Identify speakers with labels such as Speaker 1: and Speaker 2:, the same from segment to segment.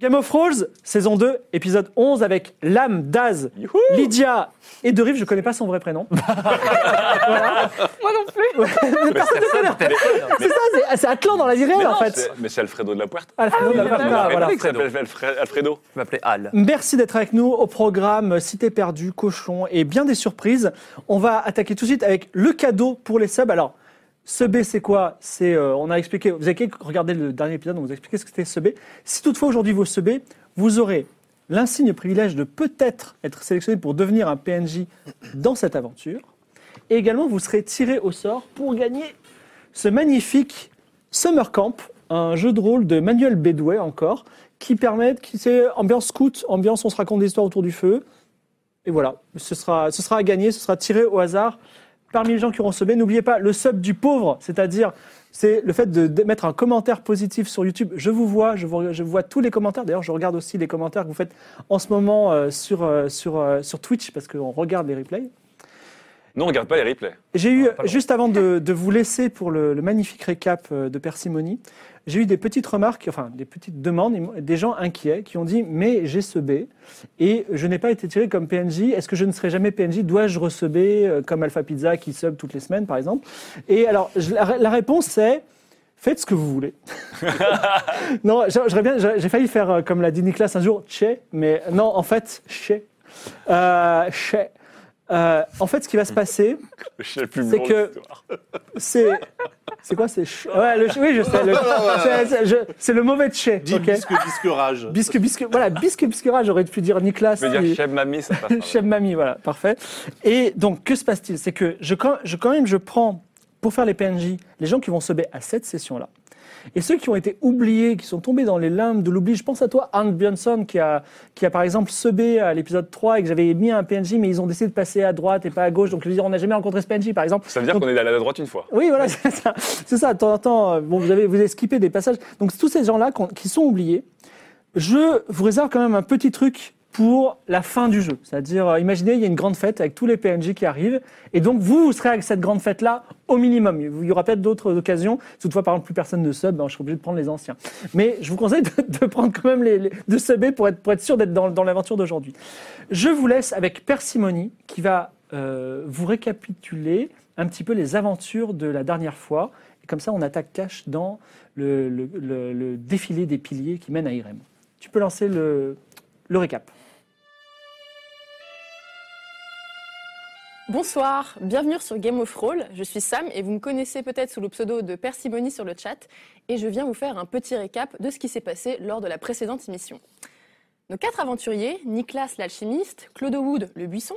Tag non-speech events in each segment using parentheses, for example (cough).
Speaker 1: Game of Thrones, saison 2, épisode 11 avec Lame, Daz, Lydia et Derive. Je connais pas son vrai prénom.
Speaker 2: Moi non plus.
Speaker 1: Personne ne connaît. (laughs) C'est ça, c'est- c'est Atlan dans la vie réelle en fait.
Speaker 3: Mais c'est Alfredo de la Puerta.
Speaker 1: Alfredo de la Puerta,
Speaker 3: Ah,
Speaker 1: voilà.
Speaker 3: Il s'appelle Alfre- Alfredo.
Speaker 4: Je m'appelais Al.
Speaker 1: Merci d'être avec nous au programme Cité perdue, cochon et bien des surprises. On va attaquer tout de suite avec le cadeau pour les subs. Alors, ce B, c'est quoi C'est euh, on a expliqué. Vous avez qu'à regarder le dernier épisode, on vous a expliqué ce que c'était ce B. Si toutefois aujourd'hui vous ce B, vous aurez l'insigne privilège de peut-être être sélectionné pour devenir un PNJ dans cette aventure. Et également, vous serez tiré au sort pour gagner ce magnifique Summer Camp, un jeu de rôle de Manuel Bédouet encore, qui permet, qui c'est ambiance scout, ambiance on se raconte des histoires autour du feu. Et voilà, ce sera, ce sera à gagner, ce sera tiré au hasard parmi les gens qui auront semé. N'oubliez pas le sub du pauvre, c'est-à-dire c'est le fait de, de mettre un commentaire positif sur YouTube. Je vous vois, je, vous, je vois tous les commentaires. D'ailleurs, je regarde aussi les commentaires que vous faites en ce moment euh, sur, euh, sur, euh, sur Twitch parce qu'on regarde les replays.
Speaker 3: Non, on regarde pas les replays. (laughs)
Speaker 1: J'ai eu,
Speaker 4: Ah, pas loin.
Speaker 1: juste avant de, de vous laisser pour le, le magnifique récap euh, de Persimony, j'ai eu des petites remarques, enfin des petites demandes, ils m'ont- des gens inquiets qui ont dit Mais j'ai ce B et je n'ai pas été tiré comme PNJ, est-ce que je ne serai jamais PNJ Dois-je receber euh, comme Alpha Pizza qui sub toutes les semaines par exemple Et alors je- la, la réponse c'est Faites ce que vous voulez. (laughs) non, j'a- j'aurais bien, j'a- j'ai failli faire euh, comme l'a dit Nicolas un jour, tché, mais non, en fait, ché. Euh, ché. Euh, en fait, ce qui va se passer,
Speaker 3: Le chien le plus
Speaker 1: C'est
Speaker 3: blanc
Speaker 1: que-
Speaker 3: de l'histoire.
Speaker 1: c'est. C'est quoi C'est. ch- Ouais, le ch- oui, je sais. le-
Speaker 5: (laughs)
Speaker 1: c'est- c'est- je- C'est le mauvais tché.
Speaker 5: Dis
Speaker 1: ok
Speaker 5: bisque, bisque rage.
Speaker 1: Bisque, bisque. Voilà, bisque, bisquera, j'aurais pu dire Nicolas.
Speaker 3: Je veux
Speaker 1: si-
Speaker 3: dire, chef mamie, ça
Speaker 1: (laughs)
Speaker 3: passe.
Speaker 1: Chef mamie, voilà, parfait. Et donc, que se passe-t-il C'est que je, quand- je, quand même, je prends, pour faire les PNJ, les gens qui vont se baie à cette session-là. Et ceux qui ont été oubliés, qui sont tombés dans les limbes de l'oubli, je pense à toi, Arne Björnsson, qui a, qui a par exemple sebé à l'épisode 3 et que j'avais mis un PNJ, mais ils ont décidé de passer à droite et pas à gauche. Donc, je veux dire, on n'a jamais rencontré ce PNJ, par exemple.
Speaker 3: Ça veut dire
Speaker 1: Donc,
Speaker 3: qu'on est allé à la droite une fois.
Speaker 1: oui, voilà, (laughs) c'est ça. C'est ça, de temps en temps, euh, bon, vous, avez, vous avez skippé des passages. Donc, tous ces gens-là qu'on- qui sont oubliés, je vous réserve quand même un petit truc pour la fin du jeu. C'est-à-dire, euh, imaginez, il y a une grande fête avec tous les PNJ qui arrivent. Et donc, vous, vous serez avec cette grande fête-là au minimum. Il y aura peut-être d'autres occasions. Si toutefois, par exemple, plus personne ne sub, ben, je serai obligé de prendre les anciens. Mais je vous conseille de, de prendre quand même les, les- de subber pour être, pour être sûr d'être dans, dans l'aventure d'aujourd'hui. Je vous laisse avec Persimony qui va euh, vous récapituler un petit peu les aventures de la dernière fois. Et comme ça, on attaque cash dans le, le- le- le défilé des piliers qui mène à Irem. Tu peux lancer le, le récap.
Speaker 2: Bonsoir, bienvenue sur Game of Roll. Je suis Sam et vous me connaissez peut-être sous le pseudo de Persimony sur le chat. Et je viens vous faire un petit récap de ce qui s'est passé lors de la précédente émission. Nos quatre aventuriers, Nicolas l'alchimiste, Clodo Wood le buisson,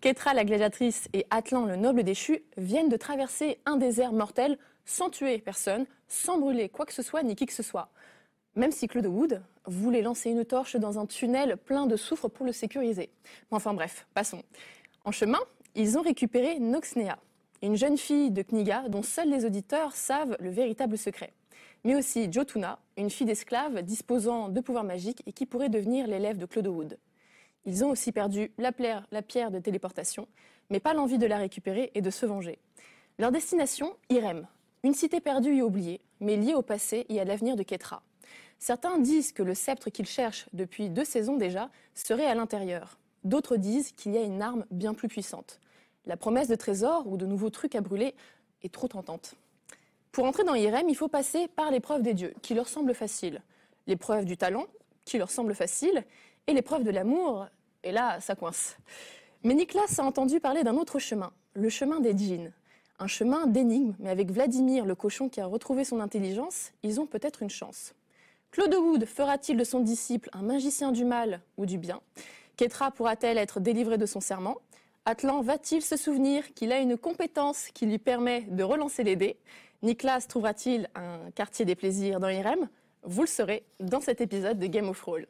Speaker 2: Ketra la gladiatrice et Atlan le noble déchu, viennent de traverser un désert mortel sans tuer personne, sans brûler quoi que ce soit ni qui que ce soit. Même si Clodo Wood voulait lancer une torche dans un tunnel plein de soufre pour le sécuriser. Mais Enfin bref, passons. En chemin, ils ont récupéré Noxnea, une jeune fille de Kniga dont seuls les auditeurs savent le véritable secret. Mais aussi Jotuna, une fille d'esclave disposant de pouvoirs magiques et qui pourrait devenir l'élève de Claude Wood. Ils ont aussi perdu la pierre, la pierre de téléportation, mais pas l'envie de la récupérer et de se venger. Leur destination, Irem, une cité perdue et oubliée, mais liée au passé et à l'avenir de Ketra. Certains disent que le sceptre qu'ils cherchent depuis deux saisons déjà serait à l'intérieur. D'autres disent qu'il y a une arme bien plus puissante. La promesse de trésors ou de nouveaux trucs à brûler est trop tentante. Pour entrer dans IRM, il faut passer par l'épreuve des dieux, qui leur semble facile. L'épreuve du talent, qui leur semble facile. Et l'épreuve de l'amour, et là, ça coince. Mais Nicolas a entendu parler d'un autre chemin, le chemin des djinns. Un chemin d'énigme, mais avec Vladimir, le cochon qui a retrouvé son intelligence, ils ont peut-être une chance. Claude Wood fera-t-il de son disciple un magicien du mal ou du bien Ketra pourra-t-elle être délivrée de son serment Atlan va-t-il se souvenir qu'il a une compétence qui lui permet de relancer les dés Nicolas trouvera-t-il un quartier des plaisirs dans Irem Vous le saurez dans cet épisode de Game of Roll.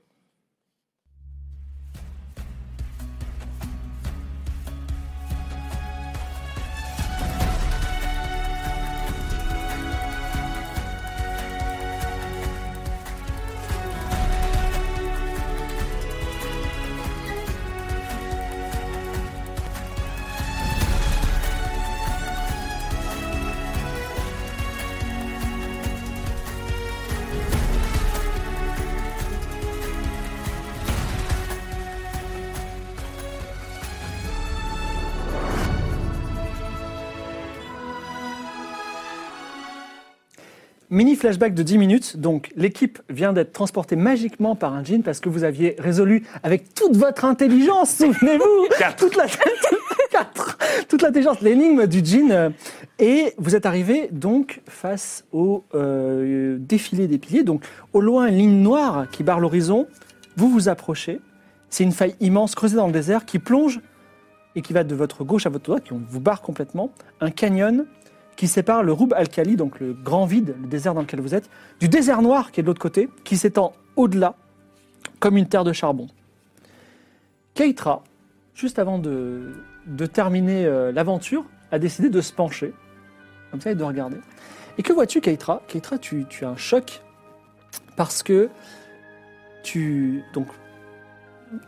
Speaker 1: Mini flashback de 10 minutes. Donc, l'équipe vient d'être transportée magiquement par un jean parce que vous aviez résolu avec toute votre intelligence, souvenez-vous, toute la- (laughs) quatre, toute l'intelligence, l'énigme du jean. euh, Et vous êtes arrivé donc face au euh, défilé des piliers. Donc, au loin, une ligne noire qui barre l'horizon. Vous vous approchez. C'est une faille immense creusée dans le désert qui plonge et qui va de votre gauche à votre droite, qui vous barre complètement. Un canyon qui sépare le Roub Al-Khali, donc le grand vide, le désert dans lequel vous êtes, du désert noir qui est de l'autre côté, qui s'étend au-delà comme une terre de charbon. Keitra, juste avant de, de terminer euh, l'aventure, a décidé de se pencher, comme ça, et de regarder. Et que vois-tu, Keitra Keitra, tu, tu as un choc, parce que tu, donc,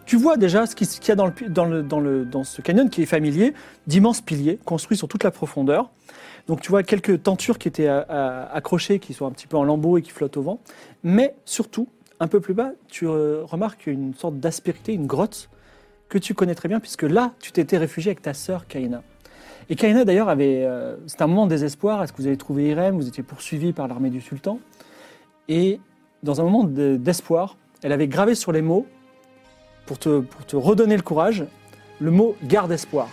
Speaker 1: tu vois déjà ce qui- ce qu'il y a dans, le, pi- dans, le, dans, le, dans ce canyon qui est familier, d'immenses piliers construits sur toute la profondeur. Donc tu vois quelques tentures qui étaient à- à- accrochées, qui sont un petit peu en lambeaux et qui flottent au vent. Mais surtout, un peu plus bas, tu euh, remarques une sorte d'aspérité, une grotte que tu connais très bien, puisque là, tu t'étais réfugié avec ta sœur Kaina. Et Kaina, d'ailleurs, avait, euh, c'était un moment de désespoir. Est-ce que vous avez trouvé Irem Vous étiez poursuivi par l'armée du sultan. Et dans un moment de- d'espoir, elle avait gravé sur les mots, pour te, pour te redonner le courage, le mot « garde espoir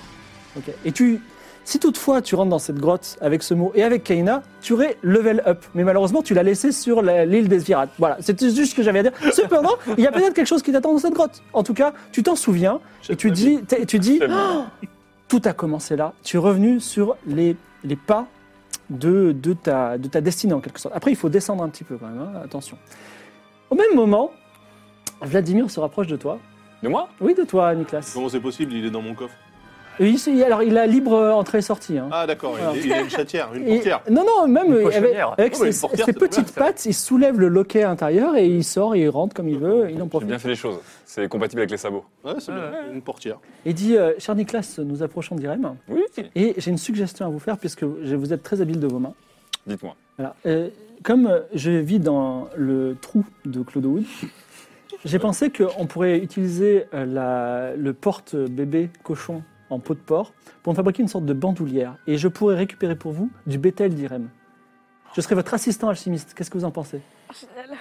Speaker 1: Ok. Et tu, si toutefois tu rentres dans cette grotte avec ce mot et avec Kaina, tu aurais level up. Mais malheureusement, tu l'as laissé sur la- l'île des pirates. Voilà, c'était juste ce que j'avais à dire. Cependant, il y a peut-être quelque chose qui t'attend dans cette grotte. En tout cas, tu t'en souviens et tu dis, t'es- tu dis,
Speaker 3: C'est bon.
Speaker 1: (gasps) tout a commencé là. Tu es revenu sur les, les pas de, de, ta, de ta destinée en quelque sorte. Après, il faut descendre un petit peu quand même, hein, attention. Au même moment, Vladimir se rapproche de toi.
Speaker 3: De moi
Speaker 1: Oui, de toi, Nicolas.
Speaker 4: Comment c'est possible Il est dans mon coffre.
Speaker 1: Et il se- alors, il a libre euh, entrée et sortie. hein.
Speaker 4: Ah, d'accord, il,
Speaker 1: Voilà.
Speaker 4: est- il a une chatière, une
Speaker 1: Et-
Speaker 4: portière.
Speaker 1: non, non, même
Speaker 3: Une
Speaker 1: euh, avec,
Speaker 3: pochonnière.
Speaker 1: avec
Speaker 4: Non, mais
Speaker 1: ses,
Speaker 4: une portière,
Speaker 1: ses
Speaker 4: c'est trop
Speaker 1: petites
Speaker 4: bien, ça.
Speaker 1: pattes, il soulève le loquet intérieur et il sort et il rentre comme il
Speaker 4: Ah,
Speaker 1: veut, il en
Speaker 3: J'ai
Speaker 1: profite.
Speaker 3: bien fait les choses. C'est compatible avec les sabots.
Speaker 4: Ah, Ouais, c'est bien, une portière.
Speaker 1: Et dit, euh, cher Nicolas, nous approchons d'Irem
Speaker 3: Oui.
Speaker 1: et j'ai une suggestion à vous faire puisque je- vous êtes très habile de vos mains.
Speaker 3: Dites-moi.
Speaker 1: Voilà. Euh, comme euh, je vis dans le trou de Claude Wood, j'ai pensé qu'on pourrait utiliser euh, la- le porte-bébé cochon en peau de porc pour fabriquer une sorte de bandoulière. Et je pourrais récupérer pour vous du bétel d'Irem. Je serai votre assistant alchimiste. Qu'est-ce que vous en pensez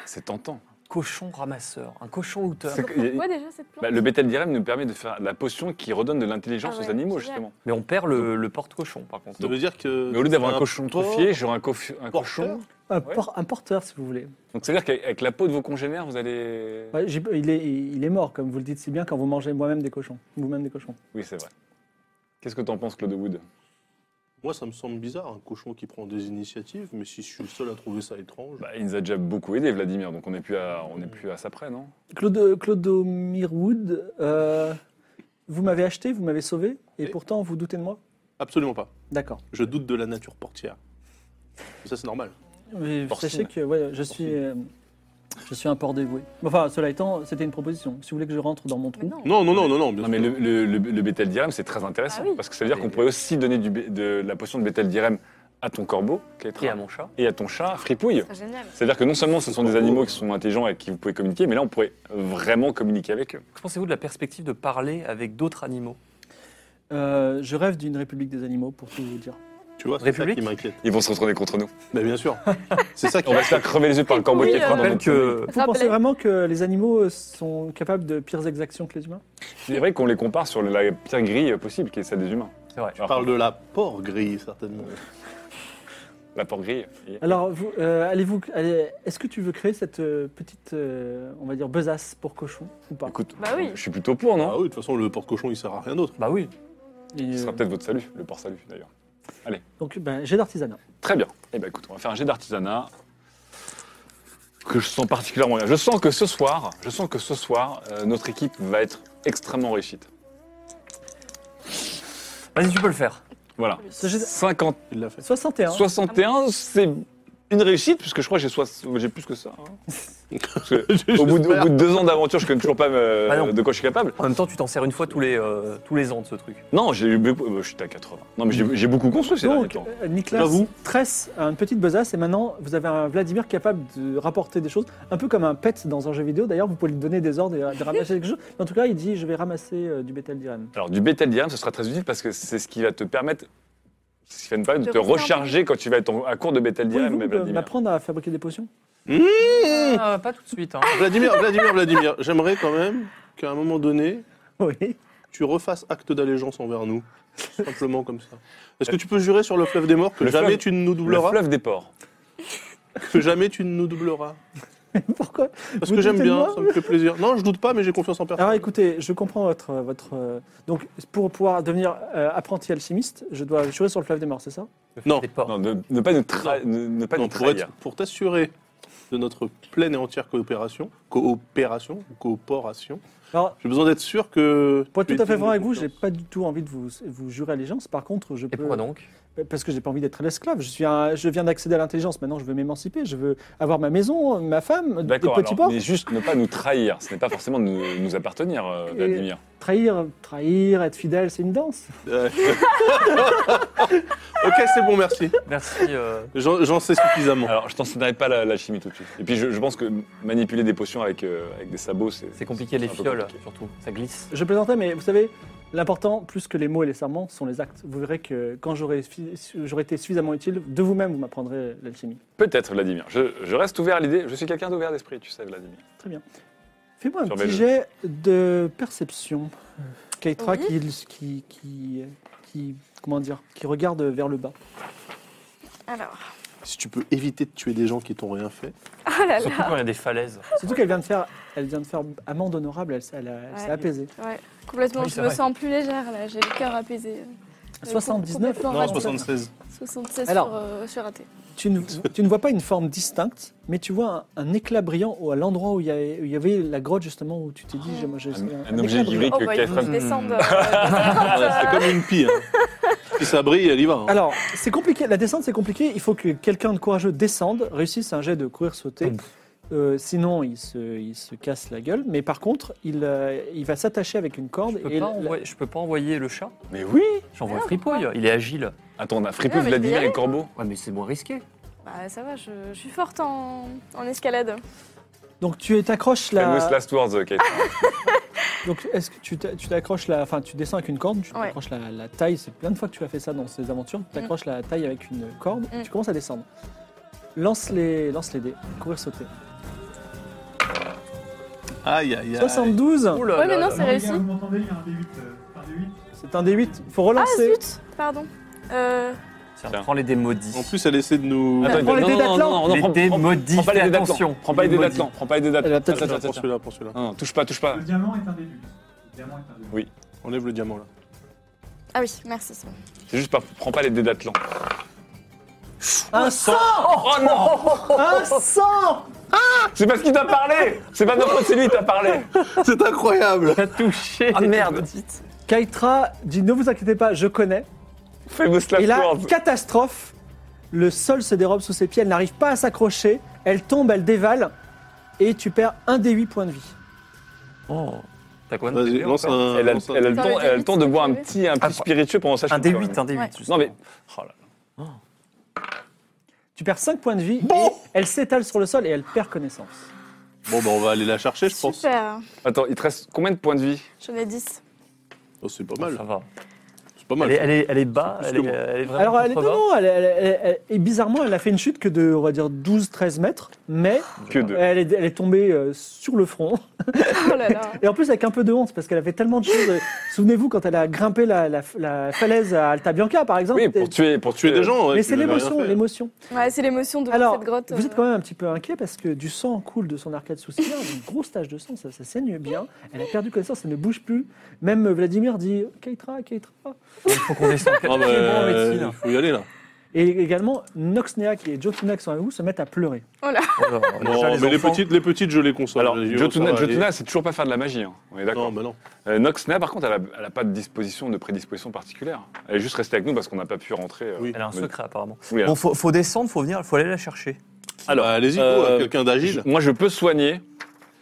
Speaker 3: C'est tentant.
Speaker 5: Cochon ramasseur, un cochon looteur.
Speaker 3: C'est- il y a-
Speaker 6: Quoi déjà cette plante
Speaker 3: bah, le bétel d'Irem nous permet de faire la potion qui redonne de l'intelligence
Speaker 6: Ah ouais,
Speaker 3: aux animaux,
Speaker 6: génial.
Speaker 3: justement.
Speaker 5: Mais on perd le, le porte-cochon par contre.
Speaker 4: Ça veut dire que.
Speaker 3: Mais au lieu d'avoir un, cochon
Speaker 4: porc,
Speaker 3: trophié, j'aurai un, cof- un
Speaker 4: porteur.
Speaker 3: cochon.
Speaker 1: un,
Speaker 3: Ouais.
Speaker 1: por- un porteur, si vous voulez.
Speaker 3: Donc ça veut dire qu'avec la peau de vos congénères, vous allez.
Speaker 1: Ouais, j'ai- il, est, il est mort, comme vous le dites si bien, quand vous mangez moi-même des cochons. Vous-même des cochons.
Speaker 3: Oui, c'est vrai. Qu'est-ce que t'en penses, Claude Wood
Speaker 4: Moi, ça me semble bizarre, un cochon qui prend des initiatives, mais si je suis le seul à trouver ça étrange.
Speaker 3: Bah, Il nous a déjà beaucoup aidé, Vladimir, donc on n'est plus à, on n'est plus à ça près, non
Speaker 1: Claude, Claudomir Wood, euh, vous m'avez acheté, vous m'avez sauvé, et
Speaker 4: Et-
Speaker 1: pourtant vous doutez de moi
Speaker 4: Absolument pas.
Speaker 1: D'accord.
Speaker 4: Je doute de la nature portière. Mais ça, c'est normal.
Speaker 1: Mais
Speaker 3: Porcine.
Speaker 1: sachez que ouais, je, suis, euh, je suis un port dévoué. Enfin, cela étant, c'était une proposition. Si vous voulez que je rentre dans mon
Speaker 6: Mais
Speaker 1: trou.
Speaker 6: non.
Speaker 4: Non, non, non, non, non, bien
Speaker 3: Non, mais
Speaker 4: sûr.
Speaker 3: le, le, le- le bétel d'Irem, c'est très intéressant,
Speaker 6: Ah oui.
Speaker 3: parce que ça veut dire qu'on
Speaker 5: Et-
Speaker 3: pourrait aussi donner du, bé- de la potion de bétel d'Irem à ton corbeau, Kétra,
Speaker 5: Et à mon chat.
Speaker 3: et à ton chat, Fripouille.
Speaker 6: C'est génial.
Speaker 3: C'est-à-dire que non seulement ce sont des animaux qui sont intelligents et avec qui vous pouvez communiquer, mais là, on pourrait vraiment communiquer avec eux.
Speaker 5: Que pensez-vous de la perspective de parler avec d'autres animaux
Speaker 1: Euh, je rêve d'une république des animaux, pour tout vous dire.
Speaker 4: Tu vois, c'est ça
Speaker 5: République
Speaker 4: qui m'inquiète.
Speaker 3: Ils vont se retourner contre nous.
Speaker 4: Mais bien sûr. c'est ça qui
Speaker 3: (laughs) On va se faire crever les yeux par le corbeau
Speaker 6: Oui,
Speaker 3: qui
Speaker 6: euh,
Speaker 3: est dans
Speaker 5: Je rappelle
Speaker 3: notre que...
Speaker 5: que
Speaker 1: Vous pensez
Speaker 6: Rappelez.
Speaker 1: vraiment que les animaux euh, sont capables de pires exactions que les humains
Speaker 3: C'est vrai qu'on les compare sur la pire grille possible, qui est celle des humains.
Speaker 5: C'est vrai.
Speaker 4: Je parle de la porc grille, certainement.
Speaker 3: La porte grille.
Speaker 1: Alors, vous, euh, allez-vous, allez, est-ce que tu veux créer cette euh, petite, euh, on va dire, besace pour cochon ou pas
Speaker 3: Écoute,
Speaker 6: Bah oui.
Speaker 3: je suis plutôt pour, non
Speaker 4: Ah oui, de toute façon, le porc-cochon, il sert à rien d'autre.
Speaker 5: bah oui,
Speaker 1: Et,
Speaker 3: Ce sera
Speaker 1: euh,
Speaker 3: peut-être votre salut, le port salut d'ailleurs.
Speaker 1: donc, ben, j'ai d'artisanat.
Speaker 3: Très bien. Eh bien, écoute, on va faire un jet d'artisanat que je sens particulièrement bien. Je sens que ce soir, je sens que ce soir, euh, notre équipe va être extrêmement enrichite.
Speaker 5: Vas-y, tu peux le faire.
Speaker 3: Voilà.
Speaker 1: Ce jet-
Speaker 3: 50,
Speaker 4: Il l'a fait.
Speaker 1: 61.
Speaker 3: 61, c'est une réussite, puisque je crois que j'ai soix- j'ai plus que ça. hein. Parce
Speaker 5: (laughs)
Speaker 3: que au, bout de, au bout de deux ans d'aventure, je ne connais toujours pas euh,
Speaker 5: Ah non.
Speaker 3: de quoi je suis capable.
Speaker 5: En même temps, tu t'en sers une fois tous les, euh, tous les ans de ce truc.
Speaker 3: Non, j'ai eu beaucoup. euh, je suis à 80. Non, mais j'ai j'ai beaucoup construit ces derniers
Speaker 1: Donc,
Speaker 3: temps.
Speaker 1: euh, Nicolas
Speaker 4: J'avoue.
Speaker 1: tresse à une petite besace et maintenant vous avez un Vladimir capable de rapporter des choses, un peu comme un pet dans un jeu vidéo. D'ailleurs, vous pouvez lui donner des ordres et euh, de ramasser quelque chose. Mais en tout cas, il dit Je vais ramasser euh, du bétel d'Iran.
Speaker 3: Alors, du Bethel Dirham, ce sera très utile parce que c'est ce qui va te permettre. c'est Ce qui va te permettre de
Speaker 2: De
Speaker 3: te
Speaker 2: refaire un
Speaker 3: recharger quand tu vas être en- à court de Bethel
Speaker 1: Pouvez-vous
Speaker 3: Dirham. mais
Speaker 1: me-
Speaker 3: Vladimir.
Speaker 1: m'apprendre à fabriquer des potions
Speaker 3: Mmh.
Speaker 5: Ah, pas tout de suite. Hein.
Speaker 4: Vladimir, Vladimir, Vladimir, j'aimerais quand même qu'à un moment donné,
Speaker 1: Oui. (laughs)
Speaker 4: tu refasses acte d'allégeance envers nous. Simplement comme ça. Est-ce
Speaker 1: Euh,
Speaker 4: que tu peux jurer sur le fleuve des morts que
Speaker 3: Le
Speaker 4: jamais
Speaker 3: fleuve-
Speaker 4: tu ne nous
Speaker 3: Le
Speaker 4: doubleras
Speaker 3: fleuve des ports.
Speaker 4: Que jamais tu ne nous doubleras.
Speaker 1: Pourquoi
Speaker 4: Parce
Speaker 1: Vous
Speaker 4: que j'aime
Speaker 1: doutez de
Speaker 4: bien,
Speaker 1: moi Ah,
Speaker 4: ça me fait plaisir. Non, je doute pas, mais j'ai confiance en personne.
Speaker 1: Alors écoutez, je comprends votre. votre euh, donc, pour pouvoir devenir euh, apprenti alchimiste, je dois jouer sur le fleuve des morts, c'est ça
Speaker 4: Non.
Speaker 5: Des porcs.
Speaker 3: Non, ne, ne pas nous, tra- ne, ne pas
Speaker 4: Non,
Speaker 3: nous
Speaker 4: pour
Speaker 3: trahir.
Speaker 4: être- pour t'assurer de notre pleine et entière coopération, coopération, coopération,
Speaker 1: Alors,
Speaker 4: j'ai besoin d'être sûr que.
Speaker 1: pour être
Speaker 4: tu es
Speaker 1: tout à fait
Speaker 4: digne
Speaker 1: franc
Speaker 4: de
Speaker 1: avec vous, j'ai
Speaker 4: confiance.
Speaker 1: pas du tout envie de vous, vous jurer allégeance. Par contre, je
Speaker 5: Et
Speaker 1: peux.
Speaker 5: pourquoi donc
Speaker 1: Parce que j'ai pas envie d'être l'esclave. Je, suis un- je viens d'accéder à l'intelligence. Maintenant, je veux m'émanciper. Je veux avoir ma maison, ma femme, des
Speaker 3: D'accord,
Speaker 1: petits
Speaker 3: alors,
Speaker 1: ports.
Speaker 3: mais juste ne pas nous trahir. Ce n'est pas forcément de nous, nous appartenir, euh,
Speaker 1: Et-
Speaker 3: Vladimir.
Speaker 1: Trahir, trahir, être fidèle, c'est une danse.
Speaker 4: Euh, ok, c'est bon, merci.
Speaker 5: Merci. euh,
Speaker 4: J'en j'en sais suffisamment.
Speaker 1: Ah.
Speaker 3: Alors, je t'enseignerai pas la, la chimie tout de suite. Et puis, je, je pense que manipuler des potions avec, euh, avec des sabots, c'est.
Speaker 5: C'est compliqué les
Speaker 3: un peu
Speaker 5: fioles,
Speaker 3: compliqué.
Speaker 5: surtout. Ça glisse.
Speaker 1: Je plaisantais, mais vous savez, l'important, plus que les mots et les serments, sont les actes. Vous verrez que quand j'aurai fi- j'aurai été suffisamment utile, de vous-même, vous m'apprendrez l'alchimie.
Speaker 3: Peut-être, Vladimir. Je, je reste ouvert à l'idée. Je suis quelqu'un d'ouvert d'esprit, tu sais, Vladimir.
Speaker 1: Fais-moi un
Speaker 3: Surveille-le.
Speaker 1: petit jet de perception. Keitra
Speaker 2: Oui.
Speaker 1: qui, qui, qui, qui- comment dire, qui regarde vers le bas.
Speaker 2: Alors.
Speaker 4: Si tu peux éviter de tuer des gens qui t'ont rien fait.
Speaker 2: Oh là
Speaker 5: Surtout
Speaker 2: là.
Speaker 5: quand il y a des falaises.
Speaker 1: Surtout qu'elle vient de faire, elle vient de faire amende honorable. Elle, s'est- elle a- elle s'est
Speaker 2: Ouais.
Speaker 1: apaisée.
Speaker 2: Ouais, complètement.
Speaker 5: Oui,
Speaker 2: je
Speaker 5: c'est
Speaker 2: me
Speaker 5: vrai.
Speaker 2: sens plus légère là. J'ai le cœur apaisé.
Speaker 1: 79.
Speaker 2: Complètement
Speaker 4: Non,
Speaker 2: raté.
Speaker 4: 76.
Speaker 2: 76
Speaker 1: Alors.
Speaker 2: sur, euh, sur raté.
Speaker 1: Tu ne, tu ne vois pas une forme distincte, mais tu vois un, un éclat brillant au- à l'endroit où il y, avait, où il y avait la grotte, justement, où tu t'es dit, j'ai- moi, j'ai
Speaker 3: Un, un
Speaker 1: éclat
Speaker 3: objet
Speaker 1: brillant.
Speaker 3: gris
Speaker 2: Oh
Speaker 3: que
Speaker 2: bah, il faut
Speaker 3: Catherine-
Speaker 2: se descendre.
Speaker 4: Ouais, c'est comme une pie. hein. Si ça brille, elle y va. hein.
Speaker 1: Alors, c'est compliqué, la descente, c'est compliqué. Il faut que quelqu'un de courageux descende, réussisse un jet de courir-sauter.
Speaker 5: Ouf.
Speaker 1: Euh, sinon, il se, il se casse la gueule. Mais par contre, il, euh, il va s'attacher avec une
Speaker 5: Je
Speaker 1: corde.
Speaker 5: peux,
Speaker 1: et
Speaker 5: pas
Speaker 1: la-
Speaker 5: envoyer, je peux pas envoyer le chat
Speaker 3: Mais oui
Speaker 5: J'envoie Fripouille, il est agile.
Speaker 3: Attends, on a frippé
Speaker 2: Non, mais je vais y
Speaker 3: Vladimir
Speaker 2: aller,
Speaker 3: et Corbeau.
Speaker 5: Ouais, mais c'est moins risqué.
Speaker 2: Bah, ça va, je, je suis forte en, en escalade.
Speaker 1: Donc, tu t'accroches
Speaker 3: Famous
Speaker 1: la...
Speaker 3: last words, euh, Catherine.
Speaker 1: Donc, est-ce que tu t'a- tu t'accroches la... Enfin, tu descends avec une corde, tu
Speaker 2: Ouais.
Speaker 1: t'accroches la, la taille. C'est plein de fois que tu as fait ça dans ces aventures. Tu
Speaker 5: Mm.
Speaker 1: t'accroches la taille avec une corde et
Speaker 2: Mm.
Speaker 1: tu commences à descendre. Lance les, lance les dés. Courir-sauter.
Speaker 4: Aïe, aïe, aïe.
Speaker 1: 72
Speaker 5: Oh là
Speaker 2: Ouais,
Speaker 5: là
Speaker 2: mais non,
Speaker 5: là.
Speaker 2: c'est réussi.
Speaker 6: Vous m'entendez, il y a un D8. euh, un D8.
Speaker 1: C'est un D8. Il faut
Speaker 2: Ah,
Speaker 1: relancer.
Speaker 2: zut Pardon. Euh,
Speaker 5: Tiens, prends les dés maudits.
Speaker 4: En plus, elle essaie de nous.
Speaker 3: Attends,
Speaker 1: prends les
Speaker 3: non,
Speaker 1: dés
Speaker 3: non, non,
Speaker 1: d'Atlan.
Speaker 3: non, non,
Speaker 5: Les
Speaker 3: prends-
Speaker 5: dés
Speaker 3: prends-
Speaker 5: maudits,
Speaker 3: Prends pas les
Speaker 5: fais
Speaker 3: dés d'Atlan.
Speaker 5: attention.
Speaker 3: Prends pas les dés
Speaker 5: Maudits.
Speaker 3: d'Atlan. Prends pas les dés d'Atlan.
Speaker 1: Elle a peut-être-
Speaker 3: Attends,
Speaker 4: Attends,
Speaker 3: attends,
Speaker 4: pour
Speaker 3: attends.
Speaker 4: celui-là, pour celui-là.
Speaker 3: Non, non, touche pas, touche pas.
Speaker 6: Le diamant est un D8. Le diamant est un D8.
Speaker 3: Oui.
Speaker 4: Enlève le diamant là.
Speaker 2: Ah oui, merci. c'est bon.
Speaker 3: C'est juste pas, prends pas les dés d'Atlan.
Speaker 1: Un sang Un sang
Speaker 3: C'est parce qu'il t'a parlé C'est pas notre faute, c'est lui qui t'a parlé
Speaker 4: C'est incroyable
Speaker 5: T'as touché.
Speaker 1: Ah, merde. Kaitra dit ne vous inquiétez pas, je connais.
Speaker 3: Famous
Speaker 1: Et
Speaker 3: last
Speaker 1: là,
Speaker 3: words.
Speaker 1: catastrophe. Le sol se dérobe sous ses pieds, elle n'arrive pas à s'accrocher, elle tombe, elle dévale, et tu perds un des 8 points de vie.
Speaker 5: Oh. T'as quoi
Speaker 4: Vas-y,
Speaker 5: non
Speaker 4: lance un.
Speaker 3: Elle a,
Speaker 4: lance un-
Speaker 3: elle a le
Speaker 2: Dans
Speaker 3: temps,
Speaker 2: les
Speaker 3: elle a le
Speaker 2: dés,
Speaker 3: temps de boire un
Speaker 2: vous savez.
Speaker 3: petit, un petit
Speaker 5: Ah,
Speaker 3: spiritueux pendant ça. je
Speaker 5: Un
Speaker 3: suis
Speaker 5: D8, un D8.
Speaker 2: Ouais.
Speaker 5: justement.
Speaker 3: Non mais. Oh là là.
Speaker 1: Tu perds 5 points de vie, et elle s'étale sur le sol et elle perd connaissance.
Speaker 4: Bon, bah, on va aller la chercher, je pense.
Speaker 2: Super.
Speaker 3: Attends, il te reste combien de points de vie
Speaker 2: J'en ai 10.
Speaker 4: Oh, c'est pas
Speaker 5: Ça
Speaker 4: mal.
Speaker 5: va.
Speaker 4: C'est pas
Speaker 5: Elle
Speaker 4: mal.
Speaker 5: est, elle est, elle est bas,
Speaker 4: C'est
Speaker 5: elle
Speaker 4: plus
Speaker 5: est,
Speaker 4: que
Speaker 5: elle est vraiment
Speaker 1: Alors, elle est,
Speaker 5: contre
Speaker 1: non,
Speaker 5: bas.
Speaker 1: non, elle, elle- elle- elle- et bizarrement, elle a fait une chute que de, on va dire, 12-13 mètres, mais
Speaker 3: Que deux.
Speaker 1: elle est, elle est tombée euh, sur le front.
Speaker 2: (laughs) Oh là là.
Speaker 1: Et en plus, avec un peu de honte, parce qu'elle avait tellement de choses. euh, (laughs) Souvenez-vous, quand elle a grimpé la, la- la falaise à Alta Bianca, par exemple.
Speaker 3: Oui, pour tuer, pour
Speaker 4: Tuer des gens, ouais,
Speaker 1: mais
Speaker 4: tu
Speaker 1: c'est
Speaker 4: n'avais rien
Speaker 1: l'émotion,
Speaker 4: fait.
Speaker 1: l'émotion.
Speaker 2: Ouais, c'est l'émotion de
Speaker 1: Alors,
Speaker 2: cette grotte.
Speaker 1: vous
Speaker 2: euh,
Speaker 1: êtes quand même un petit peu inquiet parce que du sang coule de son arcade sourcilière, une grosse tache de sang, ça, ça saigne bien. Elle a perdu connaissance, elle ne bouge plus. Même Vladimir dit Keitra, Keitra.
Speaker 5: Il faut qu'on descende.
Speaker 4: Ah, bah,
Speaker 5: C'est bon en
Speaker 4: euh,
Speaker 5: médecine.
Speaker 4: faut y aller là.
Speaker 1: Et également, Noxnea et Jotuna qui sont avec vous se mettent à pleurer.
Speaker 5: Alors,
Speaker 4: Non,
Speaker 5: déjà,
Speaker 4: mais les
Speaker 5: enfants-
Speaker 4: petites, les petites, je les console.
Speaker 3: Alors,
Speaker 4: Les vieux, ça
Speaker 3: Jotuna,
Speaker 4: va, les-
Speaker 3: Jotuna, c'est toujours pas faire de la magie, hein. on est d'accord.
Speaker 4: Non, mais non.
Speaker 3: Euh, Noxna, par contre, elle a, elle a pas de disposition, de prédisposition particulière. Elle est juste restée avec nous parce qu'on n'a pas pu rentrer. euh,
Speaker 4: Oui.
Speaker 5: Elle a un
Speaker 3: mais-
Speaker 5: secret apparemment.
Speaker 3: oui, elle a-
Speaker 5: Bon, faut, faut descendre, faut venir, faut aller la chercher.
Speaker 4: Alors, allez-y, go,
Speaker 3: euh,
Speaker 4: quelqu'un d'agile.
Speaker 3: Moi, je peux soigner.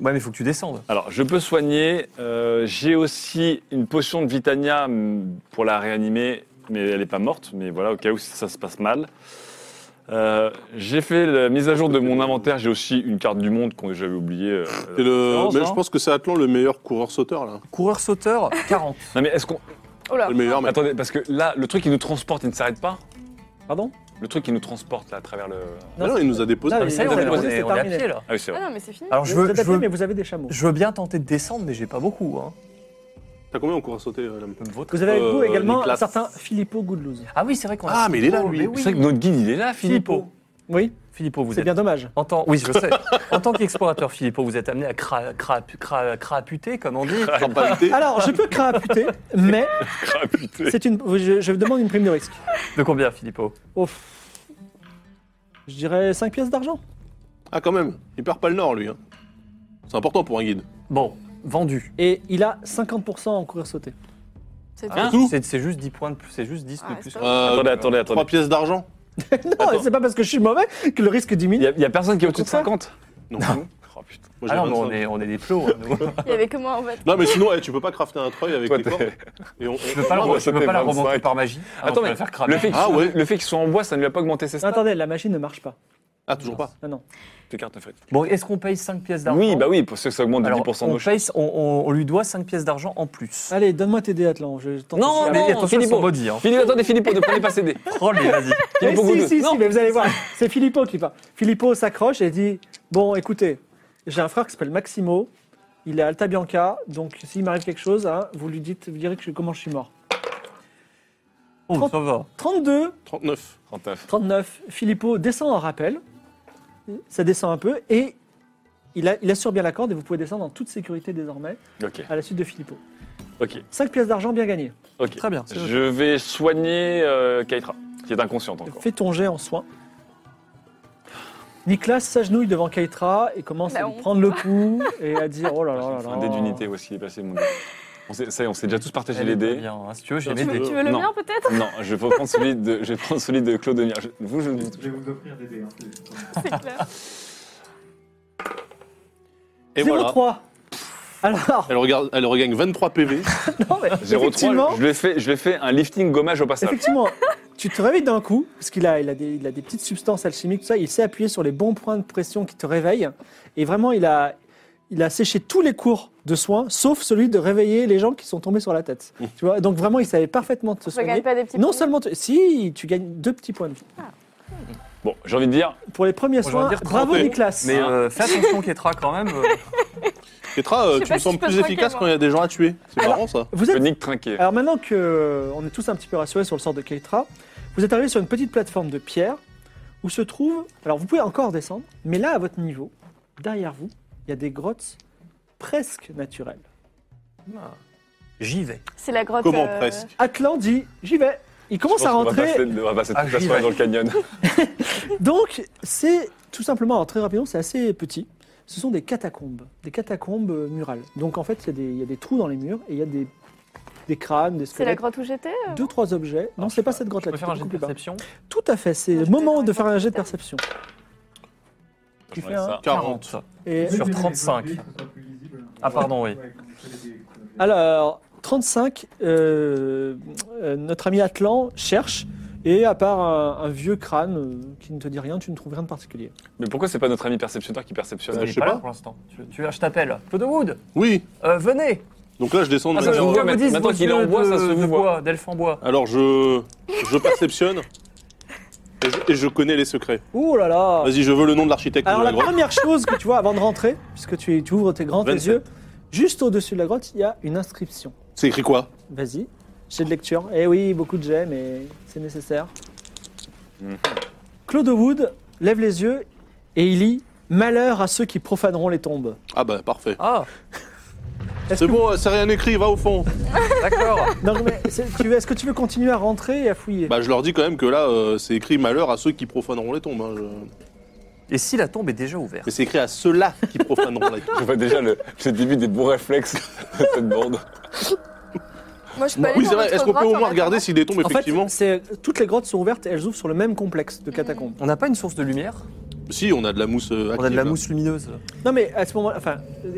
Speaker 5: Ouais, mais faut que tu descendes.
Speaker 3: Alors, je peux soigner. euh, J'ai aussi une potion de Vitania hum, pour la réanimer, mais elle n'est pas morte. Mais voilà, au cas où si ça se passe mal. Euh, J'ai fait la mise à jour de mon inventaire. J'ai aussi une carte du monde que j'avais oubliée. euh,
Speaker 4: C'est le-
Speaker 5: Florence,
Speaker 4: mais
Speaker 5: hein.
Speaker 4: je pense que c'est Atlan le meilleur coureur sauteur là.
Speaker 5: Coureur sauteur, 40.
Speaker 3: Non, mais est-ce qu'on.
Speaker 2: Oh
Speaker 7: Ah.
Speaker 2: là.
Speaker 4: Le meilleur, mais
Speaker 3: Attendez, parce que là, le truc qui nous transporte, il ne s'arrête pas
Speaker 1: Pardon
Speaker 3: Le truc qui nous transporte là, à travers le.
Speaker 4: Ah non, il nous a déposé.
Speaker 1: Là,
Speaker 5: Ah, mais ça y est,
Speaker 1: non,
Speaker 5: on est,
Speaker 1: mais
Speaker 5: on
Speaker 1: c'est
Speaker 5: est- on est à
Speaker 1: terminé.
Speaker 5: pied là.
Speaker 3: Ah oui, c'est
Speaker 2: Ah
Speaker 3: vrai.
Speaker 2: non, mais c'est fini.
Speaker 5: Alors
Speaker 1: Vous
Speaker 5: je veux,
Speaker 1: êtes
Speaker 5: je,
Speaker 1: appelés,
Speaker 5: veux,
Speaker 1: mais vous avez des chameaux.
Speaker 5: je veux bien tenter de descendre, mais j'ai pas beaucoup. Hein.
Speaker 4: T'as combien en coureur sauté, euh, l'homme
Speaker 5: Je peux me vautrer.
Speaker 1: Vous avez avec vous
Speaker 4: Euh,
Speaker 1: également
Speaker 4: Nicolas.
Speaker 1: un certain Filippo Goodlouse.
Speaker 5: Ah oui, c'est vrai qu'on a.
Speaker 4: Ah, mais il est là,
Speaker 5: Oh,
Speaker 4: lui.
Speaker 5: mais oui.
Speaker 3: C'est vrai que notre guide, il est là, Philippe. Oh,
Speaker 5: Filippo.
Speaker 1: Oui,
Speaker 5: Filippo, vous
Speaker 1: c'est
Speaker 5: êtes.
Speaker 1: bien dommage.
Speaker 5: En tant... Oui, je sais. en tant qu'explorateur, Filippo, vous êtes amené à cra... cra- cra- craputer, comme on dit.
Speaker 4: Ah, pas été.
Speaker 1: Alors, je peux
Speaker 5: (laughs)
Speaker 1: craputer, mais
Speaker 3: Ah, putain.
Speaker 1: c'est une, je, je demande une prime de risque.
Speaker 5: De combien, Filippo
Speaker 1: Ouf. Je dirais 5 pièces d'argent.
Speaker 4: Ah, quand même. Il perd pas le nord, lui. hein. C'est important pour un guide.
Speaker 5: Bon, vendu.
Speaker 1: Et il a 50% en courir sauter.
Speaker 2: C'est
Speaker 5: Hein
Speaker 2: tout.
Speaker 4: tout
Speaker 5: C'est c'est juste 10 points de plus, c'est juste 10
Speaker 2: Ah,
Speaker 5: de plus.
Speaker 2: stop.
Speaker 5: que-
Speaker 4: Euh,
Speaker 3: Attendez, attendez,
Speaker 4: Trois
Speaker 3: attendez.
Speaker 4: pièces d'argent
Speaker 1: Non, c'est pas parce que je suis mauvais que le risque
Speaker 3: Il n'y
Speaker 1: diminue.
Speaker 3: a, il y a personne qui est au-dessus de
Speaker 1: Pourquoi
Speaker 3: 50
Speaker 4: Non.
Speaker 3: Oh putain.
Speaker 4: Moi, j'ai
Speaker 5: Ah non, mais
Speaker 4: 25.
Speaker 5: on est, on est des plots. hein, nous.
Speaker 2: Il y avait que moi en fait.
Speaker 4: Non, mais sinon, eh, tu peux pas crafter un treuil avec
Speaker 3: Toi,
Speaker 4: les
Speaker 3: t'es-
Speaker 4: corps. Et on,
Speaker 5: Je peux pas, le
Speaker 3: Moi,
Speaker 5: re- je peux pas la
Speaker 3: c'était
Speaker 5: remonter
Speaker 3: 25.
Speaker 5: par magie. Ah non,
Speaker 3: Attends,
Speaker 5: tu vas
Speaker 3: mais
Speaker 5: la faire cramer.
Speaker 3: Le fait qu'ils
Speaker 4: Ah
Speaker 3: soient-
Speaker 4: ouais.
Speaker 3: le fait qu'ils soient en bois, ça ne lui a pas augmenté ses
Speaker 1: Non,
Speaker 3: stats
Speaker 1: attendez, la machine ne marche pas.
Speaker 4: Ah, toujours pas.
Speaker 1: Non, non.
Speaker 3: Tes cartes, en fait.
Speaker 5: Bon, est-ce qu'on paye 5 pièces d'argent
Speaker 3: Oui, bah oui, parce que ça augmente de
Speaker 5: Alors,
Speaker 3: 10% de
Speaker 5: on,
Speaker 3: nos
Speaker 5: paye, on, on- on lui doit 5 pièces d'argent en plus.
Speaker 1: Allez, donne-moi tes dés, Atlan. Je tente
Speaker 3: Non,
Speaker 1: aussi.
Speaker 3: non,
Speaker 5: mais attention, ils
Speaker 3: Philippe.
Speaker 5: sont maudits. Hein.
Speaker 3: Philippe, attendez, Philippe, ne prenez pas ses dés.
Speaker 5: Oh,
Speaker 1: (laughs)
Speaker 5: les vas-y.
Speaker 1: Mais
Speaker 3: Filippo
Speaker 1: si,
Speaker 3: Goudou.
Speaker 1: si,
Speaker 3: Non.
Speaker 1: si, mais vous allez (laughs) voir. C'est Filippo qui va. Filippo s'accroche et dit Bon, écoutez, j'ai un frère qui s'appelle Maximo. Il est à Alta Bianca. Donc, s'il m'arrive quelque chose, hein, vous lui dites, vous direz que je- comment je suis mort.
Speaker 5: Oh, ça va.
Speaker 1: 32,
Speaker 4: 39.
Speaker 3: 39.
Speaker 1: 39. Filippo descend en rappel. Ça descend un peu et il, a, il assure bien la corde et vous pouvez descendre en toute sécurité désormais
Speaker 3: Ok,
Speaker 1: à la suite de Filippo.
Speaker 3: ok,
Speaker 1: 5 pièces d'argent bien gagnées.
Speaker 3: ok.
Speaker 5: Très bien.
Speaker 3: Je vais soigner euh, Keitra, qui est inconsciente encore.
Speaker 1: Fais ton jet en soin. Nicolas s'agenouille devant Keitra et commence
Speaker 2: La
Speaker 1: à lui
Speaker 2: honte.
Speaker 1: prendre le coup et à dire Oh là là là
Speaker 3: J'ai
Speaker 1: là.
Speaker 3: fait Un dé d'unité aussi, il est passé mon dé. On s'est- ça y est, on s'est déjà tous partagé
Speaker 5: Elle
Speaker 3: les
Speaker 5: est pas
Speaker 3: dés.
Speaker 5: bien, hein. Si tu veux, j'ai
Speaker 4: Ça,
Speaker 5: mes
Speaker 2: Tu
Speaker 4: c'est-
Speaker 5: dés.
Speaker 2: veux, tu veux le
Speaker 3: Non.
Speaker 2: mien peut-être
Speaker 3: Non, je vais prendre celui de, je vais prendre celui de Claude Demir. Je- Vous, je ne vous
Speaker 6: Je
Speaker 3: touche
Speaker 6: vais vous offrir des dés. hein, c'est-
Speaker 2: C'est clair.
Speaker 4: Et voilà.
Speaker 1: 03 Alors,
Speaker 4: Elle, regarde, elle regagne 23 PV.
Speaker 1: non, mais
Speaker 3: pas. 0,3,
Speaker 1: effectivement,
Speaker 3: je lui ai fait, je lui ai fait un lifting gommage au passage.
Speaker 1: effectivement, tu te réveilles d'un coup, parce qu'il a, il a, des, il a des petites substances alchimiques, tout ça, il sait appuyer sur les bons points de pression qui te réveillent. Et vraiment, il a, il a séché tous les cours de soins, sauf celui de réveiller les gens qui sont tombés sur la tête.
Speaker 4: Mmh.
Speaker 1: Tu vois, donc vraiment, il savait parfaitement te
Speaker 2: Je regarde
Speaker 1: soigner.
Speaker 2: pas des petits
Speaker 1: Non
Speaker 2: points.
Speaker 1: seulement, tu- si, tu gagnes deux petits points de vie.
Speaker 3: Bon, j'ai envie de dire,
Speaker 1: Pour les premiers
Speaker 5: Bon, j'aurais
Speaker 1: soins,
Speaker 5: dire
Speaker 1: bravo
Speaker 4: 31.
Speaker 1: Nicolas.
Speaker 5: Mais euh, fais attention, Ketra, quand même. euh,
Speaker 4: Petra, euh,
Speaker 2: Je sais
Speaker 4: tu
Speaker 2: pas
Speaker 4: me
Speaker 2: si
Speaker 4: sembles
Speaker 2: je peux
Speaker 4: plus
Speaker 2: te
Speaker 4: efficace
Speaker 2: croire
Speaker 4: quand il y a des gens à tuer. C'est marrant ça.
Speaker 1: Vous êtes
Speaker 3: Nick Trinquet.
Speaker 1: Alors maintenant que euh, on est tous un petit peu rassurés sur le sort de Keitra, vous êtes arrivé sur une petite plateforme de pierre où se trouve. Alors vous pouvez encore descendre, mais là à votre niveau, derrière vous, il y a des grottes presque naturelles.
Speaker 5: ah, J'y vais.
Speaker 2: C'est la grotte.
Speaker 4: Comment
Speaker 2: euh,
Speaker 4: presque
Speaker 1: Atlan dit j'y vais. Il commence à
Speaker 3: Je pense qu'on va passer-
Speaker 1: rentrer.
Speaker 3: On va passer
Speaker 5: Ah,
Speaker 3: toute la
Speaker 5: j'y
Speaker 3: soirée
Speaker 5: vais.
Speaker 3: dans le canyon.
Speaker 1: Donc c'est tout simplement alors, très rapidement, c'est assez petit. Ce sont des catacombes, des catacombes euh, murales. Donc en fait, il y, a des- il y a des trous dans les murs et il y a des, des crânes, des
Speaker 2: C'est la
Speaker 1: squelettes,
Speaker 2: grotte où j'étais euh
Speaker 1: deux trois objets. Non,
Speaker 5: Alors,
Speaker 1: c'est
Speaker 5: Ah, je-
Speaker 1: pas cette grotte-là.
Speaker 5: Je peux
Speaker 1: tu
Speaker 5: faire un
Speaker 1: te
Speaker 5: jet de
Speaker 1: coupes pas.
Speaker 5: perception
Speaker 1: Tout à fait, c'est
Speaker 2: Ah,
Speaker 1: le
Speaker 2: j'étais dans
Speaker 1: moment
Speaker 2: la
Speaker 1: de faire un
Speaker 2: grotte.
Speaker 1: jet de perception. Tu fais un.
Speaker 4: 40.
Speaker 5: 40.
Speaker 1: Et
Speaker 5: Sur
Speaker 6: Désolé,
Speaker 5: 35.
Speaker 6: je voulais que ce soit plus lisible.
Speaker 5: Ah, pardon, oui.
Speaker 6: Ouais, quand vous faites des- quand vous faites des-
Speaker 1: alors, 35, euh, euh, notre ami Atlan cherche, et à part un, un vieux crâne euh, qui ne te dit rien, tu ne trouves rien de particulier.
Speaker 3: Mais pourquoi c'est pas notre ami perceptionneur qui perceptionne
Speaker 4: Bah,
Speaker 5: Il
Speaker 4: je
Speaker 5: est
Speaker 4: sais
Speaker 5: pas là
Speaker 4: pas.
Speaker 5: pour l'instant. Tu, tu- je t'appelle. Claude Wood,
Speaker 4: Oui.
Speaker 5: euh, venez.
Speaker 4: Donc là, je descends de
Speaker 3: Ah, ça,
Speaker 4: manière-
Speaker 3: je vois, mais maintenant
Speaker 5: vos
Speaker 3: qu'il est en
Speaker 5: yeux
Speaker 3: bois, ça
Speaker 5: de-
Speaker 3: se
Speaker 5: de
Speaker 3: voit.
Speaker 5: bois, D'elfe en bois.
Speaker 4: Alors je, je perceptionne et je, et je connais les secrets.
Speaker 1: Oh là là
Speaker 4: Vas-y, je veux le nom de l'architecte
Speaker 1: Alors,
Speaker 4: de la
Speaker 1: la
Speaker 4: grotte.
Speaker 1: première chose que tu vois avant de rentrer, puisque tu, tu ouvres tes grands tes
Speaker 4: 27.
Speaker 1: yeux, juste au-dessus de la grotte, il y a une inscription.
Speaker 4: C'est écrit quoi
Speaker 1: Vas-y, j'ai de lecture. Eh oui, beaucoup de jets, mais c'est nécessaire.
Speaker 3: Mhm.
Speaker 1: Claude Wood lève les yeux et il lit Malheur à ceux qui profaneront les tombes.
Speaker 4: Ah bah parfait.
Speaker 5: Ah
Speaker 1: Est-ce
Speaker 4: C'est
Speaker 1: que-
Speaker 4: bon, c'est rien écrit, va au fond.
Speaker 2: Ah,
Speaker 5: D'accord. (laughs)
Speaker 1: Non, mais c'est- tu veux- est-ce que tu veux continuer à rentrer et à fouiller
Speaker 4: Bah, je leur dis quand même que là, euh, c'est écrit malheur à ceux qui profaneront les tombes. hein, je-
Speaker 5: Et si la tombe est déjà ouverte
Speaker 4: Mais c'est écrit à ceux-là qui profaneront les tombes.
Speaker 8: Je vois déjà le, le début des bons réflexes de cette bande.
Speaker 7: Moi, je peux aller
Speaker 4: Bah, Oui,
Speaker 7: dans
Speaker 4: c'est vrai.
Speaker 7: d'autres
Speaker 4: Est-ce qu'on peut
Speaker 7: grottes
Speaker 4: au
Speaker 7: en
Speaker 4: moins regarder
Speaker 7: attendant
Speaker 4: s'il y a des tombes,
Speaker 1: En fait,
Speaker 4: effectivement
Speaker 1: c'est- toutes les grottes sont ouvertes et elles ouvrent sur le même complexe de catacombes.
Speaker 5: On n'a pas une source de lumière
Speaker 4: Si, on a de la mousse. euh,
Speaker 5: On a de
Speaker 4: active,
Speaker 5: la
Speaker 4: là.
Speaker 5: mousse lumineuse.
Speaker 1: Non, mais à ce moment-là, enfin,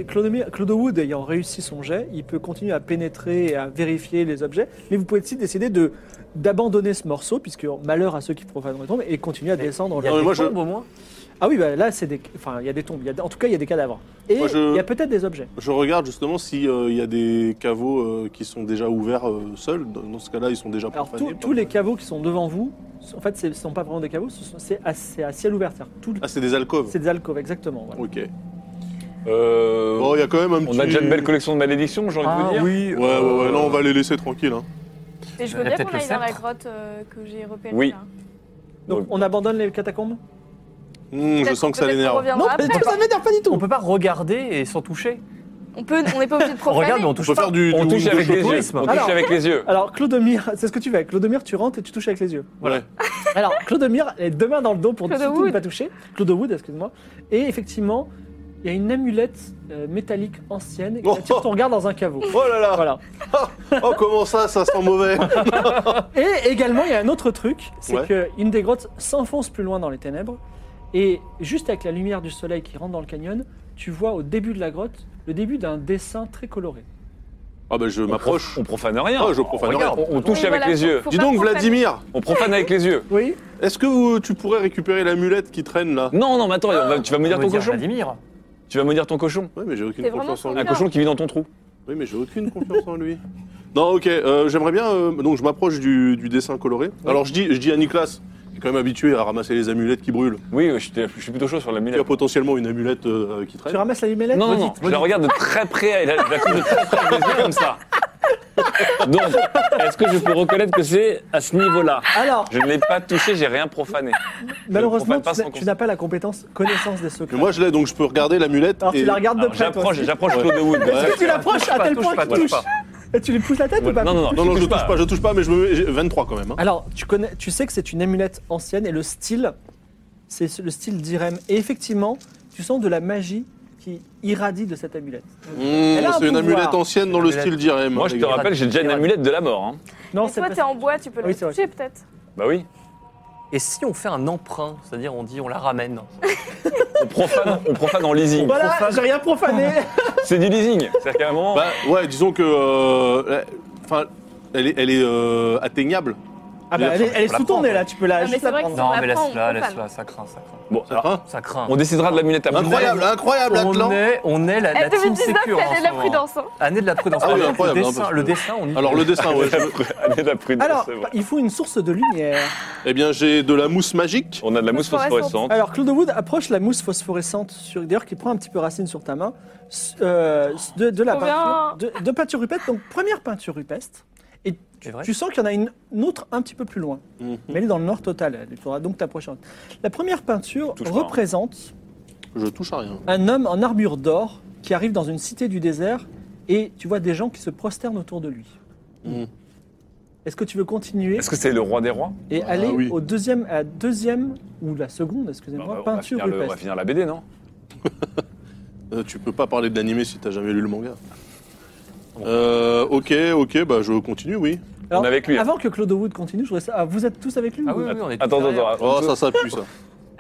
Speaker 1: Clodomir- Clodo Wood ayant réussi son jet, il peut continuer à pénétrer et à vérifier les objets, mais vous pouvez aussi décider de d'abandonner ce morceau, puisque malheur à ceux qui profanent les tombes, et continuer à
Speaker 5: Mais
Speaker 1: descendre.
Speaker 5: Il y a
Speaker 4: Non, mais
Speaker 5: des
Speaker 4: moi, je-
Speaker 5: tombes au moins
Speaker 1: Ah oui, bah, là, c'est des... enfin, il y a des tombes. Il y a- En tout cas, il y a des cadavres. Et
Speaker 4: Moi, je-
Speaker 1: il y a peut-être des objets.
Speaker 4: Je regarde justement s'il y a des caveaux euh, qui sont déjà ouverts euh, seuls. Dans dans ce cas-là, ils sont déjà
Speaker 1: Alors,
Speaker 4: profanés.
Speaker 1: tous- tous les caveaux qui sont devant vous, en fait, ce ne sont pas vraiment des caveaux, ce sont- c'est à, c'est à ciel ouvert. c'est-à-dire tout le-
Speaker 4: Ah, c'est des alcôves.
Speaker 1: C'est des alcôves, exactement. voilà.
Speaker 4: Ok.
Speaker 8: Euh,
Speaker 4: Bon, Oh, il y a quand même un petit.
Speaker 8: on a déjà une belle collection de malédictions, j'ai envie de vous dire.
Speaker 5: oui.
Speaker 4: Ouais, ouais, ouais. Là, on va les laisser tranquilles. Hein.
Speaker 7: Et je veux
Speaker 5: Il y a
Speaker 7: bien
Speaker 5: peut-être
Speaker 7: qu'on
Speaker 5: le
Speaker 7: aille dans la
Speaker 5: sceptre.
Speaker 7: grotte euh, que j'ai repérée.
Speaker 8: Oui.
Speaker 7: là.
Speaker 1: Donc, on abandonne les catacombes
Speaker 4: Hum, je
Speaker 7: Peut-être-
Speaker 4: sens que ça
Speaker 7: peut-être qu'on
Speaker 4: l'énerve.
Speaker 7: reviendra après.
Speaker 1: pas, ça m'énerve pas du
Speaker 5: On peut pas regarder et sans toucher.
Speaker 7: On peut, on n'est pas obligé de
Speaker 5: On
Speaker 7: profaner.
Speaker 5: regarde, mais on
Speaker 4: On
Speaker 5: touche
Speaker 4: peut
Speaker 5: pas.
Speaker 4: faire du.
Speaker 8: On
Speaker 4: du-
Speaker 8: touche
Speaker 4: du
Speaker 8: avec les yeux.
Speaker 5: tourisme.
Speaker 8: On
Speaker 1: Alors-
Speaker 8: touche avec les yeux.
Speaker 1: Alors, Clodomir, c'est ce que tu fais. Clodomir, tu rentres et tu touches avec les yeux.
Speaker 4: Voilà.
Speaker 1: Alors, Clodomir est deux mains dans le dos pour
Speaker 7: Claude
Speaker 1: surtout ne
Speaker 7: Wood.
Speaker 1: pas toucher. Claude Wood, excuse-moi. Et effectivement, il y a une amulette euh, métallique ancienne qui
Speaker 4: (laughs) Oh,
Speaker 1: attire
Speaker 4: oh.
Speaker 1: ton regard dans un caveau.
Speaker 4: Oh là là
Speaker 1: Voilà.
Speaker 4: Oh, comment ça, ça
Speaker 7: (laughs)
Speaker 4: sent mauvais
Speaker 1: Et également, il y a un autre truc, c'est
Speaker 4: Ouais.
Speaker 1: que qu'une des grottes s'enfonce plus loin dans les ténèbres. Et juste avec la lumière du soleil qui rentre dans le canyon, tu vois au début de la grotte le début d'un dessin très coloré.
Speaker 4: Ah, bah, je
Speaker 8: On
Speaker 4: m'approche.
Speaker 8: prof- On profane rien.
Speaker 4: Ah, je profane
Speaker 8: On regarde,
Speaker 4: rien.
Speaker 8: On, on touche
Speaker 7: Oui,
Speaker 8: avec
Speaker 7: voilà,
Speaker 8: les
Speaker 7: faut-
Speaker 8: yeux.
Speaker 7: faut
Speaker 4: Dis
Speaker 7: pas
Speaker 4: donc,
Speaker 7: profaner.
Speaker 4: Vladimir,
Speaker 8: On profane avec les yeux.
Speaker 1: Oui
Speaker 4: est-ce que vous- tu pourrais récupérer l'amulette qui traîne là
Speaker 8: Non, non, mais attends, on va- tu vas me dire
Speaker 5: On
Speaker 8: ton
Speaker 5: va
Speaker 8: cochon.
Speaker 5: Vladimir.
Speaker 8: Tu vas me dire ton cochon.
Speaker 4: Ouais, mais j'ai aucune
Speaker 7: C'est vraiment
Speaker 4: confiance en
Speaker 7: son
Speaker 4: lui.
Speaker 8: Un cochon qui vit dans ton trou.
Speaker 4: Oui, mais j'ai aucune confiance en lui. Non, ok, euh, j'aimerais bien. euh, donc, je m'approche du, du dessin coloré. Alors, je dis, je dis à Nicolas, qui est quand même habitué à ramasser les amulettes qui brûlent.
Speaker 8: Oui, euh, je, t'ai- je suis plutôt chaud sur la
Speaker 4: Il y a
Speaker 8: mulette.
Speaker 4: potentiellement une amulette euh, qui
Speaker 1: Tu
Speaker 4: traîne.
Speaker 1: ramasses la
Speaker 8: Non,
Speaker 1: lumelette
Speaker 8: non, non, je la regarde de très près, elle a- je la coupe de très près avec les yeux comme ça. Donc, est-ce que je peux reconnaître que c'est à ce niveau-là
Speaker 1: Alors,
Speaker 8: Je ne l'ai pas touché, j'ai rien
Speaker 1: (laughs)
Speaker 8: profané.
Speaker 1: malheureusement,
Speaker 8: comprends pas
Speaker 1: tu n'as-
Speaker 8: sans
Speaker 1: tu n'as pas la compétence connaissance des secrets.
Speaker 4: Mais moi, je l'ai, donc je peux regarder l'amulette.
Speaker 1: Alors,
Speaker 4: et-
Speaker 1: tu la regardes de
Speaker 8: Alors,
Speaker 1: près. toi
Speaker 8: J'approche,
Speaker 1: aussi.
Speaker 8: j'approche Claude Wood.
Speaker 1: Est-ce que tu l'approches à
Speaker 5: pas,
Speaker 1: tel
Speaker 5: touche
Speaker 1: point
Speaker 5: pas,
Speaker 1: qu'il touche
Speaker 5: touche pas.
Speaker 1: Et tu lui pousses la tête ou pas
Speaker 8: Non, non,
Speaker 4: Non, non, je
Speaker 8: touche
Speaker 4: touche
Speaker 8: pas.
Speaker 4: pas, je touche pas, mais je me mets j'ai 23 quand même. hein.
Speaker 1: Alors, tu, connais, tu sais que c'est une amulette ancienne et le style, c'est ce- le style d'Irem. Et effectivement, tu sens de la magie qui irradie de cette amulette.
Speaker 4: Mmh,
Speaker 1: Elle a un
Speaker 4: c'est une
Speaker 1: pouvoir.
Speaker 4: amulette ancienne dans le
Speaker 5: Amulette.
Speaker 4: style d'Irem.
Speaker 8: Moi,
Speaker 4: hein,
Speaker 8: je
Speaker 4: les
Speaker 8: te
Speaker 4: gars.
Speaker 8: rappelle, j'ai déjà une amulette de la mort. hein.
Speaker 1: Non,
Speaker 7: Mais
Speaker 1: c'est
Speaker 7: toi,
Speaker 1: pas-
Speaker 7: t'es en bois, tu peux le
Speaker 1: Oui, c'est vrai.
Speaker 7: toucher peut-être.
Speaker 8: Bah oui,
Speaker 5: Et si on fait un emprunt, c'est-à-dire on dit on la ramène
Speaker 8: on profane, on profane en leasing.
Speaker 1: Voilà, j'ai rien profané.
Speaker 8: C'est du leasing. C'est-à-dire qu'à un moment,
Speaker 4: Bah, ouais, disons que. euh, Enfin, elle est, elle est euh, atteignable.
Speaker 1: Ah bah, elle est, elle est
Speaker 5: On la
Speaker 1: sous ton
Speaker 5: prend,
Speaker 1: nez là, tu peux la,
Speaker 7: Non, mais
Speaker 1: juste
Speaker 7: c'est
Speaker 1: la
Speaker 7: vrai que
Speaker 1: prendre.
Speaker 7: Non,
Speaker 5: Non,
Speaker 7: mais
Speaker 5: mais
Speaker 7: laisse-la,
Speaker 5: laisse-la,
Speaker 7: laisse-la,
Speaker 5: laisse-la, ça craint, ça craint.
Speaker 8: bon, alors,
Speaker 4: Hein
Speaker 5: Ça craint.
Speaker 8: on décidera de l'amulette après. (laughs)
Speaker 4: incroyable, incroyable,
Speaker 5: on
Speaker 4: l'Atlan.
Speaker 5: est, on est la,
Speaker 7: Eh,
Speaker 5: la team
Speaker 7: 2019,
Speaker 5: sécure. en
Speaker 7: année de la
Speaker 5: ce moment.
Speaker 7: prudence. hein.
Speaker 5: Année de la prudence.
Speaker 4: Ah oui,
Speaker 5: Le
Speaker 4: incroyable, hein,
Speaker 5: dessin-
Speaker 4: parce que-
Speaker 5: le dessin, on y
Speaker 4: Alors, le dessin,
Speaker 3: (laughs)
Speaker 4: ouais. je-
Speaker 8: Année de la prudence,
Speaker 1: Alors,
Speaker 8: c'est vrai.
Speaker 1: il faut une source de lumière.
Speaker 4: Eh bien, j'ai de la mousse magique.
Speaker 8: On a de la mousse
Speaker 7: Phosphorescente.
Speaker 8: phosphorescente.
Speaker 1: Alors, Claude Wood approche la mousse phosphorescente, sur, d'ailleurs, qui prend un petit peu racine sur ta main, s- euh, s- de, de la
Speaker 7: Combien
Speaker 1: peinture, de, de peinture rupestre, donc première peinture rupestre. Et
Speaker 5: C'est vrai.
Speaker 1: tu sens qu'il y en a une, une autre un petit peu plus loin.
Speaker 8: Mm-hmm.
Speaker 4: Mhm.
Speaker 1: Mais elle est dans le nord total, il faudra donc t'approcher. La première peinture
Speaker 8: Touche pas, hein.
Speaker 1: représente
Speaker 4: Je touche à rien.
Speaker 1: un homme en armure d'or qui arrive dans une cité du désert et tu vois des gens qui se prosternent autour de lui.
Speaker 4: Mhm.
Speaker 1: Est-ce que tu veux continuer
Speaker 8: Mm-hmm. Est-ce que c'est le roi des rois
Speaker 1: et aller
Speaker 4: oui.
Speaker 1: au deuxième, à la deuxième ou la seconde,
Speaker 8: Bah,
Speaker 1: excusez-moi,
Speaker 8: on, va
Speaker 1: peinture
Speaker 8: finir le- on va
Speaker 1: rupestre
Speaker 8: finir la BD, non
Speaker 4: Euh, tu peux pas parler de l'animé si t'as jamais lu le manga. Euh, ok, ok, bah je continue, oui.
Speaker 1: Alors,
Speaker 8: On est avec lui.
Speaker 1: Avant que Claude Wood continue, je voudrais savoir, ah, vous êtes tous avec lui
Speaker 5: Ah
Speaker 1: ou-
Speaker 5: oui, oui, on est
Speaker 8: Attends,
Speaker 5: tous derrière.
Speaker 8: attends,
Speaker 4: Oh,
Speaker 8: attends.
Speaker 4: ça, ça pue, ça.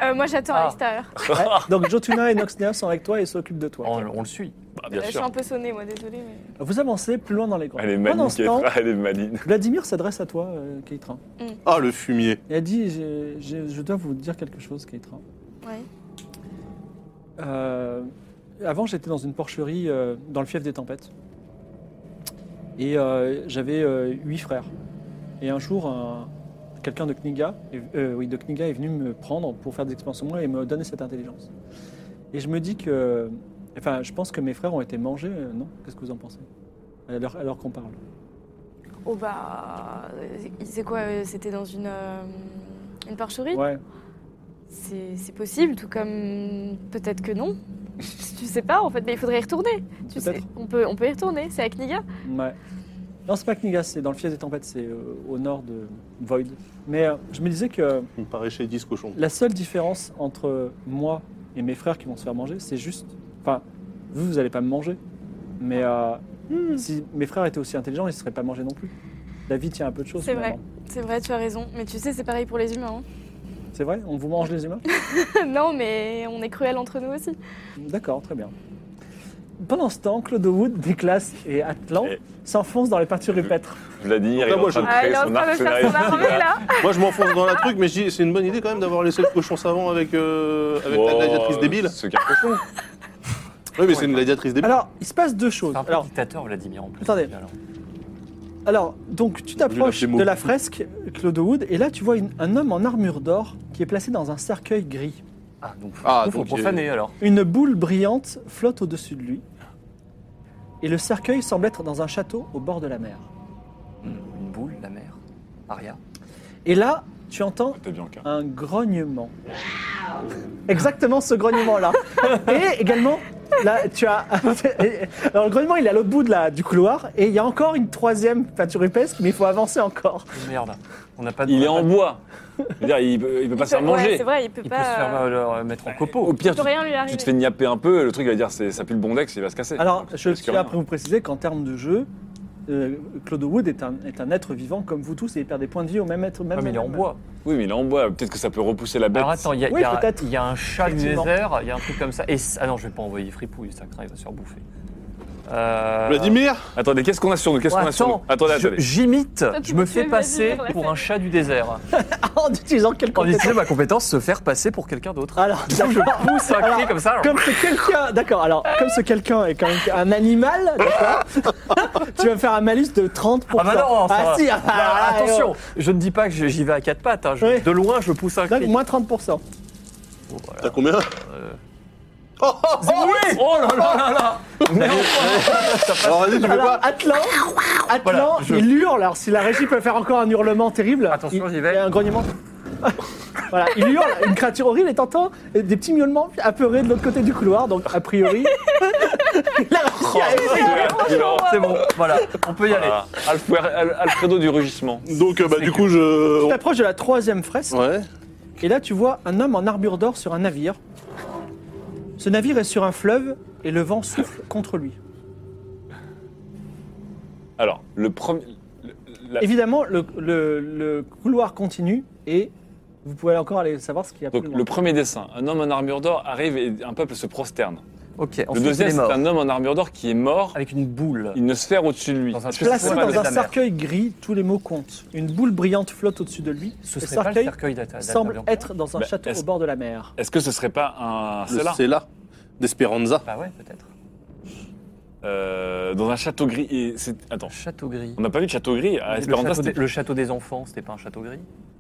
Speaker 7: Euh, moi, j'attends
Speaker 5: Ah.
Speaker 7: à l'extérieur.
Speaker 1: Ouais. Donc Jotuna et Noxnea sont avec toi et s'occupent de toi.
Speaker 5: On, on le suit.
Speaker 8: Bah,
Speaker 7: Euh,
Speaker 8: bien
Speaker 7: Je suis
Speaker 8: sûr.
Speaker 7: un peu sonnée, moi, désolée. Mais...
Speaker 1: Vous avancez plus loin dans les grottes.
Speaker 8: Elle est
Speaker 1: Pendant
Speaker 8: maligne,
Speaker 1: ce temps,
Speaker 8: elle est maligne.
Speaker 1: Vladimir s'adresse à toi, euh, Keitra.
Speaker 4: Ah, le fumier.
Speaker 1: Et elle dit, je, je- je dois vous dire quelque chose, Keitra.
Speaker 7: Ouais.
Speaker 1: Euh, avant, j'étais dans une porcherie euh, dans le fief des tempêtes. Et euh, j'avais euh, huit frères. Et un jour, un- quelqu'un de Kniga, est- euh, oui, de Kniga est venu me prendre pour faire des expériences sur moi et me donner cette intelligence. Et je me dis que. Enfin, je pense que mes frères ont été mangés, euh, non Qu'est-ce que vous en pensez alors, alors qu'on parle.
Speaker 7: Oh bah, euh, c'est quoi euh, C'était dans une euh, une porcherie
Speaker 1: Ouais.
Speaker 7: C'est c'est possible, tout comme peut-être que non. (laughs) Tu sais pas en fait, mais il faudrait y retourner. Tu sais,
Speaker 1: Peut-être.
Speaker 7: on peut, on peut y retourner, c'est à Kniga.
Speaker 1: Ouais. Non, c'est pas Knigas, c'est dans le fief des tempêtes, c'est euh, au nord de Void. Mais euh, je me disais que
Speaker 4: Il me paraît chez 10 cochons.
Speaker 1: la seule différence entre moi et mes frères qui vont se faire manger, c'est juste. Enfin, vous, vous allez pas me manger. Mais euh,
Speaker 7: Hmm.
Speaker 1: si mes frères étaient aussi intelligents, ils se seraient pas mangés non plus. La vie tient à peu de choses.
Speaker 7: C'est vrai.
Speaker 1: finalement.
Speaker 7: C'est vrai, tu as raison. Mais tu sais, c'est pareil pour les humains.
Speaker 1: C'est vrai On vous mange les humains (laughs)
Speaker 7: hein. (laughs) non, mais on est cruel entre nous aussi.
Speaker 1: D'accord, très bien. Pendant ce temps, Claude Wood, Déclas et Atlan
Speaker 3: Et-
Speaker 1: s'enfoncent dans les peintures rupestres.
Speaker 3: Vladimir, il est
Speaker 4: Là, moi,
Speaker 3: en train
Speaker 4: je-
Speaker 3: de
Speaker 7: Ah, il
Speaker 3: créer
Speaker 7: est en
Speaker 3: son
Speaker 7: train de faire son
Speaker 3: arsenal.
Speaker 7: armée là.
Speaker 4: Moi, je m'enfonce dans la truc, mais je dis, c'est une bonne idée quand même d'avoir laissé le cochon savant avec, euh, avec la
Speaker 3: Bon,
Speaker 4: gladiatrice débile.
Speaker 3: Ce qu'un cochon.
Speaker 4: Oui, mais c'est une gladiatrice débile.
Speaker 1: Alors, il se passe deux choses.
Speaker 5: C'est un peu
Speaker 1: Alors,
Speaker 5: dictateur, Vladimir, en plus.
Speaker 1: Attendez.
Speaker 5: Alors,
Speaker 1: Alors, donc tu t'approches
Speaker 4: J'ai lu la
Speaker 1: de la
Speaker 4: démo.
Speaker 1: fresque, Claude Wood, et là tu vois une- un homme en armure d'or qui est placé dans un cercueil gris.
Speaker 5: Ah, donc,
Speaker 4: Ah,
Speaker 5: faut
Speaker 4: donc,
Speaker 5: profaner alors.
Speaker 1: Une boule brillante flotte au-dessus de lui, et le cercueil semble être dans un château au bord de la mer.
Speaker 5: Une boule, la mer, Aria.
Speaker 1: Et là, tu entends
Speaker 3: C'était Bianca.
Speaker 1: un grognement. Exactement ce
Speaker 5: (laughs)
Speaker 1: grognement-là. Et également, là, tu as. (laughs) Alors, le grognement, il est à l'autre bout de la, du couloir, et il y a encore une troisième peinture rupestre, mais il faut avancer encore.
Speaker 5: Oh, Merde, on n'a pas de.
Speaker 8: Il est
Speaker 5: on a
Speaker 8: en
Speaker 5: pas de-
Speaker 8: bois. Je veux dire, il peut, il peut pas se faire
Speaker 7: Ouais,
Speaker 8: manger.
Speaker 7: c'est vrai, il peut
Speaker 5: Il peut se faire
Speaker 7: pas.
Speaker 5: euh, leur mettre en copeau.
Speaker 8: Au pire,
Speaker 7: il peut
Speaker 8: tu,
Speaker 7: rien lui
Speaker 8: tu te
Speaker 7: arriver.
Speaker 8: fais niapper un peu, le truc il va dire c'est- ça pue le bondex, il va se casser.
Speaker 1: Alors,
Speaker 8: Donc,
Speaker 1: je
Speaker 8: risque
Speaker 1: tiens
Speaker 8: rien.
Speaker 1: à vous préciser qu'en termes de jeu, euh, Claude Wood est un, est un être vivant comme vous tous et il perd des points de vie au même être. Même
Speaker 5: Ouais, Ah, mais
Speaker 8: euh,
Speaker 5: il est en
Speaker 1: même-
Speaker 5: bois.
Speaker 8: Oui, mais il est en bois, peut-être que ça peut repousser la bête.
Speaker 5: Alors attends, il y, a-
Speaker 1: Oui,
Speaker 5: il y a-
Speaker 1: peut-être.
Speaker 5: il y a un chat du
Speaker 1: Effectivement.
Speaker 5: désert, il y a un truc comme ça. Et c- ah non, je vais pas envoyer Fripouille, ça craint, il va se faire bouffer. Euh,
Speaker 4: Vladimir
Speaker 8: Attendez, qu'est-ce qu'on a sur nous Qu'est-ce
Speaker 5: oh,
Speaker 8: qu'on a sur
Speaker 5: attends,
Speaker 8: nous Attendez,
Speaker 5: je-
Speaker 8: attendez.
Speaker 5: j'imite,
Speaker 7: tu
Speaker 5: je
Speaker 7: veux
Speaker 5: me
Speaker 7: tuer
Speaker 5: fais passer
Speaker 7: Vladimir, là.
Speaker 5: pour un chat du désert.
Speaker 1: (laughs) en utilisant quelque
Speaker 5: En utilisant
Speaker 1: compétence.
Speaker 5: ma compétence, se faire passer pour quelqu'un d'autre. (laughs)
Speaker 1: Alors,
Speaker 8: Ah,
Speaker 1: d'accord.
Speaker 5: Pousse un
Speaker 1: Alors,
Speaker 5: cri comme ça.
Speaker 1: Comme c'est quelqu'un, d'accord. Alors, comme ce quelqu'un est quand même un animal, d'accord,
Speaker 5: (laughs)
Speaker 1: tu vas me faire un malus de 30
Speaker 5: Ah bah non, ça
Speaker 1: Ah
Speaker 5: va.
Speaker 1: si, ah,
Speaker 5: Non,
Speaker 1: ah,
Speaker 5: attention, je ne dis pas que j'y vais à quatre pattes. hein, je-
Speaker 1: Oui.
Speaker 5: De loin, je pousse un
Speaker 1: oh. Donc,
Speaker 5: cri.
Speaker 1: moins 30
Speaker 4: T'as combien Oh, oh, oh
Speaker 5: Oui oh là là là là
Speaker 4: Alors, vas-y, tu veux
Speaker 1: Alors,
Speaker 4: pas
Speaker 1: Atlan, Atlan,
Speaker 5: Voilà, je-
Speaker 1: il hurle. Alors, si la régie peut faire encore un hurlement terrible,
Speaker 5: Attention,
Speaker 1: il,
Speaker 5: j'y vais.
Speaker 1: il y a un grognement. (laughs) voilà, il hurle, une créature horrible et t'entends des petits miaulements apeurés de l'autre côté du couloir. Donc, a
Speaker 5: (laughs)
Speaker 1: priori, (laughs) la
Speaker 5: Oh,
Speaker 1: régie
Speaker 5: Ah,
Speaker 1: a essayé.
Speaker 5: C'est bon, voilà, on peut y aller.
Speaker 3: Voilà. Alfred- Al- Alfredo du rugissement.
Speaker 4: Donc, euh, bah, du coup, je.
Speaker 1: Tu t'approches de la troisième fresque
Speaker 4: Ouais.
Speaker 1: et là, tu vois un homme en armure d'or sur un navire. Ce navire est sur un fleuve et le vent
Speaker 3: (laughs)
Speaker 1: souffle contre lui.
Speaker 3: Alors, le premier. le- la-
Speaker 1: Évidemment, le, le- le couloir continue et vous pouvez encore aller savoir ce qu'il y a plus
Speaker 3: Donc,
Speaker 1: loin.
Speaker 3: le premier dessin, un homme en armure d'or arrive et un peuple se prosterne.
Speaker 5: Ok,
Speaker 3: Le
Speaker 5: ensuite il
Speaker 3: deuxième,
Speaker 5: est
Speaker 3: c'est
Speaker 5: mort.
Speaker 3: un homme en armure d'or qui est mort,
Speaker 5: Avec une boule.
Speaker 3: une sphère au-dessus de lui.
Speaker 5: Dans un
Speaker 3: Est-ce que
Speaker 1: Placé
Speaker 3: c'est
Speaker 1: dans
Speaker 3: pas
Speaker 5: de
Speaker 1: un
Speaker 5: la mer.
Speaker 1: cercueil gris, tous les mots comptent. Une boule brillante flotte au-dessus de lui.
Speaker 3: Ah,
Speaker 5: Ce
Speaker 1: le
Speaker 5: serait pas le
Speaker 1: cercueil
Speaker 5: cercueil d'Ata- d'Ata
Speaker 1: semble
Speaker 5: Bianca
Speaker 1: être dans un
Speaker 3: Bah,
Speaker 1: château au
Speaker 3: est-ce-
Speaker 1: bord de la mer.
Speaker 3: Est-ce que ce serait pas un.
Speaker 4: Le
Speaker 3: Cela
Speaker 4: C'est là. D'Esperanza.
Speaker 5: Bah ouais, peut-être.
Speaker 3: Euh, Dans un château gris. Et c'est... Attends,
Speaker 5: Château gris.
Speaker 3: on n'a pas vu de château gris à
Speaker 5: le,
Speaker 3: Esperanza,
Speaker 5: château des,
Speaker 3: c'était
Speaker 5: le château des enfants, c'était pas un château gris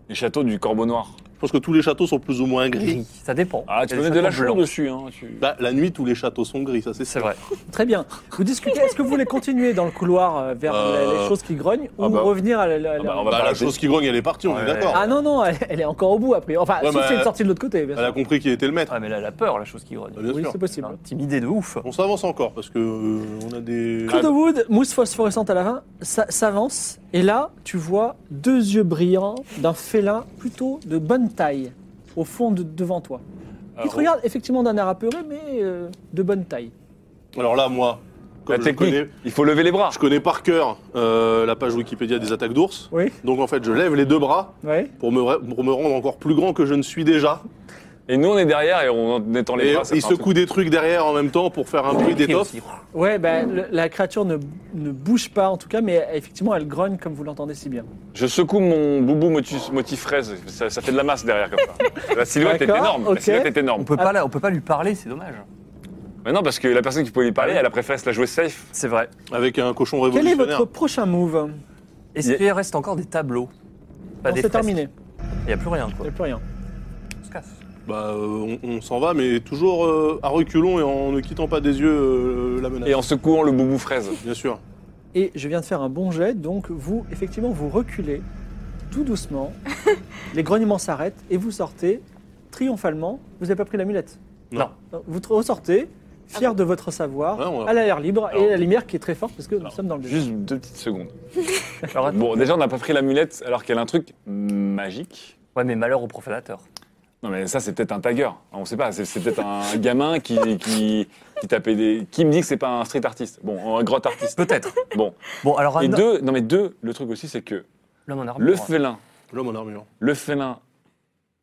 Speaker 3: le château du corbeau noir.
Speaker 4: Je pense que tous les châteaux sont plus ou moins gris.
Speaker 5: Ça dépend.
Speaker 3: Ah, tu
Speaker 5: Il y a
Speaker 3: connais
Speaker 5: des
Speaker 3: de la
Speaker 5: châteaux
Speaker 3: chaux
Speaker 5: blancs.
Speaker 3: dessus, hein. tu-
Speaker 4: Bah, la nuit, tous les châteaux sont gris, ça c'est
Speaker 5: C'est
Speaker 4: sûr.
Speaker 5: vrai.
Speaker 1: Très bien. Vous discutez, est-ce que vous voulez continuer dans le couloir euh, vers la-
Speaker 4: Euh,
Speaker 1: les choses qui grognent ou
Speaker 3: ah bah-
Speaker 1: revenir à la... la-
Speaker 3: bah,
Speaker 1: la-
Speaker 3: on va
Speaker 4: Bah, la
Speaker 3: parler.
Speaker 4: chose qui grogne, elle est partie, on
Speaker 5: Ouais.
Speaker 4: est d'accord.
Speaker 1: Ah non, non, elle, elle est encore au bout après. Enfin,
Speaker 4: Ouais,
Speaker 1: sauf
Speaker 4: bah,
Speaker 1: si elle est sortie de l'autre côté, bien
Speaker 4: Elle a
Speaker 1: sûr.
Speaker 4: compris qu'il était le maître.
Speaker 5: Ah, mais là, la peur, la chose qui grogne.
Speaker 4: Ah, bien
Speaker 1: Oui,
Speaker 4: sûr.
Speaker 1: c'est possible.
Speaker 5: Intimidé de ouf.
Speaker 4: On s'avance encore parce que euh, on a des.
Speaker 1: Claude Wood, mousse phosphorescente à la main, ça- s'avance. Et là, tu vois deux yeux brillants d'un félin plutôt de bonne taille au fond de- devant toi. Il te
Speaker 3: Alors,
Speaker 1: regarde effectivement d'un air apeuré, mais euh, de bonne taille.
Speaker 4: Alors là, moi,
Speaker 3: La
Speaker 4: comme je connais,
Speaker 3: technique, il faut lever les bras.
Speaker 4: je connais par cœur euh, la page Wikipédia des attaques d'ours.
Speaker 1: Oui,
Speaker 4: Donc en fait, je lève les deux bras
Speaker 1: oui.
Speaker 4: pour me, pour me rendre encore plus grand que je ne suis déjà.
Speaker 3: Et nous, on est derrière et on étend les
Speaker 4: Et
Speaker 3: bras. ça
Speaker 4: il
Speaker 3: fait un truc.
Speaker 4: secoue des trucs derrière en même temps pour faire un bruit d'étoffe.
Speaker 1: Ouais, ben, le- la créature ne, ne bouge pas en tout cas, mais euh, effectivement, elle grogne comme vous l'entendez si bien.
Speaker 3: Je secoue mon boubou motus- motif fraise, ça, ça fait de la masse derrière comme ça. La silhouette est
Speaker 1: D'accord,
Speaker 3: énorme,
Speaker 1: ok.
Speaker 3: la silhouette est
Speaker 5: On
Speaker 3: énorme.
Speaker 5: peut, pas, la- on peut pas lui parler, c'est dommage.
Speaker 3: Mais non, parce que la personne qui pouvait lui parler, elle a préféré se la jouer safe.
Speaker 5: C'est vrai.
Speaker 4: Avec un cochon
Speaker 1: Quel est
Speaker 4: révolutionnaire.
Speaker 1: votre prochain move
Speaker 5: Est-ce
Speaker 3: Il y a-
Speaker 5: qu'il reste encore des tableaux Pas
Speaker 1: Non,
Speaker 5: des
Speaker 1: C'est
Speaker 5: fresques.
Speaker 1: terminé,
Speaker 5: Il n'y a plus rien,
Speaker 1: il
Speaker 5: quoi.
Speaker 1: n'y a plus rien.
Speaker 5: On se casse.
Speaker 4: Bah, euh, on, on s'en va, mais toujours euh, à reculons et en ne quittant pas des yeux euh, la menace.
Speaker 3: Et en secouant le boubou fraise.
Speaker 4: Bien sûr.
Speaker 1: Et je viens de faire un bon jet, donc vous, effectivement, vous reculez tout
Speaker 7: (laughs)
Speaker 1: doucement, les grognements s'arrêtent et vous sortez triomphalement. Vous n'avez pas pris l'amulette
Speaker 4: Non.
Speaker 1: Vous tr- ressortez,
Speaker 7: Ah
Speaker 1: fiers de votre savoir,
Speaker 4: Ouais, on va-
Speaker 1: à l'air libre et
Speaker 3: Alors-
Speaker 1: à la lumière qui est très forte parce que nous
Speaker 3: Alors,
Speaker 1: sommes dans le désert.
Speaker 3: Juste deux petites secondes.
Speaker 5: Alors, attends.
Speaker 3: Bon, déjà, on n'a pas pris l'amulette alors qu'elle a un truc magique.
Speaker 5: Ouais, mais malheur aux profanateurs.
Speaker 3: Non, mais ça, c'est peut-être un tagger. On sait pas. C'est c'est peut-être un (laughs) gamin qui, qui, qui tapait des. Qui me dit que c'est pas un street artiste Bon, un grand artiste.
Speaker 5: Peut-être.
Speaker 3: Bon.
Speaker 5: Bon, alors,
Speaker 3: Et
Speaker 5: un-
Speaker 3: deux, non, mais deux, le truc aussi, c'est que
Speaker 5: l'homme en armure.
Speaker 3: le félin,
Speaker 4: L'homme en armure.
Speaker 3: le félin,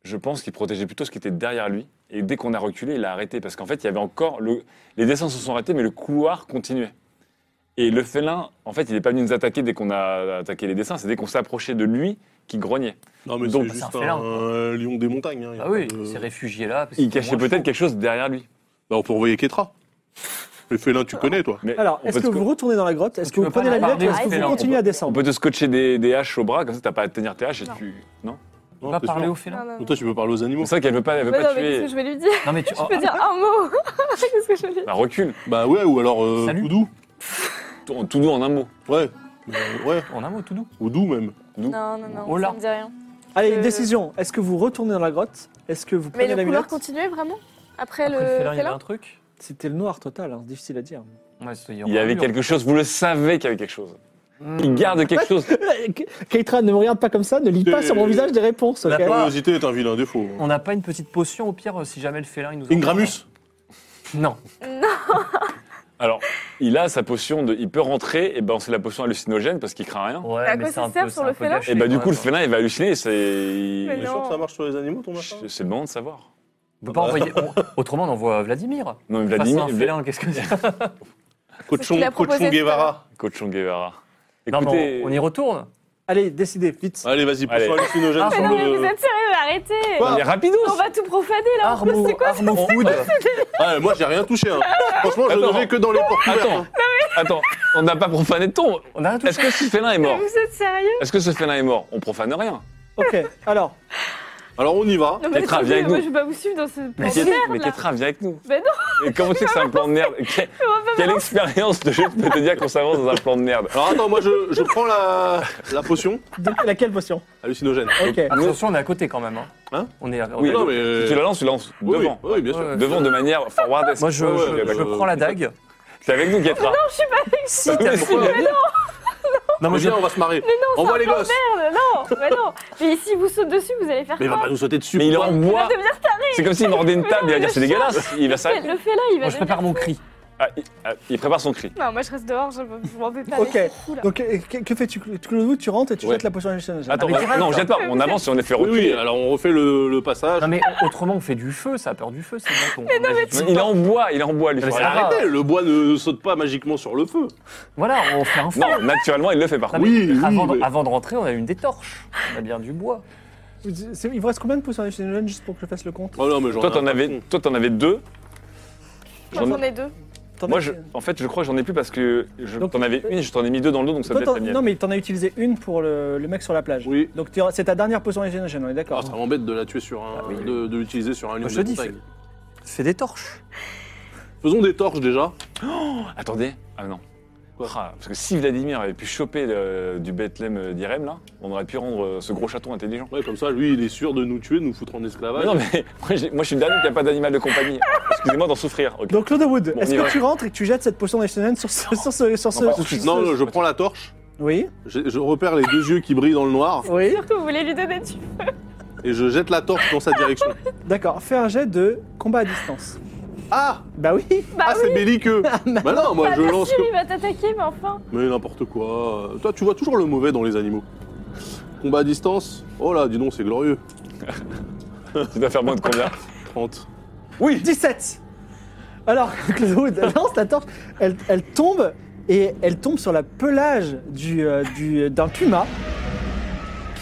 Speaker 3: je pense qu'il protégeait plutôt ce qui était derrière lui. Et dès qu'on a reculé, il a arrêté. Parce qu'en fait, il y avait encore. Le... Les dessins se sont arrêtés, mais le couloir continuait. Et le félin, en fait, il n'est pas venu nous attaquer dès qu'on a attaqué les dessins. C'est dès qu'on s'approchait de lui qu'il grognait.
Speaker 4: Non, mais
Speaker 3: Donc,
Speaker 4: c'est
Speaker 5: c'est
Speaker 4: juste
Speaker 5: un
Speaker 4: un,
Speaker 5: félin,
Speaker 4: un lion des montagnes. hein, y a
Speaker 5: Ah
Speaker 4: pas
Speaker 5: oui,
Speaker 4: de-
Speaker 5: ces réfugiés-là. parce
Speaker 3: Il
Speaker 5: qu'ils sont
Speaker 3: cachait
Speaker 5: moins
Speaker 3: peut-être
Speaker 5: chauds.
Speaker 3: quelque chose derrière lui.
Speaker 4: Bah, on peut envoyer Ketra. Le félin, tu connais, toi.
Speaker 3: Mais
Speaker 1: Alors,
Speaker 3: on
Speaker 1: est-ce
Speaker 3: peut
Speaker 1: que
Speaker 3: te-
Speaker 1: vous retournez dans la grotte Est-ce
Speaker 5: Tu
Speaker 1: que vous
Speaker 5: peux pas
Speaker 1: prenez la
Speaker 5: parler
Speaker 1: lunette ou est-ce
Speaker 5: au
Speaker 1: que vous
Speaker 5: félin,
Speaker 1: continuez à
Speaker 3: On
Speaker 1: descendre
Speaker 3: peut te scotcher des, des haches au bras, comme ça t'as pas à tenir tes haches et tu. Non
Speaker 5: On va
Speaker 4: t'es
Speaker 5: parler
Speaker 4: sûr
Speaker 5: au félin.
Speaker 7: Non, non,
Speaker 4: Ou
Speaker 7: non.
Speaker 4: Toi, tu peux parler aux animaux.
Speaker 3: C'est ça qu'elle veut pas, elle veut
Speaker 7: Mais
Speaker 3: pas
Speaker 7: Bah non, mais qu'est-ce
Speaker 3: tuer.
Speaker 7: que je vais lui dire
Speaker 5: Non, mais tu.
Speaker 7: Je peux dire un mot (laughs) Qu'est-ce que je vais lui dire
Speaker 3: Bah recule,
Speaker 4: Bah ouais, ou alors euh,
Speaker 5: Salut.
Speaker 4: Oudou.
Speaker 3: tout, tout doux en un mot.
Speaker 4: Ouais. Euh, ouais,
Speaker 5: En un mot, tout doux.
Speaker 4: Oudou même.
Speaker 7: Non, non, non,
Speaker 5: Oh là.
Speaker 7: ça me dit rien.
Speaker 1: Allez,
Speaker 7: Euh,
Speaker 1: décision. Est-ce que vous retournez dans la grotte Est-ce que vous
Speaker 7: Mais
Speaker 1: prenez
Speaker 7: le
Speaker 1: la
Speaker 7: couloir
Speaker 1: lunette
Speaker 7: continuait vraiment Après,
Speaker 5: Après le félin, il y avait
Speaker 7: félin
Speaker 5: un truc.
Speaker 1: C'était le noir total, hein, c'est difficile à dire. (laughs)
Speaker 5: Ouais, c'est-
Speaker 3: Il y avait
Speaker 5: quelqu'un.
Speaker 3: quelque chose, vous le savez qu'il y avait quelque chose.
Speaker 5: Mmh.
Speaker 3: Il garde quelque chose.
Speaker 1: Keitra, ne me regarde pas comme ça, ne lis pas
Speaker 4: Euh,
Speaker 1: sur mon visage des réponses.
Speaker 5: la
Speaker 1: ok
Speaker 5: Ah.
Speaker 4: Curiosité est un vilain défaut.
Speaker 5: On n'a pas une petite potion au pire euh, si jamais le félin il nous.
Speaker 4: Ingramus.
Speaker 5: Non.
Speaker 3: Alors, il a sa potion de. Il peut rentrer et balancer la potion hallucinogène parce qu'il craint rien.
Speaker 5: Ouais,
Speaker 7: à quoi ça sert sur le félin
Speaker 3: Et bah du coup, le félin, il va halluciner. C'est.
Speaker 7: Mais
Speaker 4: T'es
Speaker 7: non.
Speaker 4: sûr que ça marche sur les animaux, ton machin
Speaker 3: C'est le moment de savoir.
Speaker 5: On peut pas envoyer. on- Autrement, on envoie Vladimir.
Speaker 3: Non, mais
Speaker 5: Face à
Speaker 3: Vladimir.
Speaker 5: un félin, qu'est-ce que c'est
Speaker 7: C'est ce qu'il
Speaker 4: Cochon,
Speaker 7: a proposé
Speaker 4: cochon
Speaker 7: tout à
Speaker 4: Guevara.
Speaker 3: Cochon Guevara.
Speaker 5: Non, mais
Speaker 3: Écoutez,
Speaker 5: on, on y retourne.
Speaker 1: Allez, décidez, vite.
Speaker 4: Allez, vas-y,
Speaker 3: Allez.
Speaker 4: pousse-toi hallucinogène
Speaker 5: Ah,
Speaker 7: Mais
Speaker 4: sur
Speaker 7: non, mais
Speaker 4: le-
Speaker 7: vous êtes sérieux, arrêtez
Speaker 4: Quoi
Speaker 3: on est rapidos.
Speaker 7: On va tout profaner là (laughs) en plus,
Speaker 5: Armo,
Speaker 7: c'est quoi
Speaker 5: Armo Food.
Speaker 4: (laughs) Ah, moi, j'ai rien touché. Hein. Franchement, je
Speaker 3: Attends.
Speaker 4: ne vais que dans les portes ouvertes. hein.
Speaker 3: Attends, attends, on n'a pas profané de tombe.
Speaker 5: On a tout.
Speaker 3: Est-ce que ce félin est
Speaker 7: Mais
Speaker 3: mort
Speaker 7: Vous êtes sérieux
Speaker 3: Est-ce que ce félin est mort On profane rien.
Speaker 1: Ok, alors,
Speaker 4: Alors, on y va.
Speaker 7: Non, mais
Speaker 3: Petra,
Speaker 7: attendez,
Speaker 3: viens avec
Speaker 7: moi
Speaker 3: nous.
Speaker 7: je vais pas vous suivre dans ce plan
Speaker 3: Mais Tétra-
Speaker 7: de
Speaker 3: mais
Speaker 7: merde là
Speaker 3: Tétra, viens avec nous.
Speaker 7: Mais
Speaker 3: Et comment tu sais que c'est un plan de merde Que-
Speaker 7: on va
Speaker 3: Quelle expérience de jeu tu peux te dire qu'on s'avance dans un plan de merde
Speaker 4: Alors, attends, moi, je, je prends la, la potion
Speaker 1: donc, laquelle potion
Speaker 4: hallucinogène.
Speaker 1: Ok.
Speaker 5: Attention, on est à côté quand même. Hein.
Speaker 4: Hein
Speaker 5: on est.
Speaker 3: Oui,
Speaker 4: non, mais. euh,
Speaker 3: Si tu la lances, tu la lances
Speaker 4: Oui,
Speaker 3: devant.
Speaker 4: Oui, oui, bien sûr.
Speaker 5: Ouais.
Speaker 3: Devant de manière forwardesque.
Speaker 5: Moi, je,
Speaker 4: Ouais, ouais,
Speaker 5: je-
Speaker 4: ouais,
Speaker 5: je
Speaker 4: bah,
Speaker 5: prends la dague.
Speaker 3: T'es avec nous, Guetra
Speaker 5: Si,
Speaker 3: Mais si, mais viens.
Speaker 5: Non, moi,
Speaker 4: Mais
Speaker 5: je-
Speaker 4: viens, on va se marrer.
Speaker 7: non,
Speaker 4: on
Speaker 7: c'est
Speaker 4: voit
Speaker 7: un
Speaker 4: les
Speaker 7: plan
Speaker 4: gosses.
Speaker 7: de merde Non, mais non Mais si vous sautez dessus, vous allez faire
Speaker 4: Mais il va
Speaker 7: quoi
Speaker 4: pas nous sauter dessus.
Speaker 3: Mais il est en
Speaker 7: Il va
Speaker 3: bois.
Speaker 7: devenir
Speaker 3: C'est comme s'il mordait une
Speaker 7: Mais
Speaker 3: table,
Speaker 7: non,
Speaker 3: il va dire
Speaker 7: le
Speaker 3: c'est dégueulasse. Il va s'arrêter.
Speaker 7: (laughs) Le félin, il va
Speaker 5: moi, je
Speaker 7: devenir...
Speaker 5: prépare mon cri.
Speaker 3: Ah, il, ah, il prépare son cri.
Speaker 7: Non, moi je reste dehors, je je m'en vais pas
Speaker 1: Ok.
Speaker 7: avec ce coup, là.
Speaker 1: Donc, euh, que, que fais-tu Claude Tu rentres et tu
Speaker 3: Ouais.
Speaker 1: jettes la potion hallucinogène.
Speaker 3: Attends,
Speaker 5: mais
Speaker 3: bah,
Speaker 5: tu restes,
Speaker 3: non,
Speaker 5: hein.
Speaker 3: jette pas. On avance et on est fait
Speaker 4: Oui, oui,
Speaker 3: reculer.
Speaker 4: alors on refait le, le passage.
Speaker 5: Non, mais autrement, on fait du feu, ça a peur du feu, c'est bien qu'on. on agite
Speaker 3: Il est
Speaker 5: pas.
Speaker 3: en bois, il est en bois, lui.
Speaker 5: Mais
Speaker 3: faut
Speaker 5: c'est
Speaker 3: arrêter.
Speaker 5: grave.
Speaker 4: Arrêtez, Eh, le bois ne saute pas magiquement sur le feu.
Speaker 5: Voilà, on fait un feu.
Speaker 3: Non, naturellement, il le fait par
Speaker 5: Non,
Speaker 3: contre.
Speaker 5: mais
Speaker 4: Oui, oui,
Speaker 5: avant,
Speaker 4: mais-
Speaker 5: avant de rentrer, on a une des torches. On a bien du bois.
Speaker 1: Vous- c'est- Il vous reste combien de potions hallucinogènes juste pour que je fasse le compte
Speaker 4: Oh non, mais j'en
Speaker 3: Toi,
Speaker 4: ai
Speaker 3: t'en
Speaker 4: un
Speaker 3: avais,
Speaker 4: patron.
Speaker 3: toi, t'en avais deux.
Speaker 7: Moi, J'en ai deux.
Speaker 1: T'en
Speaker 3: Moi,
Speaker 1: as-
Speaker 3: je, en fait, je crois que j'en ai plus parce que je
Speaker 1: euh, Donc-
Speaker 3: t'en avais une, je t'en ai mis deux dans le dos, donc ça
Speaker 1: Toi,
Speaker 3: peut être
Speaker 1: t'en-
Speaker 3: la mienne.
Speaker 1: non, mais t'en as utilisé une pour le, le mec sur la plage.
Speaker 4: Oui.
Speaker 1: Donc tu- c'est ta dernière potion hallucinogène, on est
Speaker 4: Ah,
Speaker 1: d'accord
Speaker 4: ça m'embête de la tuer sur un.
Speaker 5: Ah oui, oui.
Speaker 4: de, de l'utiliser sur un lion
Speaker 5: je
Speaker 4: des
Speaker 5: te dis,
Speaker 4: montagnes.
Speaker 5: Fais des torches.
Speaker 4: Faisons des torches déjà.
Speaker 3: Attendez, ah non.
Speaker 4: Quoi
Speaker 3: Ah, parce que si Vladimir avait pu choper le- du Bethlehem euh, d'Irem, là, on aurait pu rendre euh, ce gros chaton intelligent.
Speaker 4: Ouais, comme ça, lui, il est sûr de nous tuer, de nous foutre en esclavage.
Speaker 3: Mais non, mais (laughs) moi, j'ai- moi, je suis le dernier qui n'a pas d'animal de compagnie. Excusez-moi d'en souffrir. ok.
Speaker 1: Donc Claude Wood,
Speaker 3: Bon,
Speaker 1: est-ce
Speaker 3: on y
Speaker 1: que
Speaker 3: va.
Speaker 1: tu rentres et que tu jettes cette potion hallucinogène sur ce... Sur ce, sur ce-
Speaker 3: Non, pas tout de suite.
Speaker 4: Non, je prends la torche,
Speaker 1: Oui
Speaker 4: je, je repère les deux yeux qui brillent dans le noir
Speaker 1: Oui
Speaker 7: Sûr que vous voulez lui donner dessus.
Speaker 4: et je jette la torche dans sa direction.
Speaker 1: D'accord, fais un jet de combat à distance.
Speaker 4: Ah
Speaker 1: Bah oui
Speaker 7: Bah
Speaker 4: Ah,
Speaker 7: oui,
Speaker 4: c'est belliqueux Bah non, moi,
Speaker 7: bah,
Speaker 4: je
Speaker 7: bien
Speaker 4: lance.
Speaker 7: sûr,
Speaker 4: que-
Speaker 7: il va t'attaquer, mais enfin
Speaker 4: Mais n'importe quoi. Euh, Toi, tu vois toujours le mauvais dans les animaux. Combat à distance Oh là, dis donc, c'est glorieux.
Speaker 3: Tu dois faire moins de combien
Speaker 4: 30.
Speaker 3: Oui
Speaker 1: 17 Alors, (laughs) Claude Wood lance la torche, elle, elle tombe, et elle tombe sur la pelage d'un du, euh, du, d'un puma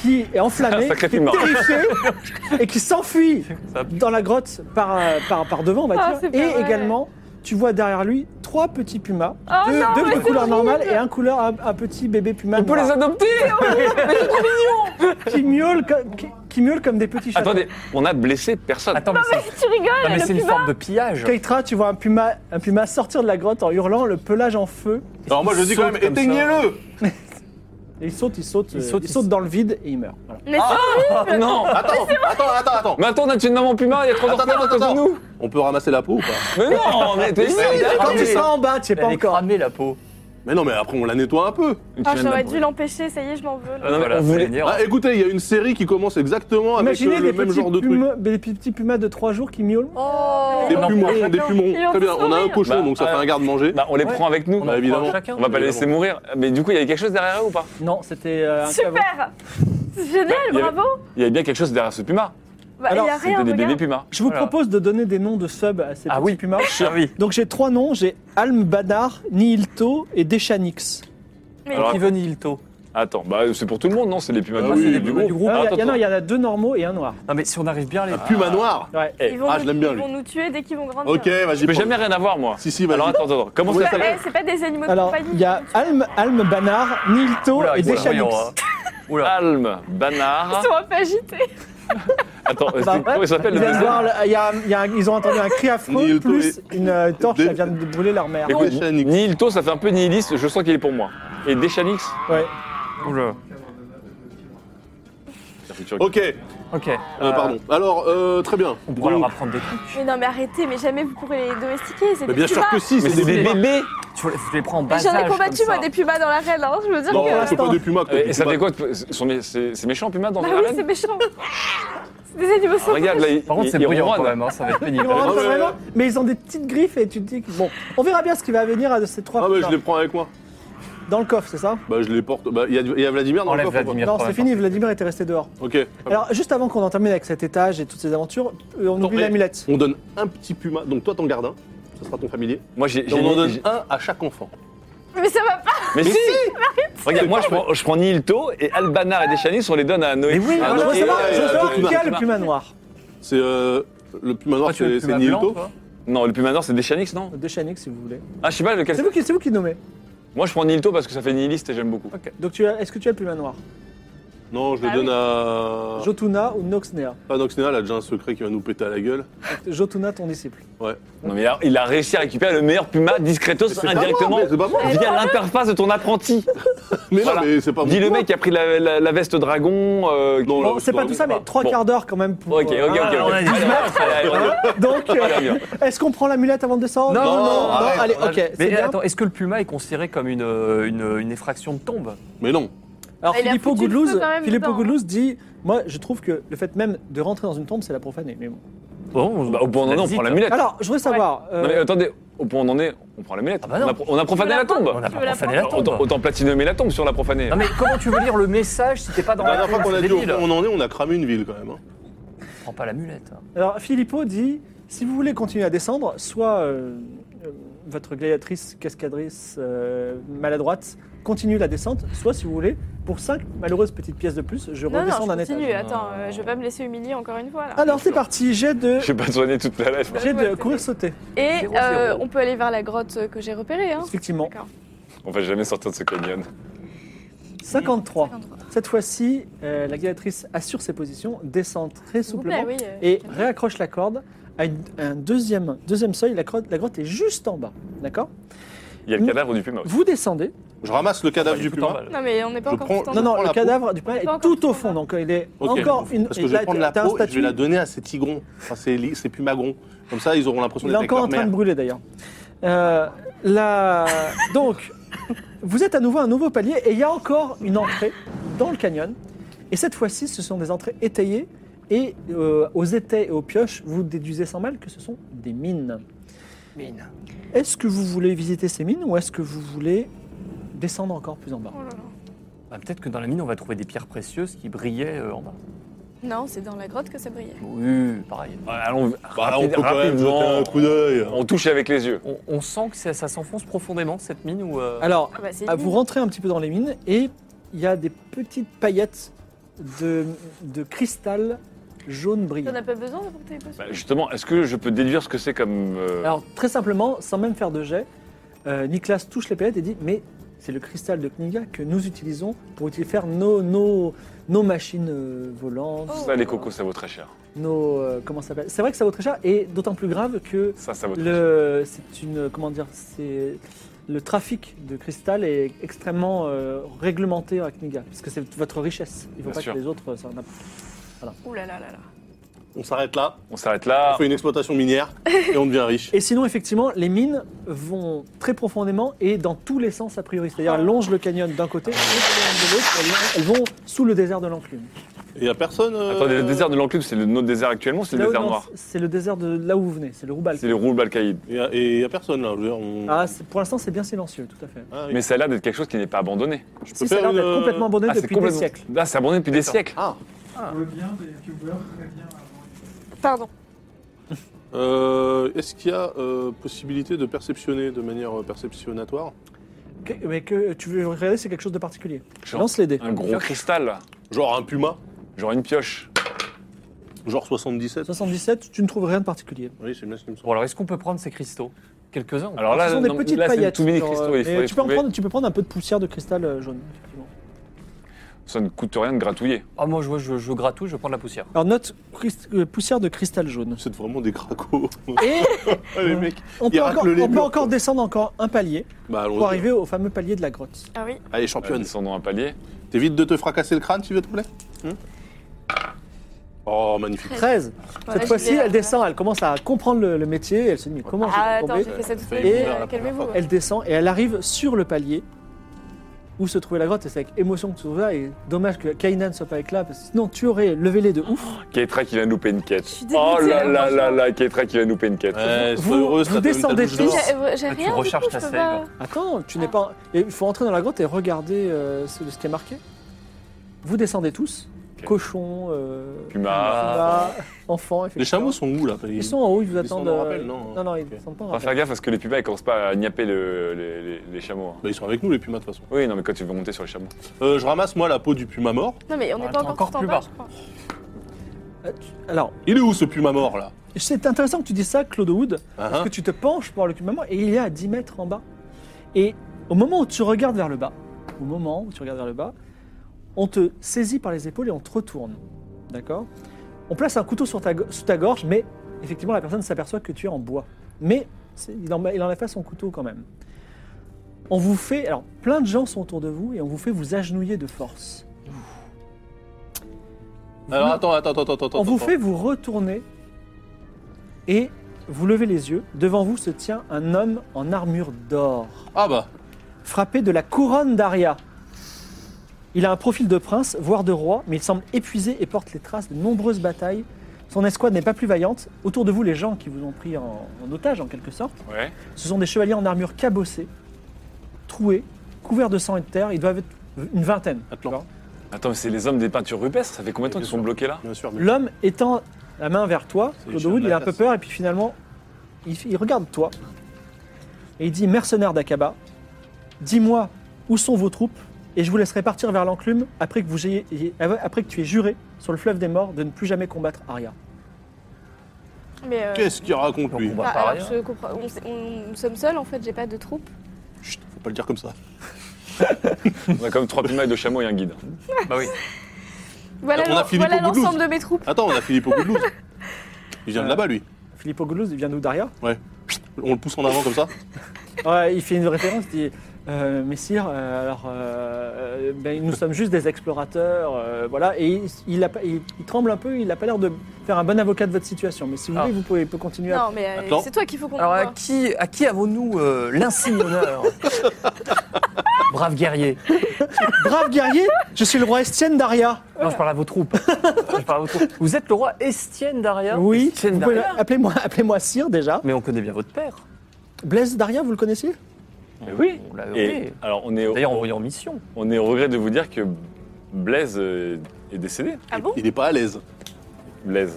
Speaker 1: qui est enflammé,
Speaker 3: Un sacré
Speaker 1: qui est
Speaker 3: puma. (laughs)
Speaker 1: terrifié, et qui s'enfuit
Speaker 5: Ça-
Speaker 1: dans la grotte par, euh, par, par devant, on va
Speaker 7: Ah,
Speaker 1: dire.
Speaker 7: c'est pas
Speaker 1: et
Speaker 7: vrai.
Speaker 1: également, tu vois derrière lui trois petits pumas,
Speaker 7: Oh
Speaker 1: deux,
Speaker 7: non,
Speaker 1: deux de
Speaker 7: mais c'est
Speaker 1: couleur
Speaker 7: horrible.
Speaker 1: normale et un, couleur, un, un petit bébé puma
Speaker 3: On peut
Speaker 1: noir
Speaker 3: les adopter
Speaker 1: qui, miaule comme, qui, qui miaule comme des petits chats.
Speaker 3: Attendez, on a blessé personne.
Speaker 5: Attends,
Speaker 1: Ah,
Speaker 5: mais c'est-
Speaker 7: Tu rigoles,
Speaker 5: non, mais
Speaker 7: le
Speaker 5: c'est une
Speaker 7: plus bas
Speaker 5: forme de pillage.
Speaker 1: Keitra, tu vois un puma, un puma sortir de la grotte en hurlant, le pelage en feu.
Speaker 4: Alors moi, je dis quand même,
Speaker 5: Saute comme ça.
Speaker 4: éteignez-le
Speaker 1: Et il saute, il saute, euh, il saute,
Speaker 5: saute, il saute.
Speaker 1: dans le vide et il meurt. Voilà.
Speaker 7: Mais ça,
Speaker 3: Non
Speaker 4: Attends, attends, attends, attends.
Speaker 3: Mais attends, on a tué une maman puma, il y a trois
Speaker 4: Attends,
Speaker 3: orphelins à
Speaker 4: attends,
Speaker 3: cause de
Speaker 4: attends.
Speaker 3: nous
Speaker 4: On peut ramasser la peau ou pas
Speaker 3: Mais non, Ah, mais t'es
Speaker 5: mais-
Speaker 3: sûr
Speaker 1: Quand
Speaker 5: mais-
Speaker 1: tu seras en bas, tu es pas
Speaker 5: Elle est
Speaker 1: encore.
Speaker 5: cramée, la peau.
Speaker 4: Mais non, mais après on la nettoie un peu.
Speaker 7: Ah, j'aurais dû l'empêcher, ça y est, je m'en veux. là.
Speaker 4: Euh,
Speaker 3: Ah, non, mais
Speaker 5: Voilà,
Speaker 3: on voulait-
Speaker 5: Seigneur.
Speaker 4: Ah, écoutez, il y a une série qui commence exactement avec
Speaker 1: Imaginez
Speaker 4: euh, le
Speaker 1: des
Speaker 4: même
Speaker 1: petits,
Speaker 4: genre de truc.
Speaker 1: pumas, des petits pumas de 3 jours qui miaulent.
Speaker 2: Oh
Speaker 4: Des
Speaker 7: Non,
Speaker 4: pumerons,
Speaker 7: non,
Speaker 4: des
Speaker 7: non. Ils
Speaker 4: pumerons.
Speaker 7: ont
Speaker 4: Très bien,
Speaker 7: tous
Speaker 4: on a un
Speaker 7: sourire.
Speaker 4: cochon,
Speaker 3: Bah,
Speaker 4: donc ça fait
Speaker 3: euh,
Speaker 4: un garde-manger.
Speaker 3: Bah, on les
Speaker 5: Ouais.
Speaker 3: prend avec nous.
Speaker 5: en prend
Speaker 4: évidemment.
Speaker 5: chacun.
Speaker 3: On va pas les laisser mourir. Mais du coup, il y avait quelque chose derrière eux ou pas
Speaker 1: Non, c'était euh, un caveau.
Speaker 7: Super C'est génial,
Speaker 3: Il y avait-
Speaker 7: bravo
Speaker 3: Il y avait bien quelque chose derrière ce puma.
Speaker 7: Bah, Il
Speaker 1: Alors,
Speaker 7: y a
Speaker 3: C'était
Speaker 7: rien,
Speaker 3: des bébés
Speaker 7: regarde.
Speaker 3: pumas.
Speaker 1: Je vous
Speaker 5: Voilà.
Speaker 1: propose de donner des noms de subs à ces
Speaker 5: Ah
Speaker 1: petits
Speaker 5: oui.
Speaker 1: pumas.
Speaker 5: Servi.
Speaker 1: Donc j'ai trois noms, j'ai Alm Badar, Nihilto et Deschanix.
Speaker 7: Mais
Speaker 3: Alors,
Speaker 5: Qui veut Nihilto
Speaker 3: Attends, bah c'est pour tout le monde, non C'est les pumas
Speaker 4: Ah
Speaker 3: du-
Speaker 4: oui,
Speaker 3: c'est les
Speaker 4: oui,
Speaker 3: du
Speaker 4: oui.
Speaker 3: groupe.
Speaker 1: Ah,
Speaker 3: Ah,
Speaker 1: il y a- il y en
Speaker 3: attends,
Speaker 1: a- il y en a deux normaux et un noir.
Speaker 5: Non, mais si on arrive bien, les.
Speaker 4: Un puma noir.
Speaker 1: Ouais.
Speaker 7: ils vont
Speaker 4: Ah,
Speaker 7: nous-
Speaker 4: je l'aime bien,
Speaker 7: Ils
Speaker 4: lui.
Speaker 7: vont nous tuer dès qu'ils vont grandir.
Speaker 4: Ok, vas-y.
Speaker 3: Je peux
Speaker 4: prends-
Speaker 3: jamais rien avoir, moi.
Speaker 4: Si, si, vas-y.
Speaker 3: Alors attends, attends, attends. comment
Speaker 7: C'est
Speaker 3: ça
Speaker 7: pas,
Speaker 3: s'appelle
Speaker 7: eh, c'est pas des animaux de
Speaker 1: Alors,
Speaker 7: compagnie.
Speaker 1: il y a Alm, Alm Banar, Nilto
Speaker 5: Oula,
Speaker 1: et
Speaker 5: ils sont
Speaker 1: Deschanix.
Speaker 5: bruyants, hein. Oula.
Speaker 3: Alme,
Speaker 7: Ils
Speaker 3: Banard.
Speaker 7: sont un peu agités.
Speaker 3: Attends, c'est-
Speaker 1: Bah,
Speaker 3: (laughs) comment il s'appelle le
Speaker 1: Ils, viennent
Speaker 3: deuxième
Speaker 1: voir le- il y a- il y a un- ils ont entendu un cri affreux,
Speaker 4: Nihilto
Speaker 1: plus une euh, torche
Speaker 4: Des-
Speaker 1: qui vient de brûler leur mère.
Speaker 3: Écoute,
Speaker 4: Ouais, Chanix.
Speaker 3: Nihilto, ça fait un peu nihiliste, je sens qu'il est pour moi. Et Deschanix
Speaker 4: Oh,
Speaker 1: Ouais.
Speaker 5: Oula.
Speaker 4: Ok, euh,
Speaker 5: Ok.
Speaker 4: pardon. Alors, euh, très bien.
Speaker 5: On pourra leur
Speaker 4: Donc-
Speaker 5: apprendre des trucs.
Speaker 7: Mais non, mais arrêtez, mais jamais vous pourrez les domestiquer. C'est
Speaker 4: Mais
Speaker 7: des
Speaker 4: bien sûr
Speaker 7: pumas.
Speaker 4: que si,
Speaker 5: Mais
Speaker 4: c'est des pumas.
Speaker 5: bébés Tu les- tu les prends en bas.
Speaker 7: J'en ai
Speaker 5: âge,
Speaker 7: combattu,
Speaker 5: comme ça.
Speaker 7: moi, des pumas dans l'arène. Hein. Je veux dire
Speaker 4: Non,
Speaker 7: que.
Speaker 4: c'est pas des pumas. que
Speaker 3: Euh,
Speaker 4: des
Speaker 3: Et ça
Speaker 4: pumas. Ah,
Speaker 3: fait quoi de- sont mé- C'est c'est méchant, Puma, dans
Speaker 7: Bah
Speaker 3: la
Speaker 7: oui, c'est
Speaker 3: arène
Speaker 7: méchant. (laughs) C'est des animaux
Speaker 3: Ah, Regarde,
Speaker 7: sauvages.
Speaker 3: là, il
Speaker 5: Par contre, c'est
Speaker 3: il- il
Speaker 5: bruyant quand
Speaker 3: ronronne.
Speaker 5: même, hein, ça va être
Speaker 1: Ils
Speaker 5: pénible.
Speaker 1: vont rentrer
Speaker 4: ouais,
Speaker 1: vraiment,
Speaker 4: ouais.
Speaker 1: mais ils ont des petites griffes et tu te dis que bon, on verra bien ce qui va venir à ces trois
Speaker 4: Ah, mais je
Speaker 1: putains.
Speaker 4: les prends avec moi.
Speaker 1: dans le coffre, c'est ça
Speaker 4: Bah, je les porte. Bah, il y, a- il y a Vladimir dans le
Speaker 5: Enlève
Speaker 4: coffre. ou pas
Speaker 5: Vladimir.
Speaker 1: Non,
Speaker 5: prend
Speaker 1: c'est
Speaker 5: la
Speaker 1: fini. Vladimir était resté dehors.
Speaker 4: Ok.
Speaker 1: Alors juste avant qu'on en termine avec cet étage et toutes ces aventures, euh, on
Speaker 4: Non,
Speaker 1: oublie
Speaker 4: mais-
Speaker 1: l'amulette.
Speaker 4: On donne un petit puma. Donc, toi, t'en gardes un. Ça sera ton familier.
Speaker 3: Moi, j'ai.
Speaker 4: Et
Speaker 3: j'ai-
Speaker 4: on en donne
Speaker 3: j'ai-
Speaker 4: un à chaque enfant.
Speaker 7: Mais ça va pas.
Speaker 3: Mais si Regarde, moi, je prends, je prends Nihilto et Albana
Speaker 7: Ah.
Speaker 3: et Deschanix, on les donne à Noé.
Speaker 5: Mais oui,
Speaker 4: Ah,
Speaker 1: Alors,
Speaker 4: non,
Speaker 1: je veux
Speaker 4: et-
Speaker 1: savoir,
Speaker 4: ouais,
Speaker 1: je veux
Speaker 4: euh,
Speaker 1: savoir
Speaker 4: le
Speaker 1: qui
Speaker 4: puma,
Speaker 1: a le puma noir.
Speaker 4: C'est euh, le puma noir,
Speaker 5: Toi, Ah, tu veux
Speaker 4: c'est
Speaker 5: le
Speaker 4: c'est
Speaker 5: puma blanc,
Speaker 4: Nihilto.
Speaker 5: toi
Speaker 3: Non, le Puma Nord, c'est Deschanix, non
Speaker 1: Deschanix, si vous voulez.
Speaker 3: Ah, je sais pas
Speaker 1: C'est
Speaker 3: lequel.
Speaker 1: vous qui, c'est vous qui nommez.
Speaker 3: Moi, je prends Nihilto parce que ça fait nihiliste et j'aime beaucoup.
Speaker 1: Donc tu as- est-ce que tu as le puma noir
Speaker 4: Non, je le
Speaker 7: Ah
Speaker 4: donne
Speaker 7: oui.
Speaker 4: à.
Speaker 1: Jotuna ou Noxnea
Speaker 4: Ah, Noxnea, elle a déjà un secret qui va nous péter à la gueule.
Speaker 1: Jotuna, ton disciple.
Speaker 3: Non, mais il a, il a réussi à récupérer le meilleur Puma
Speaker 4: Mais
Speaker 3: discretos
Speaker 4: c'est pas moi,
Speaker 3: indirectement
Speaker 4: mais C'est pas moi.
Speaker 3: via l'interface de ton apprenti.
Speaker 4: Mais non,
Speaker 3: Voilà.
Speaker 4: mais c'est pas moi.
Speaker 3: Dis le mec qui a pris la, la- la veste dragon. euh,
Speaker 1: Bon,
Speaker 4: Non, là,
Speaker 1: c'est pas tout ça, mais
Speaker 3: pas.
Speaker 1: trois
Speaker 3: Bon.
Speaker 1: quarts d'heure quand même pour.
Speaker 3: Ok, ok,
Speaker 1: euh,
Speaker 3: ok.
Speaker 5: Ah, on a
Speaker 3: Allez,
Speaker 5: dit
Speaker 3: allez, allez,
Speaker 1: hein. Donc, euh, (laughs)
Speaker 3: allez, allez.
Speaker 1: est-ce qu'on prend l'amulette avant de descendre
Speaker 5: Non, non,
Speaker 4: arrête,
Speaker 1: allez,
Speaker 5: On a-
Speaker 1: ok, c'est
Speaker 5: Mais
Speaker 1: bien.
Speaker 5: attends, est-ce que le puma est considéré comme une, une, une effraction de tombe
Speaker 4: Mais non.
Speaker 1: Alors,
Speaker 7: Il a
Speaker 1: Filippo
Speaker 7: foutu le
Speaker 1: Goodlouse,
Speaker 7: feu quand même
Speaker 1: Filippo
Speaker 7: dedans, hein.
Speaker 1: Goodloose dit Moi, je trouve que le fait même de rentrer dans une tombe, c'est la profaner. Mais bon.
Speaker 5: Bon,
Speaker 3: Bah, au point où on en est, on
Speaker 5: hein.
Speaker 3: prend l'amulette.
Speaker 1: Alors, je voudrais savoir. euh,
Speaker 3: Non, mais attendez, au point où on en est, on prend l'amulette.
Speaker 5: Ah bah non.
Speaker 3: on, a, pro- on a profané la tombe. Bah,
Speaker 5: On a
Speaker 7: Tu
Speaker 5: pas
Speaker 7: veux la
Speaker 5: profané la
Speaker 7: prendre
Speaker 5: tombe.
Speaker 3: Autant, autant platinumer la tombe sur la profanée.
Speaker 5: Non mais comment tu veux lire le message si t'es pas dans
Speaker 4: La
Speaker 5: Bah, la
Speaker 4: dernière fois
Speaker 5: tombe
Speaker 4: qu'on a
Speaker 5: c'est
Speaker 4: dit au
Speaker 5: débile.
Speaker 4: point où on en est, on a cramé une ville quand même. hein.
Speaker 5: Prends pas hein. l'amulette.
Speaker 1: Alors, Filippo dit si vous voulez continuer à descendre, soit euh, euh, votre gladiatrice, cascadrice euh, maladroite continue la descente, soit si vous voulez, pour cinq malheureuses petites pièces de plus, je
Speaker 7: Non, non,
Speaker 1: redescends
Speaker 7: je
Speaker 1: d'un
Speaker 7: continue.
Speaker 1: étage.
Speaker 7: Attends, euh, je vais pas me laisser humilier encore une fois. là.
Speaker 1: Alors, c'est parti, j'ai de,
Speaker 3: J'ai pas soigné toute la lèvre.
Speaker 1: jet de courir sauter,
Speaker 7: Et
Speaker 5: Zéro,
Speaker 7: euh,
Speaker 5: zéro.
Speaker 7: on peut aller vers la grotte que j'ai repérée. Hein.
Speaker 1: effectivement.
Speaker 3: On va jamais sortir de ce canyon.
Speaker 1: 53. Cette fois-ci, euh, la gladiatrice assure ses positions, descend très
Speaker 7: S'il vous plaît,
Speaker 1: souplement
Speaker 7: oui, euh,
Speaker 1: et
Speaker 7: calme.
Speaker 1: réaccroche la corde à, une- à un deuxième, deuxième seuil. La grotte, la grotte est juste en bas, d'accord
Speaker 3: Il y a le cadavre du puma aussi.
Speaker 1: Vous descendez.
Speaker 4: Je ramasse le cadavre
Speaker 5: Bah,
Speaker 4: du
Speaker 5: tout en
Speaker 3: hein,
Speaker 4: puma.
Speaker 5: bas, là.
Speaker 7: Non, mais on n'est pas
Speaker 4: Je
Speaker 7: encore
Speaker 4: prends-
Speaker 7: tout en
Speaker 1: Non,
Speaker 4: Je
Speaker 1: non, le
Speaker 4: prends la peau.
Speaker 1: cadavre du pain est
Speaker 7: Pas encore
Speaker 1: tout au
Speaker 7: tout
Speaker 1: fond,
Speaker 7: en bas.
Speaker 1: donc il est
Speaker 4: Ok.
Speaker 1: encore une.
Speaker 4: Parce que je
Speaker 1: là,
Speaker 4: vais prendre la
Speaker 1: t'as un
Speaker 4: peau et je vais
Speaker 1: statut.
Speaker 4: la donner à ces tigrons, enfin ces, li- ces pumagrons. Comme ça, ils auront l'impression
Speaker 1: Il est
Speaker 4: d'être avec
Speaker 1: encore en
Speaker 4: leur
Speaker 1: train
Speaker 4: mère.
Speaker 1: de brûler d'ailleurs. Euh, la- Donc, vous êtes à nouveau à un nouveau palier et il y a encore une entrée dans le canyon. Et cette fois-ci, ce sont des entrées étayées. Et euh, aux étais et aux pioches, vous déduisez sans mal que ce sont des mines. Mines. Est-ce que vous voulez visiter ces mines ou est-ce que vous voulez descendre encore plus en bas
Speaker 7: Oh là là.
Speaker 5: Bah, Peut-être que dans la mine on va trouver des pierres précieuses qui brillaient euh, en bas.
Speaker 7: Non, c'est dans la grotte que ça brillait.
Speaker 5: Oui, pareil.
Speaker 3: Ouais, Allons,
Speaker 4: Bah, là, on
Speaker 3: rapide-
Speaker 4: peut quand même jeter
Speaker 3: rapidement.
Speaker 4: un coup d'œil.
Speaker 3: On touche avec les yeux.
Speaker 5: On, on sent que ça, ça s'enfonce profondément cette mine ou euh,
Speaker 1: Alors,
Speaker 7: Ah bah, c'est
Speaker 1: Ah,
Speaker 7: lui.
Speaker 1: vous rentrez un petit peu dans les mines et il y a des petites paillettes de, de cristal jaune
Speaker 7: T'en
Speaker 1: brillant.
Speaker 7: as pas besoin de porter les potions.
Speaker 3: Bah, justement, est-ce que je peux déduire ce que c'est comme. euh,
Speaker 1: Alors très simplement, sans même faire de jet, euh, Nicolas touche les paillettes et dit mais c'est le cristal de Kniga que nous utilisons pour uti- faire nos, nos, nos machines euh, volantes,
Speaker 7: Oh.
Speaker 3: Ça, les cocos, ça vaut très cher.
Speaker 1: nos... euh, comment ça s'appelle C'est vrai que ça vaut très cher et d'autant plus grave que
Speaker 3: Ça, ça vaut très cher.
Speaker 1: le, c'est une... comment dire C'est le trafic de cristal est extrêmement euh, réglementé à Kniga, parce que c'est votre richesse. Il ne faut
Speaker 3: Bien
Speaker 1: pas
Speaker 3: sûr.
Speaker 1: que les autres euh, s'en approchent.
Speaker 7: Ouh là là là là.
Speaker 4: On s'arrête là,
Speaker 3: On s'arrête
Speaker 4: on
Speaker 3: là.
Speaker 4: fait une exploitation
Speaker 3: (laughs)
Speaker 4: minière et on devient riche.
Speaker 1: Et sinon, effectivement, les mines vont très profondément et dans tous les sens a priori. C'est-à-dire, elles longent le canyon d'un côté et le canyon de l'autre. Elles, elles vont sous le désert de l'enclume.
Speaker 4: Il n'y a personne. euh,
Speaker 3: Attendez, le désert de l'Enclume, c'est le- notre désert actuellement, c'est le
Speaker 1: Là où-
Speaker 3: désert
Speaker 1: non,
Speaker 3: noir.
Speaker 1: C'est le désert de là où vous venez, c'est le Roubal.
Speaker 3: C'est le roule balcaïde.
Speaker 4: Et il n'y a, personne là. je veux dire, on-
Speaker 1: Ah, c'est- pour l'instant, c'est bien silencieux, tout à fait.
Speaker 4: Ah, oui.
Speaker 3: Mais ça a l'air d'être quelque chose qui n'est pas abandonné.
Speaker 4: je
Speaker 1: Si, ça a l'air d'être
Speaker 4: euh,
Speaker 1: complètement abandonné
Speaker 3: Ah, c'est
Speaker 1: depuis
Speaker 3: complètement-
Speaker 1: des siècles.
Speaker 3: Ah, c'est abandonné depuis des siècles.
Speaker 4: Ah.
Speaker 6: On bien des youtubeurs très bien avant.
Speaker 7: Pardon.
Speaker 4: euh, Est-ce qu'il y a euh, possibilité de perceptionner de manière euh, perceptionnatoire
Speaker 1: Que- mais que tu veux regarder, c'est quelque chose de particulier.
Speaker 3: Genre
Speaker 1: Lance les dés.
Speaker 3: Un gros cristal, là.
Speaker 4: Genre un puma
Speaker 3: genre une pioche.
Speaker 4: Genre 77
Speaker 1: 77, tu ne trouves rien de particulier.
Speaker 4: Oui, c'est bien ce qui me semble.
Speaker 5: Bon, alors est-ce qu'on peut prendre ces cristaux Quelques-uns
Speaker 3: Alors là,
Speaker 1: Ah, ce sont des
Speaker 3: non,
Speaker 1: petites
Speaker 3: là, c'est
Speaker 1: paillettes.
Speaker 3: tout mini
Speaker 1: genre,
Speaker 3: cristaux.
Speaker 1: euh,
Speaker 3: Il
Speaker 1: mais
Speaker 3: faudrait
Speaker 1: tu, peux en
Speaker 3: trouver-
Speaker 1: prendre, tu peux prendre un peu de poussière de cristal euh, jaune, effectivement.
Speaker 3: Ça ne coûte rien de gratouiller. euh,
Speaker 5: Ah, moi, je, je, je gratouille, je prends de la poussière.
Speaker 1: Alors note crist- euh, poussière de cristal jaune.
Speaker 4: C'est vraiment des cracos. (laughs)
Speaker 1: Et
Speaker 4: Ah, les mecs.
Speaker 1: on
Speaker 4: Il
Speaker 1: peut,
Speaker 4: racle
Speaker 1: encore,
Speaker 4: les
Speaker 1: on peut
Speaker 4: murs.
Speaker 1: encore descendre encore un palier
Speaker 4: Bah, allons-y.
Speaker 1: pour arriver au fameux palier de la grotte.
Speaker 7: Ah oui.
Speaker 4: Allez,
Speaker 3: Euh,
Speaker 4: championne.
Speaker 3: descendant un palier.
Speaker 4: T'évites de te fracasser le crâne, s'il te plaît Hum Oh, magnifique.
Speaker 1: 13.
Speaker 7: Voilà,
Speaker 1: Cette
Speaker 7: j'y
Speaker 1: fois-ci,
Speaker 7: vais,
Speaker 1: elle
Speaker 7: là.
Speaker 1: descend, elle commence à comprendre le, le métier, elle se dit mais comment
Speaker 7: Ah,
Speaker 1: je vais
Speaker 7: attends,
Speaker 1: tomber
Speaker 7: j'ai fait ça tout seul.
Speaker 4: Et-
Speaker 1: la
Speaker 7: euh,
Speaker 4: première
Speaker 7: Calmez-vous.
Speaker 4: fois.
Speaker 1: Elle descend et elle arrive sur le palier où se trouvait la grotte. Et c'est avec émotion que tu vois. Et dommage que Kainan ne soit pas avec là, parce que sinon tu aurais levé les deux ouf.
Speaker 3: Keitra qui vient nous payer une quête.
Speaker 7: suis
Speaker 3: Oh
Speaker 7: dégoûtée,
Speaker 1: hein,
Speaker 3: là
Speaker 7: là,
Speaker 3: là
Speaker 7: franchement.
Speaker 3: là là, Keitra qui vient nous payer une quête.
Speaker 4: Ouais,
Speaker 1: Vous-
Speaker 4: sois heureuse,
Speaker 1: vous
Speaker 4: t'as même ta
Speaker 1: descendez
Speaker 4: bouche
Speaker 1: tous.
Speaker 7: Mais
Speaker 4: d'or.
Speaker 7: j'ai- euh, J'ai
Speaker 5: Ah, tu
Speaker 7: rien.
Speaker 5: recharges
Speaker 7: du coup,
Speaker 5: ta
Speaker 7: je peux
Speaker 5: save.
Speaker 7: pas-
Speaker 1: Attends, tu n'es
Speaker 7: Ah.
Speaker 1: pas. et Il faut rentrer dans la grotte et regarder euh, ce ce qui est marqué. Vous descendez tous.
Speaker 3: Ok.
Speaker 1: Cochon, euh,
Speaker 3: Puma.
Speaker 1: puma, enfant, effectivement.
Speaker 4: Les chameaux sont où là Bah,
Speaker 1: Ils sont en haut, ils vous
Speaker 4: ils sont
Speaker 1: attendent.
Speaker 4: en
Speaker 1: euh,
Speaker 4: rappel, non hein.
Speaker 1: non, ils
Speaker 4: Ok.
Speaker 1: ne sont pas en
Speaker 3: On va
Speaker 1: rappel.
Speaker 3: faire gaffe parce que les pumas ils commencent pas à niapper le- les, les- les chameaux. hein.
Speaker 4: Bah, ils sont avec nous, les pumas, de toute façon.
Speaker 3: Oui, non, mais quand tu veux monter sur les chameaux.
Speaker 4: Euh, je ramasse, moi, la peau du puma mort.
Speaker 7: Non, mais
Speaker 1: Bah,
Speaker 7: on n'est pas
Speaker 5: Attends,
Speaker 7: encore,
Speaker 5: encore
Speaker 7: tout en
Speaker 5: plus
Speaker 7: bas,
Speaker 5: bas.
Speaker 7: je crois.
Speaker 1: Euh, tu- Alors,
Speaker 4: Il est où, ce puma mort, là
Speaker 1: c'est intéressant que tu dises ça, Claude Wood,
Speaker 4: Hein,
Speaker 1: parce
Speaker 4: hein
Speaker 1: que tu te penches pour le maman et il est à 10 mètres en bas. Et au moment où tu regardes vers le bas, au moment où tu regardes vers le bas, on te saisit par les épaules et on te retourne. D'accord On place un couteau sur ta, go- sous ta gorge, mais effectivement, la personne s'aperçoit que tu es en bois. Mais c'est- il, en, il enlève pas son couteau quand même. On vous fait. Alors, plein de gens sont autour de vous et on vous fait vous agenouiller de force.
Speaker 4: Alors, attends, attends, attends, attends.
Speaker 1: On
Speaker 4: attends,
Speaker 1: vous
Speaker 4: attends.
Speaker 1: fait vous retourner et vous levez les yeux. Devant vous se tient un homme en armure d'or,
Speaker 4: Ah, bah.
Speaker 1: frappé de la couronne d'Aria. Il a un profil de prince, voire de roi, mais il semble épuisé et porte les traces de nombreuses batailles. Son escouade n'est pas plus vaillante. Autour de vous, les gens qui vous ont pris en, en otage, en quelque sorte,
Speaker 3: Ouais.
Speaker 1: ce sont des chevaliers en armure cabossée, troués, couverts de sang et de terre. Ils doivent être une vingtaine.
Speaker 4: Atlan.
Speaker 1: tu vois.
Speaker 3: Attends, mais c'est les hommes des peintures rupestres, ça fait combien de temps qu'ils sont bloqués là
Speaker 4: Bien sûr, bien sûr.
Speaker 1: L'homme étend la main vers toi,
Speaker 4: C'est
Speaker 1: Claude
Speaker 4: le chien
Speaker 1: Wood,
Speaker 4: de la
Speaker 1: il a un peu
Speaker 4: classe.
Speaker 1: peur, et puis finalement, il, il regarde toi. Et il dit Mercenaire d'Akaba, dis-moi où sont vos troupes, et je vous laisserai partir vers l'enclume après que, vous ayez- ayez- après que tu aies juré sur le fleuve des morts de ne plus jamais combattre Arya.
Speaker 7: Mais. euh,
Speaker 4: Qu'est-ce qu'il raconte,
Speaker 5: Donc,
Speaker 4: lui
Speaker 5: on
Speaker 7: bah,
Speaker 5: va pas
Speaker 7: alors,
Speaker 5: rien.
Speaker 7: je comprends. On, s'est- on- nous sommes seuls, en fait, j'ai pas de troupe.
Speaker 4: Chut, faut pas le dire comme ça.
Speaker 3: On a comme trois pumas et deux chameaux et un guide.
Speaker 5: (laughs) Bah oui.
Speaker 7: Voilà
Speaker 4: On a
Speaker 7: l'en-
Speaker 4: Philippe
Speaker 7: voilà
Speaker 4: au bout de
Speaker 7: l'ensemble
Speaker 4: douze.
Speaker 7: de mes troupes.
Speaker 4: Attends, on a Philippe au bout de l'ours. Il vient de
Speaker 1: Euh.
Speaker 4: là-bas, lui.
Speaker 1: Philippe Ogoulouz, il vient d'où d'Aria
Speaker 4: On le pousse en avant comme ça.
Speaker 1: Ouais, Il fait une référence, il dit euh, Messire, euh, alors, euh, euh, ben, nous sommes juste des explorateurs, euh, voilà, et il, il a pas- il- il tremble un peu, il n'a pas l'air de faire un bon avocat de votre situation, mais si vous
Speaker 5: Ah.
Speaker 1: voulez, vous pouvez, peut continuer à
Speaker 7: Non, mais euh,
Speaker 4: Attends.
Speaker 7: c'est toi qu'il faut qu'on.
Speaker 5: Alors, à
Speaker 7: voit.
Speaker 5: qui, à qui avons-nous euh, l'insigne honneur Brave guerrier.
Speaker 1: Brave guerrier, je suis le roi Estienne d'Aria.
Speaker 5: Non, je parle à vos troupes. Je parle à vos troupes. Vous êtes le roi Estienne d'Aria
Speaker 1: Oui,
Speaker 5: Estienne
Speaker 1: vous pouvez-
Speaker 5: d'Aria
Speaker 1: appelez-moi appelez-moi Sire déjà.
Speaker 5: Mais on connaît bien votre père.
Speaker 1: Blaise d'Aria, vous le connaissez
Speaker 3: Mais Ben oui.
Speaker 5: On l'a
Speaker 3: Et
Speaker 5: heurté.
Speaker 3: alors, on est, au,
Speaker 5: D'ailleurs, envoyé en mission.
Speaker 3: on est au regret de vous dire que Blaise euh, est décédé.
Speaker 7: Ah
Speaker 1: euh,
Speaker 7: bon
Speaker 4: Il est pas à l'aise.
Speaker 3: Blaise.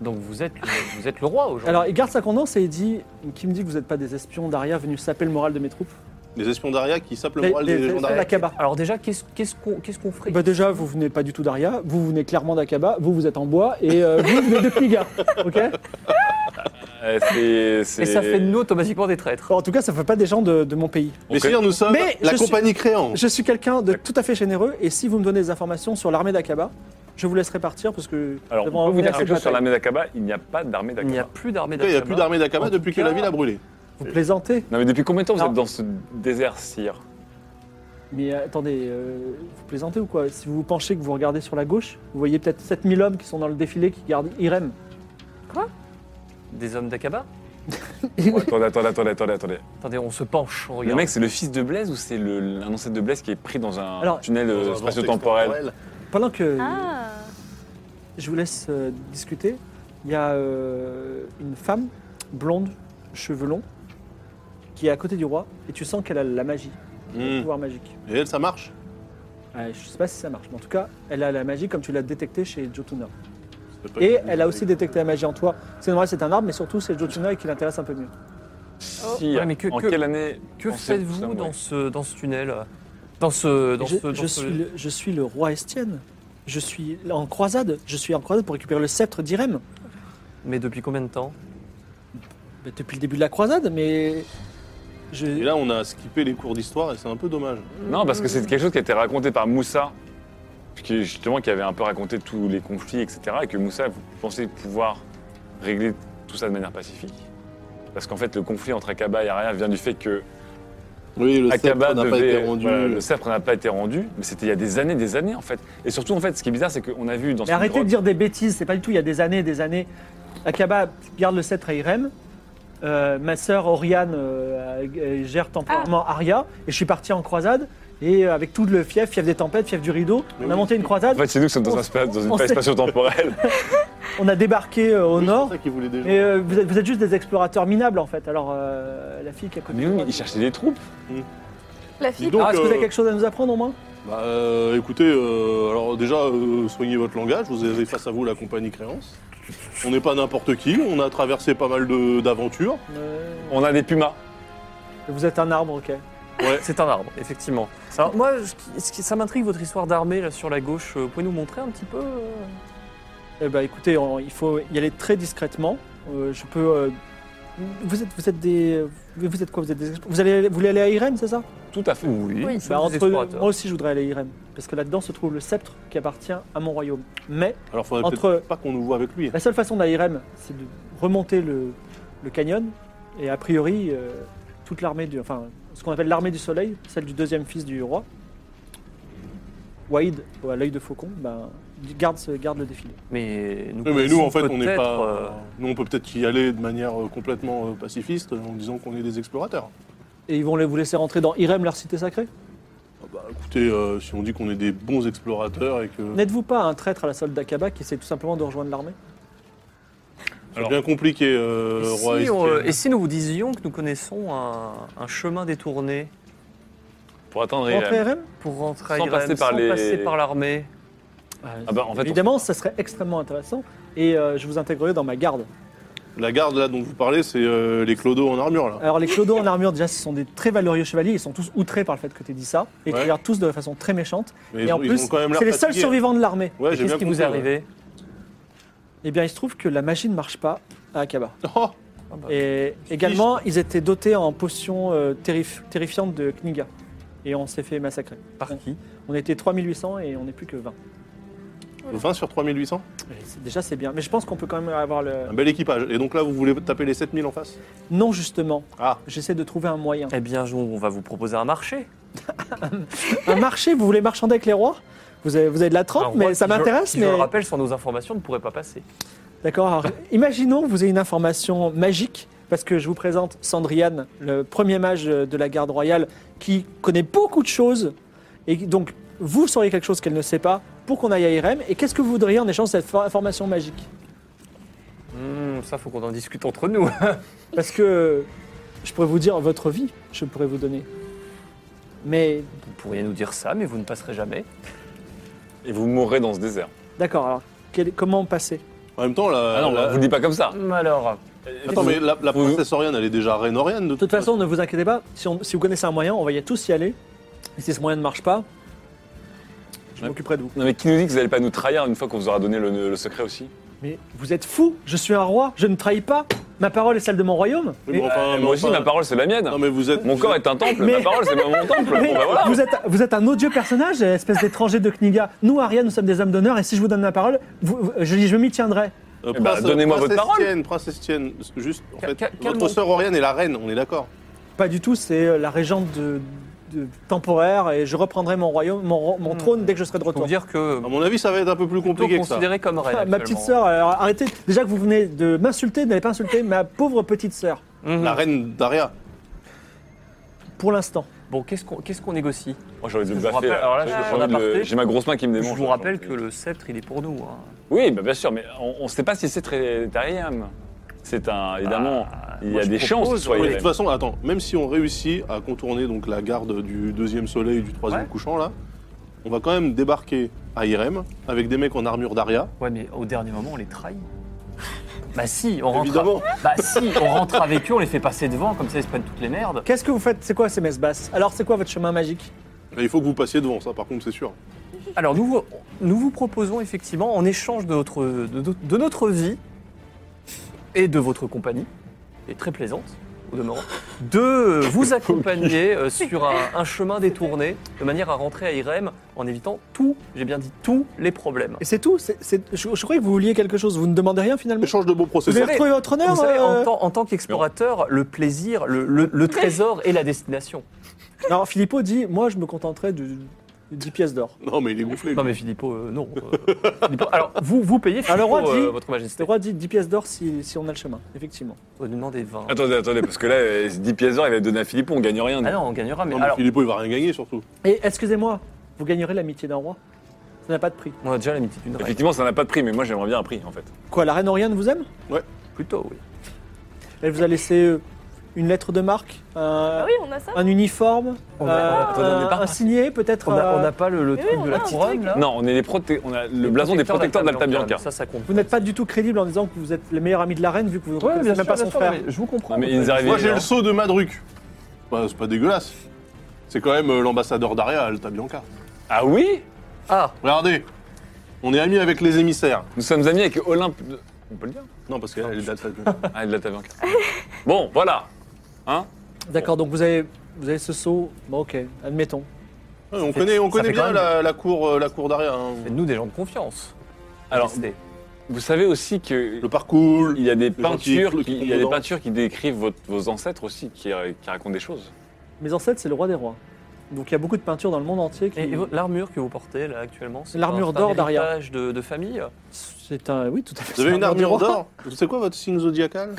Speaker 5: Donc vous êtes, le- vous êtes le roi aujourd'hui.
Speaker 1: Alors il garde sa condense et il dit qui me dit que vous n'êtes pas des espions d'Aria venus saper le moral de mes troupes
Speaker 4: Les espions d'Aria qui sapent le
Speaker 1: Les-
Speaker 4: moral
Speaker 1: les-
Speaker 4: des
Speaker 1: les-
Speaker 4: gens d'Aria.
Speaker 1: d'Akaba.
Speaker 5: Alors déjà, qu'est-ce qu'est-ce qu'on qu'est-ce qu'on ferait
Speaker 1: Bah déjà, vous venez pas du tout d'Aria, vous venez clairement d'Akaba, vous vous êtes en bois et euh, vous venez de
Speaker 3: (laughs)
Speaker 1: Pliga, ok
Speaker 3: Euh, c'est- c'est-
Speaker 5: Et ça fait de nous automatiquement des traîtres.
Speaker 4: Oh,
Speaker 1: En tout cas, ça ne fait pas des gens de, de mon pays.
Speaker 4: Mais si nous sommes
Speaker 1: Mais
Speaker 4: la
Speaker 1: je suis-
Speaker 4: compagnie créante.
Speaker 1: Je suis quelqu'un de tout à fait généreux et si vous me donnez des informations sur l'armée d'Akaba, je vous laisserai partir parce que...
Speaker 3: Alors,
Speaker 1: je
Speaker 3: on
Speaker 1: vais en
Speaker 3: peut vous
Speaker 1: venir
Speaker 3: dire
Speaker 1: à
Speaker 3: quelque
Speaker 1: cette
Speaker 3: chose sur
Speaker 1: bataille.
Speaker 3: l'armée d'Akaba Il n'y a pas d'armée
Speaker 5: Il n'y a
Speaker 3: d'Akaba.
Speaker 5: plus d'armée
Speaker 4: Il n'y a
Speaker 5: d'Akaba.
Speaker 4: plus d'armée d'Akaba
Speaker 5: En tout
Speaker 4: depuis que la
Speaker 5: cas,
Speaker 4: ville a brûlé.
Speaker 1: Vous plaisantez
Speaker 3: Non mais depuis combien de temps vous
Speaker 1: Non.
Speaker 3: êtes dans ce désert, sire
Speaker 1: Mais euh, attendez, euh, vous plaisantez ou quoi Si vous vous penchez, que vous regardez sur la gauche, vous voyez peut-être 7000 hommes qui sont dans le défilé qui gardent Irem.
Speaker 5: Des hommes d'Akaba
Speaker 3: Oh, Attendez, attendez, attendez, attendez, attendez.
Speaker 5: Attendez, on se penche, on
Speaker 3: Le
Speaker 5: regarde.
Speaker 3: mec, c'est le fils de Blaise ou c'est le- un ancêtre de Blaise qui est pris dans un
Speaker 1: Alors-
Speaker 3: tunnel euh,
Speaker 4: Dans un
Speaker 3: spatio-temporel
Speaker 4: vortex
Speaker 1: Pendant que
Speaker 7: Ah
Speaker 1: je vous laisse euh, discuter, il y a euh, une femme blonde, cheveux longs, qui est à côté du roi et tu sens qu'elle a la magie, le
Speaker 4: temporel.
Speaker 1: pouvoir magique.
Speaker 4: Hmm. Et elle, ça marche
Speaker 1: Euh, je sais pas si ça marche, mais en tout cas, elle a la magie comme tu l'as détecté chez Jotuna.
Speaker 4: C'est pas
Speaker 1: Et
Speaker 4: que-
Speaker 1: elle a aussi détecté la magie en toi. C'est normal, c'est un arbre, mais surtout c'est Jotuna qui l'intéresse un peu mieux.
Speaker 3: Sire,
Speaker 5: Ouais, mais que-
Speaker 3: en
Speaker 5: que-
Speaker 3: quelle année pensez-vous
Speaker 5: Que
Speaker 3: que
Speaker 5: faites-vous
Speaker 3: ça
Speaker 5: dans
Speaker 3: mourait
Speaker 5: ce, dans ce tunnel Dans ce. Dans
Speaker 1: je,
Speaker 5: ce- dans
Speaker 1: je
Speaker 5: ce-
Speaker 1: suis le, je suis le roi Estienne. Je suis en croisade. Je suis en croisade pour récupérer le sceptre d'Irem.
Speaker 5: Mais depuis combien de temps
Speaker 1: Mais Depuis le début de la croisade, mais. Je...
Speaker 4: Et là, on a skippé les cours d'histoire et c'est un peu dommage.
Speaker 3: Non, parce que c'est quelque chose qui a été raconté par Moussa, qui justement qui avait un peu raconté tous les conflits, etc. Et que Moussa pensait pouvoir régler tout ça de manière pacifique. Parce qu'en fait, le conflit entre Akaba et Aria vient du fait que
Speaker 4: Oui, le
Speaker 3: Akaba
Speaker 4: sceptre n'a pas
Speaker 3: devait-
Speaker 4: été rendu.
Speaker 3: voilà, le sceptre n'a pas été rendu, mais c'était il y a des années, des années en fait. Et surtout, en fait, ce qui est bizarre, c'est qu'on a vu dans
Speaker 1: Mais
Speaker 3: ce
Speaker 1: arrêtez de dire des bêtises. C'est pas du tout. Il y a des années, et des années. Akaba garde le sceptre à Irem. Euh, ma sœur Oriane euh, euh, gère temporairement Aria. Et je suis parti en croisade. Et euh, avec tout le fief, fief des tempêtes, fief du rideau,
Speaker 4: Mais
Speaker 1: on a
Speaker 4: oui.
Speaker 1: monté une croisade.
Speaker 3: En fait, c'est nous qui sommes dans, un spa- dans
Speaker 1: On
Speaker 3: une
Speaker 1: sait-
Speaker 3: phase spatio-temporelle.
Speaker 1: On a débarqué euh, au
Speaker 4: Oui, c'est
Speaker 1: nord.
Speaker 4: ça qu'il voulait déjà.
Speaker 1: Mais euh, vous, êtes, vous êtes juste des explorateurs minables en fait. Alors euh, la fille qui est à côté.
Speaker 3: (laughs) mais
Speaker 1: de
Speaker 3: oui,
Speaker 1: moi-
Speaker 3: mais ils cherchaient des troupes.
Speaker 7: La fille
Speaker 4: Dis donc,
Speaker 1: Ah, est-ce que vous avez
Speaker 4: euh,
Speaker 1: quelque chose à nous apprendre au moins
Speaker 4: Bah, euh, écoutez, euh, alors déjà, euh, soignez votre langage, vous avez face à vous la compagnie Créance. On n'est pas n'importe qui, on a traversé pas mal de- d'aventures.
Speaker 3: On a des pumas.
Speaker 1: Euh, Vous êtes un arbre, ok.
Speaker 5: (laughs) C'est un arbre, effectivement. Alors moi, je- ce qui- ça m'intrigue votre histoire d'armée là sur la gauche. Euh, Vous pouvez nous montrer un petit peu euh
Speaker 1: Eh ben, écoutez, on- il faut y aller très discrètement. Euh, je peux. euh, vous êtes, vous êtes des, vous êtes quoi Vous êtes des, exp- vous allez, vous voulez aller à Irem, c'est ça
Speaker 3: Tout à fait.
Speaker 7: Oui.
Speaker 5: nous
Speaker 1: Bah,
Speaker 5: sommes des
Speaker 1: entre,
Speaker 5: explorateurs.
Speaker 1: Moi aussi, je voudrais aller à Irem, parce que là-dedans se trouve le sceptre qui appartient à mon royaume. Mais
Speaker 4: Alors, faudrait
Speaker 1: Entre-
Speaker 4: peut-être pas qu'on nous voit avec lui. hein.
Speaker 1: la seule façon d'aller à Irem, c'est de remonter le, le canyon, et a priori, euh, toute l'armée du, enfin, ce qu'on appelle l'armée du soleil, celle du deuxième fils du roi, Waïd, à l'œil de faucon, ben, garde, ce- garde le défilé.
Speaker 5: Mais nous,
Speaker 4: Oui, mais nous, en fait, on n'est
Speaker 5: peut-être,
Speaker 4: pas.
Speaker 5: euh,
Speaker 4: Nous, on peut peut-être y aller de manière euh, complètement euh, pacifiste en disant qu'on est des explorateurs.
Speaker 1: Et ils vont les- vous laisser rentrer dans Irem, leur cité sacrée
Speaker 3: Mm.
Speaker 4: Ah Bah, écoutez, euh, si on dit qu'on est des bons explorateurs et que.
Speaker 1: N'êtes-vous pas un traître à la solde d'Akaba qui essaie tout simplement de rejoindre l'armée
Speaker 4: C'est bien compliqué, euh,
Speaker 5: et,
Speaker 4: Roi
Speaker 5: si on-
Speaker 4: Estienne.
Speaker 5: et si nous vous disions que nous connaissons un, un chemin détourné
Speaker 3: Pour attendre
Speaker 1: Rentrer à
Speaker 3: Irem.
Speaker 1: Irem
Speaker 5: pour rentrer à
Speaker 3: Sans
Speaker 5: Irem,
Speaker 3: passer par
Speaker 5: sans
Speaker 3: les-
Speaker 5: passer par l'armée
Speaker 3: Ah bah, en fait, on-
Speaker 1: Euh, Évidemment, ça serait extrêmement intéressant et euh, je vous intégrerai dans ma garde.
Speaker 4: La garde là dont vous parlez, c'est euh, les clodos en armure là.
Speaker 1: Alors les clodos en armure, déjà, ce sont des très valeureux chevaliers, ils sont tous outrés par le fait que tu aies dit ça, et ils te
Speaker 4: Ouais.
Speaker 1: regardent tous de façon très méchante.
Speaker 4: Mais
Speaker 1: et en
Speaker 4: ils ont- ils
Speaker 1: plus,
Speaker 4: ont quand même l'air
Speaker 1: c'est les seuls
Speaker 4: fatigués.
Speaker 1: survivants de l'armée.
Speaker 4: Ouais, j'ai
Speaker 5: Qu'est-ce
Speaker 4: bien
Speaker 5: qui
Speaker 4: compris,
Speaker 5: vous est arrivé
Speaker 1: Eh bien, il se trouve que la magie ne marche pas à Akaba.
Speaker 4: ouais. Oh,
Speaker 1: Et également, ils étaient dotés en potions euh, terrif- terrifiantes de Kniga. Et on s'est fait massacrer.
Speaker 5: Par qui
Speaker 1: On était 3800 et on n'est plus que 20.
Speaker 4: 20 Oh, sur 3800
Speaker 1: Et c'est- Déjà, c'est bien. Mais je pense qu'on peut quand même avoir le...
Speaker 4: Un bel équipage. Et donc là, vous voulez taper les 7000 en face
Speaker 1: Non, justement.
Speaker 4: Ah.
Speaker 1: J'essaie de trouver un moyen.
Speaker 5: Eh bien, nous, on va vous proposer un marché.
Speaker 1: un marché Vous voulez marchander avec les rois vous avez, vous avez de la
Speaker 5: Un
Speaker 1: trempe,
Speaker 5: roi
Speaker 1: mais ça
Speaker 5: qui, Ah, je-
Speaker 1: m'intéresse.
Speaker 5: qui,
Speaker 1: Mais...
Speaker 5: Je le rappelle, sans nos informations, ne pourrait pas passer.
Speaker 1: D'accord. alors, imaginons que vous ayez une information magique, parce que je vous présente Sandriane, le premier mage de la garde royale, qui connaît beaucoup de choses. Et donc, vous sauriez quelque chose qu'elle ne sait pas pour qu'on aille à Irem. Et qu'est-ce que vous voudriez en échange de cette for- information magique
Speaker 5: Hmm, ça, faut qu'on en discute entre nous. (laughs)
Speaker 1: Parce que je pourrais vous dire votre vie, je pourrais vous donner. Mais
Speaker 5: vous pourriez nous dire ça, mais vous ne passerez jamais.
Speaker 3: Et vous mourrez dans ce désert.
Speaker 1: d'accord, alors quel- comment passer
Speaker 4: En même temps, la.
Speaker 3: Ah non,
Speaker 4: la-
Speaker 3: vous le dites pas comme ça.
Speaker 5: Hmm, Alors,
Speaker 4: Attends, mais la, la princesse Oriane, elle est déjà reine Oriane de
Speaker 1: De toute façon, ne vous inquiétez pas, si, on- si vous connaissez un moyen, on va y tous y aller. Et si ce moyen ne marche pas, je
Speaker 3: Ouais.
Speaker 1: m'occuperai de vous.
Speaker 3: Non mais qui nous dit que vous n'allez pas nous trahir une fois qu'on vous aura donné le, le secret aussi
Speaker 1: Mais vous êtes fou Je suis un roi, je ne trahis pas Ma parole est celle de mon royaume
Speaker 4: Oui, mais enfin,
Speaker 5: Ah,
Speaker 3: Euh,
Speaker 4: mais
Speaker 3: Moi aussi,
Speaker 4: enfin-
Speaker 3: ma parole, c'est la mienne.
Speaker 4: Non, mais vous êtes.
Speaker 3: Mon
Speaker 4: vous
Speaker 3: corps
Speaker 4: êtes-
Speaker 3: est un temple,
Speaker 1: Mais-
Speaker 3: ma parole, c'est mon temple.
Speaker 1: Mais
Speaker 3: Bon, bah voilà.
Speaker 1: vous, êtes, vous êtes un odieux personnage, espèce d'étranger de Kniga. Nous, Ariane, nous sommes des hommes d'honneur, et si je vous donne la parole, vous- vous- je, je m'y tiendrai.
Speaker 4: Euh,
Speaker 3: Bah,
Speaker 9: Eh ben,
Speaker 4: prince-
Speaker 9: donnez-moi votre
Speaker 4: princesse
Speaker 9: parole.
Speaker 4: Tienne, princesse Tienne, juste, en
Speaker 5: Ca-
Speaker 4: fait,
Speaker 5: ca- calmons.
Speaker 4: votre sœur Oriane est la reine, on est d'accord
Speaker 1: Pas du tout, c'est euh, la régente de, de- temporaire et je reprendrai mon royaume, mon, ro- mon
Speaker 5: Hmm.
Speaker 1: trône dès que je serai de
Speaker 5: Pour
Speaker 1: retour.
Speaker 5: dire que
Speaker 4: À Ah, mon avis, ça va être un peu plus
Speaker 5: plutôt
Speaker 4: compliqué que ça.
Speaker 5: considéré comme
Speaker 1: Ah,
Speaker 5: reine.
Speaker 1: ma petite sœur, alors, arrêtez. Déjà que vous venez de m'insulter, n'allez pas insulter ma pauvre petite sœur,
Speaker 4: La reine Daria.
Speaker 1: pour l'instant.
Speaker 5: Bon, qu'est-ce qu'on qu'est-ce qu'on négocie
Speaker 3: Moi, j'aurais dû
Speaker 5: Je
Speaker 3: me
Speaker 5: vous
Speaker 3: baffer.
Speaker 5: rappelle-
Speaker 3: là.
Speaker 5: alors là,
Speaker 3: J'ai
Speaker 5: je-
Speaker 3: envie
Speaker 5: en
Speaker 3: de le-
Speaker 5: aparté,
Speaker 3: J'ai ma grosse main qui me
Speaker 5: Je
Speaker 3: démange.
Speaker 5: vous
Speaker 3: là. euh.
Speaker 5: rappelle que le sceptre, il est pour nous. hein.
Speaker 3: Oui, bah, bien sûr, mais on ne sait pas si c'est très Tariam. C'est un. Évidemment, il y
Speaker 5: Bah, moi,
Speaker 3: a
Speaker 5: je
Speaker 3: des chances qu'il
Speaker 5: propose,
Speaker 3: soit
Speaker 4: Mais de
Speaker 3: irem.
Speaker 4: toute façon, attends, même si on réussit à contourner donc la garde du deuxième soleil et du troisième
Speaker 5: Ouais.
Speaker 4: couchant, là, on va quand même débarquer à Irem avec des mecs en armure Daria.
Speaker 5: Ouais, mais au dernier moment, on les trahit. Bah si, on rentre.
Speaker 4: Évidemment.
Speaker 5: Bah si, on rentre avec eux, on les fait passer devant, comme ça ils se prennent toutes les merdes.
Speaker 1: Qu'est-ce que vous faites C'est quoi ces messes basses Alors, c'est quoi votre chemin magique
Speaker 4: Et il faut que vous passiez devant, ça, par contre, c'est sûr.
Speaker 5: Alors nous, vous- nous vous proposons effectivement, en échange de notre, de, de- de notre vie et de votre compagnie, et très plaisante au demeurant, de euh, vous accompagner euh, sur un, un chemin détourné, de manière à rentrer à Irem en évitant tout, j'ai bien dit tous les problèmes.
Speaker 1: Et c'est tout c'est- c'est- je, je croyais que vous vouliez quelque chose. Vous ne demandez rien finalement
Speaker 4: Échange de bons
Speaker 1: Vous
Speaker 4: procédés.
Speaker 1: avez retrouvé votre honneur
Speaker 5: Vous savez,
Speaker 1: euh,
Speaker 5: en tant, en tant qu'explorateur, le plaisir, le, le- le trésor et la destination.
Speaker 1: Alors, Philippot dit Moi, je me contenterai de, de 10 pièces d'or.
Speaker 4: Non, mais il est gonflé.
Speaker 5: Non mais Philippot, euh, non. euh, Philippot- alors vous, vous payez
Speaker 1: Ah, le
Speaker 5: Philippot,
Speaker 1: roi dit-
Speaker 5: euh, votre majesté.
Speaker 1: Le roi dit 10 pièces d'or si, si on a le chemin, effectivement.
Speaker 5: Vous nous demandez 20.
Speaker 3: Attendez, attendez, parce que là, euh, 10 pièces d'or, il va donner à Philippe, on gagne rien. nous.
Speaker 5: Ah non, on gagnera, mais
Speaker 4: Non, mais
Speaker 5: alors...
Speaker 4: Philippot, il va rien gagner, surtout.
Speaker 1: Et excusez-moi, vous gagnerez l'amitié d'un roi Ça n'a pas de prix.
Speaker 5: On a déjà l'amitié d'une reine.
Speaker 3: Effectivement, ça n'a pas de prix, mais moi, j'aimerais bien un prix, en fait.
Speaker 1: Quoi, la reine Oriane vous aime
Speaker 5: Plutôt, oui.
Speaker 1: Elle vous a laissé euh, une lettre de marque un-
Speaker 7: Ah oui, on a ça.
Speaker 1: Un uniforme,
Speaker 5: On a-
Speaker 1: euh,
Speaker 5: attendez, on n'est pas-
Speaker 1: un signé peut-être.
Speaker 5: On n'a
Speaker 1: euh,
Speaker 5: pas le, le
Speaker 7: Mais
Speaker 5: truc
Speaker 7: oui,
Speaker 5: de
Speaker 7: on a
Speaker 5: la
Speaker 7: un petit
Speaker 5: couronne,
Speaker 7: truc,
Speaker 5: là
Speaker 3: Non, on est les proté- on a le blason des protecteurs d'Alta Bianca.
Speaker 5: Ça, ça compte.
Speaker 1: Vous n'êtes pas du tout crédible en disant que vous êtes le meilleur ami de la reine vu que vous ne
Speaker 5: Ouais,
Speaker 1: connaissez
Speaker 5: bien
Speaker 1: même
Speaker 5: sûr,
Speaker 1: pas
Speaker 5: bien
Speaker 1: son
Speaker 5: sûr,
Speaker 1: frère.
Speaker 5: mais Je vous comprends.
Speaker 3: Non, Ah, mais ils arrivent.
Speaker 4: Moi, j'ai
Speaker 3: alors.
Speaker 4: le sceau de Madruc. Bah, c'est pas dégueulasse. C'est quand même euh, l'ambassadeur Daria à Alta Bianca.
Speaker 3: Ah oui
Speaker 5: Ah,
Speaker 4: Regardez, on est amis avec les émissaires.
Speaker 3: Nous sommes amis avec Olympe. On peut le dire
Speaker 4: Non, parce qu'elle elle est (laughs) d'Alta Bianca.
Speaker 3: Ah, de la Bianca. Bon, voilà.
Speaker 1: D'accord, donc vous avez, vous avez ce saut. Bon, ok, admettons.
Speaker 4: Ouais, on
Speaker 5: fait-
Speaker 4: connaît, on
Speaker 5: ça
Speaker 4: connaît
Speaker 5: fait quand
Speaker 4: bien
Speaker 5: même-
Speaker 4: la, la cour, euh, la cour d'Aria. hein.
Speaker 5: nous des gens de confiance.
Speaker 3: Alors,
Speaker 5: Décidé.
Speaker 3: vous savez aussi que
Speaker 4: Le parcours,
Speaker 3: il y a des
Speaker 4: gentil,
Speaker 3: peintures,
Speaker 4: le
Speaker 3: qui, il
Speaker 4: qui
Speaker 3: y a des
Speaker 4: dedans.
Speaker 3: peintures qui décrivent votre- vos ancêtres aussi, qui, euh, qui racontent des choses.
Speaker 1: Mes ancêtres, c'est le roi des rois. Donc il y a beaucoup de peintures dans le monde entier. Qui...
Speaker 5: Et, et votre- l'armure que vous portez là actuellement, c'est
Speaker 1: L'armure
Speaker 5: un- c'est
Speaker 1: d'or
Speaker 5: un
Speaker 1: d'Aria.
Speaker 5: héritage de, de famille.
Speaker 1: C'est un. Oui, tout à fait.
Speaker 4: Vous
Speaker 1: c'est
Speaker 4: avez
Speaker 1: un
Speaker 4: une
Speaker 1: roi des
Speaker 4: armure
Speaker 1: rois.
Speaker 4: d'or C'est quoi votre signe zodiacal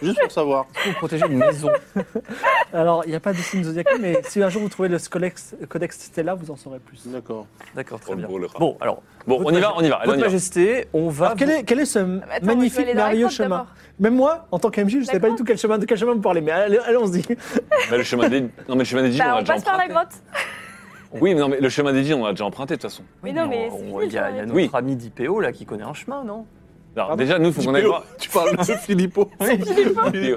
Speaker 4: Juste pour savoir.
Speaker 5: Vous protégez une maison.
Speaker 1: Alors, il n'y a pas de signe zodiacal, mais si un jour vous trouvez le codex, codex Stella, vous en saurez plus.
Speaker 4: D'accord.
Speaker 5: D'accord,
Speaker 3: Oh,
Speaker 5: très bien.
Speaker 3: bon, le rat.
Speaker 5: Bon, alors,
Speaker 3: Bon,
Speaker 5: votre
Speaker 3: on y va,
Speaker 5: maje-
Speaker 3: on y va. Allez, on
Speaker 5: votre
Speaker 3: y va.
Speaker 5: Majesté, on va.
Speaker 1: Alors, quel est, quel est ce
Speaker 7: Attends, moi, je vais
Speaker 1: magnifique,
Speaker 7: aller dans la
Speaker 1: merveilleux
Speaker 7: grotte
Speaker 1: chemin
Speaker 7: d'abord. Bah,
Speaker 1: Même moi, en tant qu'MJ, je ne sais pas
Speaker 7: D'accord.
Speaker 1: du tout quel chemin, de quel chemin vous parlez, mais allez- allons-y.
Speaker 3: Bah, le chemin des... Non, mais le chemin des djinns,
Speaker 7: Bah,
Speaker 3: on l'a
Speaker 7: on
Speaker 3: déjà
Speaker 7: passe par la
Speaker 3: emprunté.
Speaker 7: grotte.
Speaker 1: (laughs)
Speaker 3: Oui, mais non, mais le chemin des djinns, on l'a déjà emprunté de toute façon.
Speaker 7: Mais non, mais c'est
Speaker 5: on-
Speaker 7: fini,
Speaker 5: il y a,
Speaker 7: le
Speaker 5: il y a
Speaker 7: chemin.
Speaker 5: notre
Speaker 3: Oui.
Speaker 5: ami d'IPO là qui connaît un chemin, non
Speaker 3: Alors,
Speaker 1: Pardon
Speaker 3: déjà, nous, il faut qu'on aille voir.
Speaker 4: tu parles de Philippot.
Speaker 3: Il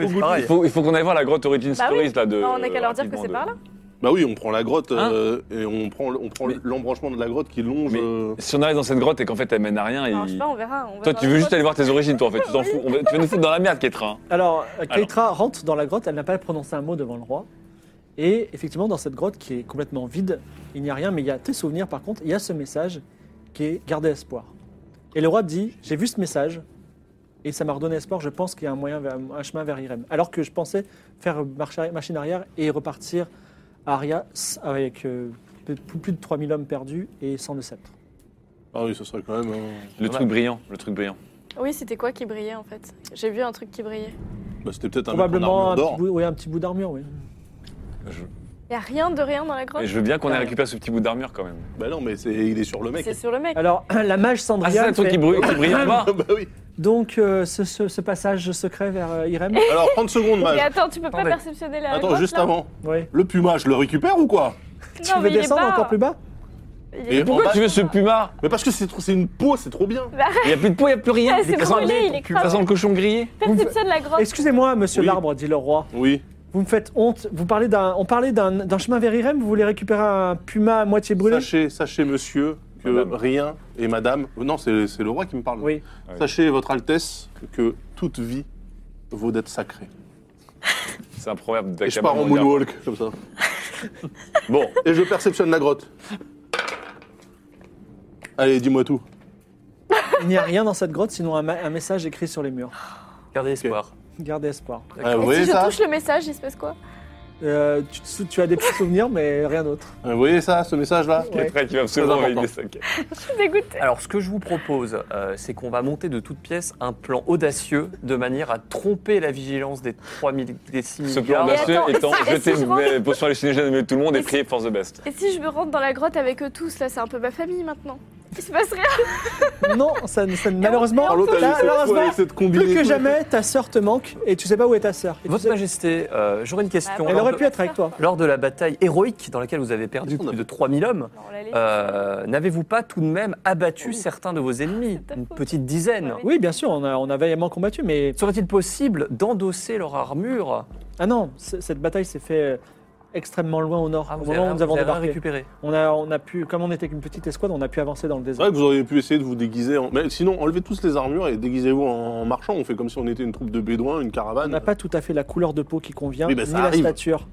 Speaker 3: faut-
Speaker 5: pareil.
Speaker 3: il faut, il faut qu'on aille voir la grotte Origin
Speaker 7: Bah oui.
Speaker 3: Stories là de.
Speaker 7: Bah Non, on n'a qu'à leur dire que
Speaker 3: rapidement,
Speaker 7: c'est
Speaker 3: de-
Speaker 7: par là.
Speaker 4: Bah oui, on prend la grotte euh, et on prend, le- on prend
Speaker 3: Mais-
Speaker 4: l'embranchement de la grotte qui longe.
Speaker 3: Mais-
Speaker 4: euh,
Speaker 3: Si on arrive dans cette grotte et qu'en fait elle mène à rien,
Speaker 7: Alors,
Speaker 3: il-
Speaker 7: je sais pas, on verra. on va
Speaker 3: toi
Speaker 7: dans
Speaker 3: tu
Speaker 7: la
Speaker 3: veux juste
Speaker 7: grotte.
Speaker 3: aller voir tes origines, toi en fait, tu t'en fous. On va- Tu vas nous foutre dans la hein, merde, Kétra.
Speaker 1: Alors, euh, Keitra rentre dans la grotte, elle n'a pas prononcé un mot devant le roi. Et effectivement, dans cette grotte qui est complètement vide, il n'y a rien, mais il y a tes souvenirs par contre, il y a ce message qui est Gardez espoir. Et le roi dit J'ai vu ce message et ça m'a redonné espoir, je pense qu'il y a un, moyen vers- un chemin vers Irem. Alors que je pensais faire marche arri- machine arrière et repartir à Aria s- avec euh, peu- plus de 3000 hommes perdus et sans le sceptre.
Speaker 4: Ah oui, ce serait quand même. euh,
Speaker 3: Le truc brillant, le truc brillant.
Speaker 7: Oui, c'était quoi qui brillait en fait J'ai vu un truc qui brillait.
Speaker 4: bah, C'était peut-être un mec en
Speaker 1: Probablement un
Speaker 4: armure
Speaker 1: petit,
Speaker 4: d'or.
Speaker 1: bout, oui, un petit bout d'armure, oui.
Speaker 7: Il a rien de rien dans la
Speaker 3: Et
Speaker 7: grotte.
Speaker 3: je veux bien qu'on ait récupéré ce petit bout d'armure quand même.
Speaker 4: Bah non, mais c'est- il est sur le mec. (laughs)
Speaker 7: C'est sur le mec.
Speaker 1: Alors, (clears throat) la mage
Speaker 3: Ah, c'est ça
Speaker 1: Sandriane.
Speaker 3: le truc
Speaker 1: fait-
Speaker 3: qui brille, qui brille en bas
Speaker 4: bah oui.
Speaker 1: Donc, euh, ce, ce- ce passage secret vers euh, Irem
Speaker 7: Eh,
Speaker 4: Alors 30 secondes,
Speaker 3: Ah,
Speaker 7: Mais
Speaker 4: Mage.
Speaker 7: attends, tu peux pas
Speaker 5: Attendez.
Speaker 7: perceptionner la
Speaker 4: Attends,
Speaker 7: grotte,
Speaker 4: juste
Speaker 7: là
Speaker 4: avant.
Speaker 1: Oui.
Speaker 4: Le puma, je le récupère ou quoi
Speaker 1: Tu
Speaker 7: Non,
Speaker 1: veux
Speaker 7: mais il est
Speaker 1: descendre
Speaker 7: bas.
Speaker 1: encore plus bas
Speaker 7: Il
Speaker 4: Et
Speaker 7: est-
Speaker 4: pourquoi
Speaker 3: Tu veux ce puma
Speaker 4: Mais parce que c'est trop- c'est une peau, c'est trop bien.
Speaker 3: Il n'y a plus de peau, il n'y a plus rien.
Speaker 7: Ah, c'est brûlé, il est
Speaker 3: De toute façon,
Speaker 7: cramé.
Speaker 3: le cochon grillé.
Speaker 7: Perceptionne la grotte.
Speaker 1: Excusez-moi, monsieur
Speaker 4: Oui.
Speaker 1: l'arbre, dit le roi.
Speaker 4: Oui.
Speaker 1: Vous me faites honte. Vous parlez d'un, on parlait d'un, d'un chemin vers Irem, vous voulez récupérer un puma à moitié brûlé
Speaker 4: Sachez, sachez, monsieur, que
Speaker 3: Madame.
Speaker 4: rien et madame. Non, c'est c'est le roi qui me parle.
Speaker 1: Oui.
Speaker 4: Sachez, Votre Altesse, que toute vie vaut d'être sacrée.
Speaker 3: C'est un proverbe
Speaker 4: Et je
Speaker 3: d'Akaba
Speaker 4: pars en
Speaker 3: mondial.
Speaker 4: moonwalk, comme ça.
Speaker 3: Bon, (laughs)
Speaker 4: Et je perceptionne la grotte. Allez, dis-moi tout.
Speaker 1: Il n'y a rien dans cette grotte sinon un, ma- un message écrit sur les murs.
Speaker 5: Gardez espoir.
Speaker 1: Gardez espoir.
Speaker 4: Ah, vous
Speaker 7: Et
Speaker 4: voyez
Speaker 7: si je
Speaker 4: ça
Speaker 7: touche le message, il se passe quoi
Speaker 1: Euh, tu, te sou- tu as des petits souvenirs, mais rien d'autre.
Speaker 4: Ah, Vous voyez ça, ce message-là
Speaker 1: Ouais.
Speaker 3: Après, tu vas absolument
Speaker 5: Très
Speaker 3: avec
Speaker 5: important.
Speaker 3: des sacs.
Speaker 7: Je suis dégoûtée.
Speaker 5: Alors, ce que je vous propose, euh, c'est qu'on va monter de toutes pièces un plan audacieux de manière à tromper la vigilance des 3000, des 6000
Speaker 3: Ce plan
Speaker 7: Mais
Speaker 5: gardes.
Speaker 3: audacieux
Speaker 7: attends,
Speaker 3: étant
Speaker 7: et si- et
Speaker 3: jeter
Speaker 7: si je rentre
Speaker 3: des potions hallucinogènes au milieu de tout le monde et
Speaker 7: Et si-
Speaker 3: prier force de best.
Speaker 7: Et si je me rentre dans la grotte avec eux tous, là, c'est un peu ma famille maintenant. Il se passe rien.
Speaker 1: Non, ça, ne- ça ne- malheureusement,
Speaker 4: Carlo,
Speaker 1: là,
Speaker 4: t'as laissé la
Speaker 1: malheureusement,
Speaker 4: fois avec cette
Speaker 1: plus
Speaker 4: combinaison.
Speaker 1: que jamais, ta sœur te manque et tu sais pas où est ta sœur. Et tu
Speaker 5: Votre
Speaker 1: sais-
Speaker 5: Majesté, euh, j'aurais une question.
Speaker 7: Bah,
Speaker 1: Elle
Speaker 5: Lors
Speaker 1: aurait
Speaker 5: de-
Speaker 1: pu être avec toi.
Speaker 5: Lors de la bataille héroïque dans laquelle vous avez perdu
Speaker 4: Qu'est-ce qu'on a
Speaker 5: plus de 3000 hommes,
Speaker 7: Non, on la laisse.
Speaker 5: euh, n'avez-vous pas tout de même abattu
Speaker 7: Oui. Ah,
Speaker 5: certains de vos ennemis
Speaker 7: C'est ta
Speaker 5: Une
Speaker 7: faute.
Speaker 5: petite dizaine.
Speaker 7: Ouais,
Speaker 1: Oui, bien sûr, on a, on a vaillamment combattu, mais
Speaker 5: Serait-il possible d'endosser leur armure
Speaker 1: ah non, c- cette bataille s'est fait euh, extrêmement loin au nord.
Speaker 5: Ah,
Speaker 1: au
Speaker 5: vous
Speaker 1: moment
Speaker 5: avez-
Speaker 1: où nous avons
Speaker 5: vous avez rien
Speaker 1: débarqué,
Speaker 5: récupéré
Speaker 1: on a, on a pu, comme on était qu'une petite escouade, on a pu avancer dans le
Speaker 4: C'est
Speaker 1: désert.
Speaker 4: vrai que vous auriez pu essayer de vous déguiser en. Mais sinon, enlevez tous les armures et déguisez-vous en marchand. On fait comme si on était une troupe de bédouins, une
Speaker 1: On
Speaker 4: caravane.
Speaker 1: n'a pas tout à fait la couleur de peau qui convient,
Speaker 4: Oui, bah,
Speaker 1: ni
Speaker 4: ça
Speaker 1: la
Speaker 4: arrive.
Speaker 1: stature.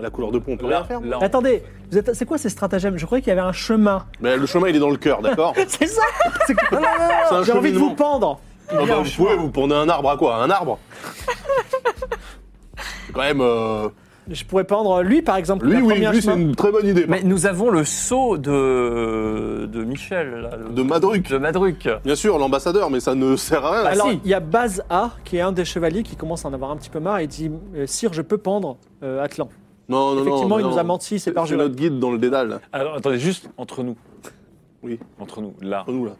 Speaker 4: La couleur de pompe, on peut rien faire.
Speaker 3: là, on-
Speaker 1: Attendez, vous êtes- c'est quoi ces stratagèmes Je croyais qu'il y avait un
Speaker 5: (laughs)
Speaker 1: chemin.
Speaker 4: Mais le chemin, il est dans le cœur,
Speaker 1: (laughs)
Speaker 4: d'accord
Speaker 1: C'est ça C'est-
Speaker 4: C'est un
Speaker 1: J'ai envie de
Speaker 4: cheminement.
Speaker 1: vous pendre.
Speaker 4: Ah bah, vous pouvez vous prenez un arbre à quoi Un arbre C'est quand même. euh,
Speaker 1: Je pourrais pendre euh, lui, par exemple.
Speaker 4: Lui,
Speaker 1: la
Speaker 4: oui,
Speaker 1: première
Speaker 4: lui, c'est
Speaker 1: chemin.
Speaker 4: une très bonne idée.
Speaker 5: Mais nous avons le sceau de, de Michel. là, le-
Speaker 4: De Madruc.
Speaker 5: De Madruc.
Speaker 4: Bien sûr, l'ambassadeur, mais ça ne sert à rien.
Speaker 1: Bah, Alors,
Speaker 5: Ah, si.
Speaker 1: il y a Baz A, qui est un des chevaliers qui commence à en avoir un petit peu marre et dit euh, Sire, je peux pendre euh, Atlan.
Speaker 4: non, non, non.
Speaker 1: Effectivement, il
Speaker 4: non.
Speaker 1: nous a menti, c'est
Speaker 4: C'est
Speaker 1: par
Speaker 4: c'est notre guide dans le dédale,
Speaker 3: Alors, attendez, juste entre nous.
Speaker 4: Oui.
Speaker 3: Entre nous, là,
Speaker 4: entre nous, là.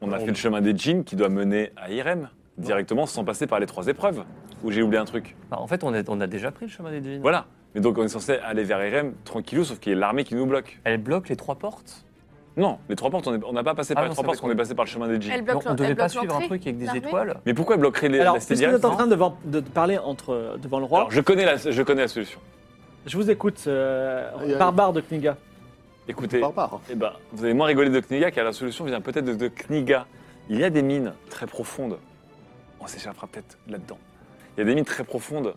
Speaker 3: on a
Speaker 4: on-
Speaker 3: fait le chemin des djinns qui doit mener à Irem directement sans passer par les trois épreuves. Où j'ai oublié un truc.
Speaker 5: Bah, en fait, on a, on a déjà pris le chemin des divines.
Speaker 3: Voilà. Mais donc, on est censé aller vers Irem tranquillou, sauf qu'il y a l'armée qui nous bloque.
Speaker 5: Elle bloque les trois portes.
Speaker 3: Non, les trois portes, on est- on n'a pas passé
Speaker 5: Ah
Speaker 3: par les
Speaker 5: non,
Speaker 3: trois
Speaker 5: ça
Speaker 3: portes, parce
Speaker 5: fait
Speaker 3: qu'on est passé par le chemin des djinns.
Speaker 7: Elle
Speaker 5: Non,
Speaker 7: bloque
Speaker 5: on
Speaker 7: l'en-
Speaker 5: devait
Speaker 7: elle
Speaker 5: pas
Speaker 7: bloque
Speaker 5: suivre un
Speaker 7: l'entrée.
Speaker 5: truc avec des
Speaker 7: l'armée.
Speaker 5: étoiles.
Speaker 3: Mais pourquoi elle bloquerait les,
Speaker 1: Alors,
Speaker 3: la
Speaker 1: puisque
Speaker 3: Stellaire,
Speaker 1: vous êtes en
Speaker 3: non
Speaker 1: train devant- de, de parler entre, euh, devant le roi,
Speaker 3: Alors,
Speaker 1: je...
Speaker 3: je connais la, je connais la solution.
Speaker 1: vous écoute, euh,
Speaker 4: Aïe, aïe.
Speaker 1: barbare de Kniga.
Speaker 3: Écoutez,
Speaker 4: Barbare.
Speaker 3: eh ben, vous avez moins rigolé de Kniga car la solution vient peut-être de, de Kniga. Il y a des mines très profondes. On s'échappera peut-être là-dedans. Il y a des mines très profondes,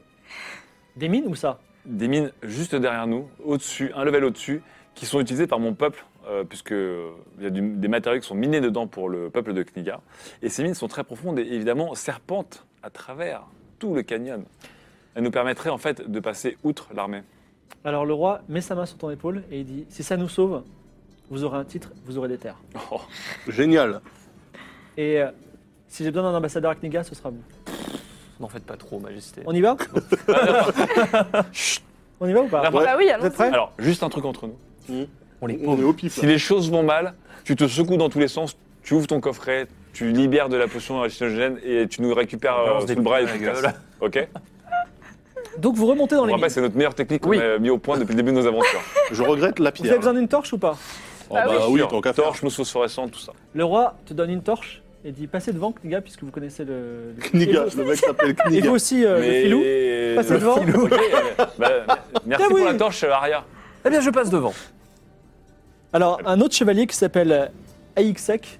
Speaker 1: Des mines ou ça
Speaker 3: des mines juste derrière nous, au-dessus, un level au-dessus, qui sont utilisées par mon peuple, euh, puisque euh, il y a du- des matériaux qui sont minés dedans pour le peuple de Kniga. Et ces mines sont très profondes et évidemment serpentent à travers tout le canyon. Elles nous permettraient en fait de passer outre l'armée.
Speaker 1: Alors, le roi met sa main sur ton épaule et il dit Si ça nous sauve, vous aurez un titre, vous aurez des terres.
Speaker 3: Oh.
Speaker 4: Génial.
Speaker 1: Et euh, si j'ai besoin d'un ambassadeur à Kniga, ce sera vous.
Speaker 5: N'en faites pas trop, Majesté.
Speaker 1: On y
Speaker 3: (laughs)
Speaker 1: va On y va ou pas
Speaker 3: D'accord.
Speaker 7: Bah oui,
Speaker 1: Vous êtes
Speaker 7: allons-y.
Speaker 1: prêts
Speaker 3: Alors, juste un truc entre nous.
Speaker 5: On les
Speaker 4: On est au pif.
Speaker 3: Si
Speaker 4: là.
Speaker 3: les choses vont mal, tu te secoues dans tous les sens, tu ouvres ton coffret, tu libères de la potion hallucinogène et tu nous récupères
Speaker 5: On
Speaker 3: euh,
Speaker 5: balance
Speaker 3: sous
Speaker 5: des
Speaker 3: le bras et
Speaker 5: pieds
Speaker 3: tu
Speaker 5: dans la
Speaker 3: casses.
Speaker 5: gueule.
Speaker 3: Ok
Speaker 1: Donc, vous remontez dans
Speaker 3: On
Speaker 1: les mines.
Speaker 3: rappelle, c'est notre meilleure technique qu'on
Speaker 5: Oui.
Speaker 3: a mis au point depuis le début de nos aventures.
Speaker 4: Je regrette la
Speaker 1: Vous avez
Speaker 4: pierre.
Speaker 1: besoin d'une torche ou pas
Speaker 4: (laughs) Oh, bah oui, tant qu'à faire.
Speaker 3: Torche, mousse phosphorescente, tout ça.
Speaker 1: Le roi te donne une torche et dit passez devant, Kniga, puisque vous connaissez le. le-
Speaker 4: Kniga,
Speaker 1: Et vous-
Speaker 4: le
Speaker 1: (laughs)
Speaker 4: mec s'appelle
Speaker 1: Et vous
Speaker 4: Kniga.
Speaker 1: aussi, euh, le filou. Passez
Speaker 3: Le
Speaker 1: devant.
Speaker 3: filou, ok. Bah, merci
Speaker 1: Ah oui.
Speaker 3: pour la torche, Aria.
Speaker 5: Eh bien, je passe devant.
Speaker 1: Alors, un autre chevalier qui s'appelle Aixek,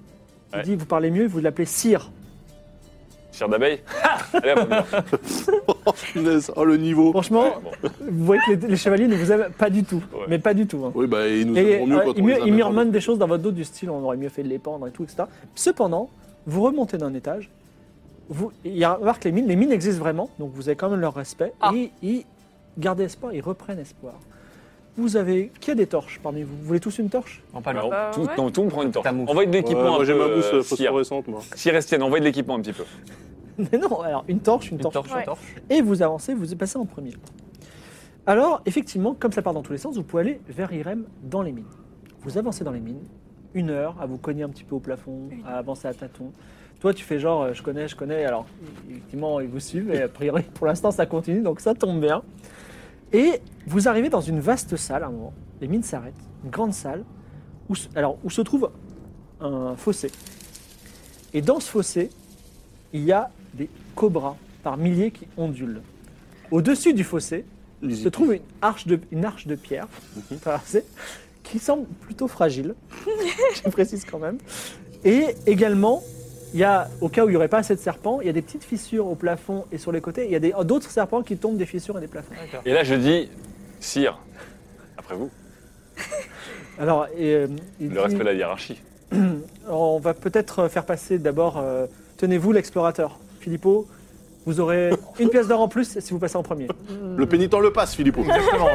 Speaker 1: il
Speaker 3: Ouais.
Speaker 1: dit vous parlez mieux, vous l'appelez Sire.
Speaker 3: Chère d'abeille. Allez, hop, on y va.
Speaker 4: Oh, punaise. Oh, le niveau.
Speaker 1: Franchement,
Speaker 3: Bon.
Speaker 1: vous voyez que les, les chevaliers ne vous aiment pas du tout.
Speaker 3: Ouais.
Speaker 1: Mais pas du tout. hein.
Speaker 4: Oui, bah, ils nous
Speaker 1: Et
Speaker 4: aimeront mieux
Speaker 1: euh,
Speaker 4: quand
Speaker 1: il,
Speaker 4: on
Speaker 1: mur-
Speaker 4: les a
Speaker 1: il
Speaker 4: mal
Speaker 1: murmure
Speaker 4: vendus.
Speaker 1: des choses dans votre dos du style on aurait mieux fait de les pendre et tout, etc. Cependant, vous remontez d'un étage, vous, il remarque les mines, les mines existent vraiment, donc vous avez quand même leur respect,
Speaker 5: Ah.
Speaker 1: et ils gardent espoir, ils reprennent espoir. Vous avez, qui a des torches parmi vous Vous voulez tous une torche (laughs)
Speaker 5: Non, pas
Speaker 3: Alors,
Speaker 5: le-
Speaker 7: Bah,
Speaker 3: tout,
Speaker 7: ouais.
Speaker 3: non, tout me prend une torche.
Speaker 5: Ta mousse.
Speaker 3: Envoie de
Speaker 4: Ouais,
Speaker 3: l'équipement
Speaker 4: Moi,
Speaker 3: un
Speaker 4: j'ai
Speaker 3: peu,
Speaker 4: ma mousse
Speaker 3: euh,
Speaker 4: euh,
Speaker 3: Sire.
Speaker 4: phosphorescente, moi.
Speaker 3: Sire Estienne, envoie de l'équipement un petit peu.
Speaker 1: Mais non, alors une torche, une,
Speaker 5: Une
Speaker 1: torche.
Speaker 5: torche, une
Speaker 7: Ouais.
Speaker 5: torche.
Speaker 1: Et vous avancez, vous passez en premier. Alors, effectivement, comme ça part dans tous les sens, vous pouvez aller vers Irem dans les mines. Vous avancez dans les mines, une heure à vous cogner un petit peu au plafond,
Speaker 7: Une
Speaker 1: à avancer à tâtons. Toi, tu fais genre, euh, je connais, je connais. Alors, effectivement, ils vous suivent, et a priori, (laughs) pour l'instant, ça continue, donc ça tombe bien. Et vous arrivez dans une vaste salle à un moment. Les mines s'arrêtent, une grande salle, où, se- alors, où se trouve un fossé. Et dans ce fossé, il y a des cobras par milliers qui ondulent. Au-dessus du fossé se trouve une arche de, une arche de pierre (laughs) traversée, qui semble plutôt fragile, (laughs) je précise quand même. Et également, il y a, au cas où il n'y aurait pas assez de serpents, il y a des petites fissures au plafond et sur les côtés. Il y a des- d'autres serpents qui tombent des fissures et des plafonds.
Speaker 3: Et là, je dis, Sire, après vous,
Speaker 1: Alors, et, euh, il
Speaker 3: le
Speaker 1: dit-
Speaker 3: respect de la hiérarchie.
Speaker 1: on va peut-être faire passer d'abord, euh, tenez-vous l'explorateur. Philippot, vous aurez une pièce d'or en plus si vous passez en premier.
Speaker 4: Le pénitent le passe, Philippot.
Speaker 5: Exactement.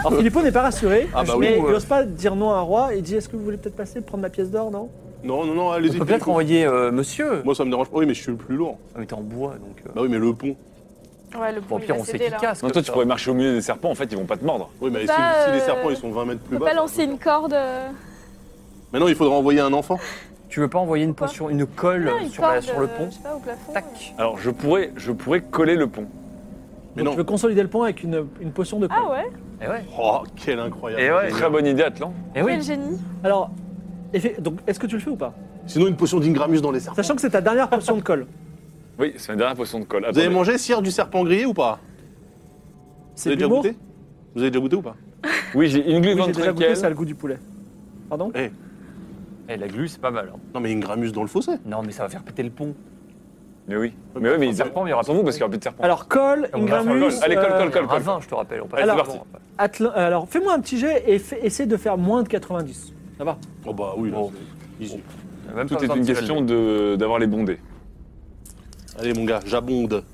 Speaker 1: Alors Philippot n'est pas rassuré,
Speaker 4: Ah bah oui,
Speaker 1: mais
Speaker 5: ouais.
Speaker 1: il n'ose pas dire non à un roi. Il dit, est-ce que vous voulez peut-être passer, prendre ma pièce d'or, non
Speaker 4: Non, non, non,
Speaker 5: On
Speaker 4: allez-y.
Speaker 5: peut peut-être
Speaker 4: Philippot.
Speaker 5: envoyer euh, monsieur.
Speaker 4: Moi, ça me dérange pas. Oui, mais je suis le plus lourd.
Speaker 5: Ah, mais t'es en bois donc. euh,
Speaker 4: Bah oui, mais le pont.
Speaker 7: Ouais, le
Speaker 5: bon,
Speaker 7: pont,
Speaker 5: au
Speaker 7: il
Speaker 5: pire,
Speaker 7: va
Speaker 5: on sait
Speaker 7: céder
Speaker 5: qui
Speaker 7: là.
Speaker 5: casse.
Speaker 3: Non, toi,
Speaker 5: comme
Speaker 3: tu
Speaker 5: ça.
Speaker 3: pourrais marcher au milieu des serpents, en fait, ils vont pas te mordre.
Speaker 4: Oui, mais si,
Speaker 7: Bah,
Speaker 4: si les
Speaker 7: euh,
Speaker 4: serpents, ils sont 20 mètres plus
Speaker 7: On peut
Speaker 4: bas.
Speaker 7: pas lancer une corde. euh,
Speaker 4: Maintenant, il faudra envoyer un enfant.
Speaker 5: Tu veux pas envoyer une
Speaker 7: Pourquoi
Speaker 5: potion, une colle
Speaker 7: non, une
Speaker 5: sur, la-
Speaker 7: corde,
Speaker 5: sur le
Speaker 7: euh,
Speaker 5: pont
Speaker 7: Je sais pas, au plafond.
Speaker 5: Tac.
Speaker 3: Alors, je pourrais, je pourrais coller le pont.
Speaker 4: Mais
Speaker 1: Donc,
Speaker 4: non.
Speaker 1: Tu veux consolider le pont avec une, une potion de
Speaker 7: Ah
Speaker 1: colle.
Speaker 7: ouais
Speaker 5: Eh ouais.
Speaker 4: Oh, quel incroyable.
Speaker 5: Et Eh ouais.
Speaker 3: Très bonne idée, Atlan.
Speaker 5: Eh
Speaker 7: Quel
Speaker 5: oui.
Speaker 7: génie
Speaker 1: Alors, effe- donc, est-ce que tu le fais ou pas
Speaker 4: Sinon, une potion d'Ingramus dans les serpents.
Speaker 1: Sachant que c'est ta dernière potion de colle.
Speaker 3: Oui, c'est ma dernière potion de colle.
Speaker 4: Vous avez
Speaker 3: Attendez.
Speaker 4: mangé cire du serpent grillé ou pas Vous
Speaker 1: C'est
Speaker 4: avez déjà
Speaker 1: l'humour.
Speaker 4: goûté Vous avez déjà goûté ou pas
Speaker 3: Oui, j'ai une
Speaker 1: Oui,
Speaker 3: glu
Speaker 1: j'ai déjà goûté, ça a
Speaker 3: ventriquelle.
Speaker 1: le goût du poulet. Pardon
Speaker 5: Eh, la glu, c'est pas mal. hein.
Speaker 4: Non, mais Ingramus dans le fossé.
Speaker 5: Non, mais ça va faire péter le pont.
Speaker 3: Mais oui. Mais oui, mais les serpents, il y aura sans vous parce qu'il y aura plus de serpents.
Speaker 1: Alors, colle,
Speaker 5: On va faire
Speaker 1: Ingramus,
Speaker 3: colle. Allez, colle,
Speaker 1: euh,
Speaker 3: colle, colle.
Speaker 5: Un ravin, je te rappelle. On passe
Speaker 3: Allez,
Speaker 1: c'est
Speaker 5: devant.
Speaker 1: Atlan- alors, fais-moi un petit jet et fais- essaie de faire moins de 90. Ça va
Speaker 4: Oh bah oui, là,
Speaker 5: Bon.
Speaker 4: c'est easy.
Speaker 5: Même
Speaker 3: Tout
Speaker 5: pas
Speaker 3: est
Speaker 5: besoin
Speaker 3: une
Speaker 5: de
Speaker 3: question de- d'avoir les bondés.
Speaker 4: Allez, mon gars, j'abonde.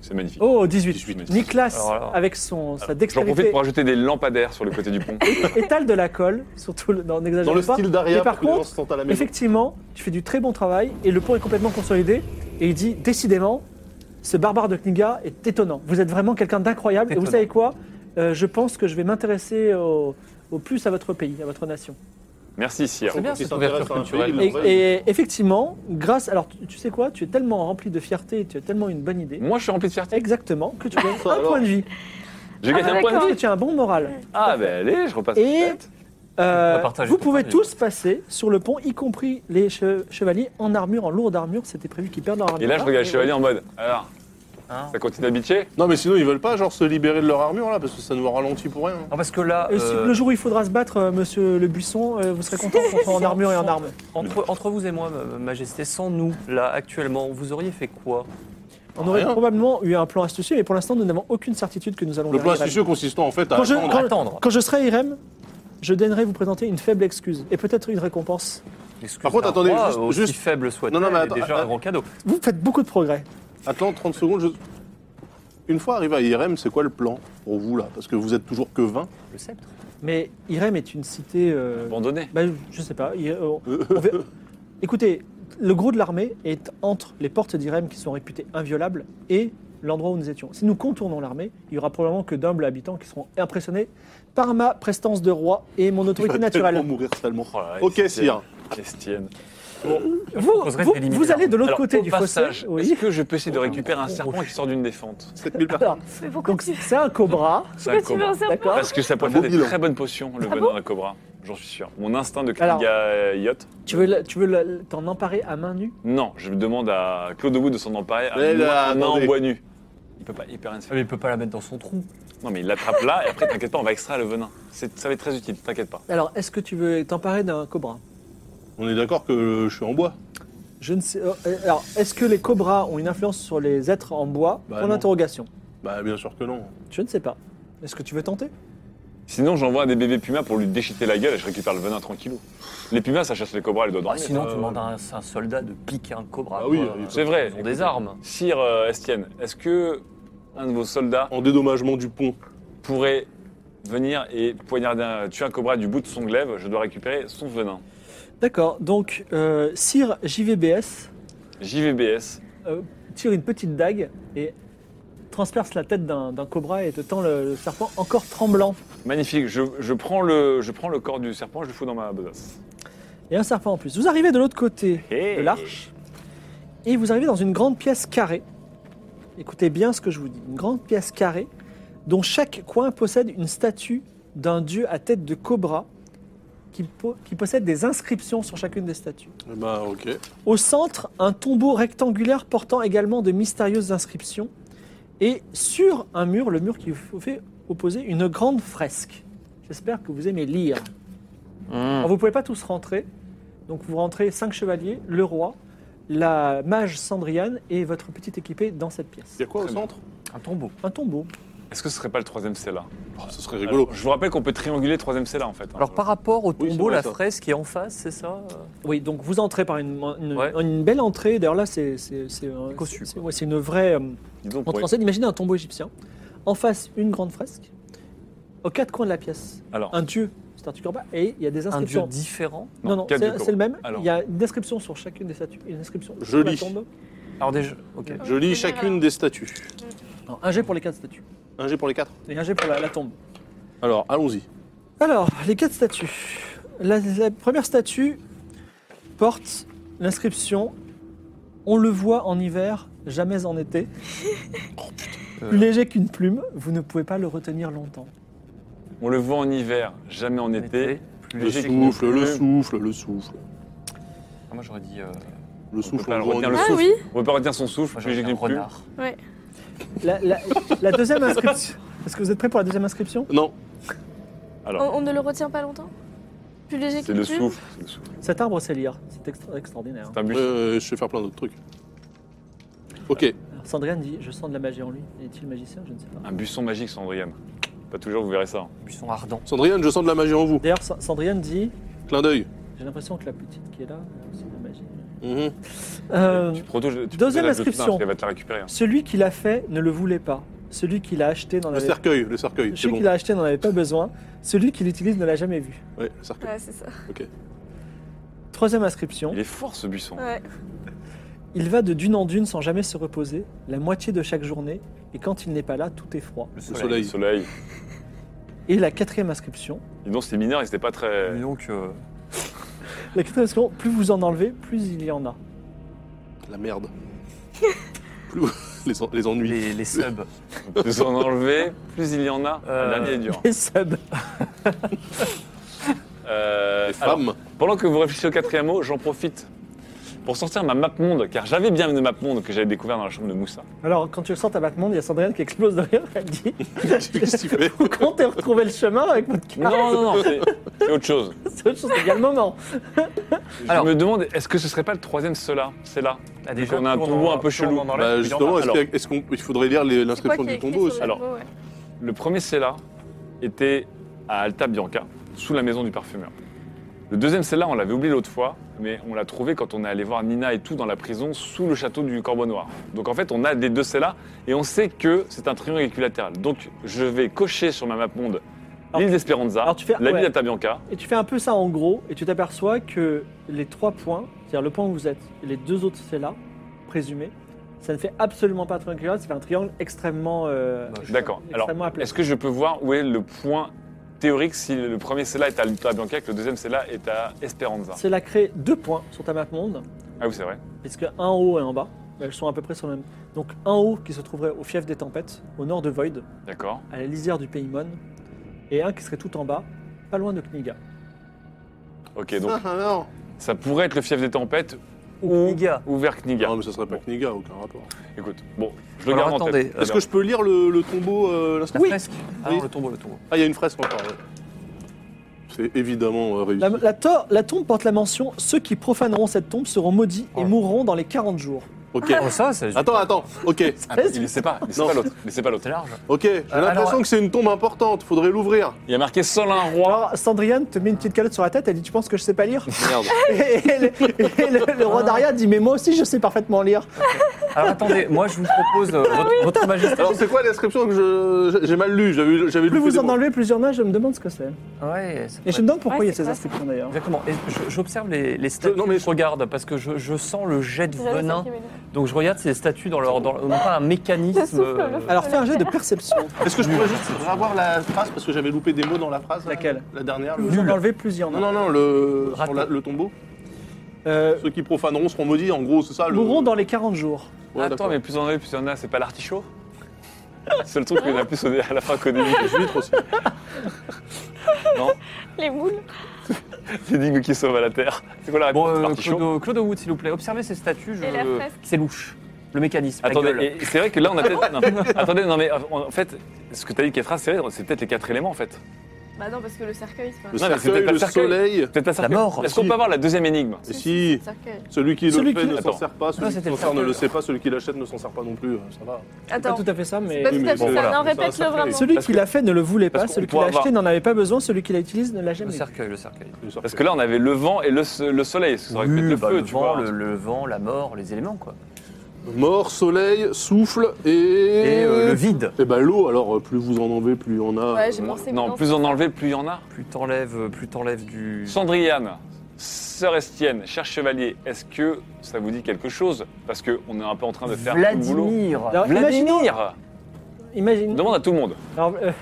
Speaker 3: C'est magnifique.
Speaker 1: Oh, 18.
Speaker 3: 18.
Speaker 1: Nicolas,
Speaker 5: Alors là.
Speaker 1: avec son, sa
Speaker 3: J'en profite
Speaker 1: dextérité,
Speaker 3: pour ajouter des lampadaires sur le côté du pont.
Speaker 1: étale de la colle, surtout le- non, n'exagère
Speaker 4: Dans le
Speaker 1: pas.
Speaker 4: style d'Aria,
Speaker 1: Mais par
Speaker 4: pour que les gens
Speaker 1: contre,
Speaker 4: se sentent à la maison.
Speaker 1: Effectivement, tu fais du très bon travail et le pont est complètement consolidé. Et il dit décidément, ce barbare de Kniga est étonnant. Vous êtes vraiment quelqu'un d'incroyable. Et vous
Speaker 5: Étonnant.
Speaker 1: savez quoi Euh, Je pense que je vais m'intéresser au, au plus à votre pays, à votre nation.
Speaker 3: Merci, Sire.
Speaker 5: C'est bien,
Speaker 4: Quand ils
Speaker 5: cette ouverture
Speaker 4: s'intéressent à un
Speaker 5: culturelle.
Speaker 4: pays, ils
Speaker 1: Et,
Speaker 4: le veulent.
Speaker 1: et effectivement, grâce. Alors, tu, tu sais quoi Tu es tellement rempli de fierté, tu as tellement une bonne idée.
Speaker 3: Moi, je suis rempli de fierté.
Speaker 1: Exactement, que tu gagnes un
Speaker 4: Ça, alors.
Speaker 1: point de vie.
Speaker 3: J'ai gagné un
Speaker 7: d'accord.
Speaker 3: point de
Speaker 1: Parce
Speaker 3: vie.
Speaker 1: que tu as un bon moral.
Speaker 3: Ah, ben allez, je repasse.
Speaker 1: Ah, Et-
Speaker 3: peut-être.
Speaker 1: Euh,
Speaker 5: On va partager,
Speaker 1: vous
Speaker 5: on va
Speaker 1: pouvez
Speaker 5: partager.
Speaker 1: tous passer sur le pont, y compris les che- chevaliers en armure, en lourde armure. C'était prévu qu'ils perdent leur armure.
Speaker 3: Et là, je regarde le chevalier en mode. Alors,
Speaker 5: Hein
Speaker 3: ça continue à bitcher
Speaker 4: Non, mais sinon, ils veulent pas, genre, se libérer de leur armure, là, parce que ça nous ralentit pour rien.
Speaker 5: Non, parce que là,
Speaker 1: Et si
Speaker 5: euh,
Speaker 1: le jour où il faudra se battre, euh, monsieur le buisson, euh, vous serez content qu'on
Speaker 4: (laughs)
Speaker 1: soit en armure et en arme.
Speaker 5: entre, entre vous et moi, ma- ma majesté, sans nous, là, actuellement, vous auriez fait quoi
Speaker 1: On aurait
Speaker 4: Rien.
Speaker 1: probablement eu un plan astucieux, mais pour l'instant, nous n'avons aucune certitude que nous allons
Speaker 4: Le plan
Speaker 1: vers Irem.
Speaker 4: astucieux consistant, en fait, à
Speaker 1: Quand je-
Speaker 4: attendre.
Speaker 1: quand-
Speaker 5: Attendre.
Speaker 1: Quand je serai Irem, je daignerai vous présenter une faible excuse et peut-être une récompense.
Speaker 5: Excuse
Speaker 4: Par contre,
Speaker 5: d'un
Speaker 4: attendez,
Speaker 5: roi,
Speaker 4: juste-
Speaker 5: aussi
Speaker 4: juste-
Speaker 5: faible soit
Speaker 4: Non, non, mais attends, ah,
Speaker 5: déjà
Speaker 4: attends.
Speaker 5: un grand cadeau.
Speaker 1: Vous faites beaucoup de progrès.
Speaker 4: Attends, 30 secondes, je... Une fois arrivé à IRM, c'est quoi le plan pour vous, là Parce que vous êtes toujours que 20.
Speaker 5: Le sceptre.
Speaker 1: Mais Irem est une cité. euh,
Speaker 3: Abandonné.
Speaker 1: bah, je sais pas. il- euh, on
Speaker 3: (laughs)
Speaker 1: ver- Écoutez, le gros de l'armée est entre les portes d'Irem qui sont réputées inviolables et l'endroit où nous étions. Si nous contournons l'armée, il y aura probablement que d'humbles habitants qui seront impressionnés par ma prestance de roi et mon
Speaker 4: Il va
Speaker 1: autorité
Speaker 4: tellement
Speaker 1: naturelle.
Speaker 4: mourir salement.
Speaker 3: Oh là là,
Speaker 4: Ok,
Speaker 3: Estienne.
Speaker 4: sire.
Speaker 3: (laughs) Estienne.
Speaker 1: Vous,
Speaker 5: proposerais de
Speaker 1: vous,
Speaker 5: l'éliminer.
Speaker 1: vous allez de l'autre
Speaker 3: Alors,
Speaker 1: côté
Speaker 3: au
Speaker 1: du
Speaker 3: passage,
Speaker 1: fossé. oui. Oh,
Speaker 3: Est-ce que je peux essayer de récupérer un serpent qui sort d'une défente
Speaker 4: 7000 personnes.
Speaker 1: Alors,
Speaker 7: Mais pourquoi
Speaker 1: donc
Speaker 7: tu,
Speaker 1: c'est un cobra,
Speaker 3: C'est un
Speaker 7: pourquoi tu veux
Speaker 3: cobra.
Speaker 7: un serpent
Speaker 1: d'accord
Speaker 3: Parce que ça pourrait
Speaker 4: beau
Speaker 3: faire des
Speaker 4: bilan.
Speaker 3: très bonnes potions,
Speaker 5: Ah
Speaker 3: le venin à cobra. J'en suis sûr. Mon instinct de
Speaker 1: Alors-
Speaker 3: Kriga Yacht.
Speaker 1: Tu veux, la- tu veux la- t'en emparer à main nue
Speaker 3: Non, je demande à Claude Wood de s'en emparer.
Speaker 4: Mais là,
Speaker 3: à main en
Speaker 4: attendez.
Speaker 3: bois nu. Il peut pas, il peut rien se
Speaker 5: Ah,
Speaker 3: faire.
Speaker 5: mais il peut pas la mettre dans son trou.
Speaker 3: Non, mais il l'attrape là et après, t'inquiète pas, on va extraire le venin. C'est- Ça va être très utile, t'inquiète pas.
Speaker 1: Alors, est-ce que tu veux t'emparer d'un cobra
Speaker 4: On est d'accord que je suis en bois.
Speaker 1: Je ne sais. euh, Alors, est-ce que les cobras ont une influence sur les êtres en bois
Speaker 4: Bah,
Speaker 1: Pour
Speaker 4: non.
Speaker 1: l'interrogation.
Speaker 4: Bah, bien sûr que non.
Speaker 1: Je ne sais pas. Est-ce que tu veux tenter
Speaker 3: Sinon, j'envoie des bébés pumas pour lui déchiqueter la gueule et je récupère le venin tranquillou. Les pumas, ça chasse les cobras et le doigt
Speaker 5: Ah,
Speaker 3: dormir.
Speaker 5: sinon,
Speaker 4: euh,
Speaker 5: tu demandes à un, à un soldat de piquer un cobra.
Speaker 4: Ah oui,
Speaker 5: quoi.
Speaker 4: oui,
Speaker 3: c'est vrai.
Speaker 5: Ils ont des armes.
Speaker 3: Sire euh, Estienne, est-ce que un de vos soldats
Speaker 4: En dédommagement du pont.
Speaker 3: pourrait venir et poignarder, un- tuer un cobra du bout de son glaive Je dois récupérer son venin.
Speaker 1: D'accord. Donc, euh, Sire JVBS
Speaker 3: JVBS.
Speaker 1: tire une petite dague et transperce la tête d'un d'un cobra et te tend le, le serpent encore tremblant.
Speaker 3: Magnifique. Je, je prends le, je prends le corps du serpent, je le fous dans ma besace.
Speaker 1: Et un serpent en plus. Vous arrivez de l'autre côté
Speaker 3: Hey.
Speaker 1: de l'arche et vous arrivez dans une grande pièce carrée. Écoutez bien ce que je vous dis. Une grande pièce carrée dont chaque coin possède une statue d'un dieu à tête de cobra qui po- qui possède des inscriptions sur chacune des statues.
Speaker 4: Eh
Speaker 3: ben,
Speaker 4: Bah, ok.
Speaker 1: Au centre, un tombeau rectangulaire portant également de mystérieuses inscriptions. Et sur un mur, le mur qui vous fait opposer, une grande fresque. J'espère que vous aimez lire.
Speaker 5: Hmm.
Speaker 1: Alors, vous ne pouvez pas tous rentrer. Donc vous rentrez cinq chevaliers, le roi, la mage Sandriane et votre petite équipée dans cette pièce.
Speaker 4: Il y a quoi au
Speaker 3: Très bien.
Speaker 4: centre
Speaker 5: Un tombeau.
Speaker 1: Un tombeau.
Speaker 3: Est-ce que ce serait pas le troisième Cella
Speaker 4: Oh, ce
Speaker 3: Ah,
Speaker 4: serait rigolo.
Speaker 3: Je vous rappelle qu'on peut trianguler le troisième Cella en fait. hein.
Speaker 5: Alors par rapport au
Speaker 4: Oui, c'est
Speaker 5: tombeau,
Speaker 4: vrai,
Speaker 5: la
Speaker 4: ça.
Speaker 5: fresque qui est en face, c'est ça
Speaker 1: Oui, donc vous entrez par une, une,
Speaker 5: Ouais.
Speaker 1: une belle entrée. D'ailleurs, là, c'est c'est- c'est un-
Speaker 5: Cossu,
Speaker 1: c'est-
Speaker 5: quoi.
Speaker 1: ouais, c'est une vraie. euh,
Speaker 3: Dis donc,
Speaker 1: Entre
Speaker 3: ouais.
Speaker 1: en scène, imaginez un tombeau égyptien. En face, une grande fresque. Aux quatre coins de la pièce,
Speaker 3: Alors,
Speaker 1: un dieu, statue corba, et il y a des
Speaker 5: Un dieu
Speaker 1: inscriptions.
Speaker 5: différent
Speaker 1: non, non,
Speaker 3: quatre
Speaker 1: c'est-
Speaker 3: dieux corbeaux.
Speaker 1: c'est le même.
Speaker 3: Alors.
Speaker 1: Il y a une inscription sur chacune des statues et une inscription
Speaker 4: Je
Speaker 1: sur la
Speaker 4: lis.
Speaker 1: tombe.
Speaker 5: Alors déjà, ok.
Speaker 4: Je lis chacune des statues.
Speaker 1: Alors, un G pour les quatre statues
Speaker 4: Un G pour les quatre.
Speaker 1: et un G pour la- la tombe.
Speaker 4: Alors, allons-y.
Speaker 1: Alors, les quatre statues. La, la première statue porte l'inscription On le voit en hiver, jamais en été. Plus léger qu'une plume, vous ne pouvez pas le retenir longtemps.
Speaker 3: on le voit en hiver, jamais en été.
Speaker 5: plus
Speaker 4: Le
Speaker 5: léger que
Speaker 4: souffle,
Speaker 5: nous.
Speaker 4: le souffle, le souffle.
Speaker 5: Ah, Moi j'aurais dit. euh,
Speaker 4: Le
Speaker 3: On peut
Speaker 4: souffle,
Speaker 3: pas le
Speaker 4: voit en
Speaker 3: retenir le
Speaker 4: hiver.
Speaker 7: Ah
Speaker 3: souffle.
Speaker 7: oui
Speaker 3: On peut pas retenir son souffle, mais
Speaker 5: moi, j'aurais
Speaker 3: j'ai
Speaker 5: dit un
Speaker 3: qu'une plume.
Speaker 5: renard.
Speaker 1: La, la- la deuxième inscription. Est-ce que vous êtes prêts pour la deuxième inscription
Speaker 4: Non,
Speaker 7: on, on ne le retient pas longtemps Plus léger
Speaker 3: C'est
Speaker 7: qu'une
Speaker 3: le
Speaker 7: plume
Speaker 3: souffle. C'est le souffle.
Speaker 1: Cet arbre sait lire. C'est extra- extraordinaire. hein.
Speaker 3: C'est un buisson.
Speaker 4: euh, je sais faire plein d'autres trucs. Ok,
Speaker 1: Alors, Sandrine dit Je sens de la magie en lui. Est-il magicien Je ne sais pas.
Speaker 3: Un buisson magique, Sandriane. Pas toujours, vous verrez ça. hein.
Speaker 5: Buisson ardent.
Speaker 4: Sandrine, je sens de la magie en vous.
Speaker 1: D'ailleurs, Sa- Sandrine dit
Speaker 4: Clin d'œil.
Speaker 1: J'ai l'impression que la petite qui est là, elle a aussi de la magie.
Speaker 4: Mhm.
Speaker 1: Euh,
Speaker 3: Tu proto- tu proto-
Speaker 1: deuxième
Speaker 3: la- le-
Speaker 1: inscription.
Speaker 3: non, Elle va te la récupérer. hein.
Speaker 1: Celui qui l'a fait ne le voulait pas. Celui qui l'a acheté n'en
Speaker 4: Le
Speaker 1: avait,
Speaker 4: cercueil, le cercueil, c'est
Speaker 1: celui
Speaker 4: bon.
Speaker 1: qui l'a acheté n'en avait pas besoin. Celui qui l'utilise ne l'a jamais vu.
Speaker 4: Ouais, le cercueil.
Speaker 7: Ouais, c'est ça.
Speaker 1: Troisième inscription.
Speaker 3: Il est fort ce buisson.
Speaker 7: Ouais.
Speaker 1: Il va de dune en dune sans jamais se reposer, la moitié de chaque journée, et quand il n'est pas là, tout est froid.
Speaker 5: Le
Speaker 4: Le
Speaker 5: soleil.
Speaker 3: Le
Speaker 4: soleil.
Speaker 3: soleil.
Speaker 1: Et la quatrième inscription.
Speaker 3: Dis donc, c'est mineur et c'était pas très.
Speaker 5: Dis donc, euh,
Speaker 1: La quatrième inscription, plus vous en enlevez, plus il y en a.
Speaker 7: (laughs)
Speaker 4: La merde. Plus- (laughs) les, en- les ennuis. (laughs)
Speaker 5: les, les subs.
Speaker 3: Plus on en enlever, plus il y en a.
Speaker 5: Euh,
Speaker 3: La dernière est dure.
Speaker 1: Et sub.
Speaker 3: Euh,
Speaker 4: Les
Speaker 3: alors,
Speaker 4: femmes.
Speaker 3: Pendant que vous réfléchissez au quatrième mot, j'en profite pour sortir ma map monde, car j'avais bien une map monde que j'avais découvert dans la chambre de Moussa.
Speaker 1: Alors, quand tu le sors à Batman, il y a Sandrine qui explose de rire. Elle dit
Speaker 4: (laughs) Qu'est-ce que tu (laughs) fais
Speaker 1: Vous comptez retrouver le chemin avec votre
Speaker 3: Non,
Speaker 1: carte
Speaker 3: non, non, c'est c'est autre chose.
Speaker 1: C'est autre chose, c'est bien le moment.
Speaker 3: Alors,
Speaker 5: Alors-
Speaker 3: je me demande, est-ce que ce serait pas le troisième cela C'est là.
Speaker 5: Ah,
Speaker 3: qu'on a un
Speaker 5: plus en
Speaker 3: tombeau
Speaker 5: en-
Speaker 3: un peu
Speaker 5: plus on
Speaker 3: chelou.
Speaker 5: en enlève,
Speaker 4: Bah,
Speaker 5: plus il y
Speaker 4: justement,
Speaker 5: en a.
Speaker 4: est-ce
Speaker 3: alors.
Speaker 4: qu'il y a- est-ce qu'on- il faudrait lire les-
Speaker 7: C'est quoi
Speaker 4: l'inscription
Speaker 7: qui est
Speaker 4: du
Speaker 7: écrit
Speaker 4: tombeau
Speaker 7: sur
Speaker 4: aussi
Speaker 7: le
Speaker 3: Alors.
Speaker 7: tombeau, ouais.
Speaker 3: Le premier cela était à Alta Bianca, sous la maison du parfumeur. Le deuxième cela, on l'avait oublié l'autre fois, mais on l'a trouvé quand on est allé voir Nina et tout dans la prison, sous le château du Corbeau Noir. Donc en fait, on a des deux cela et on sait que c'est un triangle équilatéral. Donc je vais cocher sur ma map monde
Speaker 1: Alors-
Speaker 3: l'île d'Espéranza, Ah, la
Speaker 1: alors tu fais-
Speaker 3: ville
Speaker 1: ouais.
Speaker 3: d'Alta Bianca.
Speaker 1: Et tu fais un peu ça en gros, et tu t'aperçois que les trois points, c'est-à-dire le point où vous êtes, et les deux autres c'est là, présumé, ça ne fait absolument pas un triangle, équilatéral, ça fait un triangle extrêmement. euh,
Speaker 5: Moche.
Speaker 3: D'accord. Alors,
Speaker 1: Extrêmement appelé.
Speaker 3: est-ce que je peux voir où est le point théorique si le premier cela est à Alta Bianca et que le deuxième cela est à Esperanza
Speaker 1: Cela crée deux points sur ta map monde,
Speaker 3: Ah oui, c'est vrai.
Speaker 1: puisque un en haut et un en bas, bah, elles sont à peu près sur le même. Donc un haut qui se trouverait au fief des tempêtes, au nord de Void,
Speaker 3: D'accord.
Speaker 1: à la lisière du Paymon, et un qui serait tout en bas, pas loin de Kniga.
Speaker 3: Ok, donc
Speaker 4: Ah, non.
Speaker 3: ça pourrait être le fief des tempêtes
Speaker 5: Ou Kniga.
Speaker 3: ou vers Kniga.
Speaker 4: non, Ah, mais ça serait pas Kniga, aucun rapport.
Speaker 3: Écoute, bon, je le
Speaker 5: Alors,
Speaker 3: garde en
Speaker 5: attendez,
Speaker 3: tête.
Speaker 4: Est-ce que je peux lire le, le tombeau, euh,
Speaker 5: La
Speaker 4: l'inscription
Speaker 5: fresque. Ah non,
Speaker 4: Oui.
Speaker 5: le tombeau, le tombeau.
Speaker 4: Ah, il y a une fresque encore, ouais. C'est évidemment euh, réussi.
Speaker 1: La, la to- la tombe porte la mention Ceux qui profaneront cette tombe seront maudits et
Speaker 5: Oh.
Speaker 1: mourront dans les 40 jours.
Speaker 4: Ok.
Speaker 5: Oh, ça, c'est
Speaker 4: Attends, attends, ok,
Speaker 3: Ah, Il laissait pas, laissez
Speaker 4: Non.
Speaker 3: pas l'autre, laissez pas l'autre.
Speaker 5: c'est large.
Speaker 4: ok, j'ai l'impression
Speaker 5: alors-
Speaker 4: que c'est une tombe importante, faudrait l'ouvrir.
Speaker 3: Il y a marqué seul un roi.
Speaker 1: Alors, Sandriane te met une petite calotte sur la tête, elle dit Tu penses que je sais pas lire
Speaker 4: Ah, Merde. (laughs)
Speaker 1: Et le, et le- le roi Daria dit Mais moi aussi, je sais parfaitement lire.
Speaker 4: Ah,
Speaker 5: Alors attendez, moi je vous propose euh, votre, votre majesté.
Speaker 4: Alors c'est quoi l'inscription que je- j'ai- j'ai mal lu J'avais lu- j'avais lu
Speaker 1: Plus
Speaker 4: que
Speaker 1: vous
Speaker 4: des
Speaker 1: en
Speaker 4: mots.
Speaker 1: enlevez plusieurs nages, je me demande ce que c'est.
Speaker 5: Ouais, ça
Speaker 1: Et je
Speaker 5: pourrait
Speaker 1: me demande pourquoi
Speaker 7: Ouais,
Speaker 1: il y a
Speaker 7: c'est
Speaker 1: ces
Speaker 7: quoi,
Speaker 1: inscriptions d'ailleurs.
Speaker 5: Exactement. Et je- J'observe les, les statues.
Speaker 4: non, mais
Speaker 5: mais je regarde parce que je, je sens le jet de
Speaker 7: C'est jamais ça
Speaker 5: venin.
Speaker 7: qui m'énerve.
Speaker 5: Donc je regarde ces statues dans leur, dans leur- non pas un mécanisme.
Speaker 7: souffle, le
Speaker 5: euh,
Speaker 7: souffle.
Speaker 1: Alors, fais un
Speaker 7: (laughs)
Speaker 1: jet de perception.
Speaker 4: Est-ce que je pourrais juste revoir la phrase parce que j'avais loupé des mots dans la phrase là,
Speaker 1: Laquelle
Speaker 4: La dernière.
Speaker 1: Plus
Speaker 4: le-
Speaker 1: vous en enlevez plusieurs
Speaker 4: Non,
Speaker 1: nages.
Speaker 4: non, non, le,
Speaker 5: Raté.
Speaker 4: sur la- le tombeau.
Speaker 1: Euh,
Speaker 4: Ceux qui profaneront seront maudits, en gros, c'est ça. Le...
Speaker 1: Mourront dans les 40 jours.
Speaker 4: Ouais,
Speaker 3: Attends,
Speaker 4: d'accord.
Speaker 3: mais plus on en a, plus il y en a, c'est pas l'artichaut C'est le truc qu'on a plus au- à la fin qu'au début.
Speaker 4: Les
Speaker 3: (laughs)
Speaker 4: huîtres aussi.
Speaker 7: Les moules
Speaker 3: C'est Digue qui sauve à la terre. C'est quoi la réponse
Speaker 5: Bon,
Speaker 3: de
Speaker 5: euh,
Speaker 3: l'artichaut
Speaker 5: Claude, Claude Wood, s'il vous plaît, observez ces statues. je-
Speaker 7: Et la fresque.
Speaker 5: C'est louche. Le mécanisme. la gueule.
Speaker 3: Attendez, et c'est vrai que
Speaker 5: (laughs)
Speaker 3: euh, là on a peut-être. non, Attendez, non mais en en fait, ce que t'as dit, Kétra, c'est vrai, c'est peut-être les quatre éléments en fait.
Speaker 7: Bah non, parce que le cercueil, c'est pas
Speaker 4: Le
Speaker 7: un
Speaker 3: Non, mais c'était
Speaker 4: cercueil,
Speaker 3: pas
Speaker 4: le
Speaker 3: le cercueil.
Speaker 4: soleil.
Speaker 3: Peut-être pas
Speaker 5: La
Speaker 3: cercueil.
Speaker 5: mort.
Speaker 3: Est-ce qu'on
Speaker 4: Si.
Speaker 3: peut avoir la deuxième énigme
Speaker 4: Et si,
Speaker 7: cercueil.
Speaker 4: celui qui
Speaker 1: Celui
Speaker 4: le fait
Speaker 1: qui-
Speaker 4: ne s'en
Speaker 3: Attends.
Speaker 4: sert pas, celui
Speaker 5: Non,
Speaker 4: qui
Speaker 5: c'était
Speaker 4: s'en
Speaker 5: le
Speaker 4: sert ne
Speaker 5: cercueil.
Speaker 4: le sait pas, celui qui l'achète ne s'en sert pas non plus, euh, ça va.
Speaker 1: Pas
Speaker 7: Attends,
Speaker 1: tout à fait ça, mais.
Speaker 7: c'est pas tout
Speaker 4: Oui,
Speaker 7: à
Speaker 4: mais
Speaker 7: fait
Speaker 4: bon,
Speaker 7: ça.
Speaker 4: voilà.
Speaker 7: Non, répète
Speaker 4: C'est
Speaker 7: le
Speaker 4: un
Speaker 7: vraiment.
Speaker 1: Celui
Speaker 10: Parce
Speaker 1: qui
Speaker 10: que-
Speaker 1: l'a fait ne le voulait pas,
Speaker 10: parce
Speaker 1: celui
Speaker 10: qu'on
Speaker 1: qui l'a
Speaker 10: pourra
Speaker 1: acheté
Speaker 10: avoir-
Speaker 1: n'en avait pas besoin, celui qui l'a utilisé ne l'a
Speaker 5: Le
Speaker 1: jamais eu.
Speaker 5: cercueil, le cercueil.
Speaker 4: Le cercueil.
Speaker 3: Parce que là, on avait le vent et le, le soleil. Ça aurait pu être le
Speaker 5: bah,
Speaker 3: feu,
Speaker 5: le
Speaker 3: tu
Speaker 5: vent,
Speaker 3: vois.
Speaker 5: le, le vent, la mort, les éléments, quoi.
Speaker 4: Mort, soleil, souffle et.
Speaker 5: Et euh, le vide.
Speaker 4: Et bah l'eau, alors euh, plus vous en enlevez, plus il y en a.
Speaker 7: Ouais, j'ai
Speaker 4: euh,
Speaker 7: pensé.
Speaker 3: Non,
Speaker 7: blanc.
Speaker 3: plus on enlevait, plus il y en a.
Speaker 5: Plus t'enlèves, plus t'enlèves du.
Speaker 3: Sandriane, sœur Estienne, cher chevalier, est-ce que ça vous dit quelque chose Parce qu'on est un peu en train de faire tout le boulot.
Speaker 5: Vladimir.
Speaker 1: Alors, imaginons-
Speaker 3: Vladimir
Speaker 1: Imagine.
Speaker 3: Demande à tout le monde.
Speaker 1: Alors, euh, (laughs)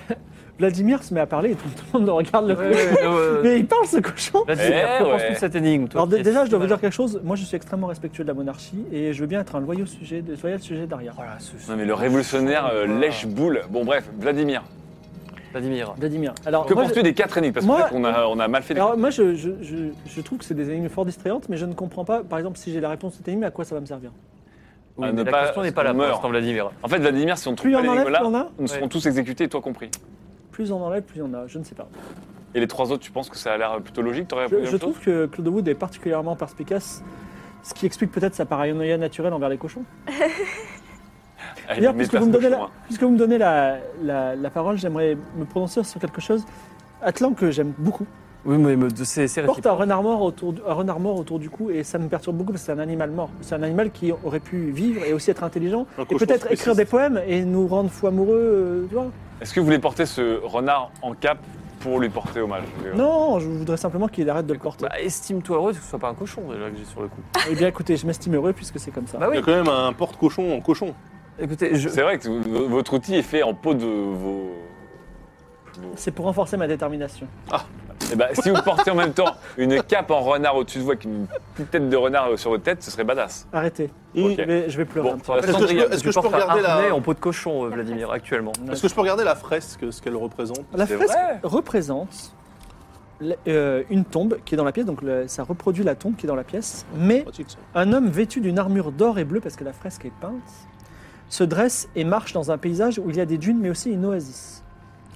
Speaker 1: Vladimir se met à parler et tout, tout le monde le regarde le
Speaker 5: Ouais, ouais, ouais.
Speaker 1: Mais il parle ce cochon
Speaker 5: Vladimir,
Speaker 3: Eh,
Speaker 5: que penses-tu
Speaker 3: ouais.
Speaker 5: de cette énigme, toi
Speaker 1: Alors d-
Speaker 5: Qu'est-ce
Speaker 1: déjà,
Speaker 5: qui
Speaker 1: je dois vous
Speaker 5: va-
Speaker 1: dire quelque chose. Moi, je suis extrêmement respectueux de la monarchie et je veux bien être un loyal sujet, de, loyal sujet derrière.
Speaker 5: Oh là, ce-
Speaker 3: Non mais le révolutionnaire euh, lèche-boule. Bon bref, Vladimir,
Speaker 5: Vladimir.
Speaker 1: Vladimir. Alors,
Speaker 3: que
Speaker 1: moi,
Speaker 3: penses-tu
Speaker 1: je,
Speaker 3: des quatre énigmes Parce qu'on
Speaker 1: moi-
Speaker 3: on a, on a mal fait des...
Speaker 1: alors, moi, je, je- je- je trouve que c'est des énigmes fort distrayantes, mais je ne comprends pas, par exemple, si j'ai la réponse à cette énigme, à quoi ça va me servir
Speaker 5: Oui,
Speaker 3: Ah,
Speaker 5: mais
Speaker 3: ne
Speaker 5: la
Speaker 3: pas-
Speaker 5: question n'est pas là pour
Speaker 3: meurt.
Speaker 5: l'instant, Vladimir.
Speaker 3: En fait, Vladimir, si on ne
Speaker 1: Plus
Speaker 3: trouve pas
Speaker 1: on enlève,
Speaker 3: l'énigme
Speaker 1: plus
Speaker 3: là,
Speaker 1: on a
Speaker 3: nous serons
Speaker 5: Ouais.
Speaker 3: tous exécutés, toi compris.
Speaker 1: Plus on enlève, plus on a. Je ne sais pas.
Speaker 3: Et les trois autres, tu penses que ça a l'air plutôt logique T'aurais appris
Speaker 1: Je,
Speaker 3: la
Speaker 1: je
Speaker 3: même chose
Speaker 1: trouve que Claude Wood est particulièrement perspicace, ce qui explique peut-être sa paranoïa naturelle envers les cochons.
Speaker 3: Ah, il
Speaker 1: D'ailleurs,
Speaker 3: met
Speaker 1: puisque
Speaker 3: place
Speaker 1: vous, me donnez
Speaker 3: cochon,
Speaker 1: la,
Speaker 3: hein.
Speaker 1: puisque vous me donnez la, la- la parole, j'aimerais me prononcer sur quelque chose. Atlan, que j'aime beaucoup,
Speaker 5: Oui, mais mais c'est
Speaker 3: Ah,
Speaker 5: c'est
Speaker 1: porte
Speaker 5: réciproque.
Speaker 1: un renard, mort autour, du- un renard mort autour du cou et ça me perturbe beaucoup parce que c'est un animal mort. C'est un animal qui aurait pu vivre et aussi être intelligent
Speaker 4: Un
Speaker 1: et
Speaker 4: cochon
Speaker 1: peut-être
Speaker 4: spéciste.
Speaker 1: écrire des poèmes et nous rendre fous amoureux, euh, tu vois.
Speaker 3: Est-ce que vous voulez porter ce renard en cap pour lui porter hommage
Speaker 1: Non, je voudrais simplement qu'il arrête de le porter.
Speaker 5: Bah, Estime-toi heureux que ce soit pas un cochon, déjà, que j'ai sur le coup.
Speaker 3: Bah.
Speaker 1: Eh bien écoutez, je m'estime heureux puisque c'est comme ça.
Speaker 5: Bah
Speaker 4: Il y
Speaker 5: oui,
Speaker 4: a quand même un porte-cochon en cochon.
Speaker 5: écoutez, je...
Speaker 3: C'est vrai que v- votre outil est fait en peau de vos... vos-
Speaker 1: C'est pour renforcer ma détermination.
Speaker 3: Eh ben, si vous portez en même temps une cape en renard au-dessus de vous avec une petite tête de renard sur votre tête, ce serait badass.
Speaker 1: Arrêtez,
Speaker 3: Ok.
Speaker 1: je vais, je vais pleurer.
Speaker 3: Bon,
Speaker 1: un petit
Speaker 3: ça va
Speaker 4: Est-ce que je peux- est-ce que je peux
Speaker 5: portes un
Speaker 4: regarder la-
Speaker 5: harnais en peau de cochon, euh, Vladimir, actuellement.
Speaker 1: peu.
Speaker 4: Est-ce que je peux regarder la fresque, ce qu'elle représente
Speaker 1: La
Speaker 3: C'est
Speaker 1: fresque
Speaker 3: vrai.
Speaker 1: représente la- euh, une tombe qui est dans la pièce, donc le- ça reproduit la tombe qui est dans la pièce, mais
Speaker 4: Pratique, ça.
Speaker 1: un homme vêtu d'une armure d'or et bleu, parce que la fresque est peinte, se dresse et marche dans un paysage où il y a des dunes, mais aussi une oasis.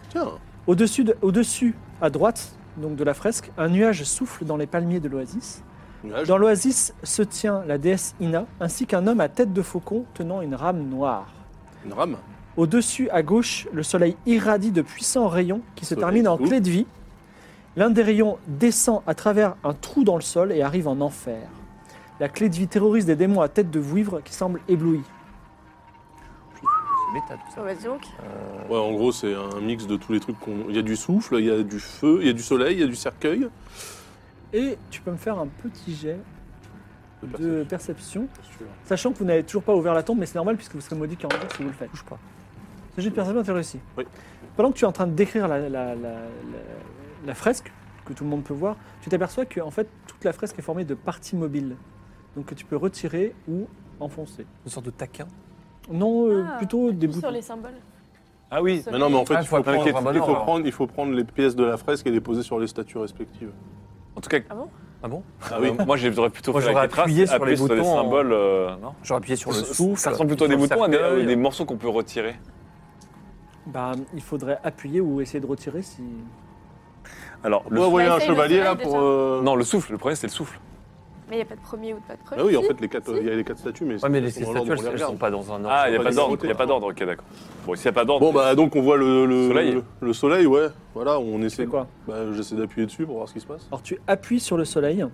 Speaker 4: Tiens,
Speaker 1: Au-dessus, de- au-dessus, à droite, donc de la fresque, un nuage souffle dans les palmiers de l'oasis.
Speaker 4: nuage.
Speaker 1: Dans l'oasis se tient la déesse Ina, ainsi qu'un homme à tête de faucon tenant une rame noire.
Speaker 4: une rame.
Speaker 1: Au-dessus, à gauche, le soleil irradie de puissants rayons qui se
Speaker 4: Soleil
Speaker 1: terminent en
Speaker 4: sous.
Speaker 1: clé de vie. L'un des rayons descend à travers un trou dans le sol et arrive en enfer. La clé de vie terrorise des démons à tête de vouivre qui semblent éblouis.
Speaker 5: C'est méta, tout ça.
Speaker 7: Ah bah dis donc.
Speaker 4: Ouais, en gros, c'est un mix de tous les trucs qu'on. Il y a du souffle, il y a du feu, il y a du soleil, il y a du cercueil.
Speaker 1: Et tu peux me faire un petit jet
Speaker 4: De
Speaker 1: de perception, sachant que vous n'avez toujours pas ouvert la tombe, mais c'est normal puisque vous serez maudit 40 jours si vous le faites. Bouge pas. Ce jet de perception, tu réussi.
Speaker 4: Oui.
Speaker 1: Pendant que tu es en train de décrire la, la- la- la- la fresque que tout le monde peut voir, tu t'aperçois que en fait toute la fresque est formée de parties mobiles, donc que tu peux retirer ou enfoncer.
Speaker 5: Une sorte de taquin.
Speaker 1: Non, euh,
Speaker 7: Ah,
Speaker 1: plutôt des boutons.
Speaker 7: Sur les symboles.
Speaker 3: Ah oui,
Speaker 4: Mais non, mais en fait,
Speaker 5: Ah,
Speaker 4: il
Speaker 5: faut
Speaker 4: faut,
Speaker 5: appeler
Speaker 4: prendre,
Speaker 5: un bon
Speaker 4: il faut
Speaker 5: ordre.
Speaker 4: prendre- il faut prendre les pièces de la fresque et les poser sur les statues respectives.
Speaker 3: en tout cas, Euh,
Speaker 5: Ah bon
Speaker 4: Ah oui.
Speaker 3: moi j'aurais plutôt
Speaker 5: Moi,
Speaker 3: fait
Speaker 5: j'aurais
Speaker 3: avec les traces,
Speaker 5: appuyé sur
Speaker 3: appuyer
Speaker 5: les boutons en-
Speaker 3: symboles. euh, non
Speaker 5: J'aurais appuyé sur le
Speaker 3: Ça-
Speaker 5: souffle.
Speaker 3: Ça ressemble plutôt à des
Speaker 5: sur le
Speaker 3: boutons, à des,
Speaker 5: cercueil.
Speaker 3: des morceaux qu'on peut retirer.
Speaker 1: Bah, il faudrait appuyer ou essayer de retirer si.
Speaker 3: Alors,
Speaker 4: On
Speaker 3: le
Speaker 4: peut envoyer
Speaker 7: Bah,
Speaker 4: un
Speaker 7: essaye le
Speaker 4: chevalier là
Speaker 7: soleil,
Speaker 4: pour.
Speaker 7: déjà.
Speaker 4: euh,
Speaker 3: Non, le souffle, le premier c'est le souffle.
Speaker 7: Mais il n'y a pas de premier ou de pas de premier.
Speaker 4: Ah oui, en
Speaker 7: si.
Speaker 4: fait, les quatre, il y a les quatre statues, mais.
Speaker 5: Ouais, mais les
Speaker 4: c'est dans l'ordre,
Speaker 5: statues,
Speaker 4: on
Speaker 5: elles, elles
Speaker 4: regarde.
Speaker 5: sont pas dans un ordre.
Speaker 3: Ah, il n'y a
Speaker 4: pas
Speaker 3: pas
Speaker 4: les
Speaker 3: d'ordre,
Speaker 4: écouter.
Speaker 3: il n'y a pas d'ordre, ok d'accord. Bon, s'il n'y a pas d'ordre,
Speaker 4: Bon, bah donc on voit le, le-
Speaker 3: Soleil.
Speaker 4: le soleil, ouais. Voilà, on essaie.
Speaker 1: C'est quoi
Speaker 4: bah, J'essaie d'appuyer dessus pour voir ce qui se passe.
Speaker 1: Alors tu appuies sur le soleil.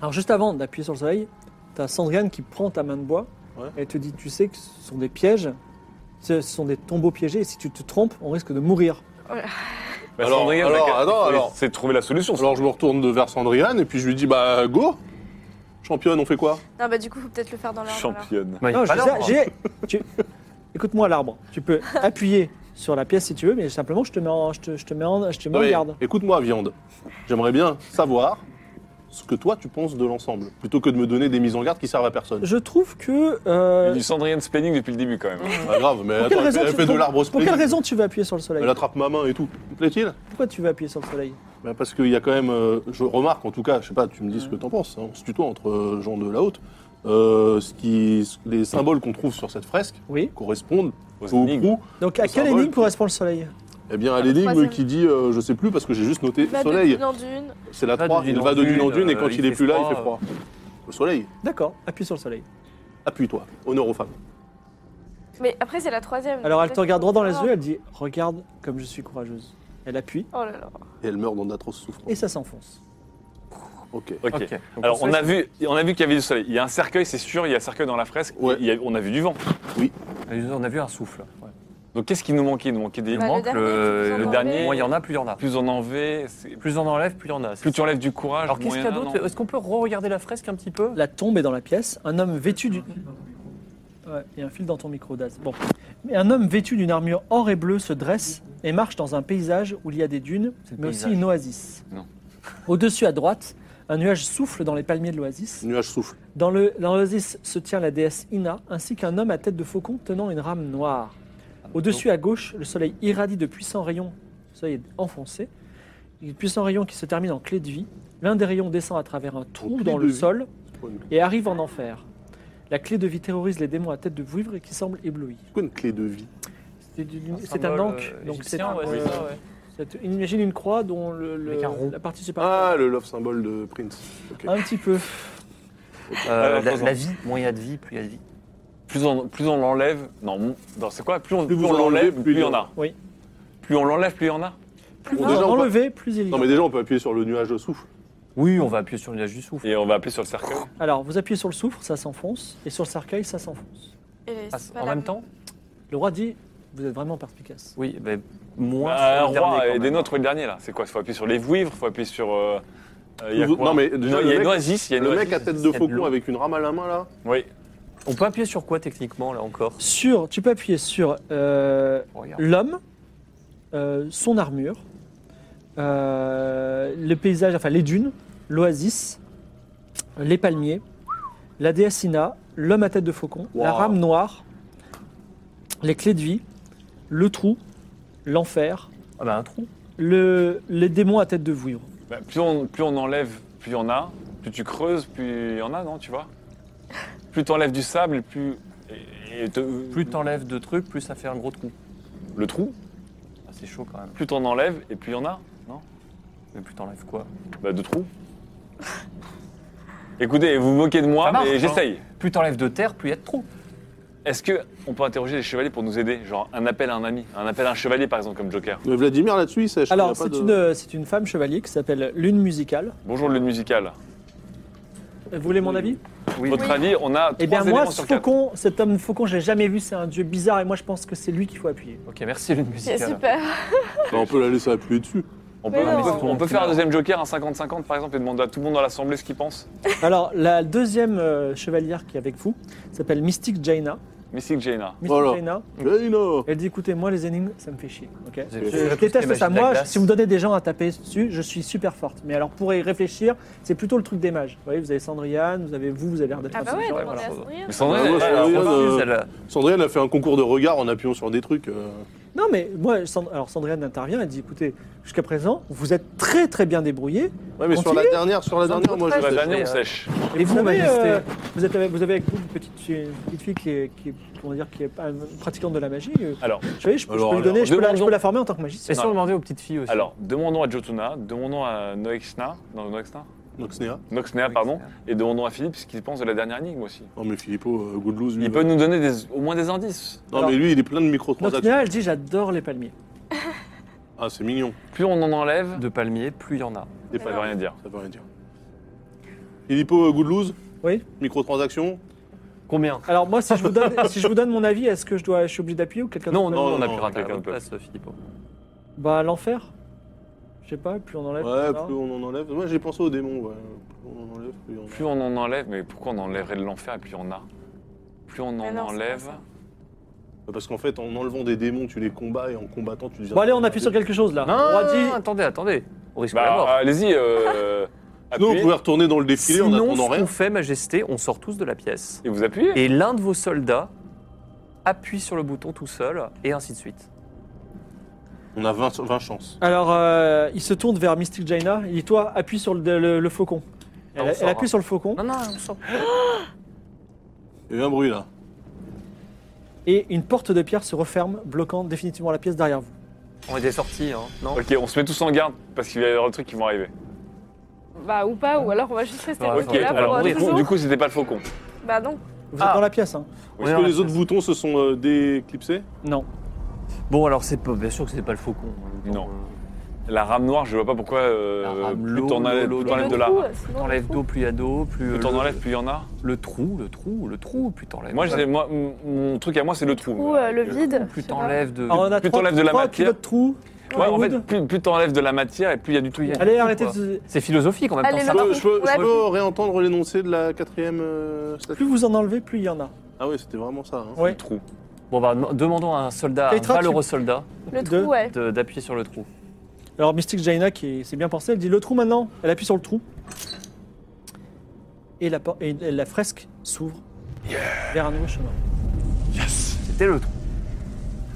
Speaker 1: Alors juste avant d'appuyer sur le soleil, tu as Sandriane qui prend ta main de bois
Speaker 4: Ouais.
Speaker 1: et te dit tu sais que ce sont des pièges, ce ce sont des tombeaux piégés et si tu te trompes, on risque de mourir.
Speaker 3: bah,
Speaker 4: Alors,
Speaker 3: Sandrine,
Speaker 4: alors,
Speaker 3: la carte,
Speaker 4: attends,
Speaker 3: c'est-
Speaker 4: alors.
Speaker 3: c'est de trouver la solution. ça.
Speaker 4: Alors je me retourne de vers Sandriane et puis je lui dis bah go Championne, on fait quoi
Speaker 7: Non, bah du coup, faut peut-être le faire dans l'ordre. alors.
Speaker 3: Championne.
Speaker 5: Bah, il y a
Speaker 1: Non,
Speaker 5: pas
Speaker 1: je sais-
Speaker 5: d'ordre.
Speaker 1: j'ai- tu- Écoute-moi l'arbre. Tu
Speaker 5: (laughs)
Speaker 1: peux appuyer sur la pièce si tu veux, mais simplement je te mets en, je te, je te mets en, je te mets en
Speaker 4: Non, mais
Speaker 1: garde.
Speaker 4: Écoute-moi, viande. J'aimerais bien savoir ce que toi tu penses de l'ensemble, plutôt que de me donner des mises en garde qui servent à personne.
Speaker 1: Je trouve que euh,
Speaker 3: Du Sandrine Spanning depuis le début quand même. hein,
Speaker 4: Pas grave, mais
Speaker 1: pour quelle
Speaker 4: attends, elle
Speaker 1: raison
Speaker 4: fait- elle
Speaker 1: tu-
Speaker 4: fait de
Speaker 1: pour-
Speaker 4: l'arbre
Speaker 1: pour quelle
Speaker 4: spleen.
Speaker 1: raison tu veux appuyer sur le soleil
Speaker 4: Elle attrape ma main et tout. Me Plaît-il
Speaker 1: Pourquoi tu veux appuyer sur le soleil
Speaker 4: Bah, Parce qu'il y a quand même, euh, je remarque en tout cas, je sais pas, tu me dis ce que t'en penses, hein, on se tutoie entre euh, gens de la haute, euh, ce qui, ce- les symboles qu'on trouve sur cette fresque
Speaker 1: Oui.
Speaker 4: correspondent
Speaker 3: Aux
Speaker 4: au
Speaker 3: énigmes.
Speaker 4: coup
Speaker 1: Donc à
Speaker 4: Le
Speaker 1: quelle
Speaker 4: symbole
Speaker 1: énigme
Speaker 4: qui-
Speaker 1: correspond le soleil
Speaker 4: Eh bien, à
Speaker 7: Ah,
Speaker 4: l'énigme
Speaker 7: troisième.
Speaker 4: qui dit, euh, je sais plus parce que j'ai juste noté
Speaker 7: Va de
Speaker 4: soleil.
Speaker 7: dune en dune.
Speaker 4: C'est la
Speaker 5: Va de
Speaker 4: 3.
Speaker 5: dune
Speaker 4: Il
Speaker 5: en
Speaker 4: va de dune en dune et
Speaker 5: dune,
Speaker 4: quand
Speaker 5: euh,
Speaker 4: il est plus là, il fait
Speaker 5: froid. euh.
Speaker 4: froid. Le soleil,
Speaker 1: D'accord, appuie sur le soleil.
Speaker 4: appuie-toi. Honneur aux femmes.
Speaker 7: Mais après, c'est la troisième.
Speaker 1: (laughs) Alors elle te
Speaker 7: Peut-être
Speaker 1: regarde droit dans les
Speaker 7: qu'on
Speaker 1: yeux, elle dit Regarde comme je suis courageuse. Elle appuie
Speaker 7: Oh là là.
Speaker 4: Et elle meurt dans d'atroces souffrances.
Speaker 1: et ça s'enfonce.
Speaker 4: Ok.
Speaker 3: Ok.
Speaker 5: Ok. Donc,
Speaker 3: Alors, on
Speaker 5: sait-
Speaker 3: a vu, on a vu qu'il y avait du soleil. Il y a un cercueil, c'est sûr. Il y a un cercueil dans la fresque.
Speaker 4: Ouais.
Speaker 3: Il y a- on a vu du vent.
Speaker 5: on a vu un souffle. Ouais.
Speaker 3: Donc, qu'est-ce qui nous manquait Il nous manquait des
Speaker 7: Bah, le
Speaker 3: manques.
Speaker 7: dernier,
Speaker 3: le-
Speaker 7: c'est plus
Speaker 3: le
Speaker 7: en
Speaker 3: dernier.
Speaker 7: enlevé.
Speaker 5: Moins il y en a, plus il y en a.
Speaker 3: Plus on en va, c'est-
Speaker 5: Plus on enlève, plus il y en a. c'est
Speaker 3: plus
Speaker 5: ça.
Speaker 3: tu enlèves du courage.
Speaker 5: Alors qu'est-ce
Speaker 3: moins
Speaker 5: qu'il y a
Speaker 3: en
Speaker 5: d'autre
Speaker 3: non.
Speaker 5: Est-ce qu'on peut re-regarder la fresque un petit peu
Speaker 1: La tombe est dans la pièce, un homme vêtu d'une...
Speaker 6: Dans ton micro.
Speaker 1: Ouais, il y a un fil dans ton micro, Daz. Bon. Mais un homme vêtu d'une armure or et bleue se dresse et marche dans un paysage où il y a des dunes,
Speaker 5: le
Speaker 1: mais aussi
Speaker 5: paysage.
Speaker 1: une oasis.
Speaker 3: Non.
Speaker 1: Au-dessus à droite, un nuage souffle dans les palmiers de l'oasis.
Speaker 4: Nuage souffle.
Speaker 1: Dans le- dans l'oasis se tient la déesse Ina, ainsi qu'un homme à tête de faucon tenant une rame noire. Au-dessus à gauche, le soleil irradie de puissants rayons. Le soleil est enfoncé. Des puissants rayons qui se terminent en clé de vie. L'un des rayons descend à travers un trou
Speaker 4: clé
Speaker 1: dans
Speaker 4: de
Speaker 1: le
Speaker 4: vie.
Speaker 1: sol
Speaker 4: Pourquoi une-
Speaker 1: et arrive en enfer. La clé de vie terrorise les démons à tête de vouivre et qui semblent éblouis.
Speaker 4: pourquoi une clé de vie
Speaker 1: C'est du- C'est un ankh, donc c'est un-
Speaker 5: euh,
Speaker 1: euh,
Speaker 5: ouais, c'est Euh, ça, ouais.
Speaker 1: c'est- Imagine une croix dont le, le-
Speaker 5: Avec un rond.
Speaker 1: la partie supérieure.
Speaker 4: Ah, le love symbol de Prince. Ok.
Speaker 1: un petit peu.
Speaker 5: Euh,
Speaker 3: Alors,
Speaker 5: la,
Speaker 3: faisons.
Speaker 5: la vie, moins il y a de vie, plus il y a de vie.
Speaker 3: Plus on, plus on l'enlève. Non, mon- non, c'est quoi Plus on, plus
Speaker 4: Plus vous
Speaker 3: on
Speaker 4: en enlevez,
Speaker 3: l'enlève,
Speaker 4: plus
Speaker 3: plus il y
Speaker 4: il y
Speaker 3: en a.
Speaker 1: Oui.
Speaker 3: Plus on l'enlève, plus il y en a.
Speaker 4: Bon,
Speaker 1: Plus
Speaker 4: déjà, on peut-
Speaker 1: enlevé, plus il y
Speaker 4: Non,
Speaker 1: a.
Speaker 4: mais déjà, on peut appuyer sur le nuage de souffle.
Speaker 5: Oui, on va appuyer sur le nuage du souffle.
Speaker 3: Et on va appeler sur le cercueil.
Speaker 1: Alors, vous appuyez sur le soufre, ça s'enfonce, et sur le cercueil, ça s'enfonce.
Speaker 7: Et
Speaker 5: Ah,
Speaker 7: c'est pas
Speaker 5: en
Speaker 7: la
Speaker 5: même temps
Speaker 1: Le roi dit Vous êtes vraiment perspicace.
Speaker 5: Oui, ben,
Speaker 4: Oh,
Speaker 5: moins
Speaker 3: Ah, un
Speaker 5: sur le dernier,
Speaker 3: roi
Speaker 5: quand
Speaker 3: et des
Speaker 5: même.
Speaker 3: nôtres, le dernier là. C'est quoi Il faut appuyer sur les vouivres, il faut appuyer sur. euh, euh, il y a
Speaker 4: Vous-
Speaker 3: quoi
Speaker 4: non, mais déjà,
Speaker 3: Non, il
Speaker 4: le
Speaker 3: y a une
Speaker 4: mec-
Speaker 3: oasis. Il y a une
Speaker 4: Le
Speaker 3: oasis.
Speaker 4: mec à tête
Speaker 5: c'est
Speaker 4: de
Speaker 5: de
Speaker 4: faucon
Speaker 5: l'eau.
Speaker 4: avec une rame à la main, là.
Speaker 3: Oui.
Speaker 5: On peut appuyer sur quoi techniquement, là encore
Speaker 1: Sur, tu peux appuyer sur euh,
Speaker 5: Regarde.
Speaker 1: l'homme, euh, son armure, euh, le paysage, enfin les dunes, l'oasis, les palmiers, la déesse Ina, l'homme à tête de faucon, la
Speaker 4: Wow.
Speaker 1: rame noire, les clés de vie, le trou, l'enfer,
Speaker 5: Ah, bah, un trou.
Speaker 1: le, les démons à tête de vouivre.
Speaker 3: Bah, plus, on, plus on enlève, plus il y en a. Plus tu creuses, plus il y en a, non Tu vois Plus tu enlèves du sable, plus. et- et te-
Speaker 5: Plus t'enlèves de trucs, plus ça fait un gros trou.
Speaker 3: le trou,
Speaker 5: Ah, c'est chaud quand même.
Speaker 3: plus t'en enlèves et plus il y en a.
Speaker 5: Mais plus t'enlèves quoi
Speaker 3: Bah, de trous. Écoutez, vous vous moquez de moi,
Speaker 5: Ça marche, hein.
Speaker 3: mais j'essaye.
Speaker 5: Plus t'enlèves de terre, plus il y a de trous.
Speaker 3: Est-ce que on peut interroger les chevaliers pour nous aider Genre un appel à un ami, un appel à un chevalier par exemple, comme Joker.
Speaker 4: Mais Vladimir, là-dessus, il sèche. il y
Speaker 1: Alors
Speaker 4: a pas
Speaker 1: c'est
Speaker 4: de-
Speaker 1: une, euh, c'est une femme chevalier qui s'appelle Lune Musicale.
Speaker 3: Bonjour le musical.
Speaker 1: Vous voulez mon avis
Speaker 3: Votre avis, on a trois
Speaker 1: Eh bien moi,
Speaker 3: éléments
Speaker 1: ce
Speaker 3: sur quatre.
Speaker 1: faucon, cet homme faucon, j'ai jamais vu, c'est un dieu bizarre et moi je pense que c'est lui qu'il faut
Speaker 5: (laughs)
Speaker 1: appuyer.
Speaker 5: Ok, merci lune musicale.
Speaker 7: C'est super.
Speaker 4: Bah, on peut la laisser appuyer dessus.
Speaker 3: On peut,
Speaker 7: Mais
Speaker 3: on
Speaker 7: non.
Speaker 3: peut-
Speaker 5: Ah, Mais non.
Speaker 3: on peut faire un deuxième Joker, un 50-50 par exemple, et demander à tout le monde dans l'assemblée ce qu'il pense.
Speaker 1: Alors, la deuxième euh, chevalière qui est avec vous s'appelle Mystique Jaina.
Speaker 3: Mystic Jaina.
Speaker 1: Mystique
Speaker 4: Voilà.
Speaker 1: Jaina,
Speaker 4: Hey, non
Speaker 1: elle dit écoutez, moi, les énigmes, ça me fait chier. ok
Speaker 5: Vous avez
Speaker 1: je
Speaker 5: fait la
Speaker 1: je
Speaker 5: petite
Speaker 1: déteste
Speaker 5: magie
Speaker 1: ça.
Speaker 5: de la
Speaker 1: Moi,
Speaker 5: glace.
Speaker 1: si vous me donnez des gens à taper dessus, je suis super forte. Mais alors, pour y réfléchir, c'est plutôt le truc des mages. Vous voyez, vous avez Sandriane, vous avez vous, vous avez l'air d'être
Speaker 7: Ah bah
Speaker 1: assez
Speaker 7: ouais,
Speaker 1: fort.
Speaker 7: demandez à
Speaker 5: voilà.
Speaker 7: sourire.
Speaker 3: Mais Sandrine,
Speaker 4: Ah, moi,
Speaker 3: elle-
Speaker 4: je-
Speaker 3: elle-
Speaker 4: Sandrine,
Speaker 3: elle-
Speaker 4: euh,
Speaker 5: Refuse, elle-
Speaker 4: Sandrine a fait un concours de regard en appuyant sur des trucs. euh.
Speaker 1: Non, mais moi, Sand- alors Sandriane intervient, elle dit écoutez, jusqu'à présent, vous êtes très très bien débrouillés.
Speaker 4: Ouais, mais sur
Speaker 1: Continue.
Speaker 4: la dernière, sur la dernière, moi, je
Speaker 3: elle- la
Speaker 4: sèche.
Speaker 3: dernière, on
Speaker 5: euh,
Speaker 3: sèche.
Speaker 1: Et vous,
Speaker 5: vous,
Speaker 1: avez,
Speaker 5: Majesté
Speaker 1: euh, vous, êtes avec, vous avez avec vous une petite, une petite fille qui est, qui est, comment dire, qui est pas- pratiquante de la magie. euh,
Speaker 3: Alors,
Speaker 1: Vous voyez, je peux, je
Speaker 4: Alors,
Speaker 1: peux lui donner,
Speaker 3: alors,
Speaker 1: je peux, la, je
Speaker 3: demandons-
Speaker 1: peux la former en tant que magicien.
Speaker 5: Et sans demander aux petites filles aussi.
Speaker 3: alors, demandons à Jotuna, demandons à Noexna, non, Noexna
Speaker 4: Donc, Snéa.
Speaker 3: Noxnea, pardon, et demandons à Philippe ce qu'il pense de la dernière énigme aussi.
Speaker 4: Non, mais Philippot, euh, good lose, lui.
Speaker 3: Il
Speaker 4: là.
Speaker 3: peut nous donner des- au moins des indices.
Speaker 4: Non,
Speaker 1: Alors-
Speaker 4: mais lui, il est plein de
Speaker 1: Notre
Speaker 4: microtransactions.
Speaker 1: Nia, elle dit j'adore les palmiers.
Speaker 4: Ah, c'est mignon.
Speaker 3: Plus on en enlève,
Speaker 5: De palmiers, plus il y en a.
Speaker 4: Des
Speaker 3: ça veut rien dire.
Speaker 4: Ça veut rien dire. Philippot, euh, good lose
Speaker 1: Oui.
Speaker 4: Microtransactions
Speaker 5: Combien
Speaker 1: Alors moi, si je vous donne, si je vous donne mon avis, est-ce que je dois, je suis obligé d'appuyer ou quelqu'un
Speaker 5: Non,
Speaker 1: d'autre
Speaker 5: non,
Speaker 4: non,
Speaker 5: on
Speaker 4: non,
Speaker 5: appuiera à
Speaker 3: quelqu'un
Speaker 5: quelqu'un
Speaker 3: peut.
Speaker 5: place, Philippot.
Speaker 1: Bah l'enfer. Je sais pas, plus on enlève.
Speaker 4: Ouais,
Speaker 1: non.
Speaker 4: plus on en enlève. Moi, j'ai pensé aux démons, ouais. Plus on en enlève, plus il y en a.
Speaker 3: plus on en enlève, mais pourquoi on enlèverait de l'enfer et plus il y en a Plus on en
Speaker 7: Mais non, c'est pas
Speaker 3: enlève.
Speaker 7: ça.
Speaker 4: Parce qu'en fait, en enlevant des démons, tu les combats et en combattant, tu deviens.
Speaker 1: Bon allez, on appuie sur quelque chose là.
Speaker 5: Non,
Speaker 1: on va
Speaker 5: non,
Speaker 1: dire-
Speaker 5: attendez, attendez. On risque la mort.
Speaker 3: Bah, allez-y,
Speaker 5: (laughs)
Speaker 3: euh,
Speaker 4: Nous, on
Speaker 3: appuyez
Speaker 4: pouvait retourner dans le défilé en
Speaker 5: Sinon,
Speaker 4: attendant
Speaker 5: ce
Speaker 4: rien.
Speaker 5: qu'on fait, Majesté, on sort tous de la pièce.
Speaker 3: et vous appuyez.
Speaker 5: Et l'un de vos soldats appuie sur le bouton tout seul, et ainsi de suite.
Speaker 4: On a 20, 20 chances.
Speaker 1: Alors euh, il se tourne vers Mystic Jaina. Il dit toi, appuie sur le, le- le faucon.
Speaker 5: Ah, on
Speaker 1: Elle, elle
Speaker 5: sort,
Speaker 1: appuie
Speaker 5: hein.
Speaker 1: sur le faucon
Speaker 5: Non, non, on sort.
Speaker 4: Il y a eu un bruit là.
Speaker 1: et une porte de pierre se referme, bloquant définitivement la pièce derrière vous.
Speaker 5: On était sortis, hein, non
Speaker 3: Ok, on se met tous en garde parce qu'il va y avoir des trucs qui vont arriver.
Speaker 7: Bah, ou pas, ou alors on va juste rester
Speaker 5: Ah,
Speaker 7: bloqués
Speaker 3: ok,
Speaker 5: ouais,
Speaker 7: là pour
Speaker 3: alors
Speaker 7: euh,
Speaker 3: du coup,
Speaker 7: toujours.
Speaker 3: du coup, c'était pas le faucon.
Speaker 7: Bah, non.
Speaker 1: Vous
Speaker 5: Ah.
Speaker 1: êtes dans la pièce. hein.
Speaker 5: On est
Speaker 4: Est-ce
Speaker 5: dans
Speaker 4: que
Speaker 5: la
Speaker 4: les autres
Speaker 5: pièce.
Speaker 4: boutons se sont euh, déclipsés
Speaker 1: Non.
Speaker 5: Bon, alors, c'est pas, bien sûr que c'est pas le faucon. hein.
Speaker 3: Non. La rame noire, je vois pas pourquoi. euh,
Speaker 5: La rame,
Speaker 3: plus
Speaker 5: l'eau,
Speaker 3: t'en enlèves-
Speaker 5: l'eau,
Speaker 3: plus
Speaker 5: l'eau,
Speaker 3: t'enlèves
Speaker 5: l'eau.
Speaker 3: de la
Speaker 7: coup,
Speaker 3: rame.
Speaker 7: sinon, on
Speaker 5: T'enlèves
Speaker 7: fout.
Speaker 5: d'eau, plus il y a d'eau, plus. euh,
Speaker 3: Plus t'en
Speaker 5: le-
Speaker 3: enlèves, plus il y en a.
Speaker 5: Le trou, le trou, le trou, puis t'enlèves.
Speaker 3: Moi, j'ai- moi, m- mon truc à moi, c'est le trou.
Speaker 7: Ou euh, le
Speaker 3: Euh,
Speaker 7: vide.
Speaker 5: Plus
Speaker 7: je sais pas.
Speaker 5: t'enlèves de.
Speaker 1: Alors, Ah, on a
Speaker 3: plus
Speaker 1: trois-
Speaker 3: t'enlèves de la
Speaker 1: trois
Speaker 3: matière.
Speaker 1: kilos de trous.
Speaker 3: Ouais, en
Speaker 1: Hollywood.
Speaker 3: fait, plus, plus t'enlèves de la matière et plus il y a du trou.
Speaker 5: Plus il y a-
Speaker 1: Allez, arrêtez.
Speaker 5: quoi.
Speaker 1: de-
Speaker 5: C'est philosophique en même
Speaker 7: Allez,
Speaker 5: temps.
Speaker 4: Je
Speaker 5: ça
Speaker 7: maintenant-
Speaker 4: peux,
Speaker 5: marche.
Speaker 4: je peux- je
Speaker 7: Ouais.
Speaker 4: peux réentendre l'énoncé de la quatrième euh, statue
Speaker 1: Plus vous en enlevez, plus il y en a.
Speaker 4: Ah oui, c'était vraiment ça. hein.
Speaker 1: Ouais.
Speaker 3: Le trou.
Speaker 5: Bon, bah, dem- demandons à un soldat, un
Speaker 1: Petra, tu-
Speaker 5: valeureux soldat,
Speaker 7: Le
Speaker 1: Deux.
Speaker 7: trou, ouais.
Speaker 5: de- d'appuyer sur le trou.
Speaker 1: Alors Mystique Jaina, qui est- s'est bien pensée, elle dit le trou maintenant. Elle appuie sur le trou. Et la, por- et la fresque s'ouvre vers un nouveau chemin.
Speaker 5: C'était le trou.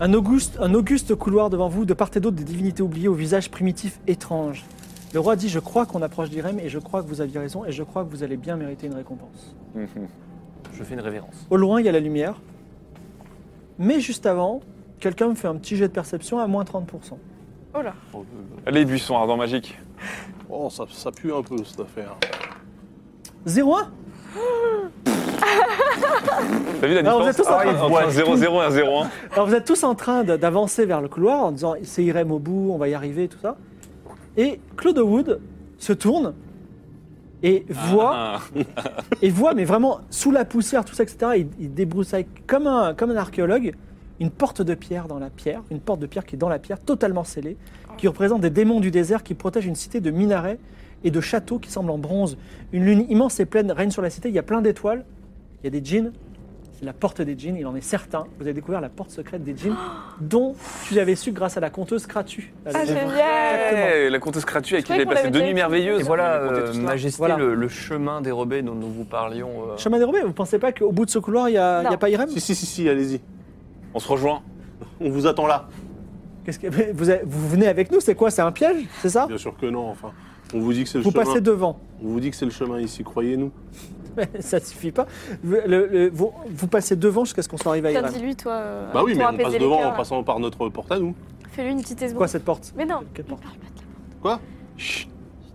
Speaker 1: Un auguste, un auguste couloir devant vous, de part et d'autre des divinités oubliées au visage primitif étrange. Le roi dit Je crois qu'on approche d'Irem et je crois que vous aviez raison et je crois que vous allez bien mériter une récompense.
Speaker 3: Mhm.
Speaker 5: Je fais une révérence.
Speaker 1: Au loin, il y a la lumière. Mais juste avant, quelqu'un me fait un petit jet de perception à moins 30%.
Speaker 7: Oh là.
Speaker 3: Les buissons ardents magiques.
Speaker 4: Oh, ça, ça pue un peu cette affaire.
Speaker 1: 0-1
Speaker 3: T'as vu la
Speaker 1: Non,
Speaker 5: Ah,
Speaker 3: différence Ah,
Speaker 1: vous êtes tous en train de boire.
Speaker 3: entre un 0-0 et un 0-1
Speaker 1: Alors vous êtes tous en train de- d'avancer vers le couloir en disant c'est Irem au bout, on va y arriver, tout ça. Et Claude Wood se tourne et voit,
Speaker 3: Ah,
Speaker 1: et voit, mais vraiment sous la poussière, tout ça, etc. Il, il débroussaille comme un, comme un archéologue une porte de pierre dans la pierre, une porte de pierre qui est dans la pierre, totalement scellée, qui représente des démons du désert qui protègent une cité de minarets et de châteaux qui semblent en bronze. Une lune immense et pleine règne sur la cité, il y a plein d'étoiles, il y a des djinns, c'est la porte des djinns, il en est certain. Vous avez découvert la porte secrète des djinns, dont tu l'avais su grâce à la conteuse Kratu. La
Speaker 7: Ah,
Speaker 1: légende.
Speaker 7: génial
Speaker 3: Eh, la comtesse Cratu avec qui
Speaker 7: croyais
Speaker 3: j'ai
Speaker 7: qu'on
Speaker 3: passé
Speaker 7: l'avait
Speaker 3: deux
Speaker 7: déjà
Speaker 3: nuits
Speaker 7: eu.
Speaker 3: merveilleuses.
Speaker 5: Et voilà,
Speaker 3: Vous racontez tout
Speaker 5: euh,
Speaker 3: cela.
Speaker 5: Majesté,
Speaker 1: Voilà.
Speaker 5: Le, le chemin dérobé dont nous vous parlions. euh,
Speaker 1: Chemin dérobé, vous pensez pas qu'au bout de ce couloir, il n'y a, il y a
Speaker 7: Non.
Speaker 1: pas Irem
Speaker 4: Si, si, si, si, allez-y.
Speaker 3: On se rejoint.
Speaker 4: On vous attend là.
Speaker 1: Qu'est-ce que- vous, avez- vous venez avec nous, c'est quoi C'est un piège C'est ça
Speaker 4: (laughs) Bien sûr que non, enfin. On vous dit que c'est le
Speaker 1: Vous
Speaker 4: chemin.
Speaker 1: passez devant. (laughs)
Speaker 4: On vous dit que c'est le chemin ici, croyez-nous.
Speaker 1: Mais ça suffit pas. Le- le- vous, vous passez devant jusqu'à ce qu'on soit arrivé à
Speaker 7: Tiens,
Speaker 1: Irem.
Speaker 7: dis-lui, toi. euh,
Speaker 4: bah oui,
Speaker 7: pour
Speaker 4: mais on
Speaker 7: apaiser
Speaker 4: passe
Speaker 7: les
Speaker 4: devant
Speaker 7: cœurs,
Speaker 4: en passant par notre porte à nous.
Speaker 7: là. Fais-lui une petite
Speaker 1: C'est quoi
Speaker 7: seconde.
Speaker 1: cette porte
Speaker 7: Mais non.
Speaker 1: Quelle porte
Speaker 4: Quoi
Speaker 1: Chut.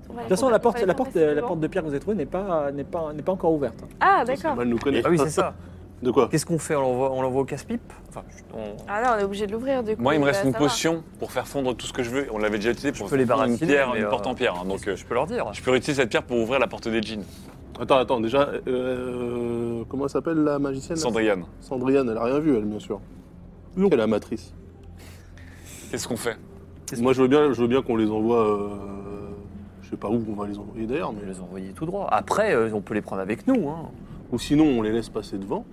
Speaker 7: On va
Speaker 1: De toute façon, la porte,
Speaker 7: on va
Speaker 1: la
Speaker 7: les
Speaker 1: porte,
Speaker 7: faire
Speaker 1: la
Speaker 7: passer
Speaker 1: porte de pierre que vous avez trouvée n'est pas, n'est pas, n'est pas encore ouverte.
Speaker 7: devant. Ah,
Speaker 4: C'est
Speaker 7: d'accord.
Speaker 4: mal nous connaît.
Speaker 5: Ah oui, c'est ça.
Speaker 4: (laughs) De quoi
Speaker 5: Qu'est-ce qu'on fait On l'envoie- on l'envoie au casse-pipe Enfin, je- on-
Speaker 7: Ah non, on est obligé de l'ouvrir du coup.
Speaker 3: Moi, il me
Speaker 7: bah,
Speaker 3: reste une
Speaker 7: ça va.
Speaker 3: potion pour faire fondre tout ce que je veux. On l'avait déjà utilisé pour
Speaker 5: peux les
Speaker 3: fondre une
Speaker 5: baratiner,
Speaker 3: pierre,
Speaker 5: mais,
Speaker 3: une
Speaker 5: euh,
Speaker 3: porte en pierre. hein. Donc, euh,
Speaker 5: je peux leur dire.
Speaker 3: je peux utiliser cette pierre pour ouvrir la porte des jeans.
Speaker 4: Attends, attends, déjà, euh, comment elle s'appelle la magicienne là
Speaker 3: Sandriane,
Speaker 4: Sandriane, elle a rien vu, elle, bien sûr. Elle la matrice.
Speaker 3: qu'est-ce qu'on fait
Speaker 5: Qu'est-ce
Speaker 4: Moi, je veux bien, je veux bien qu'on les envoie. euh, je sais pas où on va les envoyer d'ailleurs,
Speaker 5: On peut
Speaker 4: mais.
Speaker 5: les envoyer tout droit. Après, euh, on peut les prendre avec nous. hein.
Speaker 4: Ou sinon, on les laisse passer devant.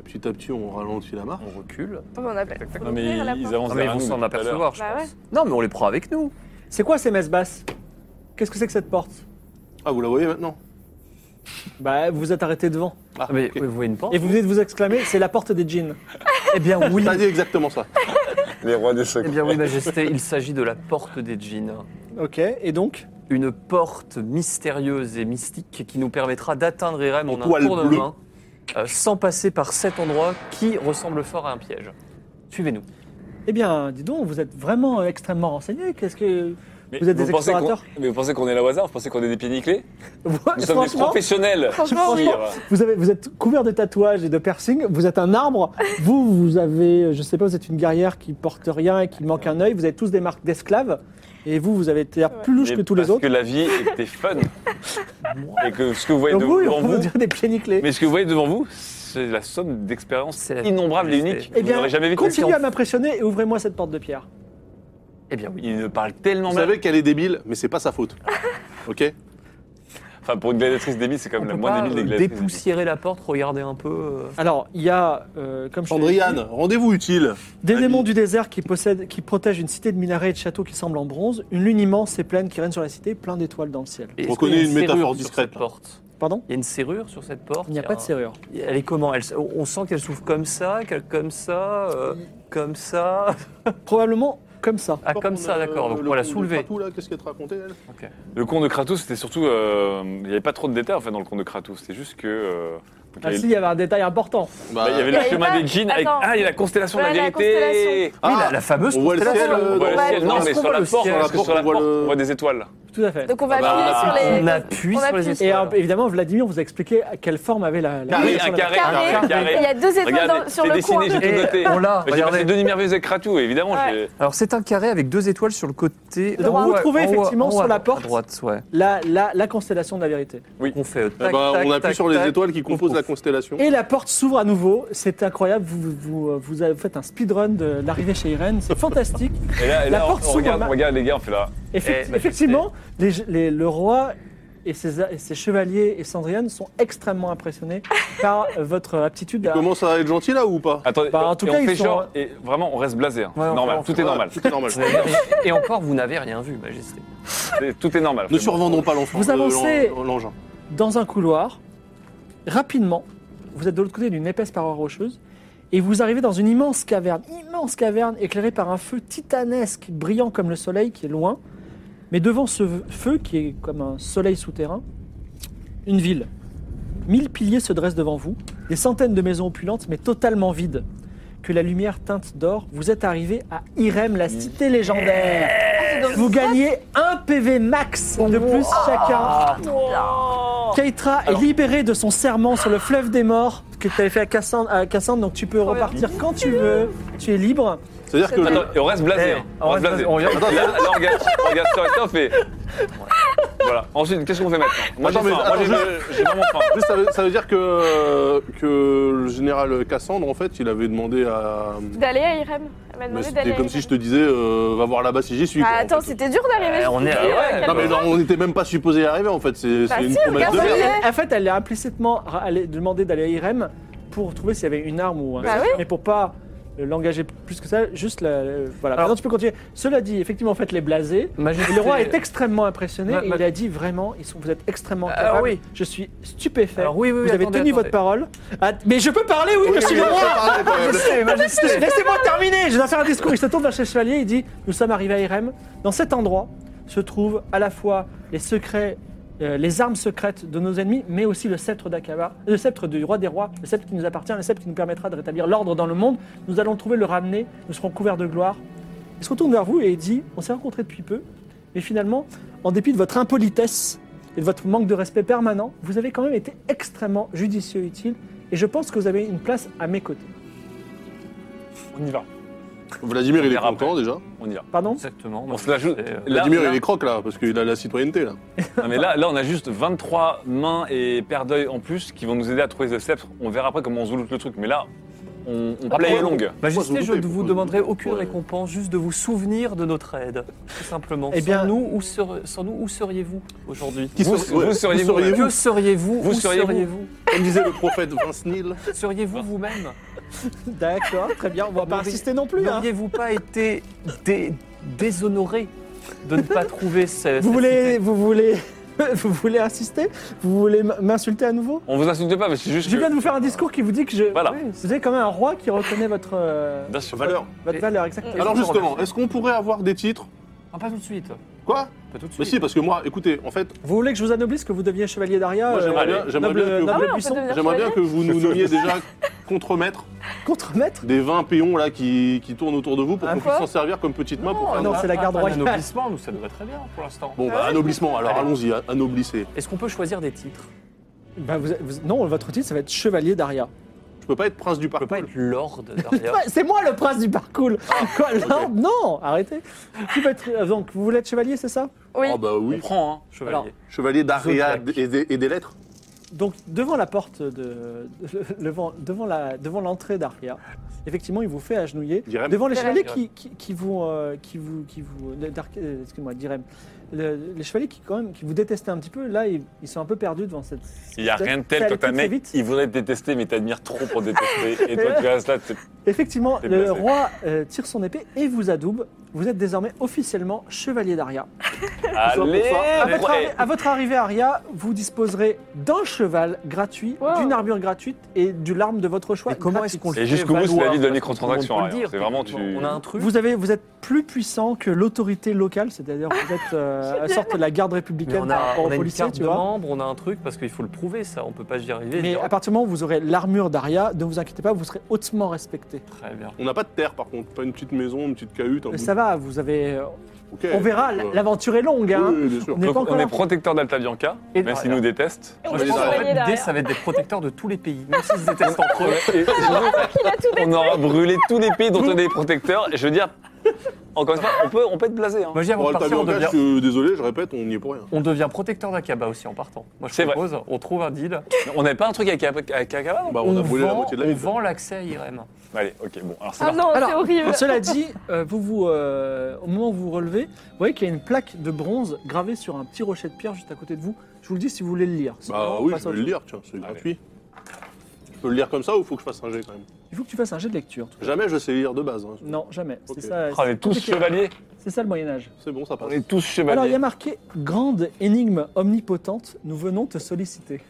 Speaker 4: Et petit à petit, on ralentit la marche.
Speaker 5: On recule.
Speaker 7: Oh, mais on a pas faut
Speaker 3: Non, mais
Speaker 7: l'ouvrir, la
Speaker 3: ils, ils
Speaker 7: porte.
Speaker 3: avancent
Speaker 5: Non, mais ils
Speaker 3: derrière
Speaker 5: vont
Speaker 3: nous
Speaker 5: s'en
Speaker 3: depuis tout à l'heure.
Speaker 5: apercevoir, je
Speaker 7: Bah
Speaker 5: pense. Non, mais on les prend avec nous.
Speaker 1: C'est quoi ces messes basses Qu'est-ce que c'est que cette porte
Speaker 4: Ah, vous la
Speaker 1: (laughs)
Speaker 4: voyez maintenant
Speaker 1: Bah, vous vous êtes arrêté devant.
Speaker 4: Ah,
Speaker 5: mais
Speaker 4: ok.
Speaker 5: vous voyez une porte
Speaker 1: Et vous venez de vous exclamer, c'est la porte des djinns. eh bien
Speaker 5: (laughs)
Speaker 1: oui.
Speaker 4: T'as dit exactement ça.
Speaker 3: Les rois des
Speaker 5: Eh
Speaker 3: secrets.
Speaker 5: bien oui, Majesté, il s'agit de la porte des djinns.
Speaker 1: Ok, et donc
Speaker 5: Une porte mystérieuse et mystique qui nous permettra d'atteindre Irem en un
Speaker 4: Étoile
Speaker 5: tour de
Speaker 4: bleue.
Speaker 5: main, euh, sans passer par cet endroit qui ressemble fort à un piège. Suivez-nous.
Speaker 1: Eh bien, dis donc, vous êtes vraiment euh, extrêmement renseigné. Qu'est-ce que...
Speaker 3: Mais
Speaker 1: Vous êtes des
Speaker 3: pensez qu'on-
Speaker 1: explorateurs
Speaker 3: Mais vous pensez qu'on est là au hasard Vous pensez qu'on est des pieds nickelés
Speaker 1: Ouais,
Speaker 3: Nous sommes des
Speaker 1: franchement,
Speaker 3: professionnels.
Speaker 7: Franchement, oui.
Speaker 3: Pire.
Speaker 1: vous, avez, vous êtes couvert de tatouages et de piercings, vous êtes un arbre, vous, vous avez, euh, je sais pas, vous êtes une guerrière qui porte rien et qui manque un œil, vous avez tous des marques d'esclaves, et vous, vous avez été l'air plus louche
Speaker 3: Mais
Speaker 1: que tous les
Speaker 3: parce
Speaker 1: autres.
Speaker 3: que la vie était fun. Et que ce que vous voyez
Speaker 1: Donc vous,
Speaker 3: devant
Speaker 1: on vous
Speaker 3: vous,
Speaker 1: dirait des pieds nickelés.
Speaker 3: mais ce que vous voyez devant vous, c'est la somme d'expériences
Speaker 5: C'est la-
Speaker 3: innombrables et
Speaker 5: c'est-
Speaker 3: uniques.
Speaker 1: Eh
Speaker 3: Vous n'aurez jamais vu
Speaker 1: continuez
Speaker 3: quelqu'un.
Speaker 1: à m'impressionner et ouvrez-moi cette porte de pierre.
Speaker 5: Eh bien oui.
Speaker 3: Il ne parle tellement
Speaker 4: Vous
Speaker 3: mal.
Speaker 4: savez qu'elle est débile, mais c'est pas
Speaker 1: (laughs)
Speaker 4: sa faute. Ok
Speaker 3: Enfin, pour une gladiatrice débile, c'est quand
Speaker 5: On
Speaker 3: même la
Speaker 5: peut
Speaker 3: moins
Speaker 5: pas
Speaker 3: débile des
Speaker 5: euh,
Speaker 3: gladiatrices.
Speaker 5: dépoussiérer la porte, regarder un peu. euh,
Speaker 1: Alors, il y a, euh, comme je te l'ai dit,
Speaker 4: Sandriane, rendez-vous utile.
Speaker 1: Des
Speaker 4: Ami.
Speaker 1: démons du désert qui, possèdent, qui protègent une cité de minarets et de châteaux qui semblent en bronze, une lune immense et pleine qui règne sur la cité, plein d'étoiles dans le ciel.
Speaker 5: Et est-ce
Speaker 4: reconnaît
Speaker 5: qu'il y a
Speaker 4: une
Speaker 5: serrure
Speaker 4: métaphore
Speaker 5: sur
Speaker 4: discrète,
Speaker 5: cette
Speaker 4: là.
Speaker 5: porte.
Speaker 1: Pardon
Speaker 5: Il y a une serrure sur cette porte.
Speaker 1: Il n'y a pas de
Speaker 5: un-
Speaker 1: serrure.
Speaker 5: Elle est comment elle, On sent qu'elle s'ouvre comme ça, qu'elle- comme ça, euh, comme ça.
Speaker 1: Probablement comme ça.
Speaker 5: Ah, comme ça,
Speaker 4: Euh,
Speaker 5: d'accord. Donc, on va la soulever.
Speaker 4: Tout là, qu'est-ce qu'elle te racontait elle
Speaker 3: Le con de Kratos, c'était surtout. euh, Il n'y avait pas trop de détails en fait dans le con de Kratos. C'était juste que. euh, donc,
Speaker 1: Ah
Speaker 3: il y
Speaker 1: si,
Speaker 3: avait-
Speaker 1: il y avait un détail important.
Speaker 3: bah, il y avait
Speaker 7: Il y
Speaker 3: le
Speaker 7: avait
Speaker 3: chemin
Speaker 7: pas-
Speaker 3: des jeans avec.
Speaker 7: Attends.
Speaker 3: Ah, il y a la constellation de la
Speaker 7: Voilà, la
Speaker 3: vérité
Speaker 7: constellation.
Speaker 5: Oui,
Speaker 4: Ah,
Speaker 5: la, la fameuse
Speaker 4: on voit le ciel,
Speaker 5: constellation.
Speaker 4: euh,
Speaker 3: On voit le
Speaker 7: voit-
Speaker 3: ciel. Non,
Speaker 5: est-ce
Speaker 3: mais
Speaker 5: qu'on
Speaker 3: sur
Speaker 5: voit
Speaker 3: la
Speaker 5: le
Speaker 3: porte,
Speaker 5: ciel
Speaker 3: parce que sur la
Speaker 4: On voit
Speaker 3: porte,
Speaker 4: le-
Speaker 3: on voit des étoiles.
Speaker 1: Tout à fait.
Speaker 7: Donc on va
Speaker 3: bah,
Speaker 7: appuyer sur les.
Speaker 5: on appuie
Speaker 7: on
Speaker 5: sur les
Speaker 7: appuie
Speaker 1: Et
Speaker 5: étoiles.
Speaker 1: euh, évidemment, Vladimir vous a expliqué à quelle forme avait la... la-
Speaker 3: Carré,
Speaker 1: la-
Speaker 3: un carré,
Speaker 7: Carré,
Speaker 3: un
Speaker 7: et Il y
Speaker 3: carré.
Speaker 7: a deux étoiles dans-
Speaker 3: Regardez, c'est
Speaker 7: sur le coin.
Speaker 3: dessiné, j'ai tout
Speaker 5: Et
Speaker 3: noté.
Speaker 5: on l'a,
Speaker 3: J'ai passé
Speaker 5: regardez.
Speaker 3: deux nuits merveilleuses avec Kratou, évidemment.
Speaker 7: Ouais.
Speaker 3: j'ai-
Speaker 5: Alors c'est un carré avec deux étoiles sur le côté.
Speaker 1: Donc, vous
Speaker 5: Ouais,
Speaker 1: trouvez
Speaker 5: en haut,
Speaker 1: effectivement
Speaker 5: en haut
Speaker 1: sur
Speaker 5: à
Speaker 1: la
Speaker 5: droite,
Speaker 1: porte.
Speaker 5: à droite, ouais.
Speaker 1: La, la, la constellation de la vérité.
Speaker 5: On fait euh,
Speaker 4: Eh
Speaker 5: tac,
Speaker 4: ben,
Speaker 5: tac,
Speaker 4: On appuie
Speaker 5: tac,
Speaker 4: sur les
Speaker 5: tac.
Speaker 4: étoiles qui composent la
Speaker 5: Ouf.
Speaker 4: constellation.
Speaker 1: Et la porte s'ouvre à nouveau. C'est incroyable. Vous, vous, euh, vous avez- vous faites un speedrun de l'arrivée chez Irène. C'est fantastique.
Speaker 3: Et là, et
Speaker 1: La
Speaker 3: là, on-
Speaker 1: porte
Speaker 3: on
Speaker 1: s'ouvre,
Speaker 3: regarde,
Speaker 1: ma-
Speaker 3: on regarde les gars, on fait là.
Speaker 1: Effect-
Speaker 5: Eh, majesté.
Speaker 1: effectivement, les, les- le roi et ses, et ses chevaliers et Sandriane sont extrêmement impressionnés par votre aptitude à...
Speaker 4: Commence à être gentil là ou pas
Speaker 3: Attendez,
Speaker 1: Bah, en tout
Speaker 3: et
Speaker 1: cas,
Speaker 3: on
Speaker 1: ils
Speaker 3: fait
Speaker 1: sont-
Speaker 3: genre, et vraiment, on reste blasé. hein.
Speaker 5: Ouais, on
Speaker 3: normal,
Speaker 5: fait- on
Speaker 3: tout
Speaker 5: fait-
Speaker 3: est normal.
Speaker 4: Tout est
Speaker 5: (laughs)
Speaker 4: normal.
Speaker 5: Vous avez rien- Et encore, vous n'avez rien vu, Majesté.
Speaker 3: C'est- Tout est normal.
Speaker 4: Ne survendons pas l'enfant.
Speaker 1: Vous
Speaker 4: euh, l'en-
Speaker 1: avancez.
Speaker 4: L'engin.
Speaker 1: dans un couloir, rapidement, vous êtes de l'autre côté d'une épaisse paroi rocheuse, et vous arrivez dans une immense caverne, immense caverne éclairée par un feu titanesque, brillant comme le soleil, qui est loin. Mais devant ce feu, qui est comme un soleil souterrain, une ville. Mille piliers se dressent devant vous, des centaines de maisons opulentes, mais totalement vides. Que la lumière teinte d'or, vous êtes arrivé à Irem, la cité légendaire. Vous gagnez un PV max de plus chacun. Keitra est libérée de son serment sur le fleuve des morts que tu avais fait à Cassandre, à Cassandre, donc tu peux repartir quand tu veux. Tu es libre.
Speaker 4: C'est-à-dire que.
Speaker 3: Attends, et on reste blasé.
Speaker 5: Eh,
Speaker 3: hein.
Speaker 5: on
Speaker 3: On reste
Speaker 5: reste
Speaker 3: blasé.
Speaker 5: blasé, on vient-
Speaker 3: Attends, là, là, on regarde, on regarde Star Wars, on fait. Voilà. Ensuite, qu'est-ce qu'on fait maintenant Moi, j'ai
Speaker 4: Attends, mais
Speaker 3: faim. Moi,
Speaker 4: attends,
Speaker 3: j'ai- j'ai vraiment faim.
Speaker 4: Juste, ça, veut, ça veut dire que, que le général Cassandre, en fait, il avait demandé à.
Speaker 7: D'aller à Irem. Elle m'a
Speaker 4: Mais
Speaker 7: demandé d'aller.
Speaker 4: C'était
Speaker 7: à
Speaker 4: comme
Speaker 7: Irem.
Speaker 4: si je te disais, euh, va voir là-bas si j'y suis.
Speaker 7: Bah,
Speaker 4: quoi, en
Speaker 7: attends,
Speaker 4: fait.
Speaker 7: c'était dur d'arriver.
Speaker 5: Euh, on est-
Speaker 7: jusqu'ici,
Speaker 5: ouais,
Speaker 7: euh,
Speaker 5: non,
Speaker 4: Non, mais
Speaker 7: calme-toi.
Speaker 4: non, on n'était même pas supposé y arriver en fait, c'est
Speaker 7: Bah
Speaker 4: c'est une
Speaker 7: si,
Speaker 4: promesse
Speaker 7: regarde,
Speaker 4: de
Speaker 7: ça y
Speaker 4: merde.
Speaker 7: est.
Speaker 1: En fait, elle a implicitement ra- allé demander d'aller à Irem pour trouver s'il y avait une arme ou un.
Speaker 7: Bah oui.
Speaker 1: Mais pour pas euh, l'engager plus que ça, juste la. euh, voilà.
Speaker 5: Alors-
Speaker 1: Maintenant, tu peux continuer. Cela dit, effectivement, en fait, les blasés.
Speaker 5: Majesté.
Speaker 1: Le roi est extrêmement impressionné
Speaker 5: Ma-
Speaker 1: et
Speaker 5: ma-
Speaker 1: il a dit vraiment, ils sont, vous êtes extrêmement
Speaker 5: Alors
Speaker 1: capables.
Speaker 5: oui.
Speaker 1: Je suis stupéfait.
Speaker 5: Alors oui, oui, oui,
Speaker 1: vous avez
Speaker 5: attendez,
Speaker 1: tenu
Speaker 5: attendez.
Speaker 1: votre parole. Ah, mais je peux parler, oui, je suis le roi.
Speaker 4: Ah,
Speaker 1: (laughs) Laissez-moi terminer, je dois faire un discours. Il se tourne vers chez le chevalier et dit Nous sommes arrivés à Irem. Dans cet endroit se trouvent à la fois les secrets, euh, les armes secrètes de nos ennemis, mais aussi le sceptre d'Akaba, le sceptre du roi des rois, le sceptre qui nous appartient, le sceptre qui nous permettra de rétablir l'ordre dans le monde. Nous allons trouver le ramener, nous serons couverts de gloire. Il se retourne vers vous et il dit On s'est rencontrés depuis peu, mais finalement, en dépit de votre impolitesse et de votre manque de respect permanent, vous avez quand même été extrêmement judicieux et utile, et je pense que vous avez une place à mes côtés.
Speaker 3: On y va.
Speaker 4: Vladimir, il est
Speaker 3: verra
Speaker 4: content déjà.
Speaker 3: On y va.
Speaker 1: Pardon
Speaker 5: Exactement.
Speaker 3: On se la joue.
Speaker 5: C'est, euh,
Speaker 3: Là,
Speaker 4: Vladimir,
Speaker 3: là-
Speaker 4: il est croque là, parce qu'il a la citoyenneté là.
Speaker 3: Non, mais là, là, on a juste 23 mains et paires d'œils en plus qui vont nous aider à trouver le sceptre. On verra après comment on zouloute le truc. Mais là, on, on play
Speaker 5: Après,
Speaker 3: longue.
Speaker 4: Pourquoi vous
Speaker 5: Majesté, Bah, je
Speaker 4: doutez,
Speaker 5: ne vous
Speaker 4: pourquoi
Speaker 5: demanderai
Speaker 4: vous doutez
Speaker 5: aucune
Speaker 4: Ouais.
Speaker 5: récompense, juste de vous souvenir de notre aide. Tout simplement.
Speaker 1: Eh bien-
Speaker 5: sans nous, où, ser- sans nous, où seriez-vous aujourd'hui
Speaker 4: Qui
Speaker 3: Vous,
Speaker 4: ser- ouais,
Speaker 3: vous seriez-vous
Speaker 4: vous seriez-vous
Speaker 5: Que seriez-vous
Speaker 3: Vous
Speaker 5: Où
Speaker 3: seriez-vous
Speaker 5: seriez-vous
Speaker 4: Comme disait le prophète Vince Neil.
Speaker 5: Seriez-vous vous-même
Speaker 1: (laughs) D'accord, très bien, on va pas
Speaker 5: N'auriez-
Speaker 1: insister non plus. hein.
Speaker 5: N'auriez-vous pas été dé- déshonoré de ne pas trouver ce.
Speaker 1: Vous
Speaker 5: cette
Speaker 1: voulez,
Speaker 5: cité
Speaker 1: vous voulez, (laughs) vous voulez insister Vous voulez m- m'insulter à nouveau
Speaker 3: On vous insulte pas, mais c'est juste
Speaker 1: Je viens
Speaker 3: que...
Speaker 1: de vous faire un discours qui vous dit que je.
Speaker 3: Voilà.
Speaker 1: Vous avez quand même un roi qui reconnaît votre euh,
Speaker 3: Bien sûr.
Speaker 4: Valeur.
Speaker 1: votre
Speaker 5: Et-
Speaker 1: valeur exactement.
Speaker 4: Alors justement, est-ce qu'on pourrait avoir des titres
Speaker 5: Ah, Pas tout de suite.
Speaker 4: Quoi
Speaker 5: Pas tout de suite.
Speaker 4: Mais si, parce que moi, écoutez, en fait,
Speaker 1: Vous voulez que je vous anoblisse, que vous deveniez chevalier d'Aria
Speaker 4: Moi, j'aimerais bien- j'aimerais
Speaker 1: Euh, noble,
Speaker 4: bien que-
Speaker 7: Ah
Speaker 1: noble
Speaker 7: ouais, on peut
Speaker 1: buisson,
Speaker 7: devenir
Speaker 4: j'aimerais bien
Speaker 7: chevalier.
Speaker 4: que vous nous nommiez (laughs) déjà contremaître
Speaker 1: contre-maître
Speaker 4: des 20 péons là qui, qui tournent autour de vous pour
Speaker 1: Ah,
Speaker 4: qu'on puisse
Speaker 7: quoi
Speaker 4: s'en servir comme petite main pour
Speaker 1: Ah
Speaker 4: faire
Speaker 1: non,
Speaker 4: un-
Speaker 1: c'est la garde
Speaker 5: Un
Speaker 1: royale.
Speaker 5: Anoblissement, nous, ça nous va très bien pour l'instant.
Speaker 4: Bon, bah, anoblissement, alors
Speaker 5: Allez.
Speaker 4: allons-y, a- anoblissez.
Speaker 5: Est-ce qu'on peut choisir des titres
Speaker 1: Bah, vous- vous- Non, votre titre, ça va être chevalier d'Aria.
Speaker 4: Je peux pas être prince du
Speaker 5: On peut
Speaker 4: parc.
Speaker 5: pas être Lord
Speaker 1: Ouais,
Speaker 5: derrière.
Speaker 1: C'est moi le prince du parcours. Quoi, l'ordre Ah, Non, arrêtez. Qui peut être- euh, donc, vous voulez être chevalier, c'est ça
Speaker 7: Oui.
Speaker 4: Oh bah
Speaker 3: On
Speaker 4: oui,
Speaker 3: prend, hein.
Speaker 1: Alors,
Speaker 5: Chevalier.
Speaker 4: chevalier d'Aria
Speaker 5: Zodiac.
Speaker 4: et, des- et des lettres.
Speaker 1: Donc devant la porte de, (laughs) de- devant devant la devant l'entrée d'Aria, effectivement, il vous fait agenouiller
Speaker 4: Direm.
Speaker 1: devant les
Speaker 7: Direm.
Speaker 1: chevaliers qui, qui, qui vous euh, qui vous qui vous d'Ar- euh, excusez-moi, Direm, le- les chevaliers qui, quand même, qui vous détestaient un petit peu, là, ils, ils sont un peu perdus devant cette.
Speaker 8: Il n'y a rien de tel
Speaker 1: Ça
Speaker 8: quand
Speaker 1: allait
Speaker 8: un
Speaker 1: très
Speaker 8: mec,
Speaker 1: vite.
Speaker 8: il voudrait te détester, mais t'admire trop pour détester. Et toi, tu restes là, t'es-
Speaker 1: Effectivement,
Speaker 8: C'est
Speaker 1: le
Speaker 8: placé.
Speaker 1: roi euh, tire son épée et vous adoube. Vous êtes désormais officiellement chevalier d'Aria.
Speaker 8: Allez
Speaker 1: À votre,
Speaker 8: ouais.
Speaker 1: arri- à votre arrivée à Aria, vous disposerez d'un cheval gratuit,
Speaker 2: Wow.
Speaker 1: d'une armure gratuite et du larme de votre choix.
Speaker 5: Mais comment
Speaker 1: gratuite.
Speaker 5: est-ce qu'on le
Speaker 8: Et jusqu'au bout, c'est la vie de la microtransaction.
Speaker 5: transaction
Speaker 8: hein. C'est vraiment, tu.
Speaker 5: On a un truc.
Speaker 1: vous, avez, vous êtes plus puissant que l'autorité locale, c'est-à-dire vous êtes (laughs) euh, à sorte de la garde
Speaker 5: Mais
Speaker 1: républicaine
Speaker 5: on
Speaker 1: par
Speaker 5: a,
Speaker 1: rapport
Speaker 5: on
Speaker 1: aux
Speaker 5: a une
Speaker 1: policiers,
Speaker 5: carte
Speaker 1: bah, tu
Speaker 5: de
Speaker 1: vois.
Speaker 5: membre, on a un truc, parce qu'il faut le prouver, ça. On peut pas y arriver.
Speaker 1: Mais
Speaker 5: dire,
Speaker 1: à partir du moment où vous aurez l'armure d'Aria, ne vous inquiétez pas, vous serez hautement respecté.
Speaker 5: Très bien.
Speaker 4: On n'a pas de terre par contre, pas une petite maison, une petite cahute. Un bout-
Speaker 1: Mais ça va, vous avez. euh,
Speaker 4: Ok.
Speaker 1: On verra,
Speaker 4: Euh,
Speaker 1: l'aventure est longue. Hein.
Speaker 4: Oui, oui, bien sûr.
Speaker 1: On n'est
Speaker 8: Donc,
Speaker 1: pas encore
Speaker 8: on
Speaker 1: là.
Speaker 8: est protecteur d'Alta Bianca,
Speaker 5: Et
Speaker 8: même s'ils
Speaker 5: derrière.
Speaker 8: nous détestent.
Speaker 7: Et on
Speaker 5: Moi,
Speaker 7: se
Speaker 5: je pense que
Speaker 7: renvoyait
Speaker 5: l'idée,
Speaker 7: derrière.
Speaker 5: ça va être des protecteurs de tous les pays, même s'ils se détestent
Speaker 4: (laughs)
Speaker 5: entre eux.
Speaker 8: Et- on aura brûlé tous les pays dont on est protecteur. Et je veux dire, encore une fois, on peut, on peut être blasé. hein.
Speaker 5: Moi, je dis avant
Speaker 4: Bon,
Speaker 5: de
Speaker 4: le
Speaker 5: partir, on
Speaker 4: pavillon
Speaker 5: devient,
Speaker 4: cache, euh, désolé, je répète, on n'y est pour rien.
Speaker 5: on devient protecteur d'Akaba aussi en partant. Moi, je
Speaker 8: C'est vrai.
Speaker 5: propose, on trouve un deal.
Speaker 8: On n'avait pas un truc avec avec Akaba non
Speaker 4: Bah, on, a
Speaker 5: vend,
Speaker 4: brûlé la moitié de la
Speaker 5: on
Speaker 4: ville.
Speaker 5: vend l'accès à IRM.
Speaker 8: Allez, ok, bon, alors c'est
Speaker 7: Ah
Speaker 8: parti.
Speaker 7: non, c'est
Speaker 1: Alors, (laughs)
Speaker 7: horrible.
Speaker 1: Cela dit, euh, vous, vous, euh, au moment où vous vous relevez, vous voyez qu'il y a une plaque de bronze gravée sur un petit rocher de pierre juste à côté de vous. Je vous le dis si vous voulez le lire.
Speaker 4: Bah
Speaker 1: Sinon, on passe à
Speaker 4: oui, je peux
Speaker 1: autre
Speaker 4: le
Speaker 1: chose.
Speaker 4: lire, tiens, c'est
Speaker 8: Allez.
Speaker 4: gratuit. Je peux le lire comme ça ou faut que je fasse un jet quand même
Speaker 1: Il faut que tu fasses un jet de lecture. toi.
Speaker 4: Jamais je sais lire de base. hein.
Speaker 1: Non, jamais. C'est
Speaker 4: Ok.
Speaker 1: ça,
Speaker 3: Oh,
Speaker 8: Ah, on est tous
Speaker 1: compliqué.
Speaker 8: chevaliers.
Speaker 1: c'est ça le Moyen-Âge.
Speaker 4: C'est bon, ça passe.
Speaker 8: On est tous
Speaker 1: Alors, il y
Speaker 8: chevaliers.
Speaker 1: a marqué Grande énigme omnipotente, nous venons te solliciter.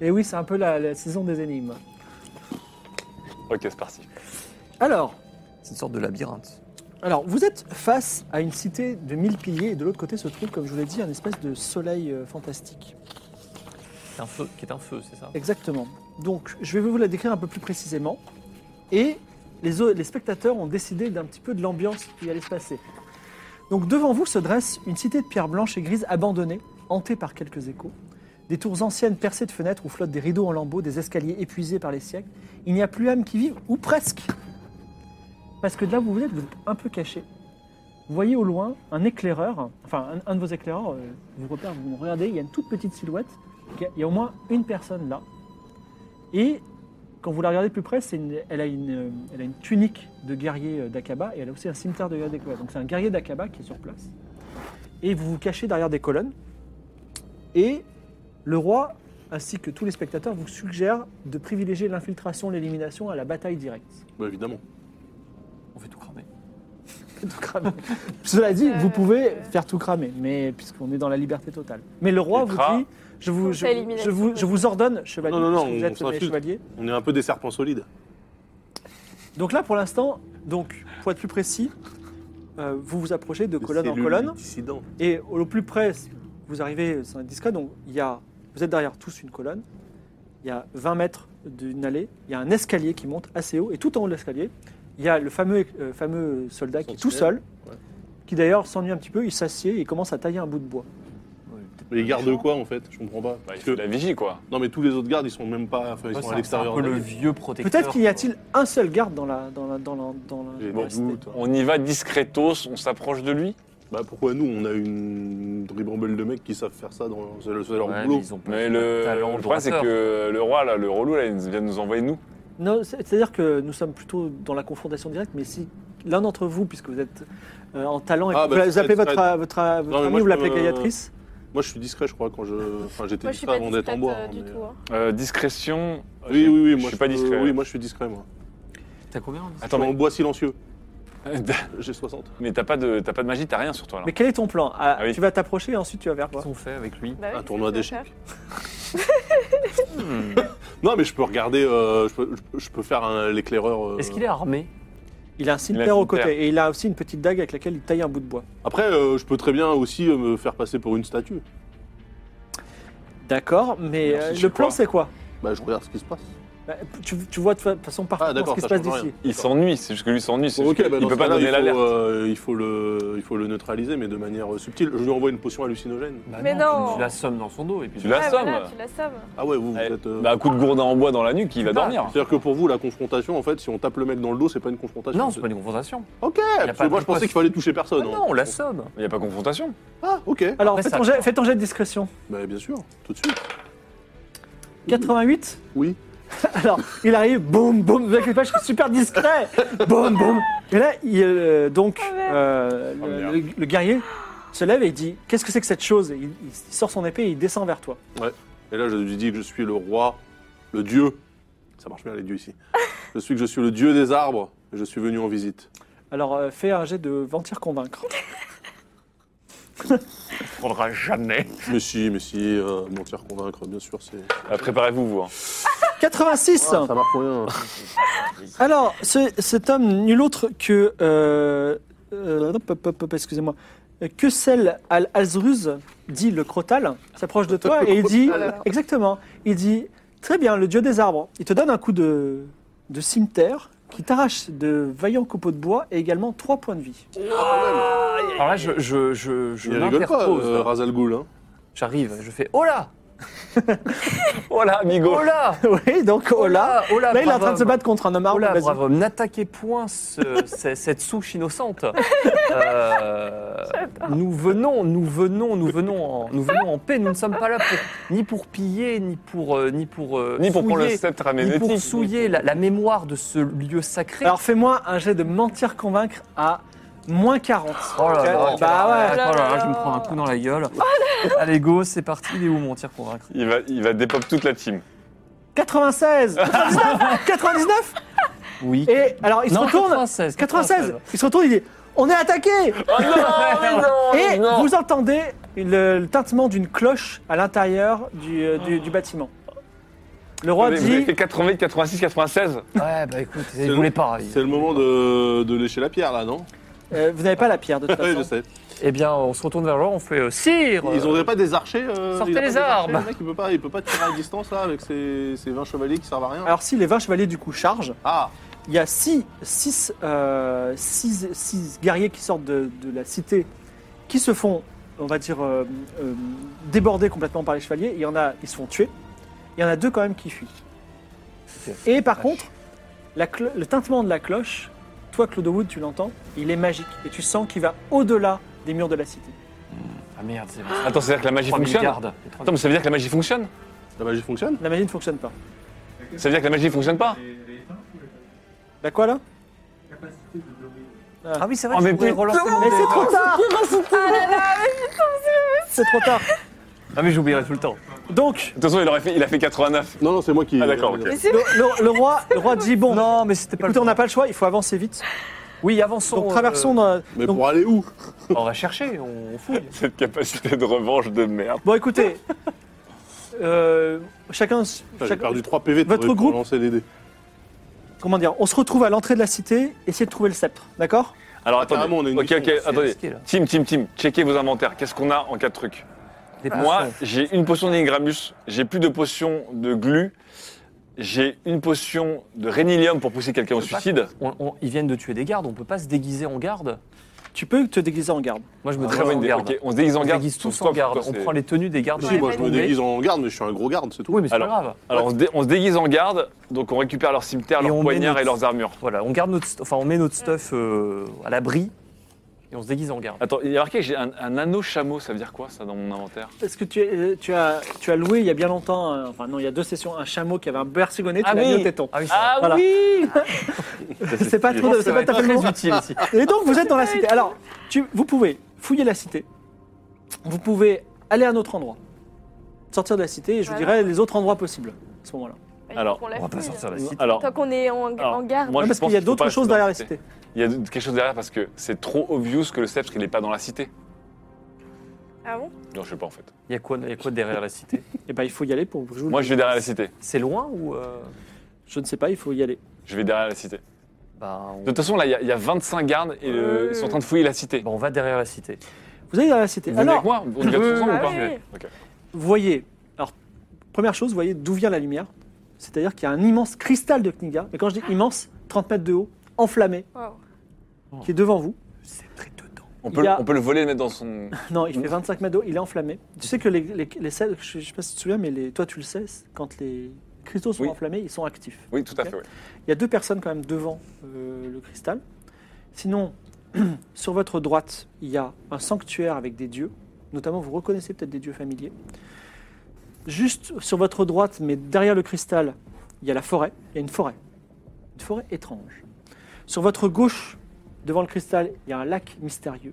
Speaker 1: Et oui, c'est un peu la, la saison des énigmes.
Speaker 8: Ok, c'est parti.
Speaker 1: Alors,
Speaker 5: C'est une sorte de labyrinthe.
Speaker 1: alors, vous êtes face à une cité de mille piliers et de l'autre côté se trouve, comme je vous l'ai dit, un espèce de soleil euh, fantastique.
Speaker 5: C'est un feu, qui est un feu, c'est ça
Speaker 1: Exactement. Donc, je vais vous la décrire un peu plus précisément. Et les, au- les spectateurs ont décidé d'un petit peu de l'ambiance qui allait se passer. Donc, devant vous se dresse une cité de pierres blanches et grises abandonnée, hantée par quelques échos. Des tours anciennes percées de fenêtres où flottent des rideaux en lambeaux, des escaliers épuisés par les siècles. Il n'y a plus âme qui vive, ou presque. Parce que de là où vous êtes, vous êtes un peu caché. Vous voyez au loin un éclaireur, enfin un, un de vos éclaireurs, euh, vous repère, vous regardez, il y a une toute petite silhouette Ok, Il y a au moins une personne là. Et quand vous la regardez de plus près, c'est une- elle, a une, euh, elle a une tunique de guerrier euh, d'Akaba et elle a aussi un cimetière de guerrier d'Akaba. Donc c'est un guerrier d'Akaba qui est sur place. Et vous vous cachez derrière des colonnes. Et le roi, ainsi que tous les spectateurs, vous suggère de privilégier l'infiltration, l'élimination à la bataille directe. (laughs)
Speaker 4: Bah, évidemment.
Speaker 5: On fait tout cramer.
Speaker 1: Tout cramer. Cela dit, vous pouvez
Speaker 7: Euh.
Speaker 1: faire tout cramer, mais puisqu'on est dans la liberté totale. Mais le roi vous
Speaker 8: Ultra.
Speaker 1: dit, je vous,
Speaker 7: Comme
Speaker 1: je,
Speaker 7: ça, élimination,
Speaker 1: je vous, je vous ordonne, chevalier,
Speaker 4: Non, non, non,
Speaker 1: parce que vous
Speaker 4: on
Speaker 1: êtes
Speaker 4: s'en
Speaker 1: des
Speaker 4: fiche.
Speaker 1: chevaliers.
Speaker 4: On est un peu des serpents solides.
Speaker 1: Donc là, pour l'instant, donc pour être plus précis, euh, vous vous approchez de
Speaker 4: Des
Speaker 1: colonne en
Speaker 4: cellules
Speaker 1: colonne,
Speaker 4: dissidents.
Speaker 1: et au plus près, vous arrivez, c'est un discret, donc il y a, vous êtes derrière tous une colonne, il y a 20 mètres d'une allée, il y a un escalier qui monte assez haut, et tout en haut de l'escalier, il y a le fameux, euh, fameux soldat qui est tout seul,
Speaker 4: ouais.
Speaker 1: qui d'ailleurs s'ennuie un petit peu, il s'assied et il commence à tailler un bout de bois.
Speaker 4: Mais ils gardent quoi en fait Je comprends pas.
Speaker 8: Bah, il
Speaker 4: Parce
Speaker 8: faut
Speaker 4: que-
Speaker 8: de la vigie, quoi.
Speaker 4: Non, mais tous les autres gardes, ils sont même pas. enfin, ils
Speaker 5: Ouais,
Speaker 4: sont
Speaker 5: c'est
Speaker 4: à
Speaker 5: un-
Speaker 4: l'extérieur.
Speaker 5: C'est un peu
Speaker 4: de la
Speaker 5: le
Speaker 4: ville.
Speaker 5: vieux protecteur.
Speaker 1: Peut-être qu'il y a-t-il un seul garde dans la, dans la, dans la, dans la-
Speaker 4: J'ai
Speaker 1: dans la
Speaker 4: des
Speaker 1: cité.
Speaker 4: doutes.
Speaker 8: On y va discretos, on s'approche de lui.
Speaker 4: Bah, pourquoi nous On a une ribambelle de mecs qui savent faire ça, dans... c'est le- c'est leur
Speaker 5: Ouais, mais
Speaker 4: boulot.
Speaker 5: ils ont pas
Speaker 8: Mais le,
Speaker 5: talent
Speaker 8: le problème, c'est
Speaker 5: orateur.
Speaker 8: que le roi, là, le relou, là, il vient de nous envoyer nous.
Speaker 1: Non, c'est- c'est-à-dire que nous sommes plutôt dans la confrontation directe, mais si l'un d'entre vous, puisque vous êtes euh, en talent et que
Speaker 4: Ah,
Speaker 1: vous,
Speaker 4: bah,
Speaker 1: vous
Speaker 4: ça
Speaker 1: appelez
Speaker 4: serait-
Speaker 1: votre, euh, votre, votre
Speaker 4: Non, mais
Speaker 1: ami,
Speaker 4: moi,
Speaker 1: vous
Speaker 4: je
Speaker 1: l'appelez
Speaker 4: peux, euh,
Speaker 1: Gaillatrice,
Speaker 4: Moi, je suis discret, je crois, quand je. Enfin, j'étais
Speaker 7: Moi, je suis
Speaker 4: discret
Speaker 7: pas
Speaker 4: avant d'être
Speaker 7: discrète
Speaker 4: en bois.
Speaker 7: euh,
Speaker 4: hein,
Speaker 7: du
Speaker 4: mais- Ah
Speaker 7: tout. hein.
Speaker 8: Euh, discrétion.
Speaker 4: Oui, oui, oui. Moi,
Speaker 8: Euh, je suis pas
Speaker 4: peux-
Speaker 8: discret.
Speaker 4: Oui, moi, je suis discret, moi.
Speaker 5: T'as combien hein
Speaker 8: Attends,
Speaker 4: je suis en
Speaker 8: mais,
Speaker 4: bois silencieux.
Speaker 8: mais (laughs)
Speaker 4: J'ai 60.
Speaker 8: t'as pas, de- t'as pas de magie, t'as rien sur toi, là.
Speaker 1: mais quel est ton plan Ah,
Speaker 8: Ah oui.
Speaker 1: Tu vas t'approcher et ensuite tu vas vers quoi
Speaker 5: Qu'est-ce qu'on fait avec lui
Speaker 8: Ah
Speaker 7: Bah oui,
Speaker 4: Un
Speaker 7: c'est
Speaker 4: tournoi
Speaker 7: ce que
Speaker 4: d'échecs. Hmm.
Speaker 7: je vais faire.
Speaker 4: (laughs) Non, mais je peux regarder. euh, je, peux, je peux- je peux faire un- l'éclaireur. euh.
Speaker 5: Est-ce qu'il est armé
Speaker 1: Il a un cimetière au
Speaker 8: cimetière.
Speaker 1: côté et il a aussi une petite dague avec laquelle il taille un bout de bois.
Speaker 4: Après, euh, je peux très bien aussi euh, me faire passer pour une statue.
Speaker 1: D'accord, mais
Speaker 8: Merci,
Speaker 1: euh,
Speaker 8: je sais
Speaker 1: le plan
Speaker 8: quoi.
Speaker 1: c'est quoi
Speaker 4: Bah, je regarde ce qui se passe.
Speaker 1: Bah, tu, tu vois de fa- façon
Speaker 4: Ah,
Speaker 1: parfaitement
Speaker 4: d'accord,
Speaker 1: ce qui se
Speaker 4: ça
Speaker 1: passe
Speaker 4: change
Speaker 1: d'ici.
Speaker 8: Il s'ennuie, c'est juste que lui s'ennuie. c'est
Speaker 4: Bon,
Speaker 8: juste
Speaker 4: ok,
Speaker 8: que
Speaker 4: bah,
Speaker 8: il
Speaker 4: dans
Speaker 8: peut
Speaker 4: ce
Speaker 8: pas
Speaker 4: cas-là,
Speaker 8: donner
Speaker 4: il,
Speaker 8: l'alerte.
Speaker 4: faut, euh, il, faut le, il faut le neutraliser, mais de manière euh, subtile. Je lui envoie une potion hallucinogène.
Speaker 5: Bah
Speaker 7: Mais non.
Speaker 5: Tu l'assommes dans son dos et puis
Speaker 8: Tu l'as-
Speaker 7: Ouais,
Speaker 8: somme.
Speaker 7: voilà, tu la sommes.
Speaker 4: Ah ouais, vous, vous
Speaker 8: Eh,
Speaker 4: êtes. euh,
Speaker 8: Bah, coup de gourde en bois dans la nuque, il va
Speaker 5: vas.
Speaker 8: dormir.
Speaker 4: C'est-à-dire que pour vous, la confrontation, en fait, si on tape le mec dans le dos, c'est pas une confrontation.
Speaker 5: Non, c'est pas une confrontation.
Speaker 4: Ok, parce
Speaker 5: pas
Speaker 4: que
Speaker 5: de
Speaker 4: moi, je pensais
Speaker 5: potion.
Speaker 4: qu'il fallait toucher
Speaker 5: Ah
Speaker 4: personne. hein.
Speaker 5: non, on l'assomme.
Speaker 8: Il n'y a pas confrontation.
Speaker 4: Ah, ok.
Speaker 1: Alors
Speaker 5: Après,
Speaker 1: fais
Speaker 5: ça
Speaker 1: ton, jet,
Speaker 5: attend.
Speaker 1: fais ton jet de discrétion.
Speaker 4: Bah, bien sûr, tout de suite.
Speaker 1: 88
Speaker 4: Oui.
Speaker 1: Alors, il arrive, boum, boum, vous inquiétez pas, je suis super discret, boum, boum. Et là, il, euh, donc,
Speaker 7: Ah, merde.
Speaker 1: euh,
Speaker 8: Oh,
Speaker 1: le,
Speaker 8: merde.
Speaker 1: le- le guerrier se lève et il dit Qu'est-ce que c'est que cette chose Et il, il sort son épée et il descend vers toi.
Speaker 4: Et là, je lui dis que je suis le roi, le dieu. Ça marche bien, les dieux ici. Je suis que je suis le dieu des arbres. et Je suis venu en visite.
Speaker 1: Alors euh, fais un jet de ventir convaincre.
Speaker 3: prendra jamais.
Speaker 4: Mais si, mais si, euh, mentir, convaincre, bien sûr, c'est.
Speaker 3: Euh, Préparez-vous, vous. hein.
Speaker 1: 86
Speaker 4: Ah, ça marche rien.
Speaker 1: (laughs) Alors, ce- cet homme, nul autre que. euh, euh, hop, hop, hop, hop, Excusez-moi. Que celle Al-Azruz, dit le Crotal, s'approche de toi et il dit. Exactement. Il dit Très bien, le dieu des arbres. Il te donne un coup de, de cimeterre qui t'arrache de vaillants copeaux de bois et également 3 points de vie. (laughs)
Speaker 5: Alors là, je, je, je, je
Speaker 4: Il rigole pas,
Speaker 5: m'interpose.
Speaker 4: euh, Ra's al Ghul, hein.
Speaker 5: J'arrive, je fais Oh là
Speaker 8: Oh là, amigo.
Speaker 1: (laughs)
Speaker 5: Oh là
Speaker 1: oui, donc
Speaker 5: Oh
Speaker 1: là,
Speaker 5: là Oh là,
Speaker 1: là, il est en
Speaker 5: brave
Speaker 1: train de se
Speaker 5: homme.
Speaker 1: battre contre un homme
Speaker 5: Oh
Speaker 1: armé.
Speaker 5: là,
Speaker 1: vas-y.
Speaker 5: brave homme, n'attaquez point
Speaker 1: (laughs)
Speaker 5: ce- ce- cette souche innocente. Euh, nous venons, nous venons, nous venons, en, nous venons en paix. Nous ne sommes pas là pour, ni pour piller, ni pour, euh, ni pour, euh,
Speaker 3: Ni pour prendre le
Speaker 5: souiller,
Speaker 3: sceptre
Speaker 5: ni
Speaker 3: aménétique.
Speaker 5: pour souiller la, la mémoire de ce lieu sacré.
Speaker 1: Alors fais-moi un jet de mentir convaincre à moins 40.
Speaker 5: Oh là là,
Speaker 1: Ok, bah ouais.
Speaker 5: oh là là, je me prends un coup dans la gueule.
Speaker 1: Oh
Speaker 5: Allez go, c'est parti. Il est où mon tir convaincre
Speaker 3: Il va, il va dépop toute la team.
Speaker 1: 96 99 99
Speaker 5: Oui.
Speaker 1: Et alors il se
Speaker 5: non,
Speaker 1: retourne
Speaker 5: 96.
Speaker 1: 96 Il se retourne, il dit On est attaqué (laughs)
Speaker 4: Oh
Speaker 1: Et vous entendez le, le tintement d'une cloche à l'intérieur du, euh, du- du bâtiment. Le roi
Speaker 3: Vous avez
Speaker 1: dit
Speaker 3: fait 88, 86, 96
Speaker 5: Ouais, bah écoute, ils voulaient pas. ils-
Speaker 4: C'est le moment de, de lécher la pierre, là, non
Speaker 1: euh, Vous n'avez pas la pierre de toute
Speaker 4: (laughs) Oui, je
Speaker 1: façon.
Speaker 4: sais.
Speaker 5: Eh bien, on se retourne vers le roi, on fait euh, Sire
Speaker 4: Ils n'auraient pas des archers euh,
Speaker 5: sortez
Speaker 4: il a
Speaker 5: les
Speaker 4: pas des archers,
Speaker 5: armes.
Speaker 4: le mec, il peut pas, il peut pas tirer à distance, là, avec ses, ses 20 chevaliers qui servent à rien.
Speaker 1: Alors si les 20 chevaliers du coup chargent,
Speaker 4: Ah
Speaker 1: il y a 6 six, euh, six- six guerriers qui sortent de, de la cité qui se font, on va dire, euh, euh, déborder complètement par les chevaliers. Il y en a, ils se font tuer. Il y en a deux quand même qui fuient. Et par contre, la clo- le tintement de la cloche, toi, Claude Wood, tu l'entends, il est magique. Et tu sens qu'il va au-delà des murs de la cité.
Speaker 5: Ah merde, c'est vrai.
Speaker 3: Attends, c'est-à-dire que la magie
Speaker 5: 3000
Speaker 3: fonctionne
Speaker 5: gardes.
Speaker 3: Attends, mais ça veut dire que la magie fonctionne
Speaker 4: La magie fonctionne
Speaker 1: La magie ne fonctionne pas.
Speaker 3: Ça veut dire que la magie fonctionne pas
Speaker 6: Elle est- elle est éteinte ou elle a
Speaker 1: La Bah, quoi, là
Speaker 6: une capacité de dormir
Speaker 5: Ah oui, c'est vrai,
Speaker 3: Oh,
Speaker 5: je
Speaker 3: mais
Speaker 5: pourrais
Speaker 3: putain.
Speaker 5: relancer mon
Speaker 1: Mais
Speaker 5: dé.
Speaker 1: c'est trop tard C'est trop tard.
Speaker 5: Ah mais j'oublierai tout le temps.
Speaker 1: Donc,
Speaker 3: De toute façon, il, aurait fait, il a fait 89.
Speaker 4: Non, non, c'est moi qui.
Speaker 3: Ah, d'accord, ok.
Speaker 7: Mais c'est
Speaker 1: le, le- le roi, le roi dit, bon,
Speaker 5: Non, mais c'était pas
Speaker 1: écoutez, on
Speaker 5: le
Speaker 1: n'a pas le choix, euh, il faut avancer vite.
Speaker 5: Oui, avançons.
Speaker 1: Donc traversons dans-
Speaker 4: Mais
Speaker 1: donc-
Speaker 4: pour aller où
Speaker 5: euh, on va chercher, on fouille.
Speaker 3: Cette capacité de revanche de merde.
Speaker 1: Bon, écoutez, (laughs) euh, chacun,
Speaker 4: Putain, J'ai
Speaker 1: chacun-
Speaker 4: perdu 3 PV de
Speaker 1: Votre
Speaker 4: pour
Speaker 1: groupe
Speaker 4: lancer les dés.
Speaker 1: comment dire, on se retrouve à l'entrée de la cité, essayez de trouver le sceptre, d'accord
Speaker 3: Alors attendez.
Speaker 4: carrément, on a une
Speaker 3: ok,
Speaker 4: mission,
Speaker 3: ok,
Speaker 4: c'est
Speaker 3: attendez.
Speaker 5: risqué, là.
Speaker 3: Team, team, team, checkez vos inventaires. Qu'est-ce qu'on a en cas de trucs
Speaker 5: Des
Speaker 3: Moi,
Speaker 5: potions.
Speaker 3: j'ai une potion d'Ingramus, j'ai plus de potion de glu, j'ai une potion de rénilium pour pousser quelqu'un au
Speaker 5: Je peux pas-
Speaker 3: suicide.
Speaker 5: On- on- ils viennent de tuer des gardes, on peut pas se déguiser en garde.
Speaker 1: Tu peux te déguiser en garde.
Speaker 5: Moi, je me
Speaker 3: Ah, Très
Speaker 5: déguise
Speaker 3: bonne
Speaker 5: en
Speaker 3: idée.
Speaker 5: garde.
Speaker 3: Ok, on se déguise en
Speaker 5: On se
Speaker 3: garde.
Speaker 5: déguise tous
Speaker 3: Toi,
Speaker 5: en garde.
Speaker 3: toi,
Speaker 5: On
Speaker 3: c'est-
Speaker 5: prend les tenues des gardes.
Speaker 4: Si, moi
Speaker 7: pas
Speaker 4: je me
Speaker 7: tombé.
Speaker 4: déguise en garde, mais je suis un gros garde, c'est tout.
Speaker 5: Oui, mais c'est pas
Speaker 3: Alors-
Speaker 5: grave.
Speaker 3: Alors on se, dé- on se déguise en garde, donc on récupère leurs cimetières,
Speaker 5: Et on
Speaker 3: leurs
Speaker 5: met
Speaker 3: poignards et
Speaker 5: notre-
Speaker 3: leurs armures.
Speaker 5: Voilà, on garde notre, st- enfin, on met notre stuff euh, à l'abri et on se déguise en garde.
Speaker 3: Attends, il y a marqué que j'ai un, un anneau chameau, ça veut dire quoi ça dans mon inventaire
Speaker 1: Est-ce que tu, euh, tu as, tu as loué il y a bien longtemps, euh, enfin non, il y a deux sessions, un chameau qui avait un bercegonnet, tu
Speaker 3: Ah
Speaker 1: l'as mis
Speaker 3: oui.
Speaker 1: au téton.
Speaker 5: Ah oui,
Speaker 3: Ah
Speaker 1: Voilà.
Speaker 3: oui
Speaker 1: C'est pas trop, c'est pas tout à fait le
Speaker 5: très
Speaker 1: moment.
Speaker 5: utile ici.
Speaker 1: Et donc vous êtes dans la cité. Alors, tu- vous pouvez fouiller la cité, vous pouvez aller à un autre endroit, sortir de la cité, et je vous
Speaker 7: Voilà.
Speaker 1: dirais les autres endroits possibles à ce moment-là.
Speaker 7: Bah, il faut
Speaker 3: Alors,
Speaker 7: qu'on la
Speaker 5: On va pas
Speaker 7: fouille.
Speaker 5: sortir de la cité.
Speaker 3: Alors,
Speaker 7: Tant qu'on est en,
Speaker 3: Alors,
Speaker 7: en garde.
Speaker 1: Non,
Speaker 3: moi, je
Speaker 1: Ah, parce
Speaker 3: pense
Speaker 1: qu'il y a
Speaker 3: qu'il faut pas
Speaker 1: d'autres
Speaker 3: rester
Speaker 1: choses
Speaker 3: dans
Speaker 1: derrière la
Speaker 3: cité.
Speaker 1: cité.
Speaker 3: il y a quelque chose derrière parce que c'est trop obvious que le sceptre il est pas dans la cité.
Speaker 7: Ah bon
Speaker 3: Non, je sais pas en fait.
Speaker 5: Il y a quoi, il y a quoi derrière la cité
Speaker 1: Et ben il faut y aller pour jouer.
Speaker 3: Moi je vais derrière la cité.
Speaker 5: C'est loin ou euh,
Speaker 1: Je ne sais pas, il faut y aller.
Speaker 3: Je vais derrière la cité.
Speaker 5: bah, on...
Speaker 3: De toute façon, là, il y a- il y, a 25 gardes et euh, ils sont en train de fouiller la cité.
Speaker 5: bah, on va derrière la cité.
Speaker 1: Vous allez dans la cité.
Speaker 3: Vous venez
Speaker 1: Alors, euh, ah
Speaker 3: avec moi On y va tous
Speaker 5: oui,
Speaker 3: ensemble
Speaker 7: oui,
Speaker 3: ou pas
Speaker 7: oui,
Speaker 3: Ok.
Speaker 1: voyez. Alors, première chose, voyez d'où vient la lumière. C'est-à-dire qu'il y a un immense cristal de Kniga. Mais quand je dis immense, 30 mètres de haut, enflammé,
Speaker 7: Wow.
Speaker 3: Oh.
Speaker 1: qui est devant vous.
Speaker 5: C'est très dedans.
Speaker 3: On,
Speaker 1: Il
Speaker 3: peut,
Speaker 1: y a-
Speaker 3: on peut le voler et le mettre dans son.
Speaker 1: (laughs) Non, il fait 25 mètres de haut, il est enflammé. Tu sais que les, les, les selles- je ne sais pas si tu te souviens, mais les, toi tu le sais, quand les cristaux sont
Speaker 3: Oui.
Speaker 1: enflammés, ils sont actifs.
Speaker 3: Oui, tout à
Speaker 1: Ok.
Speaker 3: fait. oui.
Speaker 1: Il y a deux personnes quand même devant euh, le cristal. Sinon, (clears throat) sur votre droite, il y a un sanctuaire avec des dieux. Notamment, vous reconnaissez peut-être des dieux familiers. Juste sur votre droite, mais derrière le cristal, il y a la forêt. Il y a une forêt. Une forêt étrange. Sur votre gauche, devant le cristal, il y a un lac mystérieux.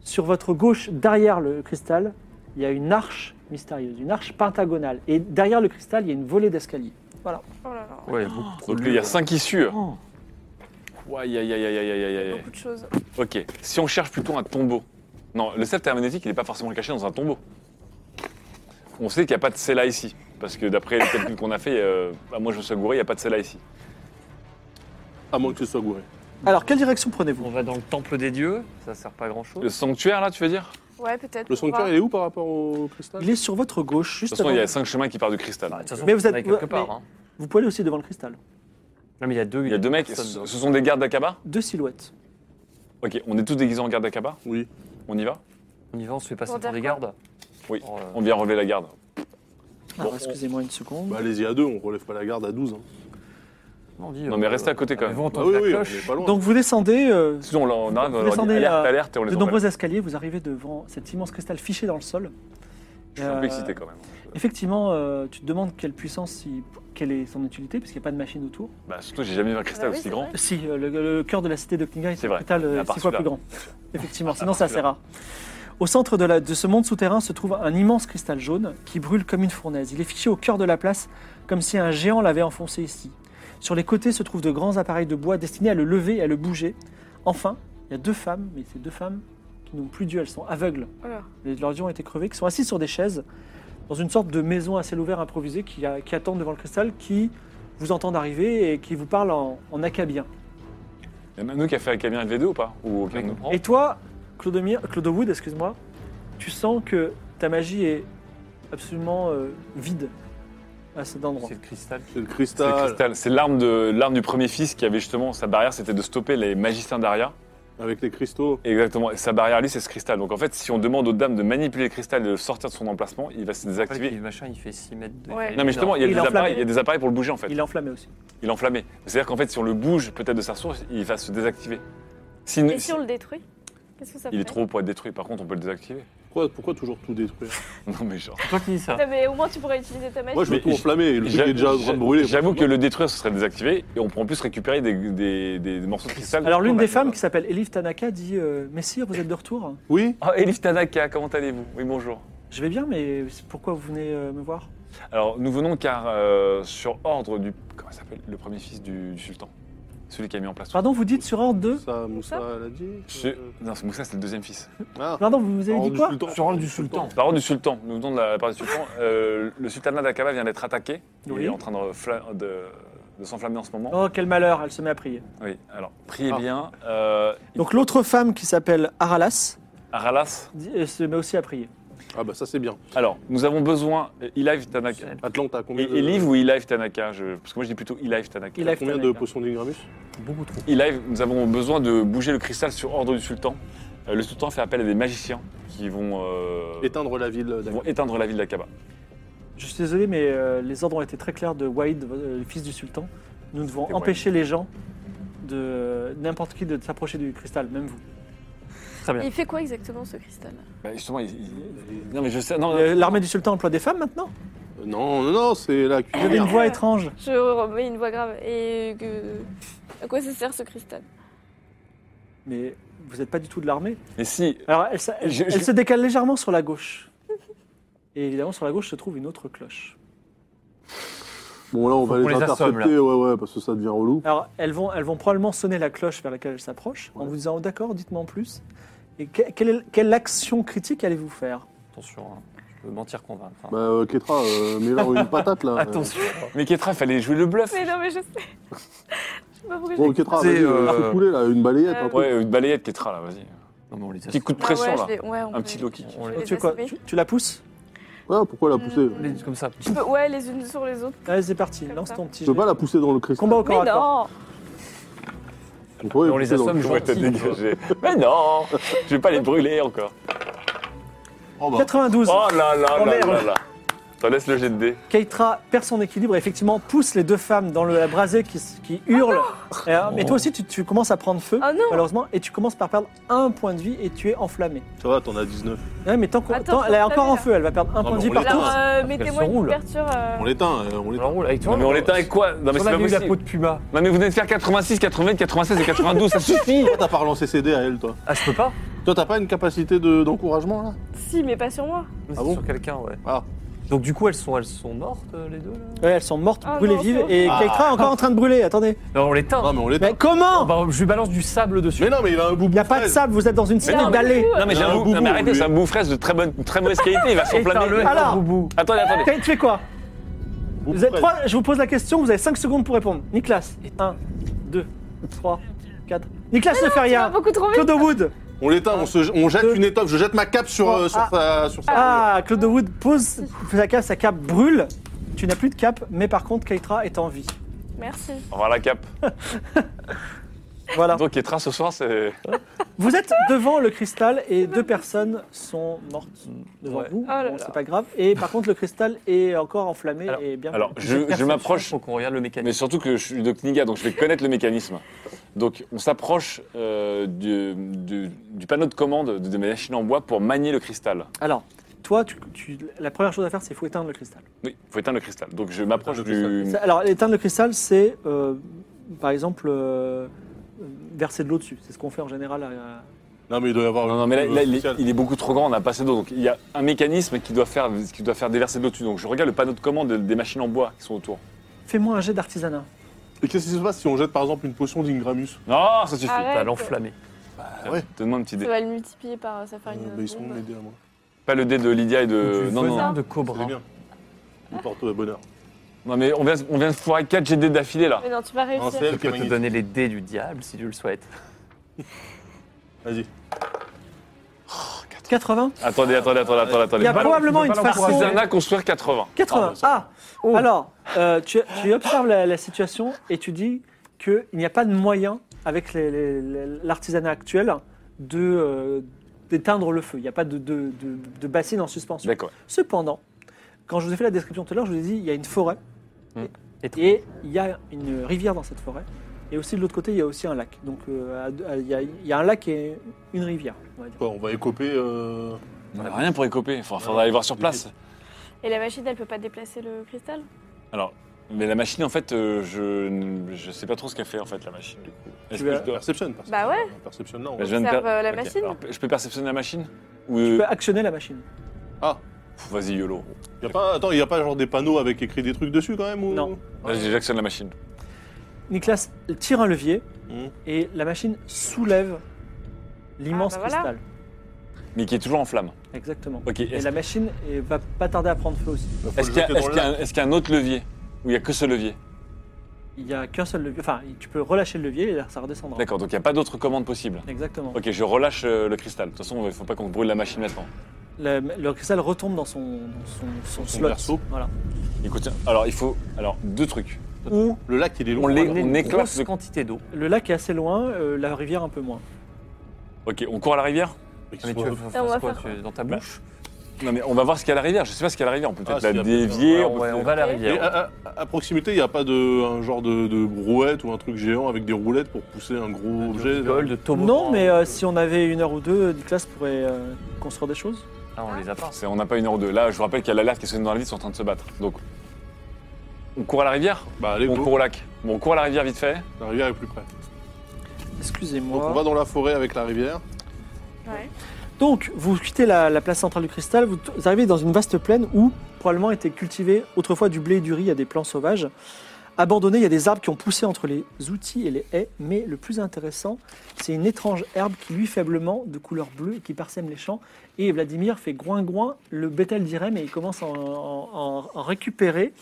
Speaker 1: sur votre gauche, derrière le cristal, il y a une arche mystérieuse, une arche pentagonale. Et derrière le cristal, il y a une volée d'escalier.
Speaker 7: Oh là là,
Speaker 3: Ouais, il y a beaucoup trop de Il y a 5 issues.
Speaker 1: Oh.
Speaker 3: Aïe, aïe, aïe, aïe, aïe, aïe, aïe.
Speaker 7: beaucoup de choses.
Speaker 3: Ok, si on cherche plutôt un tombeau. Non, le sceptre herméneutique, il n'est pas forcément caché dans un tombeau. On sait qu'il n'y a pas de cella ici. Parce que d'après les calculs qu'on a fait, euh, à moins que je me sois gouré, il n'y a pas de cella ici.
Speaker 4: À moins que ce soit gouré.
Speaker 1: Alors, quelle direction prenez-vous
Speaker 5: On va dans le temple des dieux, ça sert pas à grand chose.
Speaker 3: Le sanctuaire, là, tu veux dire
Speaker 7: Ouais, peut-être.
Speaker 4: Le
Speaker 7: on va-
Speaker 4: sanctuaire, il est où par rapport au cristal
Speaker 1: Il est sur votre gauche,
Speaker 3: De
Speaker 1: juste
Speaker 3: toute façon, il y a
Speaker 1: avant-
Speaker 3: cinq chemins qui partent du cristal.
Speaker 5: Bah,
Speaker 1: Mais vous êtes-
Speaker 5: quelque
Speaker 1: mais-
Speaker 5: part. hein.
Speaker 1: Vous pouvez aller aussi devant le cristal.
Speaker 5: Non, mais il y a deux.
Speaker 3: Il y a deux mecs,
Speaker 5: personnes
Speaker 3: ce
Speaker 5: dans-
Speaker 3: ce sont des gardes d'Akaba
Speaker 1: Deux silhouettes.
Speaker 3: Ok, on est tous déguisés en gardes d'Akaba
Speaker 4: Oui.
Speaker 3: On y va
Speaker 5: On y va, on se fait passer
Speaker 7: Pour
Speaker 5: pour
Speaker 7: dire
Speaker 5: des
Speaker 7: quoi
Speaker 5: gardes.
Speaker 3: Oui.
Speaker 5: Pour, euh,
Speaker 3: On vient relever la garde.
Speaker 1: Alors, excusez-moi une seconde.
Speaker 4: Bah, allez-y à deux, on relève pas la garde à 12. hein.
Speaker 5: on dit,
Speaker 3: Non,
Speaker 5: euh,
Speaker 3: mais restez à côté quand
Speaker 5: mais
Speaker 3: même.
Speaker 5: vous, on
Speaker 4: Bah
Speaker 5: toque
Speaker 4: oui,
Speaker 5: la
Speaker 4: oui, on
Speaker 5: cloche.
Speaker 4: est pas loin.
Speaker 1: Donc vous descendez, euh,
Speaker 3: Sinon, on, leur- on arrive, on leur dit
Speaker 1: descendez
Speaker 3: alerte,
Speaker 1: à-
Speaker 3: alerte, et on les
Speaker 1: de
Speaker 3: envoie.
Speaker 1: nombreux escaliers, vous arrivez devant cet immense cristal fiché dans le sol.
Speaker 3: Je suis un
Speaker 1: Euh,
Speaker 3: peu excité quand même.
Speaker 1: Effectivement, euh, tu te demandes quelle puissance, il- quelle est son utilité, puisqu'il n'y a pas de machine autour.
Speaker 3: Bah, surtout, j'ai jamais vu un cristal
Speaker 7: Ah oui,
Speaker 3: aussi
Speaker 7: c'est
Speaker 3: grand.
Speaker 7: vrai.
Speaker 1: Si, euh, le, le cœur de la cité de Klinga est
Speaker 3: C'est
Speaker 1: un
Speaker 3: vrai.
Speaker 1: hôpital
Speaker 3: À
Speaker 1: euh,
Speaker 3: part
Speaker 1: six fois plus
Speaker 3: celui-là. (laughs)
Speaker 1: grand. Effectivement, sinon
Speaker 3: part
Speaker 1: c'est assez
Speaker 3: celui-là.
Speaker 1: rare. Au centre de, la- de ce monde souterrain se trouve un immense cristal jaune qui brûle comme une fournaise. Il est fiché au cœur de la place, comme si un géant l'avait enfoncé ici. Sur les côtés se trouvent de grands appareils de bois destinés à le lever et à le bouger. Enfin, il y a deux femmes, mais ces deux femmes qui n'ont plus Dieu, elles sont aveugles.
Speaker 7: Oh là.
Speaker 1: Les- Leurs yeux ont été crevés, qui sont assises sur des chaises dans une sorte de maison à ciel ouvert improvisée qui, a- qui attendent devant le cristal, qui vous entendent arriver et qui vous parlent en, en acabien.
Speaker 3: Il y en a un de nous qui a fait Akabien V2 ou pas Ou aucun
Speaker 5: Mec,
Speaker 3: de nous
Speaker 5: nous prend.
Speaker 1: Et toi, Clodomir, Clodowood, excuse-moi, tu sens que ta magie est absolument euh, vide à cet endroit.
Speaker 4: hein.
Speaker 5: C'est le cristal.
Speaker 4: C'est le
Speaker 3: C'est
Speaker 4: cristal.
Speaker 3: le cristal. C'est l'arme de l'arme du premier fils qui avait justement sa barrière, c'était de stopper les magiciens d'Aria.
Speaker 4: Avec les cristaux.
Speaker 3: Exactement. Et sa barrière à lui, c'est ce cristal. Donc en fait, si on demande aux dames de manipuler le cristal et de le sortir de son emplacement, il va se
Speaker 5: En fait,
Speaker 3: désactiver.
Speaker 5: le machin, il fait 6 mètres de.
Speaker 7: Ouais.
Speaker 3: Non mais justement, il y a
Speaker 1: Il est
Speaker 3: des
Speaker 1: enflammé.
Speaker 3: appareils, il y a des appareils pour le bouger en fait.
Speaker 1: Il est enflammé aussi.
Speaker 3: Il est enflammé. C'est-à-dire qu'en fait, si on le bouge peut-être de sa source, il va se désactiver. Si-
Speaker 7: Et si on le détruit Qu'est-ce que ça fait
Speaker 3: Il est trop haut pour être détruit. Par contre, on peut le désactiver. (laughs)
Speaker 4: Pourquoi, pourquoi toujours tout détruire
Speaker 3: Non mais genre.
Speaker 5: C'est toi qui dis ça.
Speaker 7: Non, mais au moins tu pourrais utiliser ta magie.
Speaker 4: Moi, je
Speaker 3: Mais
Speaker 4: veux tout
Speaker 3: j-
Speaker 4: enflammer. Le truc
Speaker 3: J'a-
Speaker 4: est déjà en train de brûler.
Speaker 3: J'avoue que le détruire, ce serait le désactiver, et on pourrait en plus récupérer des, des- des- des morceaux de cristal.
Speaker 1: Alors l'une
Speaker 3: Qu'on
Speaker 1: des
Speaker 3: a-
Speaker 1: femmes qui s'appelle Elif Tanaka dit euh, Messire, vous êtes de retour
Speaker 4: Oui
Speaker 3: Oh, Elif Tanaka, comment allez-vous Oui, bonjour.
Speaker 1: Je vais bien, mais pourquoi vous venez euh, me voir
Speaker 3: Alors, nous venons car, euh, sur ordre du. Comment il s'appelle Le premier fils du, du sultan. Celui qui a mis en place. tout.
Speaker 1: Pardon, vous dites sur ordre de...
Speaker 4: Ça, Moussa l'a dit.
Speaker 3: Ce-
Speaker 4: Euh,
Speaker 3: Non, c'est Moussa, c'est le deuxième fils.
Speaker 4: Ah,
Speaker 1: Pardon, vous vous avez
Speaker 4: Parole
Speaker 1: dit
Speaker 4: du
Speaker 1: quoi
Speaker 4: sultan.
Speaker 5: Sur un du sultan.
Speaker 3: Par ordre du sultan, nous venons de la part du sultan. Euh, le sultanat d'Akaba vient d'être attaqué. Il
Speaker 1: Oui.
Speaker 3: est en train de, fla- de- de s'enflammer en ce moment.
Speaker 1: Oh, quel malheur, elle se met à prier.
Speaker 3: Oui, alors, priez
Speaker 4: Ah.
Speaker 3: bien. Euh,
Speaker 1: Donc l'autre femme qui s'appelle Aralas
Speaker 3: Aralas.
Speaker 1: dit- euh, se met aussi à prier.
Speaker 4: Ah, bah ça, c'est bien.
Speaker 3: Alors, nous avons besoin. Elive Tanaka.
Speaker 4: Atlante, t'as
Speaker 3: Et,
Speaker 4: combien de...
Speaker 3: et Live ou Elive Tanaka je- Parce que moi je dis plutôt Elive Tanaka.
Speaker 1: Elive.
Speaker 4: Combien de
Speaker 1: Tanaka.
Speaker 4: potions d'Ingramus
Speaker 5: Beaucoup trop.
Speaker 3: Elive, nous avons besoin de bouger le cristal sur ordre du sultan. Euh, le sultan fait appel à des magiciens qui vont, euh,
Speaker 4: Éteindre la ville
Speaker 3: qui
Speaker 4: d'Akaba.
Speaker 3: vont éteindre la ville d'Akaba.
Speaker 1: Je suis désolé, mais euh, les ordres ont été très clairs de Waïd, euh, le fils du sultan. Nous devons
Speaker 3: C'était
Speaker 1: empêcher les gens de n'importe qui de s'approcher du cristal, même vous.
Speaker 5: Très bien.
Speaker 7: Il fait quoi exactement ce cristal
Speaker 3: Bah, justement, il- il- non mais je sais. Non, non,
Speaker 1: Euh, L'armée du sultan emploie des femmes maintenant
Speaker 4: Euh, Non, non, non, c'est la
Speaker 1: Vous avez une
Speaker 4: cuisinière.
Speaker 1: voix étrange.
Speaker 7: Je remets une voix grave. Et que... à quoi ça sert ce cristal
Speaker 1: Mais vous n'êtes pas du tout de l'armée.
Speaker 3: mais si.
Speaker 1: Alors, elle, s'a- elle-
Speaker 3: Je- je-
Speaker 1: elle se décale légèrement sur la gauche. Et évidemment, sur la gauche se trouve une autre cloche.
Speaker 4: Bon, là, on va
Speaker 5: qu'on
Speaker 4: les
Speaker 5: les assomme,
Speaker 4: intercepter, ouais, ouais, parce que ça devient relou.
Speaker 1: Alors, elles vont, elles vont probablement sonner la cloche vers laquelle elles s'approchent en
Speaker 4: Ouais.
Speaker 1: vous disant oh, D'accord, dites-moi en plus. Et que- quelle, est- quelle action critique allez-vous faire
Speaker 5: Attention, hein. je peux mentir convaincre. hein.
Speaker 4: Bah, euh, Ketra, euh, mets là une patate, là.
Speaker 5: Attention.
Speaker 3: Mais Ketra, il fallait jouer le bluff.
Speaker 7: Mais non, mais je sais. je sais pas pourquoi
Speaker 4: Bon,
Speaker 7: j'ai-
Speaker 4: Ketra,
Speaker 5: C'est,
Speaker 4: vas-y,
Speaker 5: euh,
Speaker 4: un coup de poulet, là, une balayette. un
Speaker 7: Euh,
Speaker 4: truc.
Speaker 3: Ouais, euh, balayette Ketra là, vas-y.
Speaker 5: Non, mais on les
Speaker 3: Petit coup de
Speaker 7: Bah
Speaker 3: pression
Speaker 7: ouais,
Speaker 3: là.
Speaker 7: je vais- ouais, on
Speaker 3: Un
Speaker 7: peut-
Speaker 3: petit low kick.
Speaker 7: je vais
Speaker 5: On
Speaker 7: les
Speaker 1: Tu, fais quoi
Speaker 7: assommer.
Speaker 1: Tu- tu la pousses
Speaker 4: Ouais, pourquoi la pousser
Speaker 7: Mm.
Speaker 5: Les- Comme ça.
Speaker 7: Je peux- Ouais, les unes sur les autres.
Speaker 1: Allez, c'est parti,
Speaker 7: Comme
Speaker 1: lance
Speaker 7: ça.
Speaker 1: ton petit
Speaker 4: Je peux
Speaker 1: jet.
Speaker 4: pas la pousser dans le cristal.
Speaker 1: Combat au corps
Speaker 7: Mais
Speaker 1: à corps.
Speaker 7: non
Speaker 4: On pourrait
Speaker 5: on les
Speaker 4: pousser dans le
Speaker 5: assomme,
Speaker 4: cristal.
Speaker 3: Ouais, t'as dégagé. Mais non, je vais pas les brûler encore.
Speaker 4: Oh, bah.
Speaker 1: 92.
Speaker 3: Oh là là
Speaker 1: Oh
Speaker 3: là
Speaker 1: merde.
Speaker 3: là là. T'en laisses le jet de dés.
Speaker 1: Keitra perd son équilibre et effectivement pousse les deux femmes dans le, la brasée qui, s- qui hurle. Et, euh, Mais toi aussi, tu, tu commences à prendre feu,
Speaker 7: Oh Ah non
Speaker 1: malheureusement, et tu commences par perdre un point de vie et tu es enflammé.
Speaker 4: Ça va, t'en as 19.
Speaker 1: Ouais, mais tant qu'on-
Speaker 7: Attends,
Speaker 1: tant- elle est
Speaker 7: faut
Speaker 1: encore en
Speaker 7: enflammer,
Speaker 1: feu, elle va perdre un point de vie
Speaker 4: mais on
Speaker 1: par
Speaker 4: les a.
Speaker 1: tour.
Speaker 7: Alors, euh,
Speaker 5: qu'elles
Speaker 7: mettez-moi
Speaker 5: se
Speaker 7: une
Speaker 5: roulent.
Speaker 7: couverture. euh,
Speaker 4: On l'éteint, euh, on
Speaker 5: On
Speaker 4: l'éteint.
Speaker 5: l'enroule avec toi.
Speaker 3: Non mais on l'éteint avec quoi Non mais
Speaker 5: Sur
Speaker 3: c'est
Speaker 5: la
Speaker 3: pas
Speaker 5: vieille, la peau
Speaker 3: possible.
Speaker 5: de puma.
Speaker 3: Non mais vous venez de faire 86, 86, 96 et 92, ça suffit.
Speaker 4: Pourquoi t'as pas relancé CD à elle, toi
Speaker 5: Ah, je peux pas
Speaker 4: Toi, t'as pas une capacité de- d'encouragement, là
Speaker 7: Si, mais pas sur moi.
Speaker 5: C'est
Speaker 4: bon
Speaker 5: sur quelqu'un, ouais.
Speaker 4: Ah.
Speaker 5: Donc du coup, elles sont, elles sont mortes, euh, les deux là
Speaker 1: Ouais, elles sont mortes,
Speaker 7: Ah
Speaker 1: brûlées
Speaker 7: non,
Speaker 1: vives,
Speaker 7: c'est
Speaker 1: et Keitra est encore en train de brûler, attendez.
Speaker 5: Non, on les teint.
Speaker 4: Non, mais on
Speaker 1: Mais
Speaker 4: l'éteint.
Speaker 5: Oh,
Speaker 1: comment
Speaker 5: bah, je lui balance du sable dessus.
Speaker 4: Mais non, mais il a un bout
Speaker 1: Il n'y a pas de sable, vous êtes dans une cité
Speaker 7: non, mais-
Speaker 1: balai.
Speaker 3: Non, mais
Speaker 4: Il y a un
Speaker 3: j'avoue,
Speaker 4: boubou,
Speaker 3: non, mais arrêtez,
Speaker 4: lui.
Speaker 3: c'est un bout fraise de très bonne, très mauvaise qualité, il va s'enflammer.
Speaker 5: Éteins-le,
Speaker 1: Alors.
Speaker 5: éteins Boubou.
Speaker 3: Attendez, attendez.
Speaker 1: Tu fais quoi Vous êtes trois, je vous pose la question, vous avez 5 secondes pour répondre. Nicolas, 1, 2, 3, 4. Nicolas ne fait
Speaker 7: Tu vas
Speaker 1: rien.
Speaker 7: beaucoup trop vite.
Speaker 1: Claude Wood.
Speaker 4: On l'éteint, on, se- on jette
Speaker 1: Deux.
Speaker 4: une étoffe. Je jette ma cape sur, euh, sur
Speaker 1: Ah.
Speaker 4: sa... Sur sa
Speaker 1: Ah, Claude Wood pose sa cape, sa cape brûle. Tu n'as plus de cape, mais par contre, Keitra est en vie.
Speaker 7: Merci.
Speaker 3: Au revoir la cape.
Speaker 1: Voilà.
Speaker 3: Donc, Ketra ce soir, c'est.
Speaker 1: Vous êtes devant le cristal et deux personnes sont mortes devant
Speaker 5: Ouais.
Speaker 1: vous.
Speaker 7: Oh là
Speaker 1: Bon,
Speaker 7: là.
Speaker 1: c'est pas grave. Et par contre, le cristal est encore enflammé et bien.
Speaker 3: Alors, je, je
Speaker 1: Perception.
Speaker 3: m'approche,
Speaker 5: Faut qu'on regarde le mécanisme.
Speaker 3: mais surtout que je suis de Kniga, donc je vais connaître le mécanisme. Donc, on s'approche euh, du, du- du panneau de commande de, de mes machines en bois pour manier le cristal.
Speaker 1: Alors, toi, tu- tu- la première chose à faire, c'est faut éteindre le cristal.
Speaker 3: Oui, il faut éteindre le cristal. Donc, Ah, je m'approche
Speaker 4: Éteindre le
Speaker 3: du.
Speaker 1: Ah, Ça- Alors, éteindre le cristal, c'est euh, par exemple euh, verser de l'eau dessus. C'est ce qu'on fait en général. à- euh,
Speaker 4: Non, mais il doit y avoir.
Speaker 3: Non, non, mais là,
Speaker 4: euh,
Speaker 3: là, il, est,
Speaker 4: social.
Speaker 3: il est beaucoup trop grand, on a pas assez d'eau. Donc, il y a un mécanisme qui doit faire, qui doit faire déverser de l'eau dessus. Donc, je regarde le panneau de commande des machines en bois qui sont autour.
Speaker 1: Fais-moi un jet d'artisanat.
Speaker 4: Et qu'est-ce qui se passe si on jette par exemple une potion d'Ingramus
Speaker 3: Non, ça suffit.
Speaker 7: Arrête.
Speaker 5: T'as l'enflammé.
Speaker 4: ouais.
Speaker 3: Donne-moi un petit
Speaker 7: Ça
Speaker 3: dé.
Speaker 7: va le multiplier par. Ça va faire
Speaker 4: Euh,
Speaker 7: une.
Speaker 4: bah, Ils sont
Speaker 7: bombe.
Speaker 4: m'aider à moi.
Speaker 3: Pas le dé de Lydia et de.
Speaker 5: du
Speaker 3: Euh, Non, non,
Speaker 5: venin
Speaker 3: non.
Speaker 5: de cobra.
Speaker 4: C'est bien. Le porto est bonheur.
Speaker 3: Non, mais on vient, on vient de foirer 4 GD d'affilée là.
Speaker 7: Mais non, tu vas
Speaker 4: Non,
Speaker 7: réussir.
Speaker 4: c'est elle
Speaker 5: Je
Speaker 4: qui est
Speaker 5: peux te
Speaker 4: magnifique.
Speaker 5: donner les dés du diable si tu le souhaites.
Speaker 4: Vas-y.
Speaker 1: 80
Speaker 3: Attendez, attendez, attendez, attendez.
Speaker 1: Il y a
Speaker 3: attendez.
Speaker 1: probablement une façon.
Speaker 3: Artisanat construire 80.
Speaker 1: 80. Ah,
Speaker 5: Oh.
Speaker 1: alors, euh, tu, tu observes la, la situation et tu dis qu'il n'y a pas de moyen, avec les- les- les- l'artisanat actuel, de, euh, d'éteindre le feu. Il n'y a pas de, de- de- de bassine en suspension.
Speaker 3: D'accord.
Speaker 1: Cependant, quand je vous ai fait la description tout à l'heure, je vous ai dit il y a une forêt
Speaker 3: Hmm.
Speaker 1: et, et il y a une rivière dans cette forêt. Et aussi de l'autre côté, il y a aussi un lac. Donc euh, à- à- il y, a- il y a un lac et une rivière. on va dire.
Speaker 4: Quoi, on va écoper. euh,
Speaker 3: On n'a rien pour écoper. Faudra, faudra aller voir sur place.
Speaker 7: Et la machine, elle peut pas déplacer le cristal
Speaker 3: Alors, mais la machine, en fait, euh, je ne je sais pas trop ce qu'elle fait en fait la machine. Du coup. Est-ce
Speaker 1: Tu
Speaker 3: que
Speaker 1: as-
Speaker 3: je dois-
Speaker 4: Perception, perception.
Speaker 7: Bah ouais.
Speaker 4: Perception, non.
Speaker 3: Bah, je viens de
Speaker 7: Observe
Speaker 3: per-
Speaker 7: euh, la
Speaker 3: Ok.
Speaker 7: machine.
Speaker 3: Alors, je peux perceptionner la machine Ou
Speaker 1: Tu
Speaker 3: euh,
Speaker 1: peux actionner la machine.
Speaker 3: pff, vas-y YOLO.
Speaker 4: Y a pas, attends, il n'y a pas genre des panneaux avec écrit des trucs dessus quand même ou...
Speaker 1: Non.
Speaker 3: Vas-y, j'actionne la machine.
Speaker 1: Nicolas tire un levier
Speaker 4: Mhm.
Speaker 1: et la machine soulève l'immense
Speaker 7: Ah, bah voilà.
Speaker 1: cristal.
Speaker 3: Mais qui est toujours en flamme.
Speaker 1: Exactement.
Speaker 3: Ok.
Speaker 1: Et
Speaker 3: Est-ce
Speaker 1: la machine eh, va pas tarder à prendre feu aussi.
Speaker 4: Bah, faut
Speaker 3: est-ce
Speaker 4: le
Speaker 3: qu'il y, a-
Speaker 4: jeter dans
Speaker 3: est-ce
Speaker 4: le
Speaker 3: qu'il y a
Speaker 4: lac.
Speaker 3: un- est-ce qu'il y a un autre levier Ou il n'y a que ce levier
Speaker 1: Il n'y a qu'un seul levier. Enfin, tu peux relâcher le levier et là, ça redescendra.
Speaker 3: D'accord, donc il n'y a pas d'autre commande possible.
Speaker 1: Exactement.
Speaker 3: Ok, je relâche euh, le cristal. De toute façon, il ne faut pas qu'on brûle la machine maintenant.
Speaker 1: Le, le cristal retombe dans son, dans son, son
Speaker 4: son
Speaker 1: slot.
Speaker 4: berceau.
Speaker 1: Voilà.
Speaker 3: Il contient- Alors, il faut. Alors, deux trucs.
Speaker 1: Ou
Speaker 4: Le lac, il est long.
Speaker 3: On l'é-
Speaker 5: On,
Speaker 3: on
Speaker 5: une
Speaker 3: éclate
Speaker 5: grosse
Speaker 3: le
Speaker 5: quantité d'eau.
Speaker 1: le lac est assez loin, euh, la rivière un peu moins.
Speaker 3: Ok, on court à la rivière
Speaker 4: Mais qu'ils
Speaker 5: Ah, Mais tu
Speaker 4: soient-
Speaker 5: vas
Speaker 7: Ça, on va
Speaker 5: faire quoi
Speaker 7: faire
Speaker 5: tu- Dans ta
Speaker 3: Bah,
Speaker 5: bouche
Speaker 3: Non mais on va voir ce qu'il y a à la rivière. Je sais pas ce qu'il y a à la rivière. On peut peut-être
Speaker 4: Ah,
Speaker 3: la
Speaker 4: s'il y a-
Speaker 3: dévier.
Speaker 4: ouais,
Speaker 3: on peut
Speaker 5: Ouais,
Speaker 3: peut-être-
Speaker 5: On va à la
Speaker 4: Et euh,
Speaker 5: rivière.
Speaker 4: à, à- à proximité, il n'y a pas de, un genre de, de brouette ou un truc géant avec des roulettes pour pousser un gros objet vers-
Speaker 5: Gold, toboggan.
Speaker 1: Non, mais euh, si on avait une heure ou deux, Nicolas pourrait euh, construire des choses.
Speaker 5: Ah, on les a pas.
Speaker 3: C'est- On n'a pas une heure ou deux. Là, je vous rappelle qu'il y a l'alerte qui sonne dans la ville. Ils sont en train de se battre. Donc, on court à la rivière.
Speaker 4: Bah allez,
Speaker 3: on
Speaker 4: go.
Speaker 3: court au lac. Bon, on court à la rivière vite fait.
Speaker 4: la rivière est plus près. Donc on
Speaker 1: Excusez-moi.
Speaker 4: va dans la forêt avec la rivière.
Speaker 7: Ouais.
Speaker 1: Donc, vous quittez la, la place centrale du cristal, vous, t- vous arrivez dans une vaste plaine où probablement était cultivé autrefois du blé et du riz à des plants sauvages. Abandonné, il y a des arbres qui ont poussé entre les outils et les haies, mais le plus intéressant, c'est une étrange herbe qui lui faiblement de couleur bleue et qui parsème les champs. Et Vladimir fait groin-groin le bétel d'Irem et il commence à en, en- en récupérer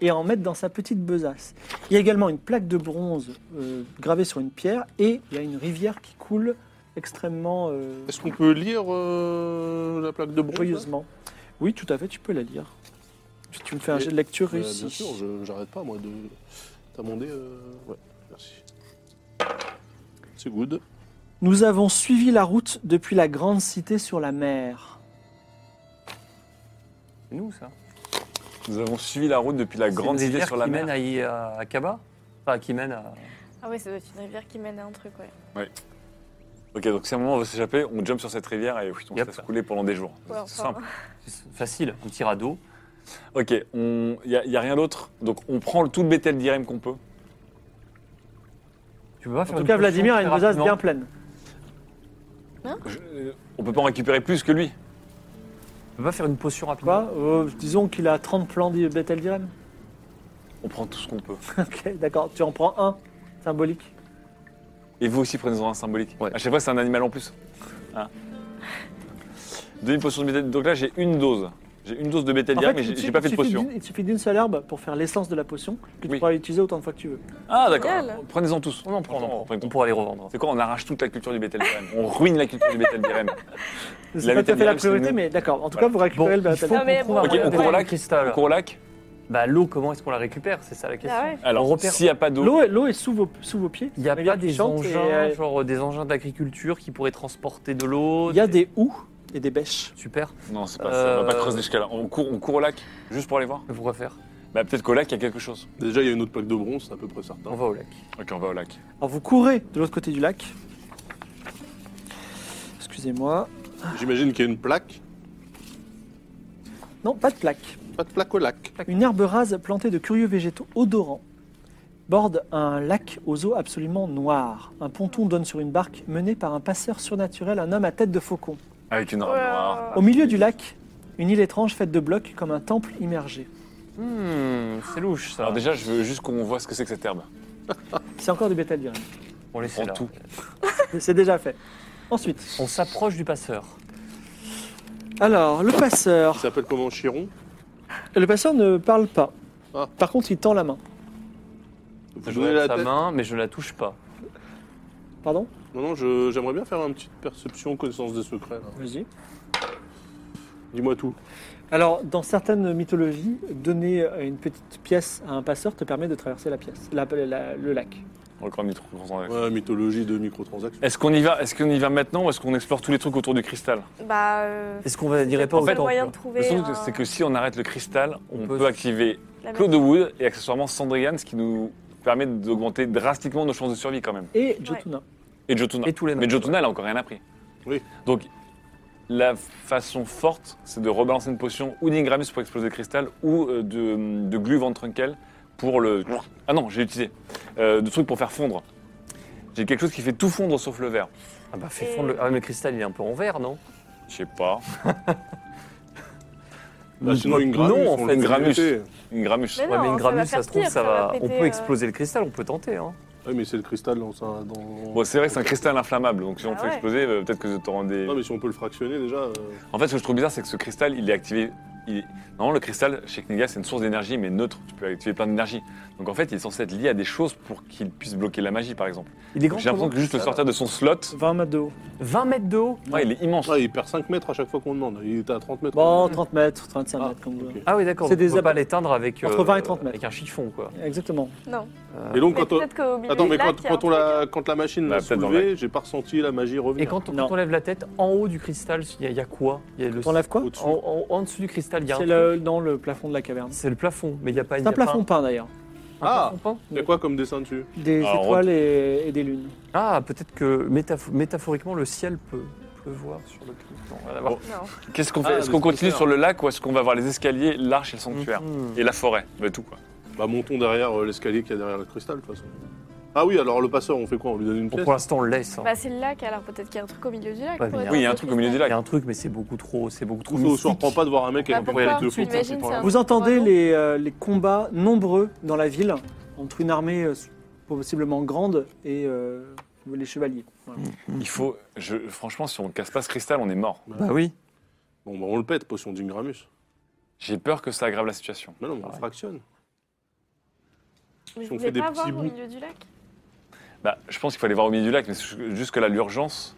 Speaker 1: et à en mettre dans sa petite besace. Il y a également une plaque de bronze euh, gravée sur une pierre et il y a une rivière qui coule extrêmement... euh,
Speaker 4: Est-ce qu'on peut lire euh, la plaque de bronze là
Speaker 1: Joyeusement. Oui, tout à fait, tu peux la lire. Tu, tu me fais un
Speaker 4: Et-
Speaker 1: jet de lecture
Speaker 4: Euh,
Speaker 1: réussi.
Speaker 4: Bien sûr, je- j'arrête pas moi de t'amender. euh, Ouais, merci. C'est good.
Speaker 1: Nous avons suivi la route depuis la grande cité sur la mer.
Speaker 5: C'est nous, ça.
Speaker 3: Nous avons suivi la route depuis la
Speaker 5: C'est
Speaker 3: grande
Speaker 5: une
Speaker 3: cité
Speaker 5: rivière
Speaker 3: sur la
Speaker 5: qui
Speaker 3: mer.
Speaker 5: mène à, I- euh, à, à Kaba Enfin, qui mène à.
Speaker 7: Ah ouais, ça doit être une rivière qui mène à un truc, ouais.
Speaker 3: Ok, donc si à un moment on veut s'échapper, on jump sur cette rivière et oui, on
Speaker 5: Yep.
Speaker 3: se laisse couler pendant des jours.
Speaker 7: Ouais,
Speaker 3: C'est
Speaker 7: enfin.
Speaker 3: simple.
Speaker 5: C'est Facile, un petit radeau.
Speaker 3: Ok, il n'y a, y a rien d'autre. Donc on prend le- tout le bétel d'Irem qu'on peut.
Speaker 5: Tu peux pas faire
Speaker 1: En tout
Speaker 5: une
Speaker 1: cas,
Speaker 5: potion
Speaker 1: Vladimir a
Speaker 5: très
Speaker 1: une besace
Speaker 5: rapidement
Speaker 1: bien pleine.
Speaker 3: Je- euh, on peut pas en récupérer plus que lui.
Speaker 5: On peut pas faire une potion rapide.
Speaker 1: Quoi Euh, Disons qu'il a 30 plans de Bethel d'Irem.
Speaker 3: On prend tout ce qu'on peut.
Speaker 1: (laughs) ok, d'accord. Tu en prends un symbolique.
Speaker 3: Et vous aussi, prenez-en un symbolique.
Speaker 4: Ouais.
Speaker 3: À chaque fois, c'est un animal en plus. Hein. Donnez une potion de bétail. Donc là, j'ai une dose. J'ai une dose de bétail
Speaker 1: En fait,
Speaker 3: mais
Speaker 1: il
Speaker 3: j'ai
Speaker 1: suffit-
Speaker 3: j'ai pas fait
Speaker 1: il
Speaker 3: de
Speaker 1: suffit
Speaker 3: potion.
Speaker 1: d'une- Il suffit d'une seule herbe pour faire l'essence de la potion que tu
Speaker 3: Oui.
Speaker 1: pourras utiliser autant de fois que tu veux.
Speaker 3: Ah, d'accord.
Speaker 7: Génial.
Speaker 3: Prenez-en tous.
Speaker 5: On en prend, on en prend.
Speaker 3: Prends-en.
Speaker 5: On pourra les revendre.
Speaker 3: C'est quoi On arrache toute la culture du bétail On ruine la culture du bétail
Speaker 1: C'est
Speaker 3: La
Speaker 1: pas tout à fait la
Speaker 3: Bethel d'Irem, c'est
Speaker 1: priorité,
Speaker 3: nous.
Speaker 1: mais d'accord. En tout
Speaker 3: Voilà.
Speaker 1: cas, vous récupérez le
Speaker 5: il faut
Speaker 1: Bethel.
Speaker 7: Non, mais
Speaker 5: qu'on
Speaker 7: bon,
Speaker 5: trouve un
Speaker 7: Ok,
Speaker 5: moyen
Speaker 3: on
Speaker 5: de
Speaker 3: court là.
Speaker 5: le cristal.
Speaker 3: Au lac
Speaker 5: Bah, l'eau, comment est-ce qu'on la récupère C'est ça la question.
Speaker 7: Ah ouais.
Speaker 3: Alors,
Speaker 5: repère-
Speaker 3: s'il n'y a pas d'eau,
Speaker 1: L'eau est, l'eau est sous, vos, sous vos pieds.
Speaker 5: Il n'y a
Speaker 1: Mais
Speaker 5: pas des
Speaker 1: qui chantent et,
Speaker 5: engins,
Speaker 1: euh,
Speaker 5: genre euh, des engins d'agriculture qui pourraient transporter de l'eau.
Speaker 1: Il y a des houes et des bêches.
Speaker 5: Super.
Speaker 3: non, c'est pas ça. On va pas
Speaker 5: Euh,
Speaker 3: creuser jusqu'à là. On court, on court au lac, juste pour aller voir.
Speaker 5: Mais Pourquoi faire
Speaker 3: Bah, peut-être qu'au lac, il y a quelque chose.
Speaker 4: Déjà, il y a une autre plaque de bronze, c'est à peu près certain.
Speaker 5: On va au lac.
Speaker 3: Ok, on va au lac.
Speaker 1: Alors vous courez de l'autre côté du lac. Excusez-moi.
Speaker 4: J'imagine qu'il y a une plaque.
Speaker 1: Non, pas de plaque.
Speaker 4: Pas de plaque au lac.
Speaker 1: Une herbe rase plantée de curieux végétaux odorants borde un lac aux eaux absolument noires. Un ponton donne sur une barque menée par un passeur surnaturel, un homme à tête de faucon.
Speaker 3: Avec une arme
Speaker 7: Ouais.
Speaker 4: Ah,
Speaker 3: noire.
Speaker 1: Au milieu du lac, une île étrange faite de blocs comme un temple immergé.
Speaker 5: Hmm, c'est louche ça.
Speaker 3: Alors déjà, je veux juste qu'on voit ce que c'est que cette herbe.
Speaker 1: C'est encore du bétail d'Irène.
Speaker 4: (laughs)
Speaker 5: on laisse
Speaker 3: prends
Speaker 5: là.
Speaker 3: tout.
Speaker 1: C'est déjà fait. Ensuite,
Speaker 5: On s'approche du passeur.
Speaker 1: alors le passeur.
Speaker 4: Il s'appelle comment Chiron
Speaker 1: Le passeur ne parle pas.
Speaker 4: Ah.
Speaker 1: Par contre, il tend la main.
Speaker 4: Vous
Speaker 5: Je
Speaker 4: donnez
Speaker 5: donne
Speaker 4: la
Speaker 5: sa
Speaker 4: tête
Speaker 5: main, mais je la touche pas.
Speaker 1: Pardon
Speaker 4: Non, non, je- j'aimerais bien faire une petite perception, connaissance des secrets. là.
Speaker 1: Vas-y.
Speaker 4: Dis-moi tout.
Speaker 1: Alors, dans certaines mythologies, donner une petite pièce à un passeur te permet de traverser la pièce, la- la- le lac.
Speaker 3: Encore une micro-
Speaker 4: Ouais, mythologie de microtransactions.
Speaker 3: Est-ce qu'on y va Est-ce qu'on y va maintenant ou est-ce qu'on explore tous les trucs autour du cristal
Speaker 7: Bah, euh,
Speaker 5: Est-ce qu'on dirait pas
Speaker 7: c'est
Speaker 5: au
Speaker 7: le seul moyen
Speaker 5: temple
Speaker 7: de
Speaker 3: Le
Speaker 7: trouver.
Speaker 3: truc,
Speaker 7: un-
Speaker 3: c'est que si on arrête le cristal, on,
Speaker 5: On
Speaker 3: peut,
Speaker 5: peut-
Speaker 3: activer
Speaker 7: la
Speaker 3: Claude Wood et accessoirement Sandrian, ce qui nous permet d'augmenter drastiquement nos chances de survie quand même.
Speaker 1: Et Jotuna.
Speaker 3: Et Jotuna.
Speaker 5: Et tous les
Speaker 3: Mais
Speaker 5: noms.
Speaker 3: Jotuna, elle a encore rien appris.
Speaker 4: Oui.
Speaker 3: Donc, la façon forte, c'est de rebalancer une potion ou d'Ingramus pour exploser le cristal ou euh, de, de Glu Van Trunkel pour le. Ah non, j'ai utilisé. Euh, de trucs pour faire fondre. J'ai quelque chose qui fait tout fondre sauf le verre.
Speaker 5: Ah bah fais fondre le. Ah mais le cristal il est un peu en verre, non
Speaker 3: Je sais pas.
Speaker 4: Bah, sinon, une
Speaker 5: Non,
Speaker 4: Gramus,
Speaker 5: en
Speaker 4: on
Speaker 5: fait,
Speaker 4: le fait
Speaker 3: Gramus.
Speaker 4: péter.
Speaker 3: Ingramus.
Speaker 7: Mais
Speaker 5: Ouais, mais
Speaker 7: non,
Speaker 5: une
Speaker 7: ça
Speaker 5: gramule,
Speaker 7: va
Speaker 5: ça,
Speaker 7: faire
Speaker 5: se trouve,
Speaker 7: pire,
Speaker 5: ça va.
Speaker 7: péter,
Speaker 5: On peut
Speaker 7: euh,
Speaker 5: exploser le cristal, on peut tenter. Hein.
Speaker 4: Ouais, mais c'est le cristal dans un. Dans...
Speaker 3: Bon, c'est vrai que c'est un cristal inflammable, donc si on
Speaker 7: Ah
Speaker 3: le fait
Speaker 7: ouais.
Speaker 3: exploser, euh, peut-être que te rends des.
Speaker 4: Non, mais si on peut le fractionner déjà. euh,
Speaker 3: En fait, ce que je trouve bizarre, c'est que ce cristal, il est activé. il- Normalement, le cristal, chez Kniga, c'est une source d'énergie, mais neutre. Tu peux activer plein d'énergie. Donc en fait, il est censé être lié à des choses pour qu'il puisse bloquer la magie, par exemple.
Speaker 5: Il est
Speaker 3: Donc,
Speaker 5: grand.
Speaker 3: J'ai l'impression
Speaker 5: comment
Speaker 3: que juste le
Speaker 5: ça
Speaker 3: sortir de son slot,
Speaker 1: 20 mètres de haut.
Speaker 5: 20 mètres de haut.
Speaker 3: ouais, il est immense.
Speaker 4: Ah, il perd 5 mètres à chaque fois qu'on demande. Il était à 30 mètres.
Speaker 1: Bon, 30 mètres, 35
Speaker 4: Ah,
Speaker 1: mètres, comme vous
Speaker 4: ok.
Speaker 1: voulez.
Speaker 5: Ah oui d'accord.
Speaker 1: C'est
Speaker 5: C'est
Speaker 1: des
Speaker 5: des peut
Speaker 1: ab-
Speaker 5: pas l'éteindre avec euh,
Speaker 1: Entre 20 et 30 mètres.
Speaker 5: Avec un chiffon quoi.
Speaker 1: Exactement.
Speaker 7: Non.
Speaker 4: Et donc,
Speaker 7: Mais
Speaker 4: quand on-
Speaker 7: peut-être qu'au milieu
Speaker 4: Attends,
Speaker 7: du
Speaker 4: mais
Speaker 7: lac,
Speaker 4: quand,
Speaker 7: il y a un
Speaker 4: quand on
Speaker 7: truc.
Speaker 4: la, quand la machine
Speaker 3: Bah,
Speaker 4: l'a
Speaker 3: peut-être dans
Speaker 4: soulevée, j'ai pas ressenti la magie revenir.
Speaker 5: Et quand on,
Speaker 1: Non.
Speaker 5: quand on lève la tête, en haut du cristal, il y, a- il y a quoi Il y a le.
Speaker 1: T'enlèves quoi
Speaker 4: Au-dessus.
Speaker 5: En, en- en dessous du cristal, il y a un
Speaker 1: C'est
Speaker 5: truc.
Speaker 1: le, dans le plafond de la caverne.
Speaker 5: C'est le plafond, mais il n'y a pas. il
Speaker 1: C'est
Speaker 5: y
Speaker 1: un
Speaker 5: a pas
Speaker 1: plafond peint d'ailleurs.
Speaker 5: un
Speaker 4: Ah.
Speaker 5: plafond peint
Speaker 4: Il y a quoi comme dessin dessus
Speaker 1: Des
Speaker 3: Ah, on
Speaker 1: étoiles et, et des lunes.
Speaker 5: Ah, peut-être que métapho- métaphoriquement, le ciel peut pleuvoir sur le cristal. On va la voir.
Speaker 7: Non.
Speaker 3: Qu'est-ce qu'on fait
Speaker 4: Ah,
Speaker 3: Est-ce
Speaker 4: le
Speaker 3: qu'on continue
Speaker 4: sanctuaire.
Speaker 3: sur le lac ou est-ce qu'on va voir les escaliers, l'arche et le sanctuaire
Speaker 5: Mhm.
Speaker 3: Et la forêt Bah, tout quoi.
Speaker 4: Bah, montons derrière euh, l'escalier qu'il y a derrière le cristal, de toute façon. Ah oui, alors le passeur, on fait quoi On lui donne une
Speaker 5: Bon,
Speaker 4: pièce
Speaker 5: pour l'instant, on le laisse. hein.
Speaker 7: Bah, c'est le lac, alors peut-être qu'il y a un truc au milieu du lac.
Speaker 5: Ouais,
Speaker 7: pour
Speaker 5: mais
Speaker 7: être
Speaker 3: Oui, il y a un
Speaker 7: sûr
Speaker 3: truc
Speaker 7: que
Speaker 3: au milieu
Speaker 7: c'est-
Speaker 3: du
Speaker 5: Il y
Speaker 3: lac.
Speaker 5: a un truc, mais c'est beaucoup trop. C'est beaucoup trop.
Speaker 4: On ne se
Speaker 5: mystique.
Speaker 4: surprend pas de voir un mec
Speaker 7: Ah,
Speaker 4: avec une
Speaker 7: pourquoi
Speaker 4: voilette de
Speaker 7: Tu
Speaker 4: fou. hein,
Speaker 7: imagines,
Speaker 4: c'est pas-
Speaker 5: Ah,
Speaker 7: c'est un-
Speaker 1: Vous entendez
Speaker 7: Vraiment
Speaker 1: les, euh, les combats nombreux dans la ville entre une armée euh, possiblement grande et euh, les chevaliers. Voilà.
Speaker 3: Il faut. Je... Franchement, si on casse pas ce cristal, on est mort.
Speaker 5: Bah oui.
Speaker 4: Bon, bah, on le pète, potion d'Ingramus.
Speaker 3: J'ai peur que ça aggrave la situation.
Speaker 4: Mais non, mais on
Speaker 5: Ouais.
Speaker 4: fractionne.
Speaker 7: Mais je
Speaker 4: On fait
Speaker 7: voulais
Speaker 4: des
Speaker 7: pas
Speaker 4: petits
Speaker 7: voir au
Speaker 4: bouts.
Speaker 7: milieu du lac.
Speaker 3: Bah, je pense qu'il faut aller voir au milieu du lac, mais c'est juste que là, l'urgence,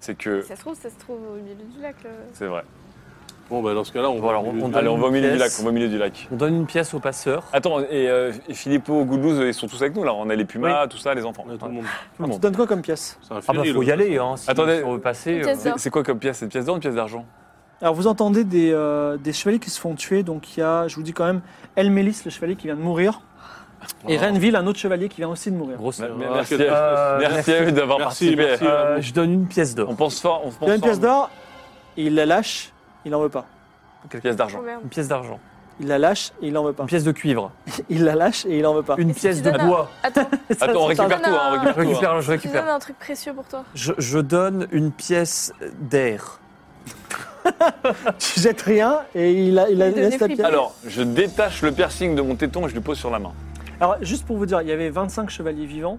Speaker 3: c'est que.
Speaker 7: Ça se trouve, ça se trouve au milieu du lac. le-
Speaker 3: C'est vrai.
Speaker 4: Bon, bah, dans ce cas-là, on
Speaker 5: Bon,
Speaker 4: va.
Speaker 5: alors,
Speaker 4: au milieu
Speaker 5: on-
Speaker 4: du-
Speaker 3: Allez, on va au milieu du lac.
Speaker 5: pièce.
Speaker 3: On va au milieu du lac.
Speaker 5: On donne une pièce au passeur.
Speaker 3: Attends, et, euh, et Filippo, Goulouse, ils sont tous avec nous là. On a les pumas, tout ça, les enfants.
Speaker 4: On a tout le monde.
Speaker 5: Tout le
Speaker 1: Tu
Speaker 5: monde.
Speaker 1: donnes quoi comme pièce
Speaker 4: C'est un
Speaker 5: Ah bah
Speaker 4: fini,
Speaker 5: faut
Speaker 4: le-
Speaker 5: y aller. Hein, si
Speaker 3: Attendez.
Speaker 5: on veut passer.
Speaker 7: Une
Speaker 5: euh,
Speaker 7: pièce
Speaker 3: C'est c'est quoi comme pièce C'est une pièce d'or, ou une pièce d'argent
Speaker 1: Alors vous entendez des, euh, des chevaliers qui se font tuer, donc il y a, je vous dis quand même, Elmélis, le chevalier qui vient de mourir, et Renville, un autre chevalier qui vient aussi de mourir.
Speaker 5: euh, Grosse. Euh,
Speaker 3: Mais- mais
Speaker 4: Ah,
Speaker 3: Merci,
Speaker 4: quelle
Speaker 3: à-
Speaker 5: tristesse.
Speaker 3: merci à eux d'avoir
Speaker 4: Merci,
Speaker 3: participé.
Speaker 4: merci.
Speaker 5: Euh, je donne une pièce
Speaker 3: On
Speaker 5: d'or.
Speaker 3: pense fort. On pense
Speaker 1: Il y a une
Speaker 3: fort.
Speaker 1: pièce d'or, il la lâche, il en veut pas.
Speaker 3: Pièce d'argent.
Speaker 7: Oh merde.
Speaker 5: Une pièce d'argent.
Speaker 1: Il la lâche et il en veut pas.
Speaker 5: Une pièce de cuivre.
Speaker 1: Il la lâche et il en veut pas.
Speaker 5: Une
Speaker 7: Est-ce que
Speaker 5: pièce
Speaker 7: tu
Speaker 5: de
Speaker 7: donnes un-
Speaker 5: bois.
Speaker 7: Attends,
Speaker 1: (laughs) Ça,
Speaker 3: Attends, on
Speaker 1: c'est un-
Speaker 3: récupère tout, hein, on
Speaker 5: Je
Speaker 3: récupère tout. hein.
Speaker 5: récupère, je
Speaker 7: tu
Speaker 5: récupère.
Speaker 7: donnes un truc précieux pour toi.
Speaker 5: Je, je donne une pièce d'air.
Speaker 1: Tu jettes rien et il, a, il, la
Speaker 7: Il
Speaker 1: laisse la
Speaker 7: devait
Speaker 1: pièce.
Speaker 7: flipper.
Speaker 3: Alors, je détache le piercing de mon téton et je le pose sur la main.
Speaker 1: Alors, juste pour vous dire, il y avait 25 chevaliers vivants.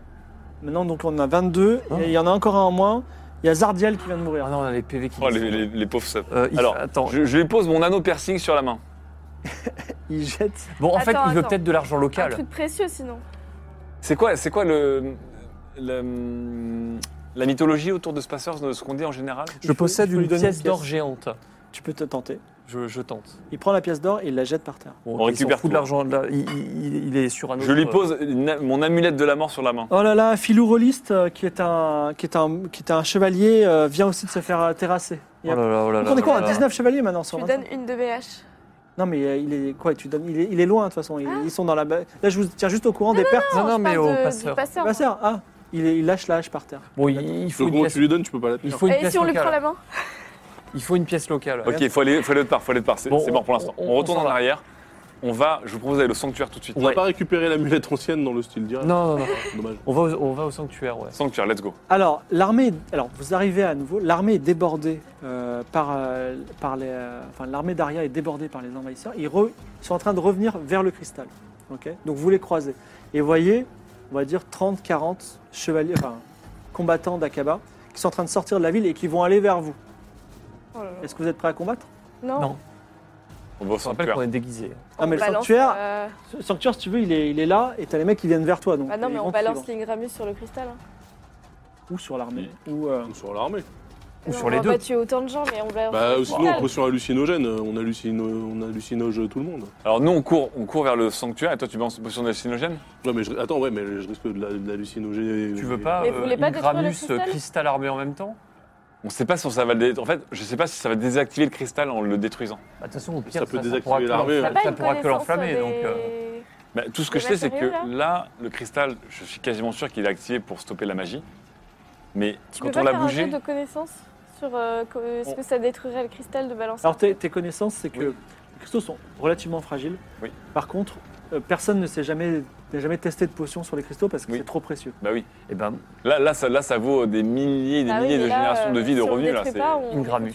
Speaker 1: Maintenant, donc, on en a 22.
Speaker 5: Oh.
Speaker 1: Et il y en a encore un en moins. Il y a Zardiel qui vient de mourir.
Speaker 5: Ah non, on a les PV qui.
Speaker 3: Oh,
Speaker 5: descendent.
Speaker 3: les, les- les pauvres saps.
Speaker 5: Euh, il-
Speaker 3: Alors,
Speaker 5: attends.
Speaker 3: Je, je lui pose mon anneau piercing sur la main.
Speaker 1: Il jette.
Speaker 5: Bon, en fait,
Speaker 7: Attends,
Speaker 5: il veut
Speaker 7: attends.
Speaker 5: peut-être de l'argent
Speaker 7: Un
Speaker 5: local.
Speaker 7: truc précieux sinon.
Speaker 3: C'est quoi, c'est quoi le, le- la mythologie autour de Spacers, de ce qu'on dit en général
Speaker 5: Je possède
Speaker 1: il faut lui
Speaker 5: une
Speaker 1: donner une
Speaker 5: pièce d'or
Speaker 1: pièce.
Speaker 5: géante.
Speaker 1: Tu peux te tenter.
Speaker 5: Je, je tente.
Speaker 1: Il prend la pièce d'or et il la jette par terre.
Speaker 3: On
Speaker 5: Bon, ok, il s'en
Speaker 3: récupère
Speaker 5: fout de
Speaker 3: tout.
Speaker 5: l'argent. là, Il, il- il est sur
Speaker 7: Ah,
Speaker 5: un autre.
Speaker 3: Je lui pose une- mon amulette de la mort sur la main.
Speaker 1: Oh là là, Philou Rolliste, euh, qui est un, qui est un, qui est un chevalier, euh, vient aussi de se faire euh, terrasser.
Speaker 5: Oh là là, oh là
Speaker 1: Donc
Speaker 5: là
Speaker 1: on est quoi,
Speaker 5: là
Speaker 1: un
Speaker 5: là.
Speaker 1: 19 chevaliers maintenant
Speaker 7: Tu
Speaker 1: sur
Speaker 7: lui
Speaker 1: 25?
Speaker 7: donnes une de VH.
Speaker 1: Non mais euh, il est quoi Tu donnes Il est, il est loin de toute façon. Ils, ils sont dans la. ba- Là, je vous tiens juste au courant des pertes.
Speaker 5: Ah. Non, non,
Speaker 7: je
Speaker 5: mais
Speaker 7: parle
Speaker 5: au
Speaker 7: de- du
Speaker 5: passeur.
Speaker 7: passeur.
Speaker 1: Bah, ça, ah, il, est- il lâche la hache par terre.
Speaker 5: Bon, il, il faut
Speaker 4: Donc,
Speaker 5: une
Speaker 4: comment
Speaker 5: pièce.
Speaker 4: tu lui donnes, tu peux pas la
Speaker 5: Il
Speaker 4: tenir.
Speaker 5: faut une
Speaker 7: Et
Speaker 5: pièce
Speaker 7: si on lui prend la
Speaker 5: locale.
Speaker 7: main
Speaker 5: Il faut une pièce locale.
Speaker 7: Ah,
Speaker 3: Ok, il faut aller, faut aller de part, faut aller de part. C'est
Speaker 5: Bon,
Speaker 3: c'est mort pour l'instant.
Speaker 5: on-
Speaker 3: On,
Speaker 5: on
Speaker 3: retourne
Speaker 5: s'en
Speaker 3: en
Speaker 5: va.
Speaker 3: arrière. On va, je vous propose d'aller au sanctuaire tout de suite.
Speaker 4: On n'a pas récupéré l'amulette ancienne dans le style direct.
Speaker 5: Non, non, non.
Speaker 4: Dommage.
Speaker 5: On va au, on va au sanctuaire, ouais.
Speaker 3: Sanctuaire, let's go.
Speaker 1: Alors l'armée, alors vous arrivez à nouveau. L'armée est débordée euh, par euh, par les. euh, enfin l'armée d'Aria est débordée par les envahisseurs. Ils, re- ils sont en train de revenir vers le cristal. Ok. Donc vous les croisez et vous voyez, on va dire 30-40 chevaliers, enfin combattants d'Akaba qui sont en train de sortir de la ville et qui vont aller vers vous.
Speaker 7: Oh là là.
Speaker 1: Est-ce que vous êtes prêts à combattre
Speaker 7: Non.
Speaker 5: Non.
Speaker 3: On va au
Speaker 5: Je rappelle
Speaker 3: sanctuaire.
Speaker 5: qu'on est déguisé.
Speaker 1: Ah, mais
Speaker 7: On
Speaker 1: le
Speaker 7: balance,
Speaker 1: sanctuaire,
Speaker 7: euh,
Speaker 1: Le Sanctuaire, si tu veux, il est, il est là et t'as les mecs qui viennent vers toi. Donc
Speaker 7: Bah non,
Speaker 1: ils
Speaker 7: mais
Speaker 1: vont
Speaker 7: on
Speaker 1: te
Speaker 7: balance
Speaker 1: suivre.
Speaker 7: l'Ingramus sur le cristal. hein.
Speaker 1: Ou sur l'armée. Ou, euh,
Speaker 4: Sur l'armée.
Speaker 5: Ou
Speaker 7: Non,
Speaker 5: sur les
Speaker 7: On va
Speaker 5: deux.
Speaker 7: pas tuer autant de gens, mais on va.
Speaker 4: Bah, sinon,
Speaker 7: Voilà.
Speaker 4: potion hallucinogène, euh, on, hallucino... on hallucinoge tout le monde.
Speaker 3: Alors nous, on court, on court vers le sanctuaire et toi, tu balances une potion d'hallucinogène
Speaker 4: Ouais, mais je... Attends, ouais, mais je risque de la- de l'hallucinoger. euh,
Speaker 5: Tu veux pas euh,
Speaker 7: Mais vous voulez pas détruire le
Speaker 5: Gramus
Speaker 7: cristal
Speaker 5: cristal armé en même temps
Speaker 3: On sait pas si ça va le dé- En fait, je sais pas si ça va désactiver le cristal en le détruisant.
Speaker 5: Bah, De toute façon, au pire,
Speaker 4: peut
Speaker 5: ça,
Speaker 4: désactiver
Speaker 5: pourra que
Speaker 4: l'armée,
Speaker 5: l'en-
Speaker 4: ouais.
Speaker 7: T'as pas
Speaker 5: ça
Speaker 7: une
Speaker 5: pourra que
Speaker 7: connaissance
Speaker 5: l'enflammer.
Speaker 7: des-
Speaker 5: Donc, euh,
Speaker 3: Bah, tout ce que
Speaker 7: Le
Speaker 3: je sais, c'est que
Speaker 7: matériau,
Speaker 3: là,
Speaker 7: là
Speaker 3: le cristal, je suis quasiment sûr qu'il est activé pour stopper la magie. Mais
Speaker 7: Tu peux
Speaker 3: quand
Speaker 7: pas
Speaker 3: on l'a
Speaker 7: faire un
Speaker 3: bougé,
Speaker 7: jet de connaissance sur euh, co- est-ce que ça détruirait le cristal de balance
Speaker 1: Alors, tes, tes connaissances, c'est que les cristaux sont relativement fragiles.
Speaker 3: Oui.
Speaker 1: Par contre, euh, personne ne s'est jamais, n'a jamais testé de potion sur les cristaux parce que
Speaker 3: Oui.
Speaker 1: c'est trop précieux.
Speaker 3: bah oui.
Speaker 5: eh ben,
Speaker 3: Là, là, ça, là, ça vaut des milliers, des
Speaker 7: Ah oui,
Speaker 3: milliers
Speaker 7: mais
Speaker 3: de
Speaker 7: là,
Speaker 3: générations de
Speaker 7: euh,
Speaker 3: vie, de
Speaker 7: si on
Speaker 3: revenus. Là,
Speaker 7: détruit
Speaker 3: c'est-
Speaker 7: pas, on-
Speaker 5: Ingramus.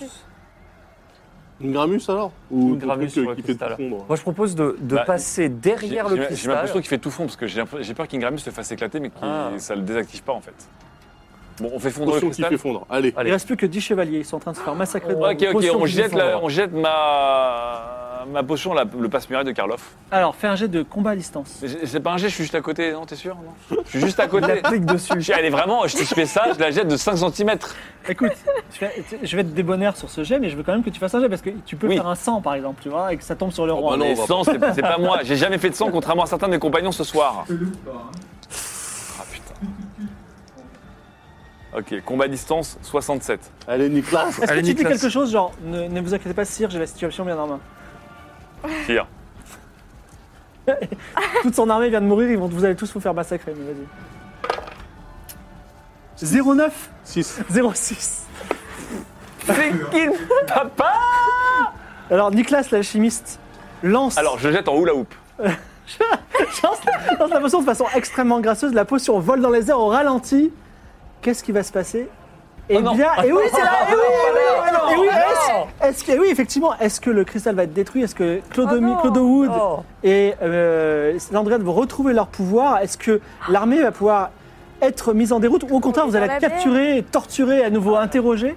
Speaker 4: Une gramus alors Ou
Speaker 5: Une
Speaker 4: ton
Speaker 5: gramus
Speaker 4: truc,
Speaker 5: sur
Speaker 4: euh,
Speaker 5: le
Speaker 4: qui fait
Speaker 5: cristal.
Speaker 4: tout fondre
Speaker 5: Moi, je propose de, de
Speaker 3: Bah,
Speaker 5: passer
Speaker 3: J'ai
Speaker 5: derrière le
Speaker 3: j'ai- j'ai
Speaker 5: cristal.
Speaker 3: l'impression qu'il fait tout fondre parce que j'ai l'imp- j'ai peur qu'Ingramus se fasse éclater, mais que
Speaker 5: Ah.
Speaker 3: ça le désactive pas en fait. Bon, on fait fondre le
Speaker 4: Potion qui
Speaker 3: cristal.
Speaker 4: fait fondre. Allez.
Speaker 5: Allez.
Speaker 1: Il reste plus que 10 chevaliers. Ils sont en train de se faire massacrer. par
Speaker 3: Ok,
Speaker 1: une
Speaker 3: ok,
Speaker 1: potion
Speaker 3: on
Speaker 1: qui fait
Speaker 3: jette, la-
Speaker 1: fondre.
Speaker 3: on jette ma, ma potion, la- le passe-muraille de Karloff.
Speaker 1: Alors, fais un jet de combat à distance.
Speaker 3: (laughs) Mais j'ai- C'est pas un jet, je suis juste à côté, non, t'es sûr non Je suis juste à côté.
Speaker 5: Clique dessus.
Speaker 3: J'ai- Elle est vraiment, je, je fais ça, je la jette de 5 cm.
Speaker 1: Écoute, je vais, je vais te débonnaire sur ce jet, mais je veux quand même que tu fasses un jet parce que tu peux
Speaker 3: Oui. Oh,
Speaker 1: faire un 100 par exemple, tu vois, et que ça tombe sur le roi.
Speaker 4: bah non,
Speaker 3: Mais
Speaker 4: on va
Speaker 3: sang, c'est c'est pas moi. J'ai jamais fait de sang, contrairement à certains de mes compagnons ce soir.
Speaker 11: Je loupe pas. hein.
Speaker 3: Ah putain. Ok, combat à distance 67.
Speaker 4: Allez, Nicolas.
Speaker 1: Est-ce que
Speaker 5: Allez,
Speaker 1: tu dis
Speaker 5: Nicolas.
Speaker 1: quelque chose genre ne, ne vous inquiétez pas, sire, j'ai la situation bien en main
Speaker 3: Tire.
Speaker 1: Toute son armée vient de mourir, ils vont, vous allez tous vous faire massacrer, mais vas-y. 09
Speaker 4: 6.
Speaker 1: 06
Speaker 3: Papa
Speaker 1: Alors Nicolas l'alchimiste lance,
Speaker 3: Alors je jette en hula hoop.
Speaker 1: lance, lance la potion de façon extrêmement gracieuse, la potion vole dans les airs au ralenti. Qu'est-ce qui va se passer Eh
Speaker 5: Oh non. Ah,
Speaker 1: bien, et oui, c'est là, et oui, eh oui, eh oui, est-ce- est-ce que, eh oui, effectivement, est-ce que le cristal va être détruit Est-ce que Clodomi,
Speaker 7: Oh non.
Speaker 1: Clodowood
Speaker 5: Oh.
Speaker 1: et euh, Landred vont retrouver leur pouvoir. Est-ce que l'armée va pouvoir être mise en déroute ou au contraire
Speaker 7: est
Speaker 1: vous allez
Speaker 7: dans
Speaker 1: être
Speaker 7: la
Speaker 1: capturé, torturé, à nouveau interrogé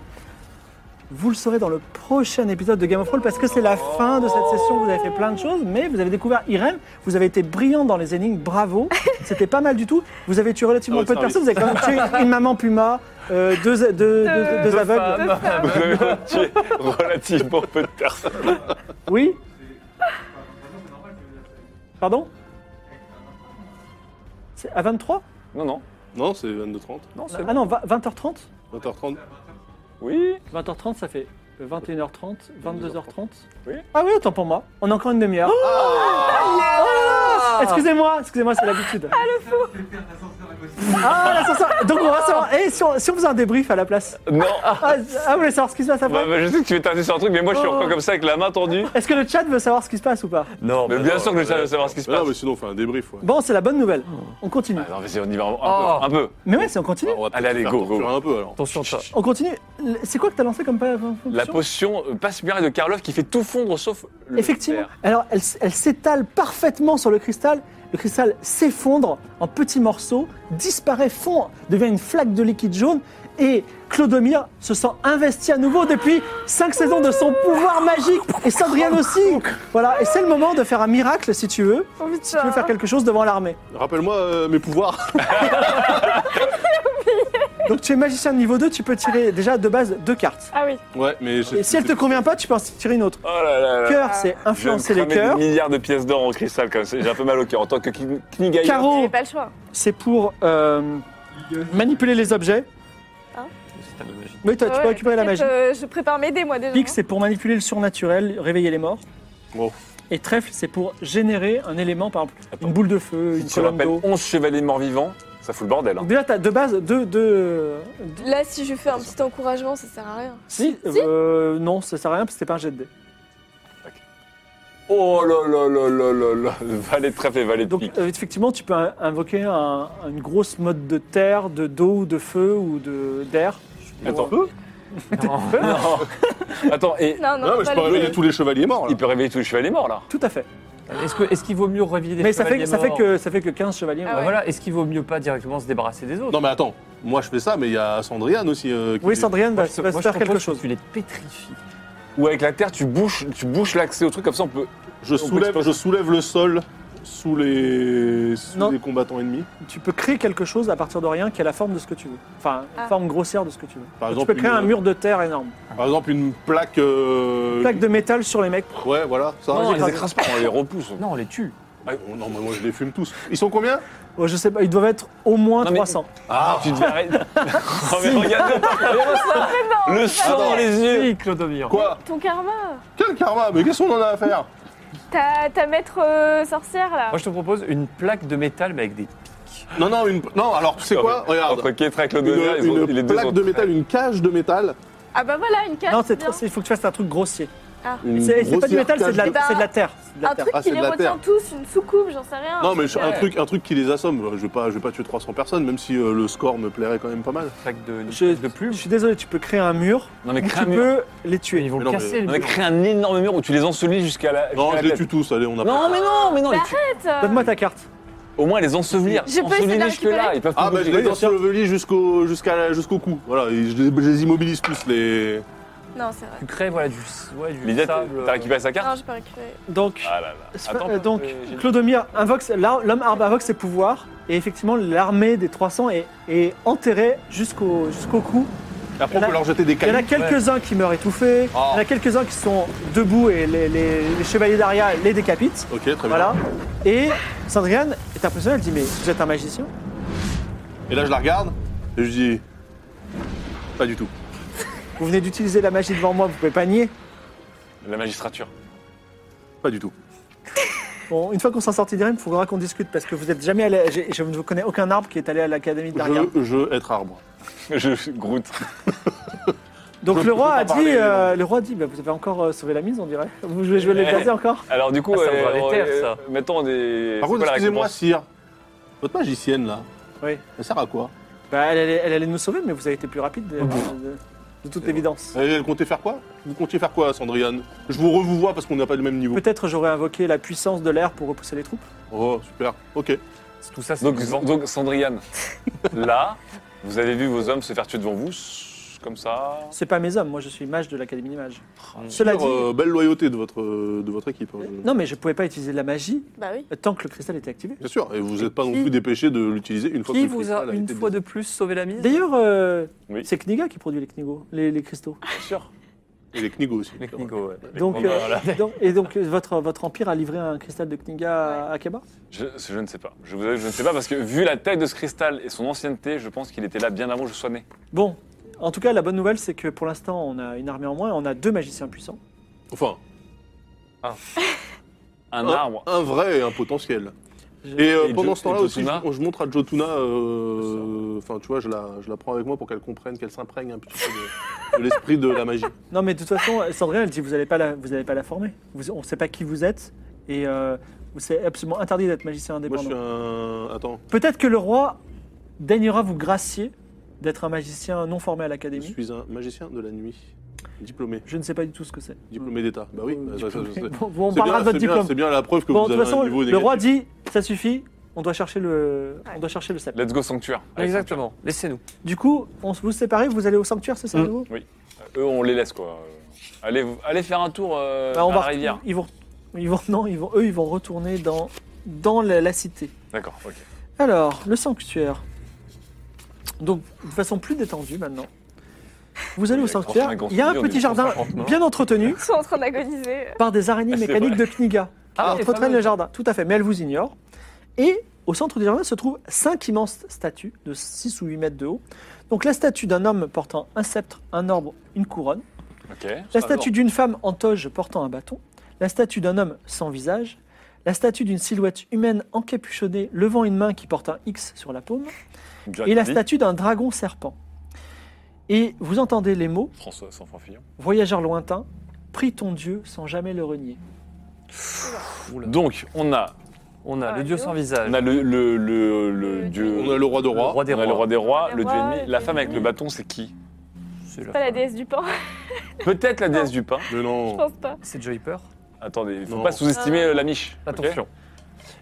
Speaker 1: Vous le saurez dans le prochain épisode de Game of Thrones parce que c'est la fin de cette session. Vous avez fait plein de choses, mais vous avez découvert Irem. Vous avez été brillant dans les énigmes, bravo. C'était pas mal du tout. Vous avez tué
Speaker 4: À
Speaker 1: relativement
Speaker 4: votre
Speaker 1: peu de
Speaker 4: service.
Speaker 1: personnes. Vous avez quand même tué une maman puma, euh, deux, deux- deux- deux aveugles.
Speaker 3: Vous avez tué relativement peu de personnes.
Speaker 1: Oui
Speaker 11: Enfin, maintenant, c'est normal, je veux dire, c'est-
Speaker 1: Pardon C'est à 23
Speaker 3: Non, non.
Speaker 4: Non, c'est 22h30.
Speaker 1: Non, Ah non, 20h30
Speaker 4: 20h30.
Speaker 3: Oui.
Speaker 1: 20h30, ça fait 21h30, 22h30.
Speaker 3: Oui.
Speaker 1: Ah oui, autant pour moi. On a encore une demi-heure. Oh, là Ah, là Excusez-moi, excusez-moi, c'est l'habitude.
Speaker 12: C'était un ascenseur impossible.
Speaker 1: Ah, l'ascenseur Donc on va savoir. Et si on, si on faisait un débrief à la place
Speaker 3: Non
Speaker 1: ah, ah, Oh. vous voulez savoir ce qui se passe
Speaker 3: Bah,
Speaker 1: après
Speaker 3: bah, Je sais que tu veux t'arrêter sur un truc, mais moi je suis encore comme ça avec la main tendue.
Speaker 1: Est-ce que le chat veut savoir ce qui se passe ou pas
Speaker 5: Non,
Speaker 3: Mais
Speaker 5: bah
Speaker 3: bien
Speaker 5: non,
Speaker 3: sûr que je
Speaker 5: bah-
Speaker 3: veux savoir ce qui se
Speaker 4: Ah,
Speaker 3: passe.
Speaker 4: non, mais sinon, on fait un débrief. Ouais.
Speaker 1: Bon, c'est la bonne nouvelle. On continue.
Speaker 3: Ah, non, vas-y, on y va un,
Speaker 5: Oh.
Speaker 3: peu, un peu.
Speaker 1: Mais ouais, c'est on continue.
Speaker 4: Ouais, on va
Speaker 3: Allez, allez,
Speaker 4: peut-être
Speaker 3: Bah, go,
Speaker 4: faire
Speaker 3: go,
Speaker 4: torturer un peu alors.
Speaker 5: Attention, ça.
Speaker 1: On continue. Le- C'est quoi que t'as lancé comme pas
Speaker 3: La potion euh, passe muraille de Karloff qui fait tout fondre sauf le
Speaker 1: Effectivement.
Speaker 3: verre.
Speaker 1: Alors, elle, s- elle s'étale parfaitement sur le cristal. Le cristal s'effondre en petits morceaux, disparaît, fond, devient une flaque de liquide jaune. Et Clodomir se sent investi à nouveau depuis cinq saisons de son pouvoir magique. Et Sandriane aussi. Voilà. Et c'est le moment de faire un miracle, si tu veux.
Speaker 7: Oh,
Speaker 1: Si tu veux faire quelque chose devant l'armée.
Speaker 4: Rappelle-moi euh, mes pouvoirs.
Speaker 1: Donc, tu es magicien de niveau 2, tu peux tirer déjà de base deux cartes.
Speaker 7: Ah oui.
Speaker 4: (laughs) Ouais, mais.
Speaker 1: Et si elle te convient pas, tu peux en tirer une autre.
Speaker 3: Oh là là là.
Speaker 1: Cœur, c'est
Speaker 3: Je viens de
Speaker 1: influencer les
Speaker 3: cramer des
Speaker 1: cœurs.
Speaker 3: milliards de pièces d'or en cristal comme ça. J'ai un peu mal au cœur en tant que Kni- Knigaï.
Speaker 1: Carreau,
Speaker 7: J'avais pas le choix.
Speaker 1: c'est pour euh, manipuler les objets.
Speaker 7: Ah.
Speaker 1: Oui, toi, tu peux
Speaker 7: Ouais,
Speaker 1: récupérer la
Speaker 7: t'inquiète,
Speaker 1: magie.
Speaker 7: euh, je prépare mes dés, moi, déjà.
Speaker 1: Pique, c'est pour manipuler le surnaturel, réveiller les morts.
Speaker 4: Wow.
Speaker 1: Et trèfle, c'est pour générer un élément, par exemple, une boule de feu,
Speaker 3: Si
Speaker 1: une
Speaker 3: tu
Speaker 1: colonne
Speaker 3: rappelles
Speaker 1: d'eau.
Speaker 3: 11 chevaliers morts-vivants, ça fout le bordel. hein.
Speaker 1: Donc déjà, t'as de base deux... deux...
Speaker 7: Là, si je fais un petit encouragement, ça sert à rien.
Speaker 1: Si, euh, Non, ça sert à rien, parce que c'est pas un jet de dés.
Speaker 3: Oh là là là là là là. Valet de trèfle et valet de
Speaker 1: Donc
Speaker 3: pique.
Speaker 1: euh, effectivement, tu peux in- invoquer un- une grosse mode de terre, de d'eau, ou de feu ou de d'air.
Speaker 3: Attends.
Speaker 5: Non.
Speaker 1: euh.
Speaker 3: Non. Attends, et
Speaker 7: Non, non,
Speaker 4: Non, mais je
Speaker 7: pas
Speaker 4: peux
Speaker 7: le-
Speaker 4: réveiller tous les chevaliers morts Oh là.
Speaker 3: il peut réveiller tous les chevaliers morts là.
Speaker 1: Tout à fait.
Speaker 5: Est-ce que- est-ce qu'il vaut mieux réveiller les
Speaker 1: Mais ça fait,
Speaker 5: chevaliers
Speaker 1: ça, fait
Speaker 5: morts
Speaker 1: que, ça fait que 15 chevaliers.
Speaker 7: Ah
Speaker 5: Bah
Speaker 7: ouais.
Speaker 5: Voilà, est-ce qu'il vaut mieux pas directement se débarrasser des autres
Speaker 4: Non, mais attends, moi je fais ça, mais il y a Sandriane aussi. euh, qui-
Speaker 1: Oui, Sandriane va,
Speaker 5: Moi, je-
Speaker 1: va
Speaker 5: moi,
Speaker 1: se
Speaker 5: je
Speaker 1: faire quelque
Speaker 5: propose que
Speaker 1: chose.
Speaker 5: Tu les pétrifies.
Speaker 3: Ou avec la terre, tu bouches, tu bouches l'accès au truc comme ça on peut.
Speaker 4: Je soulève, je soulève le sol sous les, sous
Speaker 1: Non.
Speaker 4: les combattants ennemis.
Speaker 1: Tu peux créer quelque chose à partir de rien qui a la forme de ce que tu veux. Enfin, la
Speaker 7: Ah.
Speaker 1: forme grossière de ce que tu veux.
Speaker 4: Par
Speaker 1: Donc,
Speaker 4: exemple,
Speaker 1: tu peux créer
Speaker 4: une-
Speaker 1: un mur de terre énorme.
Speaker 4: Par exemple, une plaque. euh,
Speaker 1: Plaque de métal sur les mecs.
Speaker 4: Ouais, voilà, ça.
Speaker 5: Non,
Speaker 3: On Oh, les
Speaker 5: les-
Speaker 3: écrase pas, on les repousse.
Speaker 5: Non, on les tue.
Speaker 4: Ah, non, mais moi je les fume tous. Ils sont combien
Speaker 1: Oh, je sais pas, ils doivent être au moins
Speaker 3: Non, mais-
Speaker 1: 300.
Speaker 3: Ah, tu devais arrêter. Oh, mais regarde, regarde ça. Le sang
Speaker 4: Attends.
Speaker 3: dans les yeux.
Speaker 5: Oui, Clodomir.
Speaker 4: Quoi
Speaker 7: Ton karma
Speaker 4: Quel karma Mais qu'est-ce qu'on en a à faire
Speaker 7: Ta, ta maître euh, sorcière, là.
Speaker 5: Moi, je te propose une plaque de métal, mais avec des.
Speaker 4: Non, non, une... non, alors tu sais quoi Regarde.
Speaker 3: Entre Kétra et
Speaker 4: Une,
Speaker 3: Clodonia, ils ont-
Speaker 4: une
Speaker 3: les deux
Speaker 4: plaque
Speaker 3: autres.
Speaker 4: de métal, une cage de métal.
Speaker 7: Ah bah voilà, une cage.
Speaker 1: Non, c'est
Speaker 7: bien.
Speaker 1: trop- c'est- il faut que tu fasses un truc grossier.
Speaker 4: une
Speaker 1: C'est c'est pas du
Speaker 4: grossière
Speaker 1: métal, c'est de, la-
Speaker 4: cage
Speaker 7: de-
Speaker 1: c'est de la terre. c'est de la
Speaker 7: Un
Speaker 1: terre.
Speaker 7: truc
Speaker 4: Ah,
Speaker 7: qui
Speaker 4: c'est de
Speaker 7: les
Speaker 4: la
Speaker 7: retient
Speaker 4: terre.
Speaker 7: tous, une soucoupe, j'en sais rien.
Speaker 4: Non, mais je- un,
Speaker 3: Ouais.
Speaker 4: truc, un truc qui les assomme. Je vais pas, je vais pas tuer 300 personnes, même si euh, le score me plairait quand même pas mal.
Speaker 5: Plaque de.
Speaker 1: Je,
Speaker 5: de plumes.
Speaker 1: je suis désolé, tu peux créer un mur.
Speaker 3: Non mais
Speaker 1: où
Speaker 3: crée un
Speaker 1: tu
Speaker 3: mur.
Speaker 1: peux les tuer.
Speaker 5: Ils vont
Speaker 4: Mais non, mais-
Speaker 5: casser
Speaker 3: On
Speaker 5: le
Speaker 3: a
Speaker 5: mur.
Speaker 3: créé un énorme mur où tu les ensevelis jusqu'à la. jusqu'à
Speaker 4: Non, je
Speaker 3: la
Speaker 4: les
Speaker 3: tête.
Speaker 4: tue tous, allez, on a
Speaker 3: Non mais non, mais non. les tue-
Speaker 7: Arrête euh,
Speaker 1: Donne-moi ta carte.
Speaker 3: Au moins les ensevelir.
Speaker 7: Je peux essayer
Speaker 3: Ensevelis
Speaker 7: de la
Speaker 3: jusque-là,
Speaker 7: récupérer
Speaker 3: ils peuvent
Speaker 4: Ah,
Speaker 3: pas
Speaker 4: mais je
Speaker 3: bouger.
Speaker 4: les ensevelis jusqu'au jusqu'à la- jusqu'au cou. Voilà, et je, les- je les immobilise tous, les.
Speaker 7: Non, c'est vrai.
Speaker 5: Tu crées, voilà, du. Ouais, du.
Speaker 3: Lydia, t'as
Speaker 5: sable.
Speaker 3: t'as récupéré sa
Speaker 7: Non,
Speaker 3: carte
Speaker 7: j'ai pas récupéré.
Speaker 1: Donc,
Speaker 3: Ah là là. Attends,
Speaker 1: euh, donc
Speaker 3: euh, j'ai-
Speaker 1: Clodomir invoque, là, l'homme arbre invoque ses pouvoirs, et effectivement, l'armée des 300 est, est enterrée jusqu'au jusqu'au cou.
Speaker 4: Après, on
Speaker 1: Là-
Speaker 4: peut leur jeter des
Speaker 1: Il y en a
Speaker 4: cailloux.
Speaker 1: quelques-uns qui meurent étouffés,
Speaker 4: Oh.
Speaker 1: il y en a quelques-uns qui sont debout et les, les- les chevaliers d'Aria les décapitent.
Speaker 4: Ok, très bien.
Speaker 1: Voilà. Et Sandriane est impressionnée, elle dit Mais vous êtes un magicien
Speaker 4: Et là, je la regarde et je dis. Pas du tout.
Speaker 1: Vous venez d'utiliser la magie devant moi, vous pouvez pas nier.
Speaker 3: La magistrature. (laughs)
Speaker 4: Pas du tout.
Speaker 1: Bon, une fois qu'on s'en sortit d'Irem, il faudra qu'on discute parce que vous êtes jamais allé. j'ai- Je ne connais aucun arbre qui est allé à l'académie d'Aria.
Speaker 4: Je, je veux être arbre.
Speaker 3: Je Groot.
Speaker 1: Donc
Speaker 4: je
Speaker 1: le
Speaker 4: peux
Speaker 1: roi
Speaker 4: pas
Speaker 1: a dit,
Speaker 4: parler,
Speaker 1: euh, le roi dit, bah, vous avez encore euh, sauvé la mise, on dirait. Vous jouez jouer les
Speaker 3: Eh.
Speaker 1: blasés encore
Speaker 3: Alors du coup,
Speaker 5: Ah, ça me fera des
Speaker 3: on-
Speaker 5: terres, ça.
Speaker 3: Euh, mettons des.
Speaker 4: Par
Speaker 3: c'est quoi
Speaker 4: contre,
Speaker 3: la
Speaker 4: excusez-moi,
Speaker 3: récompense
Speaker 4: sire. Votre magicienne, là.
Speaker 1: Oui.
Speaker 4: Elle sert à quoi
Speaker 1: Bah, elle, allait, elle allait nous sauver, mais vous avez été plus rapide, euh, de, de toute évidence.
Speaker 4: Elle, elle comptait faire quoi Vous comptiez faire quoi, Sandriane Je vous revois parce qu'on n'a pas le même niveau.
Speaker 1: euh, Peut-être j'aurais invoqué la puissance de l'air pour repousser les troupes.
Speaker 4: Oh, super. Ok.
Speaker 5: euh, Tout ça, c'est. du vent.
Speaker 3: Donc, donc Sandriane, là, vous avez vu vos hommes se faire tuer devant vous, s- comme ça.
Speaker 1: C'est pas mes hommes, moi je suis mage de l'Académie des mages. Cela dit,
Speaker 4: Sur, euh, belle loyauté de votre, euh, de votre équipe. hein.
Speaker 1: non mais je pouvais pas utiliser de la magie
Speaker 7: Bah oui. (laughs)
Speaker 1: tant que le cristal était activé.
Speaker 4: Bien sûr, et vous n'êtes pas non
Speaker 5: Qui-
Speaker 4: plus dépêché de l'utiliser une fois
Speaker 5: Qui
Speaker 4: que le
Speaker 5: vous
Speaker 4: cristal
Speaker 5: a une
Speaker 4: été
Speaker 5: fois
Speaker 4: dé-
Speaker 5: de plus sauvé la mise
Speaker 1: D'ailleurs, euh,
Speaker 3: Oui.
Speaker 1: c'est Kniga qui produit les Knigo, les, les cristaux.
Speaker 3: Bien sûr.
Speaker 4: Et les Knigos aussi.
Speaker 5: Les Knigo, ouais.
Speaker 1: Donc,
Speaker 5: Knigo,
Speaker 1: euh,
Speaker 5: voilà.
Speaker 1: donc- et donc euh, votre, votre empire a livré un cristal de Kniga à à Kaba
Speaker 3: Je, je ne sais pas. Je, vous avoue, je ne sais pas parce que vu la taille de ce cristal et son ancienneté, je pense qu'il était là bien avant que je sois né.
Speaker 1: Bon, en tout cas la bonne nouvelle c'est que pour l'instant on a une armée en moins et on a deux magiciens puissants.
Speaker 4: Enfin,
Speaker 3: Un
Speaker 4: un,
Speaker 3: arbre. Oh.
Speaker 4: un vrai et un potentiel. Et euh,
Speaker 3: Et
Speaker 4: pendant
Speaker 3: Jo-
Speaker 4: ce temps-là
Speaker 3: et
Speaker 4: aussi,
Speaker 3: Jotuna
Speaker 4: je, je montre à Jotuna, euh, enfin tu vois, je la, je la prends avec moi pour qu'elle comprenne, qu'elle s'imprègne un petit peu de, de l'esprit
Speaker 1: (laughs)
Speaker 4: de la magie.
Speaker 1: Non, mais de toute façon, Sandrine, elle dit vous n'allez pas, la- vous allez pas la former. Vous- on ne sait pas qui vous êtes. Et euh, c'est absolument interdit d'être magicien
Speaker 4: Moi je
Speaker 1: indépendant.
Speaker 4: suis un... Attends,
Speaker 1: Peut-être que le roi daignera vous gracier d'être un magicien non formé à
Speaker 4: je
Speaker 1: l'académie.
Speaker 4: suis un magicien de la nuit, diplômé,
Speaker 1: Je ne sais pas du tout ce que c'est.
Speaker 4: diplômé d'État. Bah oui, bah, ça- ça- ça-
Speaker 1: Bon, bon, Euh, (laughs) on
Speaker 4: c'est
Speaker 1: parlera de
Speaker 4: bien,
Speaker 1: votre
Speaker 4: c'est bien,
Speaker 1: diplôme.
Speaker 4: C'est bien la preuve que
Speaker 1: Bon,
Speaker 4: vous
Speaker 1: de
Speaker 4: avez
Speaker 1: toute
Speaker 4: un
Speaker 1: façon,
Speaker 4: niveau
Speaker 1: le
Speaker 4: négatif.
Speaker 1: roi dit ça suffit, on doit chercher le, on doit chercher le sceptre.
Speaker 3: Let's go sanctuaire. Allez,
Speaker 5: Exactement, laissez-nous.
Speaker 1: Du coup, on se- vous séparez, vous allez au sanctuaire, c'est ça
Speaker 5: Mm.
Speaker 1: à nouveau
Speaker 3: sanctuaire. Eux, on les laisse, quoi. Euh, Allez, vous- allez faire un tour euh,
Speaker 1: Bah, on
Speaker 3: à
Speaker 1: va-
Speaker 3: la rivière.
Speaker 1: Ils vont, ils vont, non, ils vont, eux, ils vont retourner dans, dans la, la cité.
Speaker 3: D'accord, ok.
Speaker 1: Alors, le sanctuaire. Donc, de façon plus détendue maintenant. Vous allez au
Speaker 3: Oui, avec
Speaker 1: sanctuaire.
Speaker 3: trente-cinq
Speaker 1: Il y a un
Speaker 3: grands
Speaker 1: petit
Speaker 3: millions,
Speaker 1: jardin
Speaker 3: 250 morts.
Speaker 1: bien entretenu
Speaker 7: Ils sont en train d'agoniser.
Speaker 1: par des araignées
Speaker 3: Ah, c'est
Speaker 1: mécaniques de
Speaker 3: vrai.
Speaker 1: Kniga.
Speaker 5: Ah,
Speaker 1: Alors,
Speaker 5: les
Speaker 1: entretiennent
Speaker 5: fameuses.
Speaker 1: le jardin, tout à fait, mais elle vous ignore. Et au centre du jardin se trouvent cinq immenses statues de 6 ou 8 mètres de haut. Donc la statue d'un homme portant un sceptre, un orbe, une couronne.
Speaker 3: Ok.
Speaker 1: La statue d'une femme en toge portant un bâton. La statue d'un homme sans visage. La statue d'une silhouette humaine encapuchonnée levant une main qui porte un X sur la paume.
Speaker 3: Jack
Speaker 1: Et la
Speaker 3: Lee,
Speaker 1: statue d'un dragon serpent. Et vous entendez les mots
Speaker 3: François, sans Fillon.
Speaker 1: Voyageur lointain, prie ton Dieu sans jamais le renier.
Speaker 3: Donc, on a,
Speaker 5: On a
Speaker 7: Ah,
Speaker 5: le dieu
Speaker 7: et
Speaker 5: sans
Speaker 7: oh.
Speaker 5: visage,
Speaker 3: on a le, le, le, le
Speaker 7: Le
Speaker 3: dieu.
Speaker 4: On a le roi de
Speaker 5: le
Speaker 4: roi.
Speaker 5: roi des
Speaker 3: on a le
Speaker 5: rois.
Speaker 3: roi des rois,
Speaker 7: Le
Speaker 3: le dieu
Speaker 7: roi,
Speaker 3: ennemi.
Speaker 7: le
Speaker 3: La
Speaker 7: dieu
Speaker 3: femme avec
Speaker 7: ennemi.
Speaker 3: le bâton, c'est qui
Speaker 5: C'est
Speaker 7: Pas la déesse du pain, (laughs)
Speaker 3: Peut-être la déesse du pain.
Speaker 7: je
Speaker 4: Mais non.
Speaker 7: pense pas.
Speaker 5: C'est Joyper.
Speaker 3: Attendez, il faut
Speaker 4: Non.
Speaker 3: pas sous-estimer euh, la miche. ok
Speaker 5: Attention.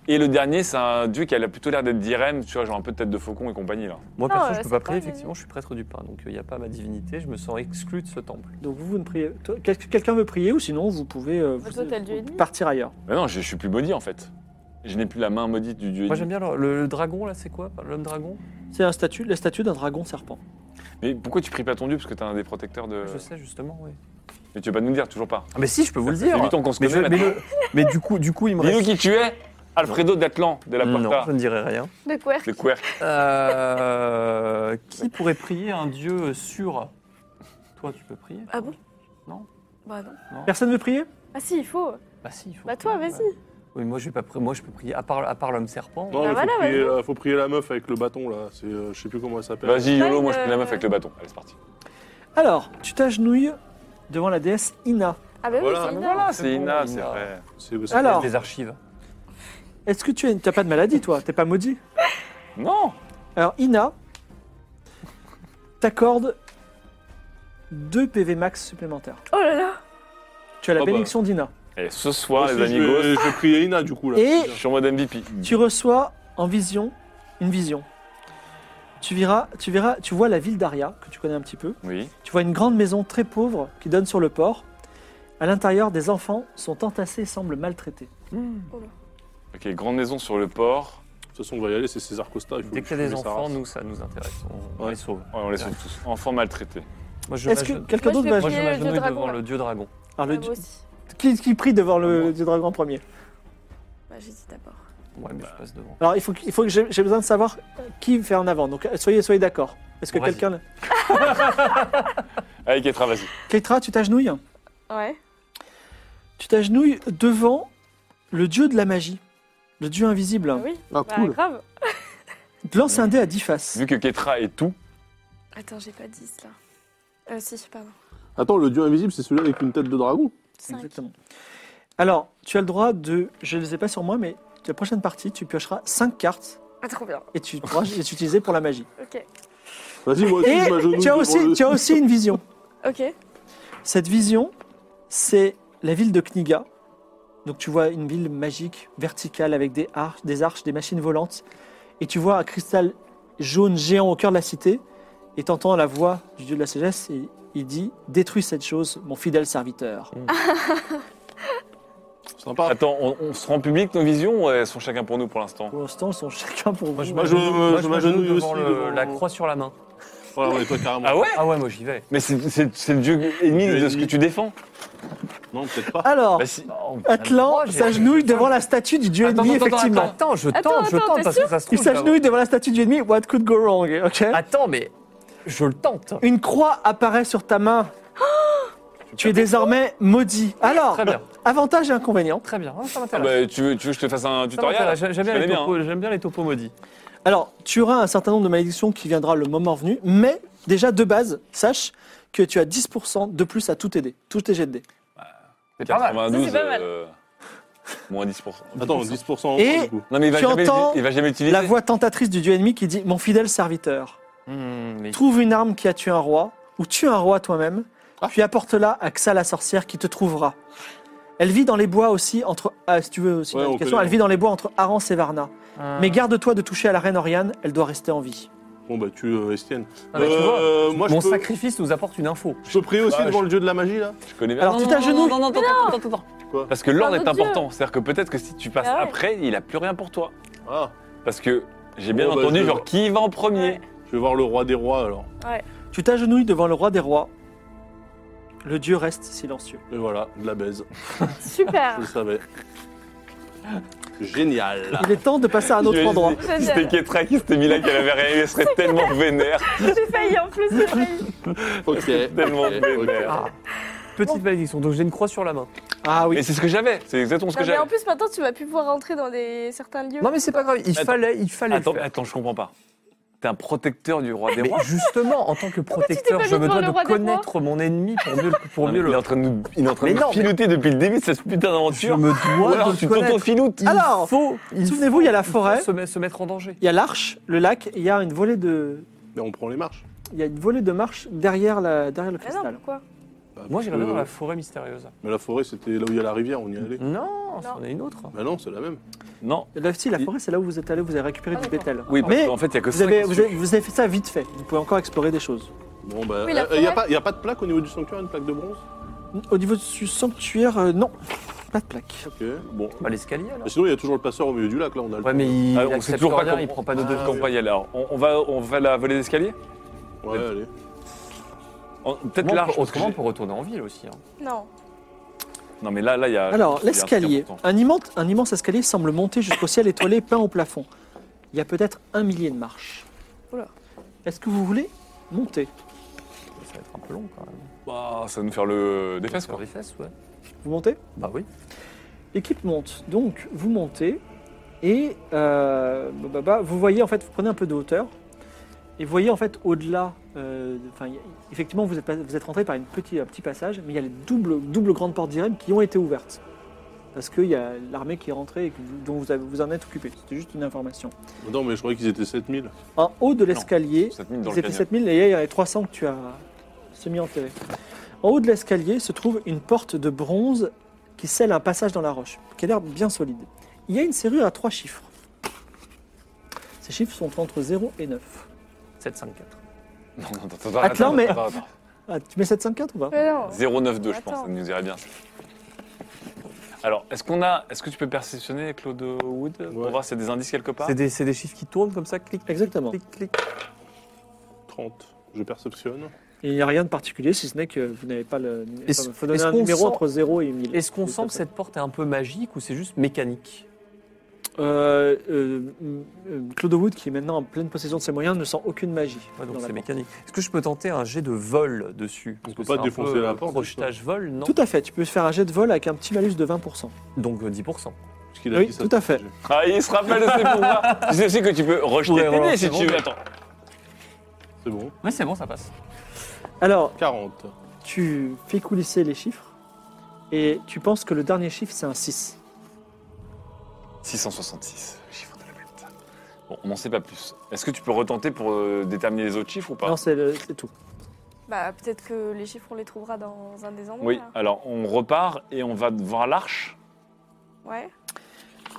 Speaker 3: Et le dernier, c'est un dieu qui a plutôt l'air d'être d'Irem, tu vois, genre un peu de tête de faucon et compagnie là.
Speaker 5: Moi,
Speaker 7: Ah, ouais,
Speaker 5: perso, je
Speaker 7: c'est
Speaker 5: peux pas
Speaker 7: pas
Speaker 5: prier,
Speaker 7: mal.
Speaker 5: effectivement, je suis prêtre du pain, donc il n'y a pas ma divinité, je me sens exclu de ce temple.
Speaker 1: Donc vous, vous ne priez. toi, quel- Quelqu'un veut prier ou sinon vous pouvez euh, vous-
Speaker 7: Toi, t'as le dieu ennemi.
Speaker 1: partir ailleurs.
Speaker 3: Mais non, je, je suis plus maudit en fait. Je n'ai plus la main maudite du dieu.
Speaker 5: Moi,
Speaker 3: ennemi.
Speaker 5: j'aime bien le, le- le dragon, là, c'est quoi L'homme dragon
Speaker 1: C'est un statut, la statue d'un dragon serpent.
Speaker 3: Mais pourquoi tu pries pas ton dieu Parce que t'as un des protecteurs de.
Speaker 5: Je sais, justement, oui.
Speaker 3: Mais tu veux pas nous le dire, toujours pas.
Speaker 5: Euh. Ah, mais si, je peux vous le
Speaker 3: Ça fait
Speaker 5: dire
Speaker 3: huit ans qu'on se
Speaker 5: mais, je-
Speaker 3: connaît
Speaker 5: mais
Speaker 3: maintenant.
Speaker 5: le- (laughs) mais du coup, du coup, il me
Speaker 3: Dis-nous
Speaker 5: reste.
Speaker 3: qui tu es Alfredo d'Atlan, de la
Speaker 5: non,
Speaker 3: Puerta,
Speaker 5: je ne dirai rien.
Speaker 7: De quoi
Speaker 3: de Querc.
Speaker 5: Euh, qui pourrait prier un dieu sûr Toi, tu peux prier
Speaker 7: Ah bon
Speaker 5: Non.
Speaker 7: Bah non.
Speaker 1: Personne ne veut prier
Speaker 7: Ah si, il faut.
Speaker 5: Bah si, il faut.
Speaker 7: Bah toi, vas-y.
Speaker 5: Oui, moi, je vais pas prier. Moi, je peux prier à part, à part l'homme serpent.
Speaker 4: Non,
Speaker 7: Bah
Speaker 4: mais
Speaker 7: voilà,
Speaker 4: faut, prier, euh, faut prier la meuf avec le bâton là. C'est, euh, je sais plus comment elle s'appelle.
Speaker 3: Vas-y,
Speaker 7: Pas
Speaker 3: YOLO,
Speaker 7: une-
Speaker 3: moi je prie la meuf avec le bâton. Allez, c'est parti.
Speaker 1: Alors, tu t'agenouilles devant la déesse Ina.
Speaker 7: Ah bah
Speaker 4: Voilà.
Speaker 7: oui, c'est Ina.
Speaker 3: Voilà, c'est
Speaker 5: bon,
Speaker 3: Ina,
Speaker 5: Ina.
Speaker 3: c'est vrai.
Speaker 4: C'est- c'est-
Speaker 1: Alors,
Speaker 5: Des archives.
Speaker 1: est-ce que tu as, une- t'as pas de maladie, toi T'es pas maudit
Speaker 3: Non
Speaker 1: Alors, Ina t'accorde 2 PV max supplémentaires.
Speaker 7: Oh là là.
Speaker 1: Tu as la
Speaker 4: Ah bah.
Speaker 1: bénédiction d'Ina.
Speaker 5: Eh,
Speaker 3: Et ce soir,
Speaker 4: Aussi,
Speaker 3: les
Speaker 4: je vais-
Speaker 3: amigos,
Speaker 4: Je vais prier Ina du coup là.
Speaker 1: Et-
Speaker 3: je suis en mode MVP.
Speaker 1: Tu reçois en vision une vision. Tu verras, tu verras, tu vois la ville d'Aria, que tu connais un petit peu.
Speaker 3: Oui.
Speaker 1: Tu vois une grande maison très pauvre qui donne sur le port. À l'intérieur, des enfants sont entassés et semblent maltraités.
Speaker 3: Ok, grande maison sur le port.
Speaker 4: De toute façon, on va y aller, c'est César Costa. il faut-
Speaker 5: Dès qu'il y
Speaker 4: faut
Speaker 5: a des
Speaker 4: aimer sa
Speaker 5: enfants,
Speaker 4: race.
Speaker 5: nous, ça nous intéresse. On, on les sauve.
Speaker 3: Ouais, on les sauve tous. Enfants maltraités.
Speaker 5: Moi, je
Speaker 1: Est-ce que
Speaker 5: m'agenouille-
Speaker 1: quelqu'un
Speaker 7: Moi, je
Speaker 1: d'autre
Speaker 7: vais
Speaker 1: va
Speaker 5: moi, je
Speaker 7: Prier le dieu
Speaker 5: m'agenouille
Speaker 7: dragon,
Speaker 5: devant
Speaker 7: là.
Speaker 5: le dieu dragon.
Speaker 1: Alors,
Speaker 7: Ah,
Speaker 1: le-
Speaker 7: moi aussi.
Speaker 1: qui, qui prie devant le,
Speaker 5: Moi.
Speaker 1: dieu dragon en premier
Speaker 7: Bah j'hésite d'abord.
Speaker 5: Ouais, mais je passe devant.
Speaker 1: Alors, il faut, que- il faut que j'ai j'ai besoin de savoir qui fait en avant. Donc, euh, soyez, soyez d'accord. Est-ce que
Speaker 5: Bon, vas-y.
Speaker 1: quelqu'un.
Speaker 3: Allez, Ketra, vas-y.
Speaker 1: Keitra, tu t'agenouilles hein.
Speaker 7: Ouais.
Speaker 1: Tu t'agenouilles devant le dieu de la magie, le dieu
Speaker 7: Bah
Speaker 1: invisible. hein.
Speaker 7: oui.
Speaker 4: Ah,
Speaker 7: Bah
Speaker 4: cool.
Speaker 7: grave.
Speaker 1: Lance un dé à 10 faces.
Speaker 3: Vu que Ketra est tout,
Speaker 7: Attends, j'ai pas 10 là. Euh si, pardon.
Speaker 4: Attends, le dieu invisible, c'est celui avec une tête de dragon
Speaker 7: 5.
Speaker 1: Exactement. Alors, tu as le droit de. Je ne les ai pas sur moi, mais la prochaine partie, tu piocheras 5 cartes
Speaker 7: Ah trop bien.
Speaker 1: et tu
Speaker 5: (laughs)
Speaker 1: pourras les utiliser pour la magie.
Speaker 7: Ok.
Speaker 4: Vas-y, moi aussi,
Speaker 1: Et
Speaker 4: je m'agenouille
Speaker 1: tu as
Speaker 4: devant
Speaker 1: aussi,
Speaker 4: le-
Speaker 1: tu as aussi une vision.
Speaker 7: Ok.
Speaker 1: Cette vision, c'est la ville de Kniga. Donc tu vois une ville magique, verticale, avec des arches, des, arches, des machines volantes. Et tu vois un cristal jaune géant au cœur de la cité. Et t'entends la voix du dieu de la sagesse. Et il dit « Détruis cette chose, mon fidèle serviteur
Speaker 4: Sympa.
Speaker 3: attends, on, on se rend public nos visions ou elles sont chacun pour nous pour l'instant ».
Speaker 1: Pour l'instant, ils sont chacun pour vous.
Speaker 4: Moi, je-
Speaker 3: Euh,
Speaker 5: Moi,
Speaker 4: je m'agenouille
Speaker 5: devant
Speaker 4: aussi
Speaker 5: le-
Speaker 4: devant-
Speaker 5: la croix sur la main.
Speaker 4: Voilà, ouais, toi carrément.
Speaker 3: Ah ouais
Speaker 5: Ah ouais, moi, j'y vais.
Speaker 3: Mais c'est- c'est c'est le dieu ennemi
Speaker 4: Dieu
Speaker 3: de ce que
Speaker 4: ennemi.
Speaker 3: tu défends.
Speaker 4: Non, peut-être pas.
Speaker 1: Alors,
Speaker 3: Bah si.
Speaker 1: ah, Atlan s'agenouille devant la statue du dieu
Speaker 5: Attends,
Speaker 1: ennemi,
Speaker 5: attends,
Speaker 1: effectivement.
Speaker 5: Attends, attends, je tente,
Speaker 7: Attends,
Speaker 5: je
Speaker 7: attends,
Speaker 5: tente
Speaker 7: t'es
Speaker 5: parce que ça se trouve.
Speaker 1: Il s'agenouille devant la statue du dieu ennemi. What could go wrong ok
Speaker 5: Attends, mais je le tente.
Speaker 4: Oh
Speaker 1: Une croix apparaît sur ta main. Tu es désormais maudit. Alors,
Speaker 5: Très bien.
Speaker 1: Avantages et inconvénients.
Speaker 5: Très bien, hein,
Speaker 3: Ah
Speaker 5: ça m'intéresse.
Speaker 3: bah, tu, veux, tu veux que je te fasse un
Speaker 5: Ça
Speaker 3: tutoriel
Speaker 5: m'intéresse. J'aime j'aime
Speaker 3: Je
Speaker 5: bien, les
Speaker 3: connais bien, hein.
Speaker 5: topos- j'aime bien les topos maudits.
Speaker 1: Alors, tu auras un certain nombre de malédictions qui viendra le moment venu, mais déjà de base, sache que tu as 10% de plus à tout aider, tous tes jets de dés.
Speaker 5: C'est pas mal.
Speaker 3: 92,
Speaker 7: Ça, c'est pas mal.
Speaker 3: euh, moins 10%.
Speaker 4: Attends, 10% en
Speaker 1: Et-
Speaker 4: moins, du coup.
Speaker 3: Non mais il va,
Speaker 1: Tu
Speaker 3: jamais,
Speaker 1: entends
Speaker 3: il va jamais utiliser.
Speaker 1: La voix tentatrice du dieu ennemi qui dit Mon fidèle serviteur,
Speaker 5: Hmm, Euh,
Speaker 1: trouve une arme qui a tué un roi, ou tue un roi toi-même,
Speaker 4: Ah.
Speaker 1: puis apporte-la à Xa la sorcière qui te trouvera. Elle vit dans les bois aussi, entre. Ah, si tu veux, si t'as
Speaker 4: Ouais,
Speaker 1: une
Speaker 4: on
Speaker 1: question,
Speaker 4: connaît.
Speaker 1: elle vit dans les bois entre Arance et Varna.
Speaker 5: Ah,
Speaker 1: Mais garde-toi de toucher à la reine Oriane, elle doit rester en vie.
Speaker 4: Bon, bah, tu euh, Estienne.
Speaker 5: Ah, mais tu vois,
Speaker 4: Euh, moi, je
Speaker 5: Mon
Speaker 4: peux,
Speaker 5: sacrifice nous apporte une info.
Speaker 4: je peux prier aussi
Speaker 3: Ah,
Speaker 4: devant
Speaker 3: je-
Speaker 4: le dieu de la magie, là
Speaker 3: Je connais bien.
Speaker 1: Alors, tu t'agenouilles.
Speaker 5: Non, non, non, attends, attends, attends.
Speaker 3: Parce que l'ordre
Speaker 7: Ah,
Speaker 3: est
Speaker 7: mon Dieu.
Speaker 3: important. C'est-à-dire que peut-être que si tu passes
Speaker 7: Ah ouais.
Speaker 3: après, il a plus rien pour toi.
Speaker 4: Ah,
Speaker 3: Parce que j'ai bien
Speaker 4: Bon, bah,
Speaker 3: entendu,
Speaker 4: je-
Speaker 3: genre, qui va en premier
Speaker 4: je vais voir le roi des rois, alors.
Speaker 1: Tu t'agenouilles devant le roi des rois. Le dieu reste silencieux.
Speaker 4: Et voilà, de la baise.
Speaker 1: Ah.
Speaker 7: Super.
Speaker 4: Je (laughs) le savais. Génial.
Speaker 1: Il est temps de passer à un autre
Speaker 3: J'imagine-
Speaker 1: endroit.
Speaker 3: Si c'était Ketra qui s'était mis là, qu'elle avait rien, elle serait tellement vénère.
Speaker 7: J'ai failli en plus, j'ai
Speaker 4: (laughs)
Speaker 7: failli.
Speaker 4: Ok.
Speaker 3: (laughs) Tellement
Speaker 4: ok,
Speaker 3: vénère.
Speaker 5: Ah
Speaker 4: ok.
Speaker 5: Petite malédiction, donc j'ai une croix sur la main.
Speaker 1: Ah
Speaker 3: Mais
Speaker 1: oui.
Speaker 3: c'est ce que j'avais. C'est exactement ce que
Speaker 7: Non, mais en
Speaker 3: j'avais.
Speaker 7: plus, maintenant, tu vas plus pouvoir rentrer dans des... certains lieux.
Speaker 5: Non, mais c'est pas grave, il
Speaker 3: Attends.
Speaker 5: fallait, il fallait. le
Speaker 3: Attends,
Speaker 5: faire.
Speaker 3: attends, je comprends pas. T'es un protecteur du roi des
Speaker 5: Mais
Speaker 3: rois
Speaker 5: justement, en tant que protecteur,
Speaker 7: pas
Speaker 5: je
Speaker 7: mis
Speaker 5: me
Speaker 7: devant
Speaker 5: dois
Speaker 7: le
Speaker 5: de
Speaker 7: roi des rois
Speaker 5: connaître mon ennemi pour mieux, le-
Speaker 3: Non,
Speaker 5: pour
Speaker 3: mais
Speaker 5: mieux
Speaker 3: Il est
Speaker 5: le.
Speaker 3: en train de nous, il est en train de
Speaker 5: Mais
Speaker 3: nous
Speaker 5: non, mais-
Speaker 3: filouter depuis le début de cette putain
Speaker 5: Je
Speaker 3: d'aventure.
Speaker 5: me
Speaker 3: Ou
Speaker 5: dois
Speaker 3: alors
Speaker 5: de
Speaker 3: tu
Speaker 5: le connaître.
Speaker 3: t'auto-filoutes.
Speaker 5: Il
Speaker 1: Alors,
Speaker 5: faut, il
Speaker 1: souvenez-vous, il y a la
Speaker 5: faut
Speaker 1: forêt.
Speaker 5: Se, met- se mettre en danger.
Speaker 1: Il y a l'arche, le lac, et il y a une volée de.
Speaker 4: Mais on prend les marches.
Speaker 1: Il y a une volée de marche derrière, la, derrière le
Speaker 7: Ah non,
Speaker 1: cristal.
Speaker 7: pourquoi
Speaker 4: Bah,
Speaker 5: Moi,
Speaker 4: parce
Speaker 5: j'irais bien
Speaker 4: que-
Speaker 5: dans la forêt mystérieuse.
Speaker 4: Mais la forêt, c'était là où il y a la rivière, on y allait.
Speaker 5: Non,
Speaker 7: Non.
Speaker 5: c'en est une autre.
Speaker 4: Bah non, c'est la même.
Speaker 3: Non.
Speaker 1: Là, si, la forêt, c'est là où vous êtes allé, vous avez récupéré
Speaker 7: Ah,
Speaker 1: du
Speaker 7: d'accord.
Speaker 1: bétel.
Speaker 3: Oui, parce
Speaker 1: Mais
Speaker 3: qu'en fait, il y a que
Speaker 1: vous
Speaker 3: ça.
Speaker 1: avez, vous, avez, vous avez fait ça vite fait. Vous pouvez encore explorer des choses.
Speaker 4: Bon, bah.
Speaker 7: Oui, la
Speaker 4: Il n'y a,
Speaker 7: forêt.
Speaker 4: pas- y a pas de plaque au niveau du sanctuaire, une plaque de bronze
Speaker 1: Au niveau du sanctuaire, euh, non, pas de plaque.
Speaker 4: Ok. Bon.
Speaker 5: Pas l'escalier, là.
Speaker 4: Bah, sinon, il y a toujours le passeur au milieu du lac, là, on a le.
Speaker 5: Ouais, mais il.
Speaker 3: Ah, on sait
Speaker 5: accepte
Speaker 3: toujours pas
Speaker 5: rien,
Speaker 3: comment-
Speaker 5: il prend pas de
Speaker 3: Ah,
Speaker 5: deuil.
Speaker 3: On va y aller. Alors, on, on va, on va la voler d'escalier
Speaker 4: Ouais, allez.
Speaker 3: Peut-être large. parce que
Speaker 5: Autrement, on
Speaker 3: j'ai-
Speaker 5: peut retourner en ville aussi. hein.
Speaker 7: Non.
Speaker 3: Non, mais là, là, il y a.
Speaker 1: Alors,
Speaker 3: il y a un truc
Speaker 1: l'escalier.
Speaker 3: important.
Speaker 1: Un immense, un immense escalier semble monter jusqu'au ciel étoilé peint au plafond. Il y a peut-être un millier de marches.
Speaker 7: Oula.
Speaker 1: Est-ce que vous voulez monter
Speaker 5: Ça va être un peu long quand même.
Speaker 3: Bah, ça va nous faire le des fesses,
Speaker 5: Sur
Speaker 3: quoi.
Speaker 5: les fesses, ouais.
Speaker 1: Vous montez
Speaker 5: Bah oui.
Speaker 1: L'équipe monte, donc vous montez et euh, bah, bah, bah, vous voyez en fait, vous prenez un peu de hauteur et vous voyez en fait au-delà, euh, de- enfin, y- effectivement vous êtes, pas- vous êtes rentré par une petite, un petit passage, mais il y a les doubles, doubles grandes portes d'Irem qui ont été ouvertes parce qu'il y a l'armée qui est rentrée et que vous- dont vous, avez- vous en êtes occupé. C'était juste une information.
Speaker 4: Non, mais je croyais qu'ils étaient 7000.
Speaker 1: En haut de l'escalier,
Speaker 3: Cette mine dans
Speaker 1: ils
Speaker 3: le
Speaker 1: étaient
Speaker 3: canyon.
Speaker 1: 7000 et il y en avait 300 que tu as semi-enterré. En haut de l'escalier se trouve une porte de bronze qui scelle un passage dans la roche, qui a l'air bien solide. Il y a une serrure à trois chiffres. Ces chiffres sont entre 0 et 9.
Speaker 5: 754.
Speaker 3: Non, non, attends, attends,
Speaker 1: Attends, mais-
Speaker 3: attends, attends.
Speaker 1: Ah, tu mets 754 ou pas
Speaker 7: Mais non.
Speaker 3: 092, je pense,
Speaker 7: Attends.
Speaker 3: ça nous irait bien. Alors, est-ce qu'on a, est-ce que tu peux perceptionner Claude Wood pour
Speaker 4: Ouais.
Speaker 3: voir s'il y a des indices quelque part
Speaker 5: C'est des, c'est des chiffres qui tournent comme ça, clic,
Speaker 1: Exactement.
Speaker 5: clic, clic.
Speaker 4: 30. Je perceptionne.
Speaker 1: Il n'y a rien de particulier si ce n'est que vous n'avez pas le.
Speaker 5: Est-ce-
Speaker 1: Il faut donner
Speaker 5: est-ce
Speaker 1: un
Speaker 5: qu'on
Speaker 1: numéro
Speaker 5: sent-
Speaker 1: entre 0 et 1000.
Speaker 5: Est-ce qu'on sent que cette porte est un peu magique ou c'est juste mécanique
Speaker 1: Euh, euh, euh, Claude Wood, qui est maintenant en pleine possession de ses moyens, ne sent aucune magie.
Speaker 3: Ah,
Speaker 5: Ouais, donc
Speaker 1: dans la
Speaker 5: c'est
Speaker 1: porte.
Speaker 5: mécanique. Est-ce que je peux tenter un jet de vol dessus Parce
Speaker 4: peut
Speaker 5: que
Speaker 4: pas
Speaker 5: c'est un
Speaker 4: défoncer
Speaker 5: peu
Speaker 4: la porte,
Speaker 5: Crochetage vol, non
Speaker 1: Tout à fait, tu peux faire un jet de vol avec un petit malus de 20%.
Speaker 5: Donc euh, 10%.
Speaker 4: Parce qu'il a
Speaker 1: Oui,
Speaker 4: dit ça.
Speaker 1: tout à fait.
Speaker 3: Ah, il se rappelle de ses pouvoirs.
Speaker 5: (laughs)
Speaker 3: Tu sais aussi que tu peux rejeter
Speaker 5: Ouais,
Speaker 3: tes
Speaker 5: voilà,
Speaker 3: dés
Speaker 5: c'est
Speaker 3: si
Speaker 5: bon,
Speaker 3: tu veux.
Speaker 5: mais-
Speaker 3: Attends.
Speaker 4: C'est bon.
Speaker 5: Oui, c'est bon, ça passe.
Speaker 1: Alors,
Speaker 4: 40.
Speaker 1: tu fais coulisser les chiffres et tu penses que le dernier chiffre c'est un 6.
Speaker 3: 666, le chiffre de la bête. Bon, on n'en sait pas plus. Est-ce que tu peux retenter pour euh, déterminer les autres chiffres ou pas
Speaker 1: Non, c'est le- c'est tout.
Speaker 7: Bah, peut-être que les chiffres, on les trouvera dans un des endroits.
Speaker 3: Oui,
Speaker 7: là.
Speaker 3: alors on repart et on va voir l'arche.
Speaker 7: Ouais.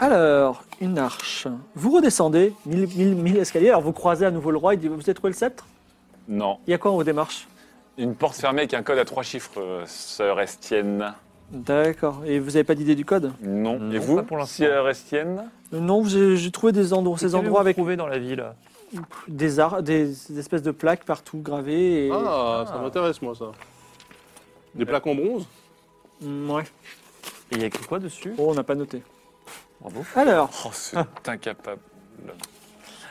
Speaker 1: Alors, une arche. Vous redescendez, 1000 mille, mille escaliers, alors vous croisez à nouveau le roi, il dit Vous avez trouvé le sceptre
Speaker 3: Non,
Speaker 1: Il y a quoi en haut des marches
Speaker 3: une porte fermée avec un code à trois chiffres, euh, sœur Estienne.
Speaker 1: D'accord, et vous n'avez pas d'idée du code
Speaker 3: Non.
Speaker 5: Non,
Speaker 3: et vous,
Speaker 5: pas pour l'instant.
Speaker 3: sœur Estienne
Speaker 1: Non, j'ai j'ai trouvé des endroits, ces endroits avec
Speaker 5: trouver dans la ville.
Speaker 1: des, ar- des, des espèces de plaques partout gravées. Et...
Speaker 4: Ah, ça
Speaker 5: Ah.
Speaker 4: m'intéresse, moi, ça. Des plaques en bronze
Speaker 1: Mm, ouais,
Speaker 5: Et il y a écrit quoi dessus
Speaker 1: oh, on n'a pas noté.
Speaker 5: Bravo.
Speaker 1: Alors,
Speaker 3: Oh, c'est (laughs) incapable.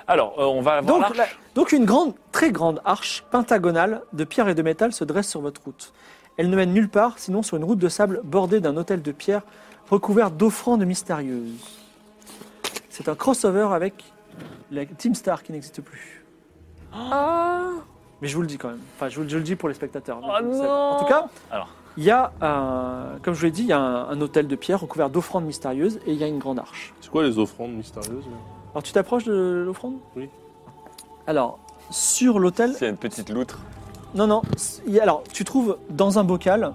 Speaker 3: Alors, euh, on va voir
Speaker 1: Donc,
Speaker 3: l'arche.
Speaker 1: la- donc une grande, très grande arche pentagonale de pierre et de métal se dresse sur votre route. Elle ne mène nulle part, sinon sur une route de sable bordée d'un hôtel de pierre recouvert d'offrandes mystérieuses. C'est un crossover avec la Team Star qui n'existe plus.
Speaker 3: Ah.
Speaker 7: Oh
Speaker 1: Mais je vous le dis quand même. Enfin, je vous, je le dis pour les spectateurs.
Speaker 5: Oh
Speaker 1: Vous savez.
Speaker 5: non
Speaker 1: en tout cas,
Speaker 13: Alors.
Speaker 1: il y a, un, comme je vous l'ai dit, il y a un, un hôtel de pierre recouvert d'offrandes mystérieuses et il y a une grande arche.
Speaker 4: C'est quoi les offrandes mystérieuses là
Speaker 1: Alors, tu t'approches de l'offrande
Speaker 4: Oui.
Speaker 1: Alors, sur l'hôtel,
Speaker 3: S'il y a une petite loutre.
Speaker 1: Non, non. c- il y a- Alors, tu trouves dans un bocal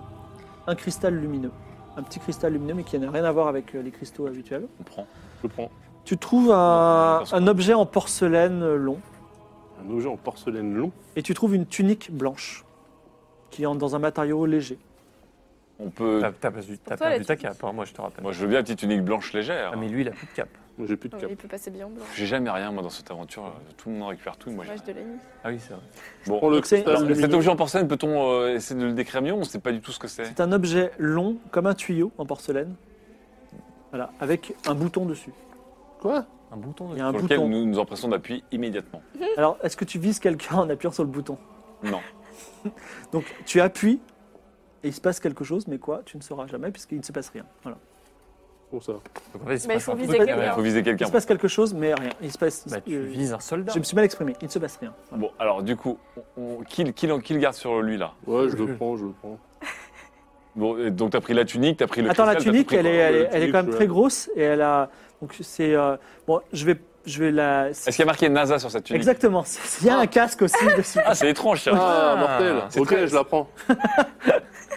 Speaker 1: un cristal lumineux. Un petit cristal lumineux, mais qui n'a rien à voir avec euh, les cristaux habituels.
Speaker 3: On prend.
Speaker 4: Je prends
Speaker 1: Tu trouves un,
Speaker 3: parce que-
Speaker 1: un objet en porcelaine euh, long.
Speaker 4: un objet en porcelaine long.
Speaker 1: Et tu trouves une tunique blanche. Qui est en- dans un matériau léger.
Speaker 3: On peut.
Speaker 1: Ah.
Speaker 5: T'as t'as pas du- t'as
Speaker 7: Pour toi,
Speaker 5: perdu
Speaker 7: la
Speaker 5: ta
Speaker 7: tunique.
Speaker 5: cape, hein, moi je te rappelle.
Speaker 3: Moi, je veux bien une petite tunique blanche légère.
Speaker 5: Ah, mais lui, il a plus de cape.
Speaker 4: Moi, J'ai plus de cap.
Speaker 7: Il peut passer bien blanc.
Speaker 3: J'ai jamais rien, moi, dans cette aventure. Tout le monde récupère tout, moi, j'ai
Speaker 7: Moi, je
Speaker 3: rien.
Speaker 7: de la nuit.
Speaker 5: Ah oui, c'est vrai.
Speaker 3: Bon.
Speaker 4: Prends le
Speaker 1: Donc, c'est-
Speaker 4: cristal
Speaker 3: Alors, cet
Speaker 4: lumineux.
Speaker 3: objet en porcelaine, peut-on euh, essayer de le décrire mieux On ne sait pas du tout ce que c'est.
Speaker 1: C'est un objet long, comme un tuyau en porcelaine. Voilà, avec un bouton dessus.
Speaker 4: Quoi
Speaker 5: Un bouton
Speaker 1: Il
Speaker 5: de.
Speaker 1: y a un
Speaker 3: Sur lequel
Speaker 1: bouton.
Speaker 3: nous nous empressons d'appuyer immédiatement.
Speaker 1: Alors, est-ce que tu vises quelqu'un en appuyant sur le bouton
Speaker 3: Non.
Speaker 1: Donc, tu appuies et il se passe quelque chose, mais quoi Tu ne sauras jamais puisqu'il ne se passe rien. Voilà.
Speaker 4: Pour ça.
Speaker 5: Donc, en fait, il se
Speaker 7: Mais il
Speaker 5: passe
Speaker 7: faut
Speaker 5: un truc.
Speaker 7: viser
Speaker 1: Ah Ouais,
Speaker 3: Il
Speaker 7: quelqu'un.
Speaker 3: faut viser
Speaker 1: Il
Speaker 3: quelqu'un.
Speaker 1: se passe quelque chose, mais rien. Il se passe.
Speaker 5: Bah, tu
Speaker 1: euh,
Speaker 5: vises un soldat.
Speaker 1: je me suis mal exprimé. Il ne se passe rien. Voilà.
Speaker 3: Bon, alors, du coup, on, on- qui, le- qui le- qui le garde sur lui, là
Speaker 4: Ouais,
Speaker 1: (laughs)
Speaker 4: je le prends, je le prends.
Speaker 3: Bon, et donc t'as pris la tunique, t'as pris le
Speaker 1: Attends, la
Speaker 3: cristal, t'as
Speaker 1: tunique,
Speaker 3: pris
Speaker 1: elle est,
Speaker 3: quoi
Speaker 1: elle, est,
Speaker 4: Le
Speaker 1: elle est quand même
Speaker 4: tunique, ouais.
Speaker 1: très grosse et elle a. Donc c'est euh, bon. Je vais, je vais la.
Speaker 3: Est-ce qu'il y a marqué NASA sur cette tunique
Speaker 1: Exactement. c'est- Il y a un casque aussi dessus.
Speaker 3: Ah, c'est étrange, ça.
Speaker 4: Ah, mortel
Speaker 3: c'est
Speaker 4: Ok,
Speaker 3: très-
Speaker 4: je la prends.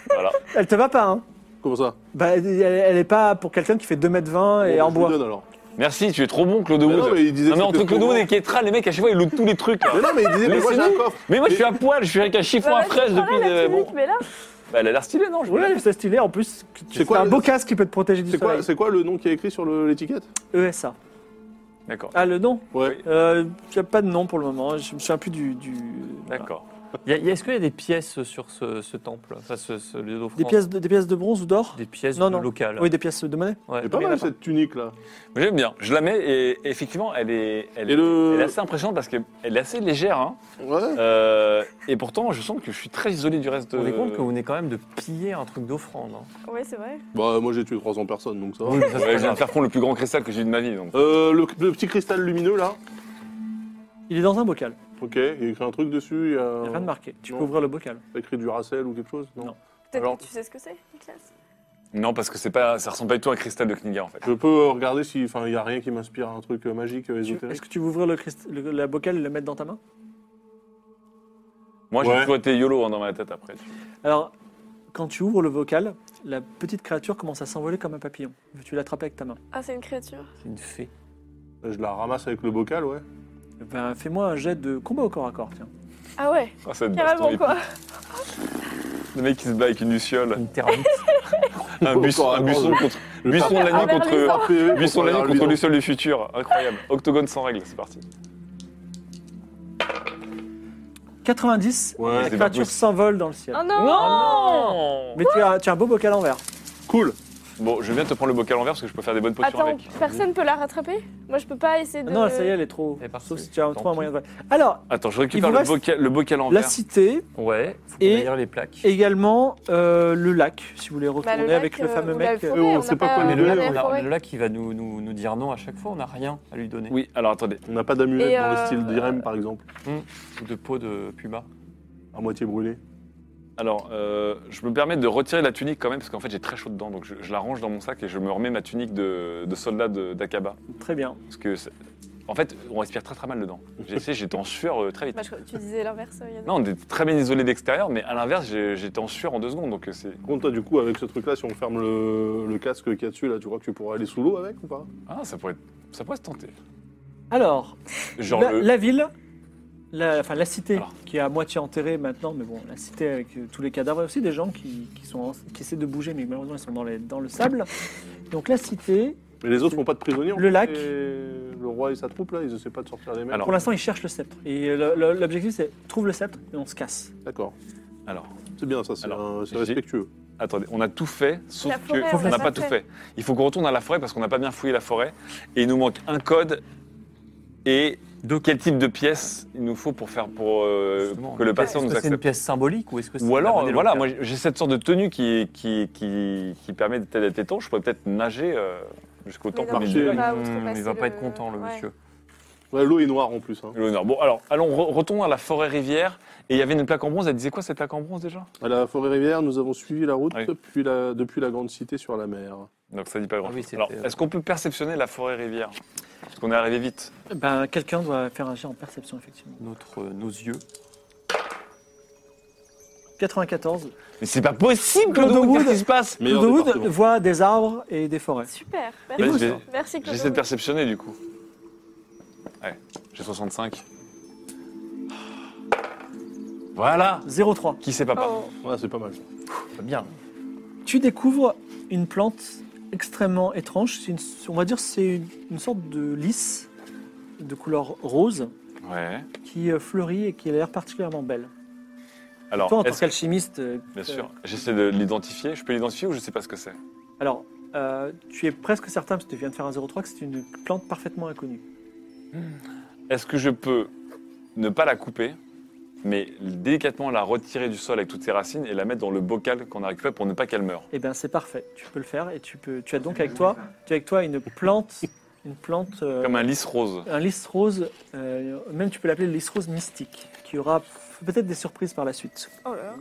Speaker 3: Voilà.
Speaker 1: Elle te va pas, hein
Speaker 4: Comment ça
Speaker 1: Bah, elle, elle est pas pour quelqu'un qui fait 2m20 et
Speaker 4: Bon,
Speaker 1: en
Speaker 4: bah, je
Speaker 1: bois.
Speaker 4: lui donne, alors.
Speaker 3: Merci, tu es trop bon, Claude
Speaker 4: Mais non,
Speaker 3: Wood.
Speaker 4: mais il disait
Speaker 3: Non, mais
Speaker 4: que
Speaker 3: entre
Speaker 4: c'était
Speaker 3: Claude
Speaker 4: pour
Speaker 3: Wood
Speaker 4: moi.
Speaker 3: et Kétra, les mecs, à chaque fois, ils lootent tous les (laughs) trucs. là.
Speaker 4: Mais non, mais il disait, mais moi j'ai un
Speaker 3: Laissez-nous.
Speaker 4: coffre.
Speaker 3: Mais moi, je
Speaker 4: Mais-
Speaker 3: suis à poil, je suis avec un chiffon à
Speaker 7: Bah,
Speaker 3: fraise
Speaker 7: voilà,
Speaker 3: depuis.
Speaker 7: la
Speaker 3: le- bon.
Speaker 7: tunique, mais là,
Speaker 3: Bah, elle a l'air stylée, non je
Speaker 1: Ouais, c'est stylé. En plus,
Speaker 4: C'est
Speaker 1: c'est
Speaker 4: quoi
Speaker 1: un
Speaker 4: le-
Speaker 1: beau casque qui peut te protéger du
Speaker 4: C'est quoi,
Speaker 1: soleil.
Speaker 4: c'est quoi le nom qui est écrit sur le- l'étiquette
Speaker 1: ESA.
Speaker 3: D'accord.
Speaker 1: Ah, le nom
Speaker 4: Ouais.
Speaker 1: euh, Il n'y a pas de nom pour le moment. Je me souviens plus du. du... voilà.
Speaker 3: D'accord.
Speaker 5: Il y a- il y a- Est-ce qu'il y a des pièces sur ce, ce temple Enfin, ce, ce lieu d'offrande
Speaker 1: Des pièces, de, des pièces de bronze ou d'or
Speaker 5: Des pièces
Speaker 1: Non, non.
Speaker 5: locales.
Speaker 1: Oui, des pièces de monnaie.
Speaker 5: Ouais.
Speaker 4: C'est pas
Speaker 1: mais
Speaker 4: mal
Speaker 1: là-bas.
Speaker 4: cette tunique là.
Speaker 3: Mais J'aime bien. Je la mets et effectivement, elle est, elle, elle
Speaker 4: Et
Speaker 3: est
Speaker 4: le.
Speaker 3: assez impressionnante parce qu'elle est assez légère. Hein.
Speaker 4: Ouais.
Speaker 3: Euh, et pourtant, je sens que je suis très isolé du reste.
Speaker 5: Vous vous rendez compte
Speaker 3: euh,
Speaker 5: que vous venez quand même de piller un truc d'offrande. hein.
Speaker 7: ouais, c'est vrai.
Speaker 4: Bah, moi j'ai tué 300 personnes donc ça va.
Speaker 3: Ouais, je viens de faire fondre le plus grand euh, cristal que j'ai eu de ma vie. Donc.
Speaker 4: Euh, le, le petit cristal lumineux là.
Speaker 1: Il est dans un bocal.
Speaker 4: Ok, il y a écrit un truc dessus. Il y a,
Speaker 1: Il n'y a rien de marqué. Tu peux
Speaker 4: Non.
Speaker 1: ouvrir le bocal.
Speaker 4: il y a écrit du racel ou quelque chose Non.
Speaker 1: Non.
Speaker 7: Peut-être
Speaker 4: Alors-
Speaker 7: que tu sais ce que c'est, Nicolas.
Speaker 3: Non, parce que c'est pas, ça ressemble pas du tout à un cristal de Kniga en fait.
Speaker 4: Je peux euh, regarder si. Enfin, il y a rien qui m'inspire un truc euh, magique, euh,
Speaker 1: Tu-
Speaker 4: ésotérique.
Speaker 1: Est-ce que tu veux ouvrir le, crist- le- la bocal et le mettre dans ta main
Speaker 3: Moi, j'ai
Speaker 4: Ouais.
Speaker 3: toujours été YOLO hein, dans ma tête après.
Speaker 1: Alors, quand tu ouvres le bocal, la petite créature commence à s'envoler comme un papillon. Tu l'attrapes avec ta main.
Speaker 7: Ah, c'est une créature.
Speaker 5: C'est une fée.
Speaker 4: Euh, Je la ramasse avec le bocal, ouais.
Speaker 1: Ben, fais-moi un jet de combat au corps à corps, tiens.
Speaker 7: Ah ouais,
Speaker 3: Ah, cette baston
Speaker 7: carrément
Speaker 3: épique.
Speaker 7: quoi. Oh,
Speaker 3: Le mec qui se bat avec une luciole.
Speaker 5: Une termite.
Speaker 3: Un buisson,
Speaker 4: Encore
Speaker 3: un
Speaker 4: un
Speaker 3: buisson
Speaker 4: jeu.
Speaker 3: contre, buisson de la nuit
Speaker 7: Envers les
Speaker 3: contre,
Speaker 7: gens.
Speaker 4: PV
Speaker 3: buisson de la nuit contre
Speaker 4: lui.
Speaker 3: luciole du futur. Incroyable. Octogone sans règle, c'est parti.
Speaker 1: 90,
Speaker 4: Ouais,
Speaker 1: la
Speaker 3: c'est
Speaker 1: créature
Speaker 3: pas
Speaker 1: s'envole dans le ciel.
Speaker 7: Oh non,
Speaker 3: Non
Speaker 1: Mais tu as, tu as un beau bocal en verre.
Speaker 4: Cool.
Speaker 3: Bon, je viens de te prendre le bocal en verre parce que je peux faire des bonnes potions
Speaker 7: Attends,
Speaker 3: avec.
Speaker 7: personne peut la rattraper Moi, je peux pas essayer de.
Speaker 1: Ah Non, ça y est, elle est trop.
Speaker 5: Elle est partie.
Speaker 1: Sauf si tu as
Speaker 5: Tant
Speaker 1: trouvé un
Speaker 5: pis.
Speaker 1: moyen de. Alors,
Speaker 3: Attends, je
Speaker 1: Il
Speaker 3: récupère
Speaker 1: vous
Speaker 3: le
Speaker 1: reste-
Speaker 3: bocal, le bocal en
Speaker 1: la
Speaker 3: verre.
Speaker 1: cité,
Speaker 5: (laughs) Ouais, faut
Speaker 1: Et-
Speaker 5: lire les plaques.
Speaker 1: également euh, le lac, si vous voulez
Speaker 7: Bah,
Speaker 1: retourner
Speaker 7: lac,
Speaker 1: avec le
Speaker 7: euh,
Speaker 1: fameux
Speaker 7: vous l'avez
Speaker 1: mec. euh,
Speaker 7: trouvé,
Speaker 4: euh, on
Speaker 7: n'a
Speaker 4: sait pas quoi
Speaker 7: on
Speaker 5: Mais le
Speaker 4: lui
Speaker 7: n'a
Speaker 5: lac,
Speaker 4: donner,
Speaker 7: pas
Speaker 5: on a-
Speaker 7: trouvé.
Speaker 5: le lac, il va nous, nous- nous dire non à chaque fois, on n'a rien à lui donner.
Speaker 3: Oui, alors attendez.
Speaker 4: On n'a pas d'amulette
Speaker 7: Et,
Speaker 4: dans
Speaker 7: euh,
Speaker 4: le style d'Irem, par exemple.
Speaker 5: Ou de peau de puma.
Speaker 4: À moitié brûlée.
Speaker 3: Alors, euh, je me permets de retirer la tunique quand même, parce qu'en fait j'ai très chaud dedans, donc je, je la range dans mon sac et je me remets ma tunique de, de soldat de- d'Akaba.
Speaker 1: Très bien.
Speaker 3: Parce que, c'est- en fait, on respire très très mal dedans. J'ai essayé, j'étais en sueur euh, très
Speaker 1: (laughs)
Speaker 3: vite.
Speaker 7: Bah, je crois que tu disais l'inverse, euh, Yann.
Speaker 3: Non, on était très bien isolé d'extérieur, mais à l'inverse, j'ai- j'étais en sueur en deux secondes, donc euh, c'est.
Speaker 4: Compte toi, du coup, avec ce truc-là, si on ferme le, le casque qu'il y a dessus, là, tu crois que tu pourras aller sous l'eau avec ou pas
Speaker 3: Ah, ça pourrait, être- ça pourrait se tenter.
Speaker 1: Alors,
Speaker 3: Genre,
Speaker 1: la,
Speaker 3: le-
Speaker 1: la ville, la, enfin la cité
Speaker 3: Alors.
Speaker 1: qui est à moitié enterrée maintenant, mais bon, la cité avec euh, tous les cadavres et aussi des gens qui, qui sont en- qui essaient de bouger, mais malheureusement ils sont dans, les- dans le sable. Donc la cité,
Speaker 4: Mais les autres font pas de prisonniers. en
Speaker 1: Le
Speaker 4: fait,
Speaker 1: lac.
Speaker 4: et Le roi et sa troupe, là, ils essaient pas de sortir les mecs.
Speaker 3: Alors.
Speaker 1: pour l'instant ils cherchent le sceptre. Et le- le- l'objectif c'est trouve le sceptre et on se casse.
Speaker 4: D'accord.
Speaker 3: alors,
Speaker 4: C'est bien ça, c'est
Speaker 3: Alors,
Speaker 4: un- c'est
Speaker 3: j'ai-
Speaker 4: respectueux.
Speaker 3: attendez, on a tout fait, sauf
Speaker 7: La forêt,
Speaker 3: que
Speaker 7: on
Speaker 3: on
Speaker 7: l'a
Speaker 3: n'a
Speaker 7: pas
Speaker 3: pas tout
Speaker 7: fait.
Speaker 3: fait. Il faut qu'on retourne à la forêt parce qu'on n'a pas bien fouillé la forêt et il nous manque un code et de quel type de pièce il nous faut pour faire pour euh,
Speaker 5: Justement.
Speaker 3: que le patient
Speaker 5: Est-ce
Speaker 3: nous
Speaker 5: que c'est une
Speaker 3: accepte.
Speaker 5: pièce symbolique ou est-ce que c'est
Speaker 3: Ou alors,
Speaker 5: la monnaie
Speaker 3: voilà,
Speaker 5: locale
Speaker 3: moi j'ai cette sorte de tenue qui, qui, qui, qui permet d'être d'être étanche. Je pourrais peut-être nager euh, jusqu'au
Speaker 7: Mais
Speaker 3: temple
Speaker 7: non,
Speaker 4: mais
Speaker 3: des
Speaker 4: je
Speaker 3: dieux.
Speaker 4: sais
Speaker 7: pas
Speaker 5: Hum,
Speaker 7: outrepasser
Speaker 5: il va pas
Speaker 7: le-
Speaker 5: être content, le
Speaker 7: ouais.
Speaker 5: monsieur.
Speaker 4: Ouais, L'eau est noire en plus. hein.
Speaker 3: Léonard. Bon, alors, allons, re- retournons à la forêt-rivière. Et il y avait une plaque en bronze. Elle disait quoi cette plaque en bronze déjà
Speaker 4: À la forêt-rivière, nous avons suivi la route
Speaker 3: Oui.
Speaker 4: puis la- depuis la grande cité sur la mer.
Speaker 3: Donc ça dit pas grand
Speaker 5: Ah oui,
Speaker 3: chose.
Speaker 5: c'était-
Speaker 3: alors, est-ce qu'on peut perceptionner la forêt-rivière Parce qu'on est arrivé vite.
Speaker 1: Ben, quelqu'un doit faire un jet en perception, effectivement.
Speaker 5: Notre, euh, nos yeux.
Speaker 1: 94.
Speaker 3: Mais c'est pas possible,
Speaker 1: Claude
Speaker 3: Claude Qu'est-ce
Speaker 1: Wood.
Speaker 3: qui se passe
Speaker 4: Meilleur
Speaker 1: Claude
Speaker 4: département.
Speaker 1: voit des arbres et des forêts.
Speaker 7: Super.
Speaker 3: Bah,
Speaker 7: Merci,
Speaker 3: je
Speaker 1: vous,
Speaker 3: vais-
Speaker 1: ça
Speaker 7: merci Claude.
Speaker 3: J'essaie de perceptionner du coup. Ouais, j'ai 65. Voilà
Speaker 1: 0,3.
Speaker 3: Qui sait papa
Speaker 7: Oh.
Speaker 4: Ouais, c'est pas mal.
Speaker 5: Ah, Bien.
Speaker 1: Tu découvres une plante extrêmement étrange. C'est une- on va dire c'est une, une sorte de lys de couleur rose
Speaker 3: Ouais.
Speaker 1: qui euh, fleurit et qui a l'air particulièrement belle.
Speaker 3: Alors,
Speaker 1: Toi, en tant
Speaker 3: est-ce-
Speaker 1: qu'alchimiste, euh,
Speaker 3: bien sûr, j'essaie de l'identifier. Je peux l'identifier ou je sais pas ce que c'est
Speaker 1: alors euh, tu es presque certain, parce que tu viens de faire un 0,3, que c'est une plante parfaitement inconnue.
Speaker 3: Est-ce que je peux ne pas la couper, mais délicatement la retirer du sol avec toutes ses racines et la mettre dans le bocal qu'on a récupéré pour ne pas qu'elle meure
Speaker 1: Eh bien, c'est parfait. Tu peux le faire et tu peux. Tu as donc avec toi, tu as avec toi une plante, (laughs) une plante. euh,
Speaker 3: Comme un lys rose.
Speaker 1: un lys rose, euh, même tu peux l'appeler le lys rose mystique, qui aura peut-être des surprises par la suite.
Speaker 7: Oh là là.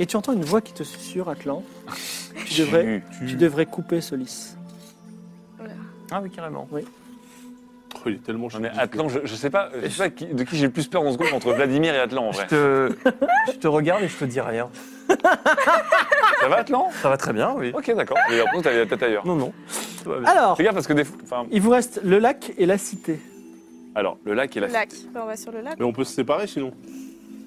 Speaker 1: Et tu entends une voix qui te susurre, Atlan. Tu devrais, tu
Speaker 3: Hmm.
Speaker 1: devrais couper ce lys.
Speaker 5: Ah oui, carrément.
Speaker 4: Oh, il est tellement
Speaker 3: J'en ai
Speaker 4: chétif.
Speaker 3: Atlan, je, je sais pas, je sais pas qui- de qui j'ai le plus peur en seconde entre Vladimir et Atlan en
Speaker 5: Je
Speaker 3: vrai.
Speaker 5: te, (laughs) je te regarde et je te dis rien.
Speaker 3: Ça va Atlan
Speaker 5: Ça va très bien, oui.
Speaker 3: Ok, d'accord. Mais après, t'avais la tête ailleurs.
Speaker 5: Non, non. Tout va bien.
Speaker 1: Alors,
Speaker 3: Fais gaffe parce que des fois. enfin,
Speaker 1: il vous reste le lac et la cité.
Speaker 3: Alors, le lac et la
Speaker 7: Le lac. Bah, on va sur le lac.
Speaker 4: Mais on peut se séparer sinon.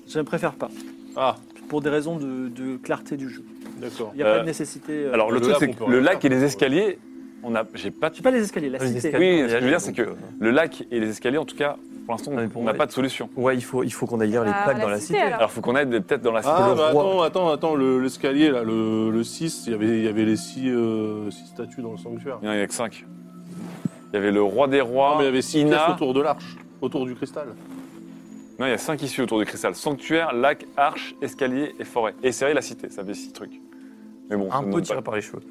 Speaker 1: Je ne préfère pas,
Speaker 4: Ah,
Speaker 1: pour des raisons de, de clarté du jeu.
Speaker 4: d'accord.
Speaker 1: Il n'y a
Speaker 3: Euh,
Speaker 1: pas de nécessité. euh,
Speaker 3: Alors, le,
Speaker 4: Le
Speaker 3: truc,
Speaker 4: lac,
Speaker 3: c'est
Speaker 4: on
Speaker 3: que
Speaker 4: peut
Speaker 3: le
Speaker 4: rien
Speaker 3: lac
Speaker 4: faire,
Speaker 3: et les
Speaker 4: ouais.
Speaker 3: escaliers, on a, j'ai pas,
Speaker 1: je sais pas les escaliers, la
Speaker 5: Les
Speaker 1: cité.
Speaker 5: escaliers,
Speaker 3: Oui, ce
Speaker 5: on
Speaker 3: que je veux dire,
Speaker 5: y
Speaker 3: c'est
Speaker 5: allait,
Speaker 3: que-
Speaker 5: donc, euh,
Speaker 3: le lac et les escaliers, en tout cas, pour l'instant,
Speaker 5: Ah, mais pour
Speaker 3: on
Speaker 5: moi,
Speaker 3: n'a pas de solution.
Speaker 5: euh, Ouais, il faut, il faut qu'on aille lire les
Speaker 7: Bah,
Speaker 5: plaques
Speaker 7: la
Speaker 5: dans la
Speaker 7: cité,
Speaker 5: cité.
Speaker 7: alors.
Speaker 3: Alors, faut qu'on aide peut-être dans la cité.
Speaker 4: Ah,
Speaker 5: le
Speaker 4: bah
Speaker 5: roi.
Speaker 4: attends, attends, attends, le- l'escalier là, le, le 6, il y avait- il y avait les 6 statues dans le sanctuaire.
Speaker 3: Il n'y en a que 5. Il y avait le roi des rois,
Speaker 4: Non, Ah, mais il y avait 6
Speaker 3: Ina.
Speaker 4: pièces autour de l'arche, autour du cristal.
Speaker 3: Non, il y a 5 issues autour du cristal. Sanctuaire, lac, arche, escalier et forêt. Et c'est vrai, la cité, ça fait 6 trucs. Mais bon, ça
Speaker 5: Un
Speaker 3: nous
Speaker 5: peu
Speaker 3: donne
Speaker 5: tiré
Speaker 3: pas-
Speaker 5: par les cheveux.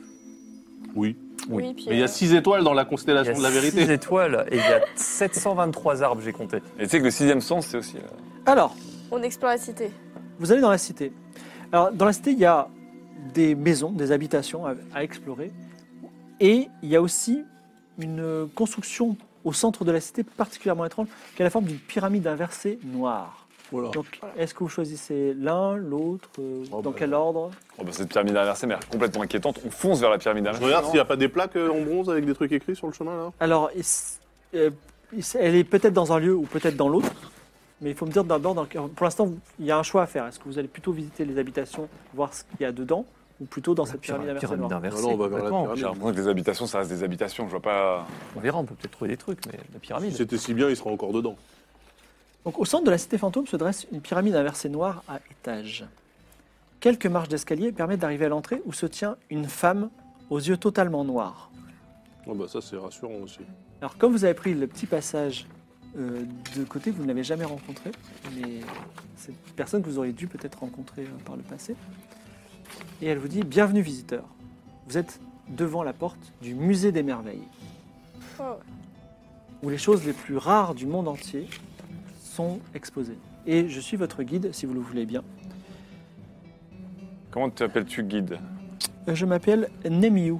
Speaker 4: Oui.
Speaker 5: Oui.
Speaker 7: puis,
Speaker 4: Mais il y
Speaker 7: euh,
Speaker 4: a 6 étoiles dans la
Speaker 5: Il y
Speaker 4: constellation
Speaker 5: a
Speaker 4: de la
Speaker 5: six
Speaker 4: vérité.
Speaker 5: étoiles et il y a 723 arbres, j'ai compté.
Speaker 3: Et tu sais que le sixième sens, c'est aussi. euh,
Speaker 1: Alors,
Speaker 7: On explore la cité.
Speaker 1: vous allez dans la cité. Alors, dans la cité, il y a des maisons, des habitations à, à explorer. Et il y a aussi une construction au centre de la cité particulièrement étrange, qui a la forme d'une pyramide inversée noire.
Speaker 4: Voilà.
Speaker 1: Donc, est-ce que vous choisissez l'un, l'autre euh,
Speaker 4: Oh,
Speaker 1: Dans
Speaker 4: bah.
Speaker 1: quel ordre
Speaker 3: Oh, bah, cette pyramide inversée, mais elle est complètement inquiétante. On fonce vers la pyramide
Speaker 4: Je
Speaker 3: inversée.
Speaker 4: regarde s'il n'y a pas des plaques euh, en bronze avec des trucs écrits sur le chemin là.
Speaker 1: Alors, il s- euh, il s- elle est peut-être dans un lieu ou peut-être dans l'autre, mais il faut me dire d'abord, dans quel- pour l'instant, vous- il y a un choix à faire. Est-ce que vous allez plutôt visiter les habitations, voir ce qu'il y a dedans, ou plutôt dans cette pyramide inversée
Speaker 5: Pyramide
Speaker 1: noire
Speaker 5: inversée.
Speaker 4: Non, non, on va vers la
Speaker 5: complètement.
Speaker 4: pyramide.
Speaker 3: J'ai l'impression que les habitations, ça reste des habitations. Je vois pas.
Speaker 5: On verra, on peut peut-être trouver des trucs, mais la
Speaker 4: Si
Speaker 5: pyramide.
Speaker 4: c'était si bien, il sera encore dedans.
Speaker 1: Donc, au centre de la cité fantôme se dresse une pyramide inversée noire à étages. Quelques marches d'escalier permettent d'arriver à l'entrée où se tient une femme aux yeux totalement noirs.
Speaker 4: Ah bah ça c'est rassurant aussi.
Speaker 1: Alors, comme vous avez pris le petit passage euh, de côté, vous ne l'avez jamais rencontré, mais c'est une personne que vous auriez dû peut-être rencontrer euh, par le passé. Et elle vous dit Bienvenue, visiteur. Vous êtes devant la porte du musée des merveilles,
Speaker 7: Oh.
Speaker 1: où les choses les plus rares du monde entier sont exposées. Et je suis votre guide, si vous le voulez bien.
Speaker 3: Comment t'appelles-tu guide
Speaker 1: Euh, Je m'appelle Nemiu.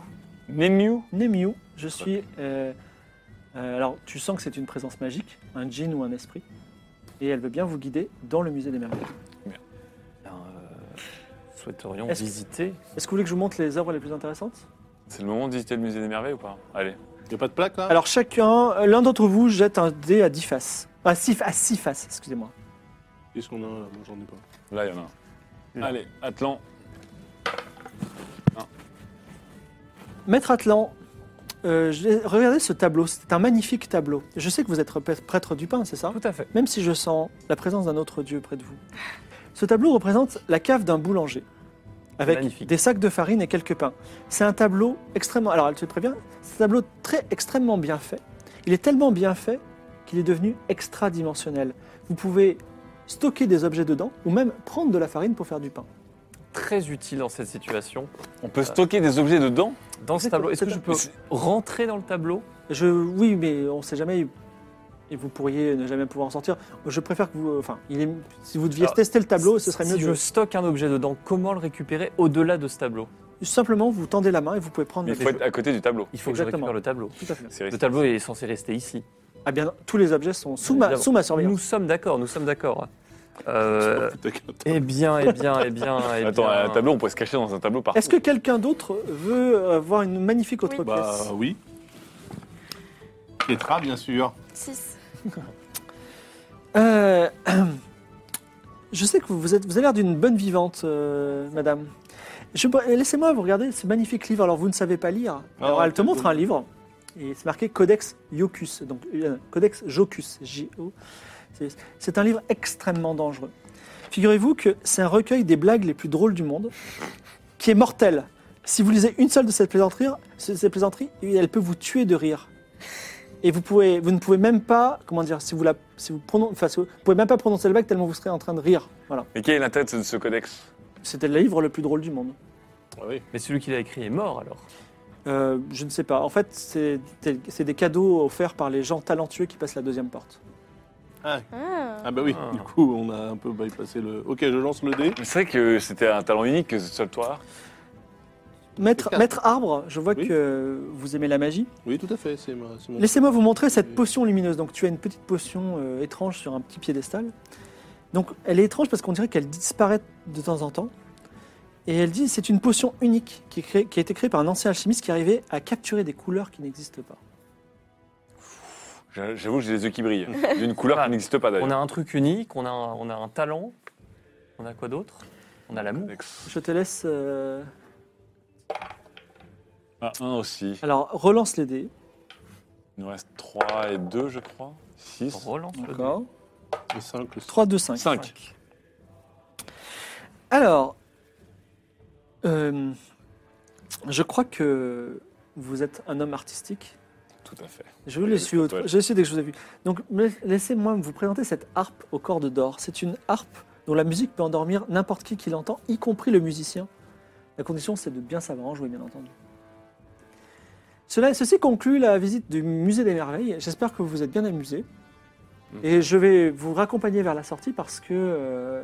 Speaker 3: Nemiu
Speaker 1: Nemiu, je suis. euh, euh, alors, tu sens que c'est une présence magique, un djinn ou un esprit, et elle veut bien vous guider dans le musée des merveilles.
Speaker 5: Bien, euh, souhaiterions
Speaker 1: Est-ce que-
Speaker 5: visiter.
Speaker 1: Est-ce que vous voulez que je vous montre les œuvres les plus intéressantes
Speaker 3: C'est le moment de visiter le musée des merveilles ou pas Allez.
Speaker 4: Il n'y a pas de plaque là
Speaker 1: Alors, chacun, euh, l'un d'entre vous jette un dé à 10 faces. À 6, à six faces, excusez-moi.
Speaker 4: Qu'est-ce qu'on a là Moi j'en ai pas.
Speaker 3: Là, il y en a un.
Speaker 4: Là.
Speaker 3: Allez, Atlan.
Speaker 1: Maître Atlan, euh, j'ai- regardez ce tableau, c'est un magnifique tableau. Je sais que vous êtes pe- prêtre du pain, c'est ça
Speaker 5: Tout à fait.
Speaker 1: Même si je sens la présence d'un autre dieu près de vous. Ce tableau représente la cave d'un boulanger, avec
Speaker 5: Magnifique.
Speaker 1: des sacs de farine et quelques pains. C'est un tableau extrêmement... Alors, elle te prévient, c'est un tableau très extrêmement bien fait. Il est tellement bien fait qu'il est devenu extra-dimensionnel. Vous pouvez stocker des objets dedans ou même prendre de la farine pour faire du pain.
Speaker 5: Très utile dans cette situation.
Speaker 8: On peut stocker des objets dedans
Speaker 5: Dans ce
Speaker 1: C'est-
Speaker 5: tableau, est-ce que
Speaker 1: c'est-
Speaker 5: je peux
Speaker 8: c'est-
Speaker 5: rentrer dans le tableau
Speaker 1: Je, oui, mais on ne sait jamais. Et vous pourriez ne jamais pouvoir en sortir. Je préfère que vous. euh, Enfin, il est- si vous deviez
Speaker 5: Alors,
Speaker 1: tester le tableau, ce serait mieux
Speaker 5: Si
Speaker 1: de.
Speaker 5: je stocke un objet dedans, comment le récupérer au-delà de ce tableau
Speaker 1: Simplement, vous tendez la main et vous pouvez prendre.
Speaker 8: Mais il
Speaker 1: des
Speaker 8: faut être à côté du tableau.
Speaker 5: Il faut que je
Speaker 1: Exactement.
Speaker 5: récupère le tableau.
Speaker 1: Tout à fait.
Speaker 8: C'est
Speaker 5: Le
Speaker 8: risqué.
Speaker 5: tableau est censé rester ici.
Speaker 1: Ah bien, tous les objets sont sous ma,
Speaker 5: Évidemment.
Speaker 1: sous ma surveillance.
Speaker 5: Nous sommes d'accord, nous sommes d'accord. Euh,
Speaker 4: Putain, t'inquiète.
Speaker 5: (laughs) eh bien, eh bien, eh bien,
Speaker 4: (laughs)
Speaker 5: eh bien.
Speaker 8: Attends, un tableau, on pourrait se cacher dans un tableau partout.
Speaker 1: Est-ce que quelqu'un d'autre veut avoir une magnifique autre
Speaker 7: Oui.
Speaker 4: Bah
Speaker 1: pièce
Speaker 4: oui. Tetra, bien sûr.
Speaker 7: 6.
Speaker 1: Euh, (clears throat) Je sais que vous, vous êtes, vous avez l'air d'une bonne vivante, euh, madame. Je- Laissez-moi vous regarder ce magnifique livre. Alors, vous ne savez pas lire. Alors,
Speaker 4: Ah,
Speaker 1: elle te
Speaker 4: ok,
Speaker 1: montre
Speaker 4: bon.
Speaker 1: un livre. Et c'est marqué Codex Iocus. Donc, euh, Codex Jocus. J-O. C'est- C'est un livre extrêmement dangereux. Figurez-vous que c'est un recueil des blagues les plus drôles du monde, qui est mortel. Si vous lisez une seule de ces plaisanteries, ce- ces plaisanteries, elle peut vous tuer de rire. Et vous, pouvez, vous ne pouvez même pas, comment dire, si vous la, si vous pronon- enfin, si vous vous pouvez même pas prononcer le bac tellement vous serez en train de rire. Voilà.
Speaker 8: Mais quel est l'intérêt de ce- de ce codex
Speaker 1: C'était le livre le plus drôle du monde.
Speaker 5: Mais celui qui l'a écrit est mort alors.
Speaker 1: Euh, je ne sais pas. En fait, c'est des- c'est des cadeaux offerts par les gens talentueux qui passent la deuxième porte.
Speaker 4: Ah bah oui,
Speaker 5: Ah.
Speaker 4: du coup, on a un peu bypassé le... Ok, je lance le dé.
Speaker 8: Mais C'est vrai que c'était un talent unique que seul toi.
Speaker 1: Maître, Maître Arbre, je vois
Speaker 4: Oui.
Speaker 1: que vous aimez la magie.
Speaker 4: Oui, tout à fait, c'est ma- c'est mon...
Speaker 1: Laissez-moi vous montrer cette potion lumineuse. Donc, tu as une petite potion euh, étrange sur un petit piédestal. Donc, elle est étrange parce qu'on dirait qu'elle disparaît de temps en temps. Et elle dit c'est une potion unique qui, est créée- qui a été créée par un ancien alchimiste qui arrivait à capturer des couleurs qui n'existent pas.
Speaker 8: J'a- J'avoue, j'ai les yeux qui
Speaker 3: (laughs)
Speaker 8: brillent. D'une couleur qui n'existe pas
Speaker 5: On
Speaker 8: d'ailleurs.
Speaker 5: a un truc unique, on a un, on a un talent, on a quoi d'autre On a l'amour.
Speaker 1: Je te laisse. euh,
Speaker 8: Ah, un aussi.
Speaker 1: Alors, relance les dés.
Speaker 8: Il nous reste 3 et 2, je crois. 6.
Speaker 5: Relance le dé.
Speaker 1: D'accord.
Speaker 4: 5, le
Speaker 1: 3, 2, 5.
Speaker 8: 5.
Speaker 1: Alors, euh, je crois que vous êtes un homme artistique.
Speaker 8: Tout à fait.
Speaker 1: Je vous
Speaker 8: Oui,
Speaker 1: l'ai
Speaker 8: oui,
Speaker 1: su, autre...
Speaker 8: toi.
Speaker 1: je l'ai su dès que je vous ai vu. Donc, me- laissez-moi vous présenter cette harpe aux cordes d'or. C'est une harpe dont la musique peut endormir n'importe qui qui l'entend, y compris le musicien. La condition, c'est de bien savoir en jouer, bien entendu. Cela, ceci conclut la visite du Musée des Merveilles. J'espère que vous vous êtes bien amusés. Et je vais vous raccompagner vers la sortie parce que euh,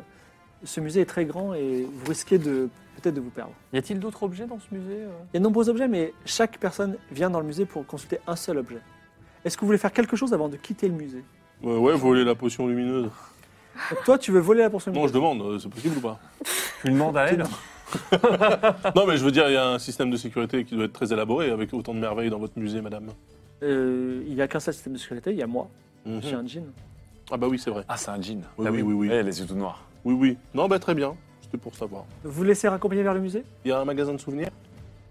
Speaker 1: ce musée est très grand et vous risquez de peut-être de vous perdre.
Speaker 5: Y a-t-il d'autres objets dans ce musée euh
Speaker 1: Il y a de nombreux objets, mais chaque personne vient dans le musée pour consulter un seul objet. Est-ce que vous voulez faire quelque chose avant de quitter le musée
Speaker 4: Ouais, ouais, voler la potion lumineuse.
Speaker 1: Donc, Toi, tu veux voler la portion
Speaker 4: Non, je demande, euh, c'est possible ou (laughs) pas
Speaker 5: Tu demandes à elle
Speaker 4: Non, mais je veux dire, il y a un système de sécurité qui doit être très élaboré avec autant de merveilles dans votre musée, madame.
Speaker 1: Euh, Il n'y a qu'un seul système de sécurité, il y a moi,
Speaker 4: Mhm.
Speaker 1: j'ai un jean.
Speaker 4: Ah bah oui, c'est vrai.
Speaker 8: Ah, c'est un jean.
Speaker 4: Oui,
Speaker 8: Ah
Speaker 4: oui, oui, oui.
Speaker 8: Eh, les yeux tout noirs.
Speaker 4: Oui, oui. Non, bah très bien, c'était pour savoir.
Speaker 1: Vous laissez raccompagner vers le musée
Speaker 4: Il y a un magasin de souvenirs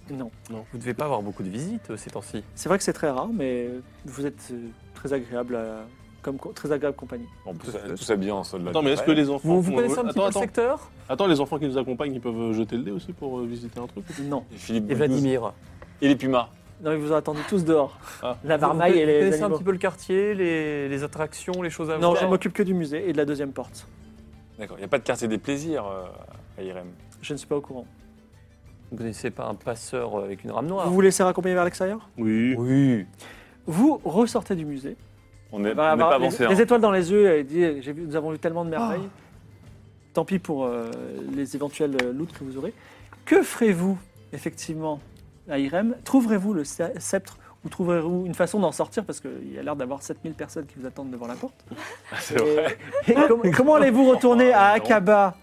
Speaker 1: Non.
Speaker 5: Vous devez pas avoir beaucoup de visites euh, ces temps-ci.
Speaker 1: C'est vrai que c'est très rare, mais vous êtes euh, très agréable, à- comme co- très agréable compagnie.
Speaker 8: On peut tous habillés en soldat.
Speaker 4: Attends, mais est-ce que les enfants...
Speaker 5: Vous, vous
Speaker 4: font-
Speaker 5: connaissez un petit
Speaker 4: attends,
Speaker 5: peu le
Speaker 4: attends.
Speaker 5: secteur
Speaker 4: Attends, les enfants qui nous accompagnent, ils peuvent jeter le dé aussi pour euh, visiter un truc
Speaker 1: Non.
Speaker 8: Et Philippe
Speaker 5: Et Vladimir.
Speaker 8: Et les pumas.
Speaker 1: Non, ils vous ont attendu tous dehors.
Speaker 4: Ah.
Speaker 1: La
Speaker 5: Vous-
Speaker 1: barmaille et
Speaker 5: Vous
Speaker 1: les
Speaker 5: connaissez un
Speaker 1: animaux.
Speaker 5: petit peu le quartier, les, les attractions, les choses à
Speaker 1: Non,
Speaker 5: voir
Speaker 1: je m'occupe que du musée et de la deuxième porte.
Speaker 8: D'accord. Il n'y a pas de quartier des plaisirs euh, à IRM.
Speaker 1: Je ne suis pas au courant.
Speaker 5: Vous connaissez pas un passeur euh, avec une rame noire
Speaker 1: Vous vous laissez raccompagner vers l'extérieur
Speaker 4: Oui.
Speaker 8: Oui.
Speaker 1: Vous ressortez du musée.
Speaker 8: On n'est on n'est
Speaker 1: Bah, bah,
Speaker 8: pas
Speaker 1: les-
Speaker 8: avancé.
Speaker 1: les,
Speaker 8: hein.
Speaker 1: étoiles dans les yeux, elle dit j'ai vu, nous avons vu tellement de merveilles. Tant pis pour euh, les éventuels euh, loots que vous aurez. Que ferez-vous, effectivement, à Irem Trouverez-vous le sce- sceptre ou trouverez-vous une façon d'en sortir Parce qu'il y a l'air d'avoir 7000 personnes qui vous attendent devant la porte.
Speaker 8: (laughs) C'est vrai.
Speaker 1: Et com-
Speaker 8: (laughs)
Speaker 1: comment allez-vous retourner à
Speaker 8: Non.
Speaker 1: Akaba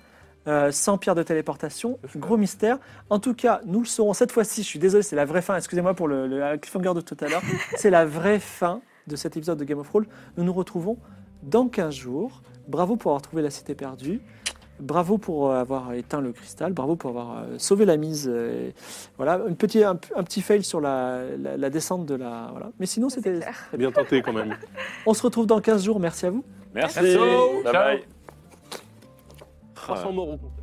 Speaker 1: euh, sans pierre de téléportation Gros mystère. En tout cas, nous le saurons cette fois-ci. Je suis désolé, c'est la vraie fin. Excusez-moi pour le, le cliffhanger de tout
Speaker 8: (laughs)
Speaker 1: à l'heure. c'est la vraie fin de cet épisode de Game of Thrones. Nous nous retrouvons dans 15 jours. Bravo pour avoir trouvé la cité perdue. Bravo pour euh, avoir éteint le cristal. Bravo pour avoir euh, sauvé la mise. euh, voilà, une petite- un, un petit fail sur la, la- la descente de la. Voilà. Mais sinon, c'était.
Speaker 4: Bien tenté quand même.
Speaker 1: On se retrouve dans 15 jours. Merci à vous.
Speaker 8: Merci.
Speaker 5: Merci.
Speaker 8: Bye bye.
Speaker 4: 300 morts au compteur.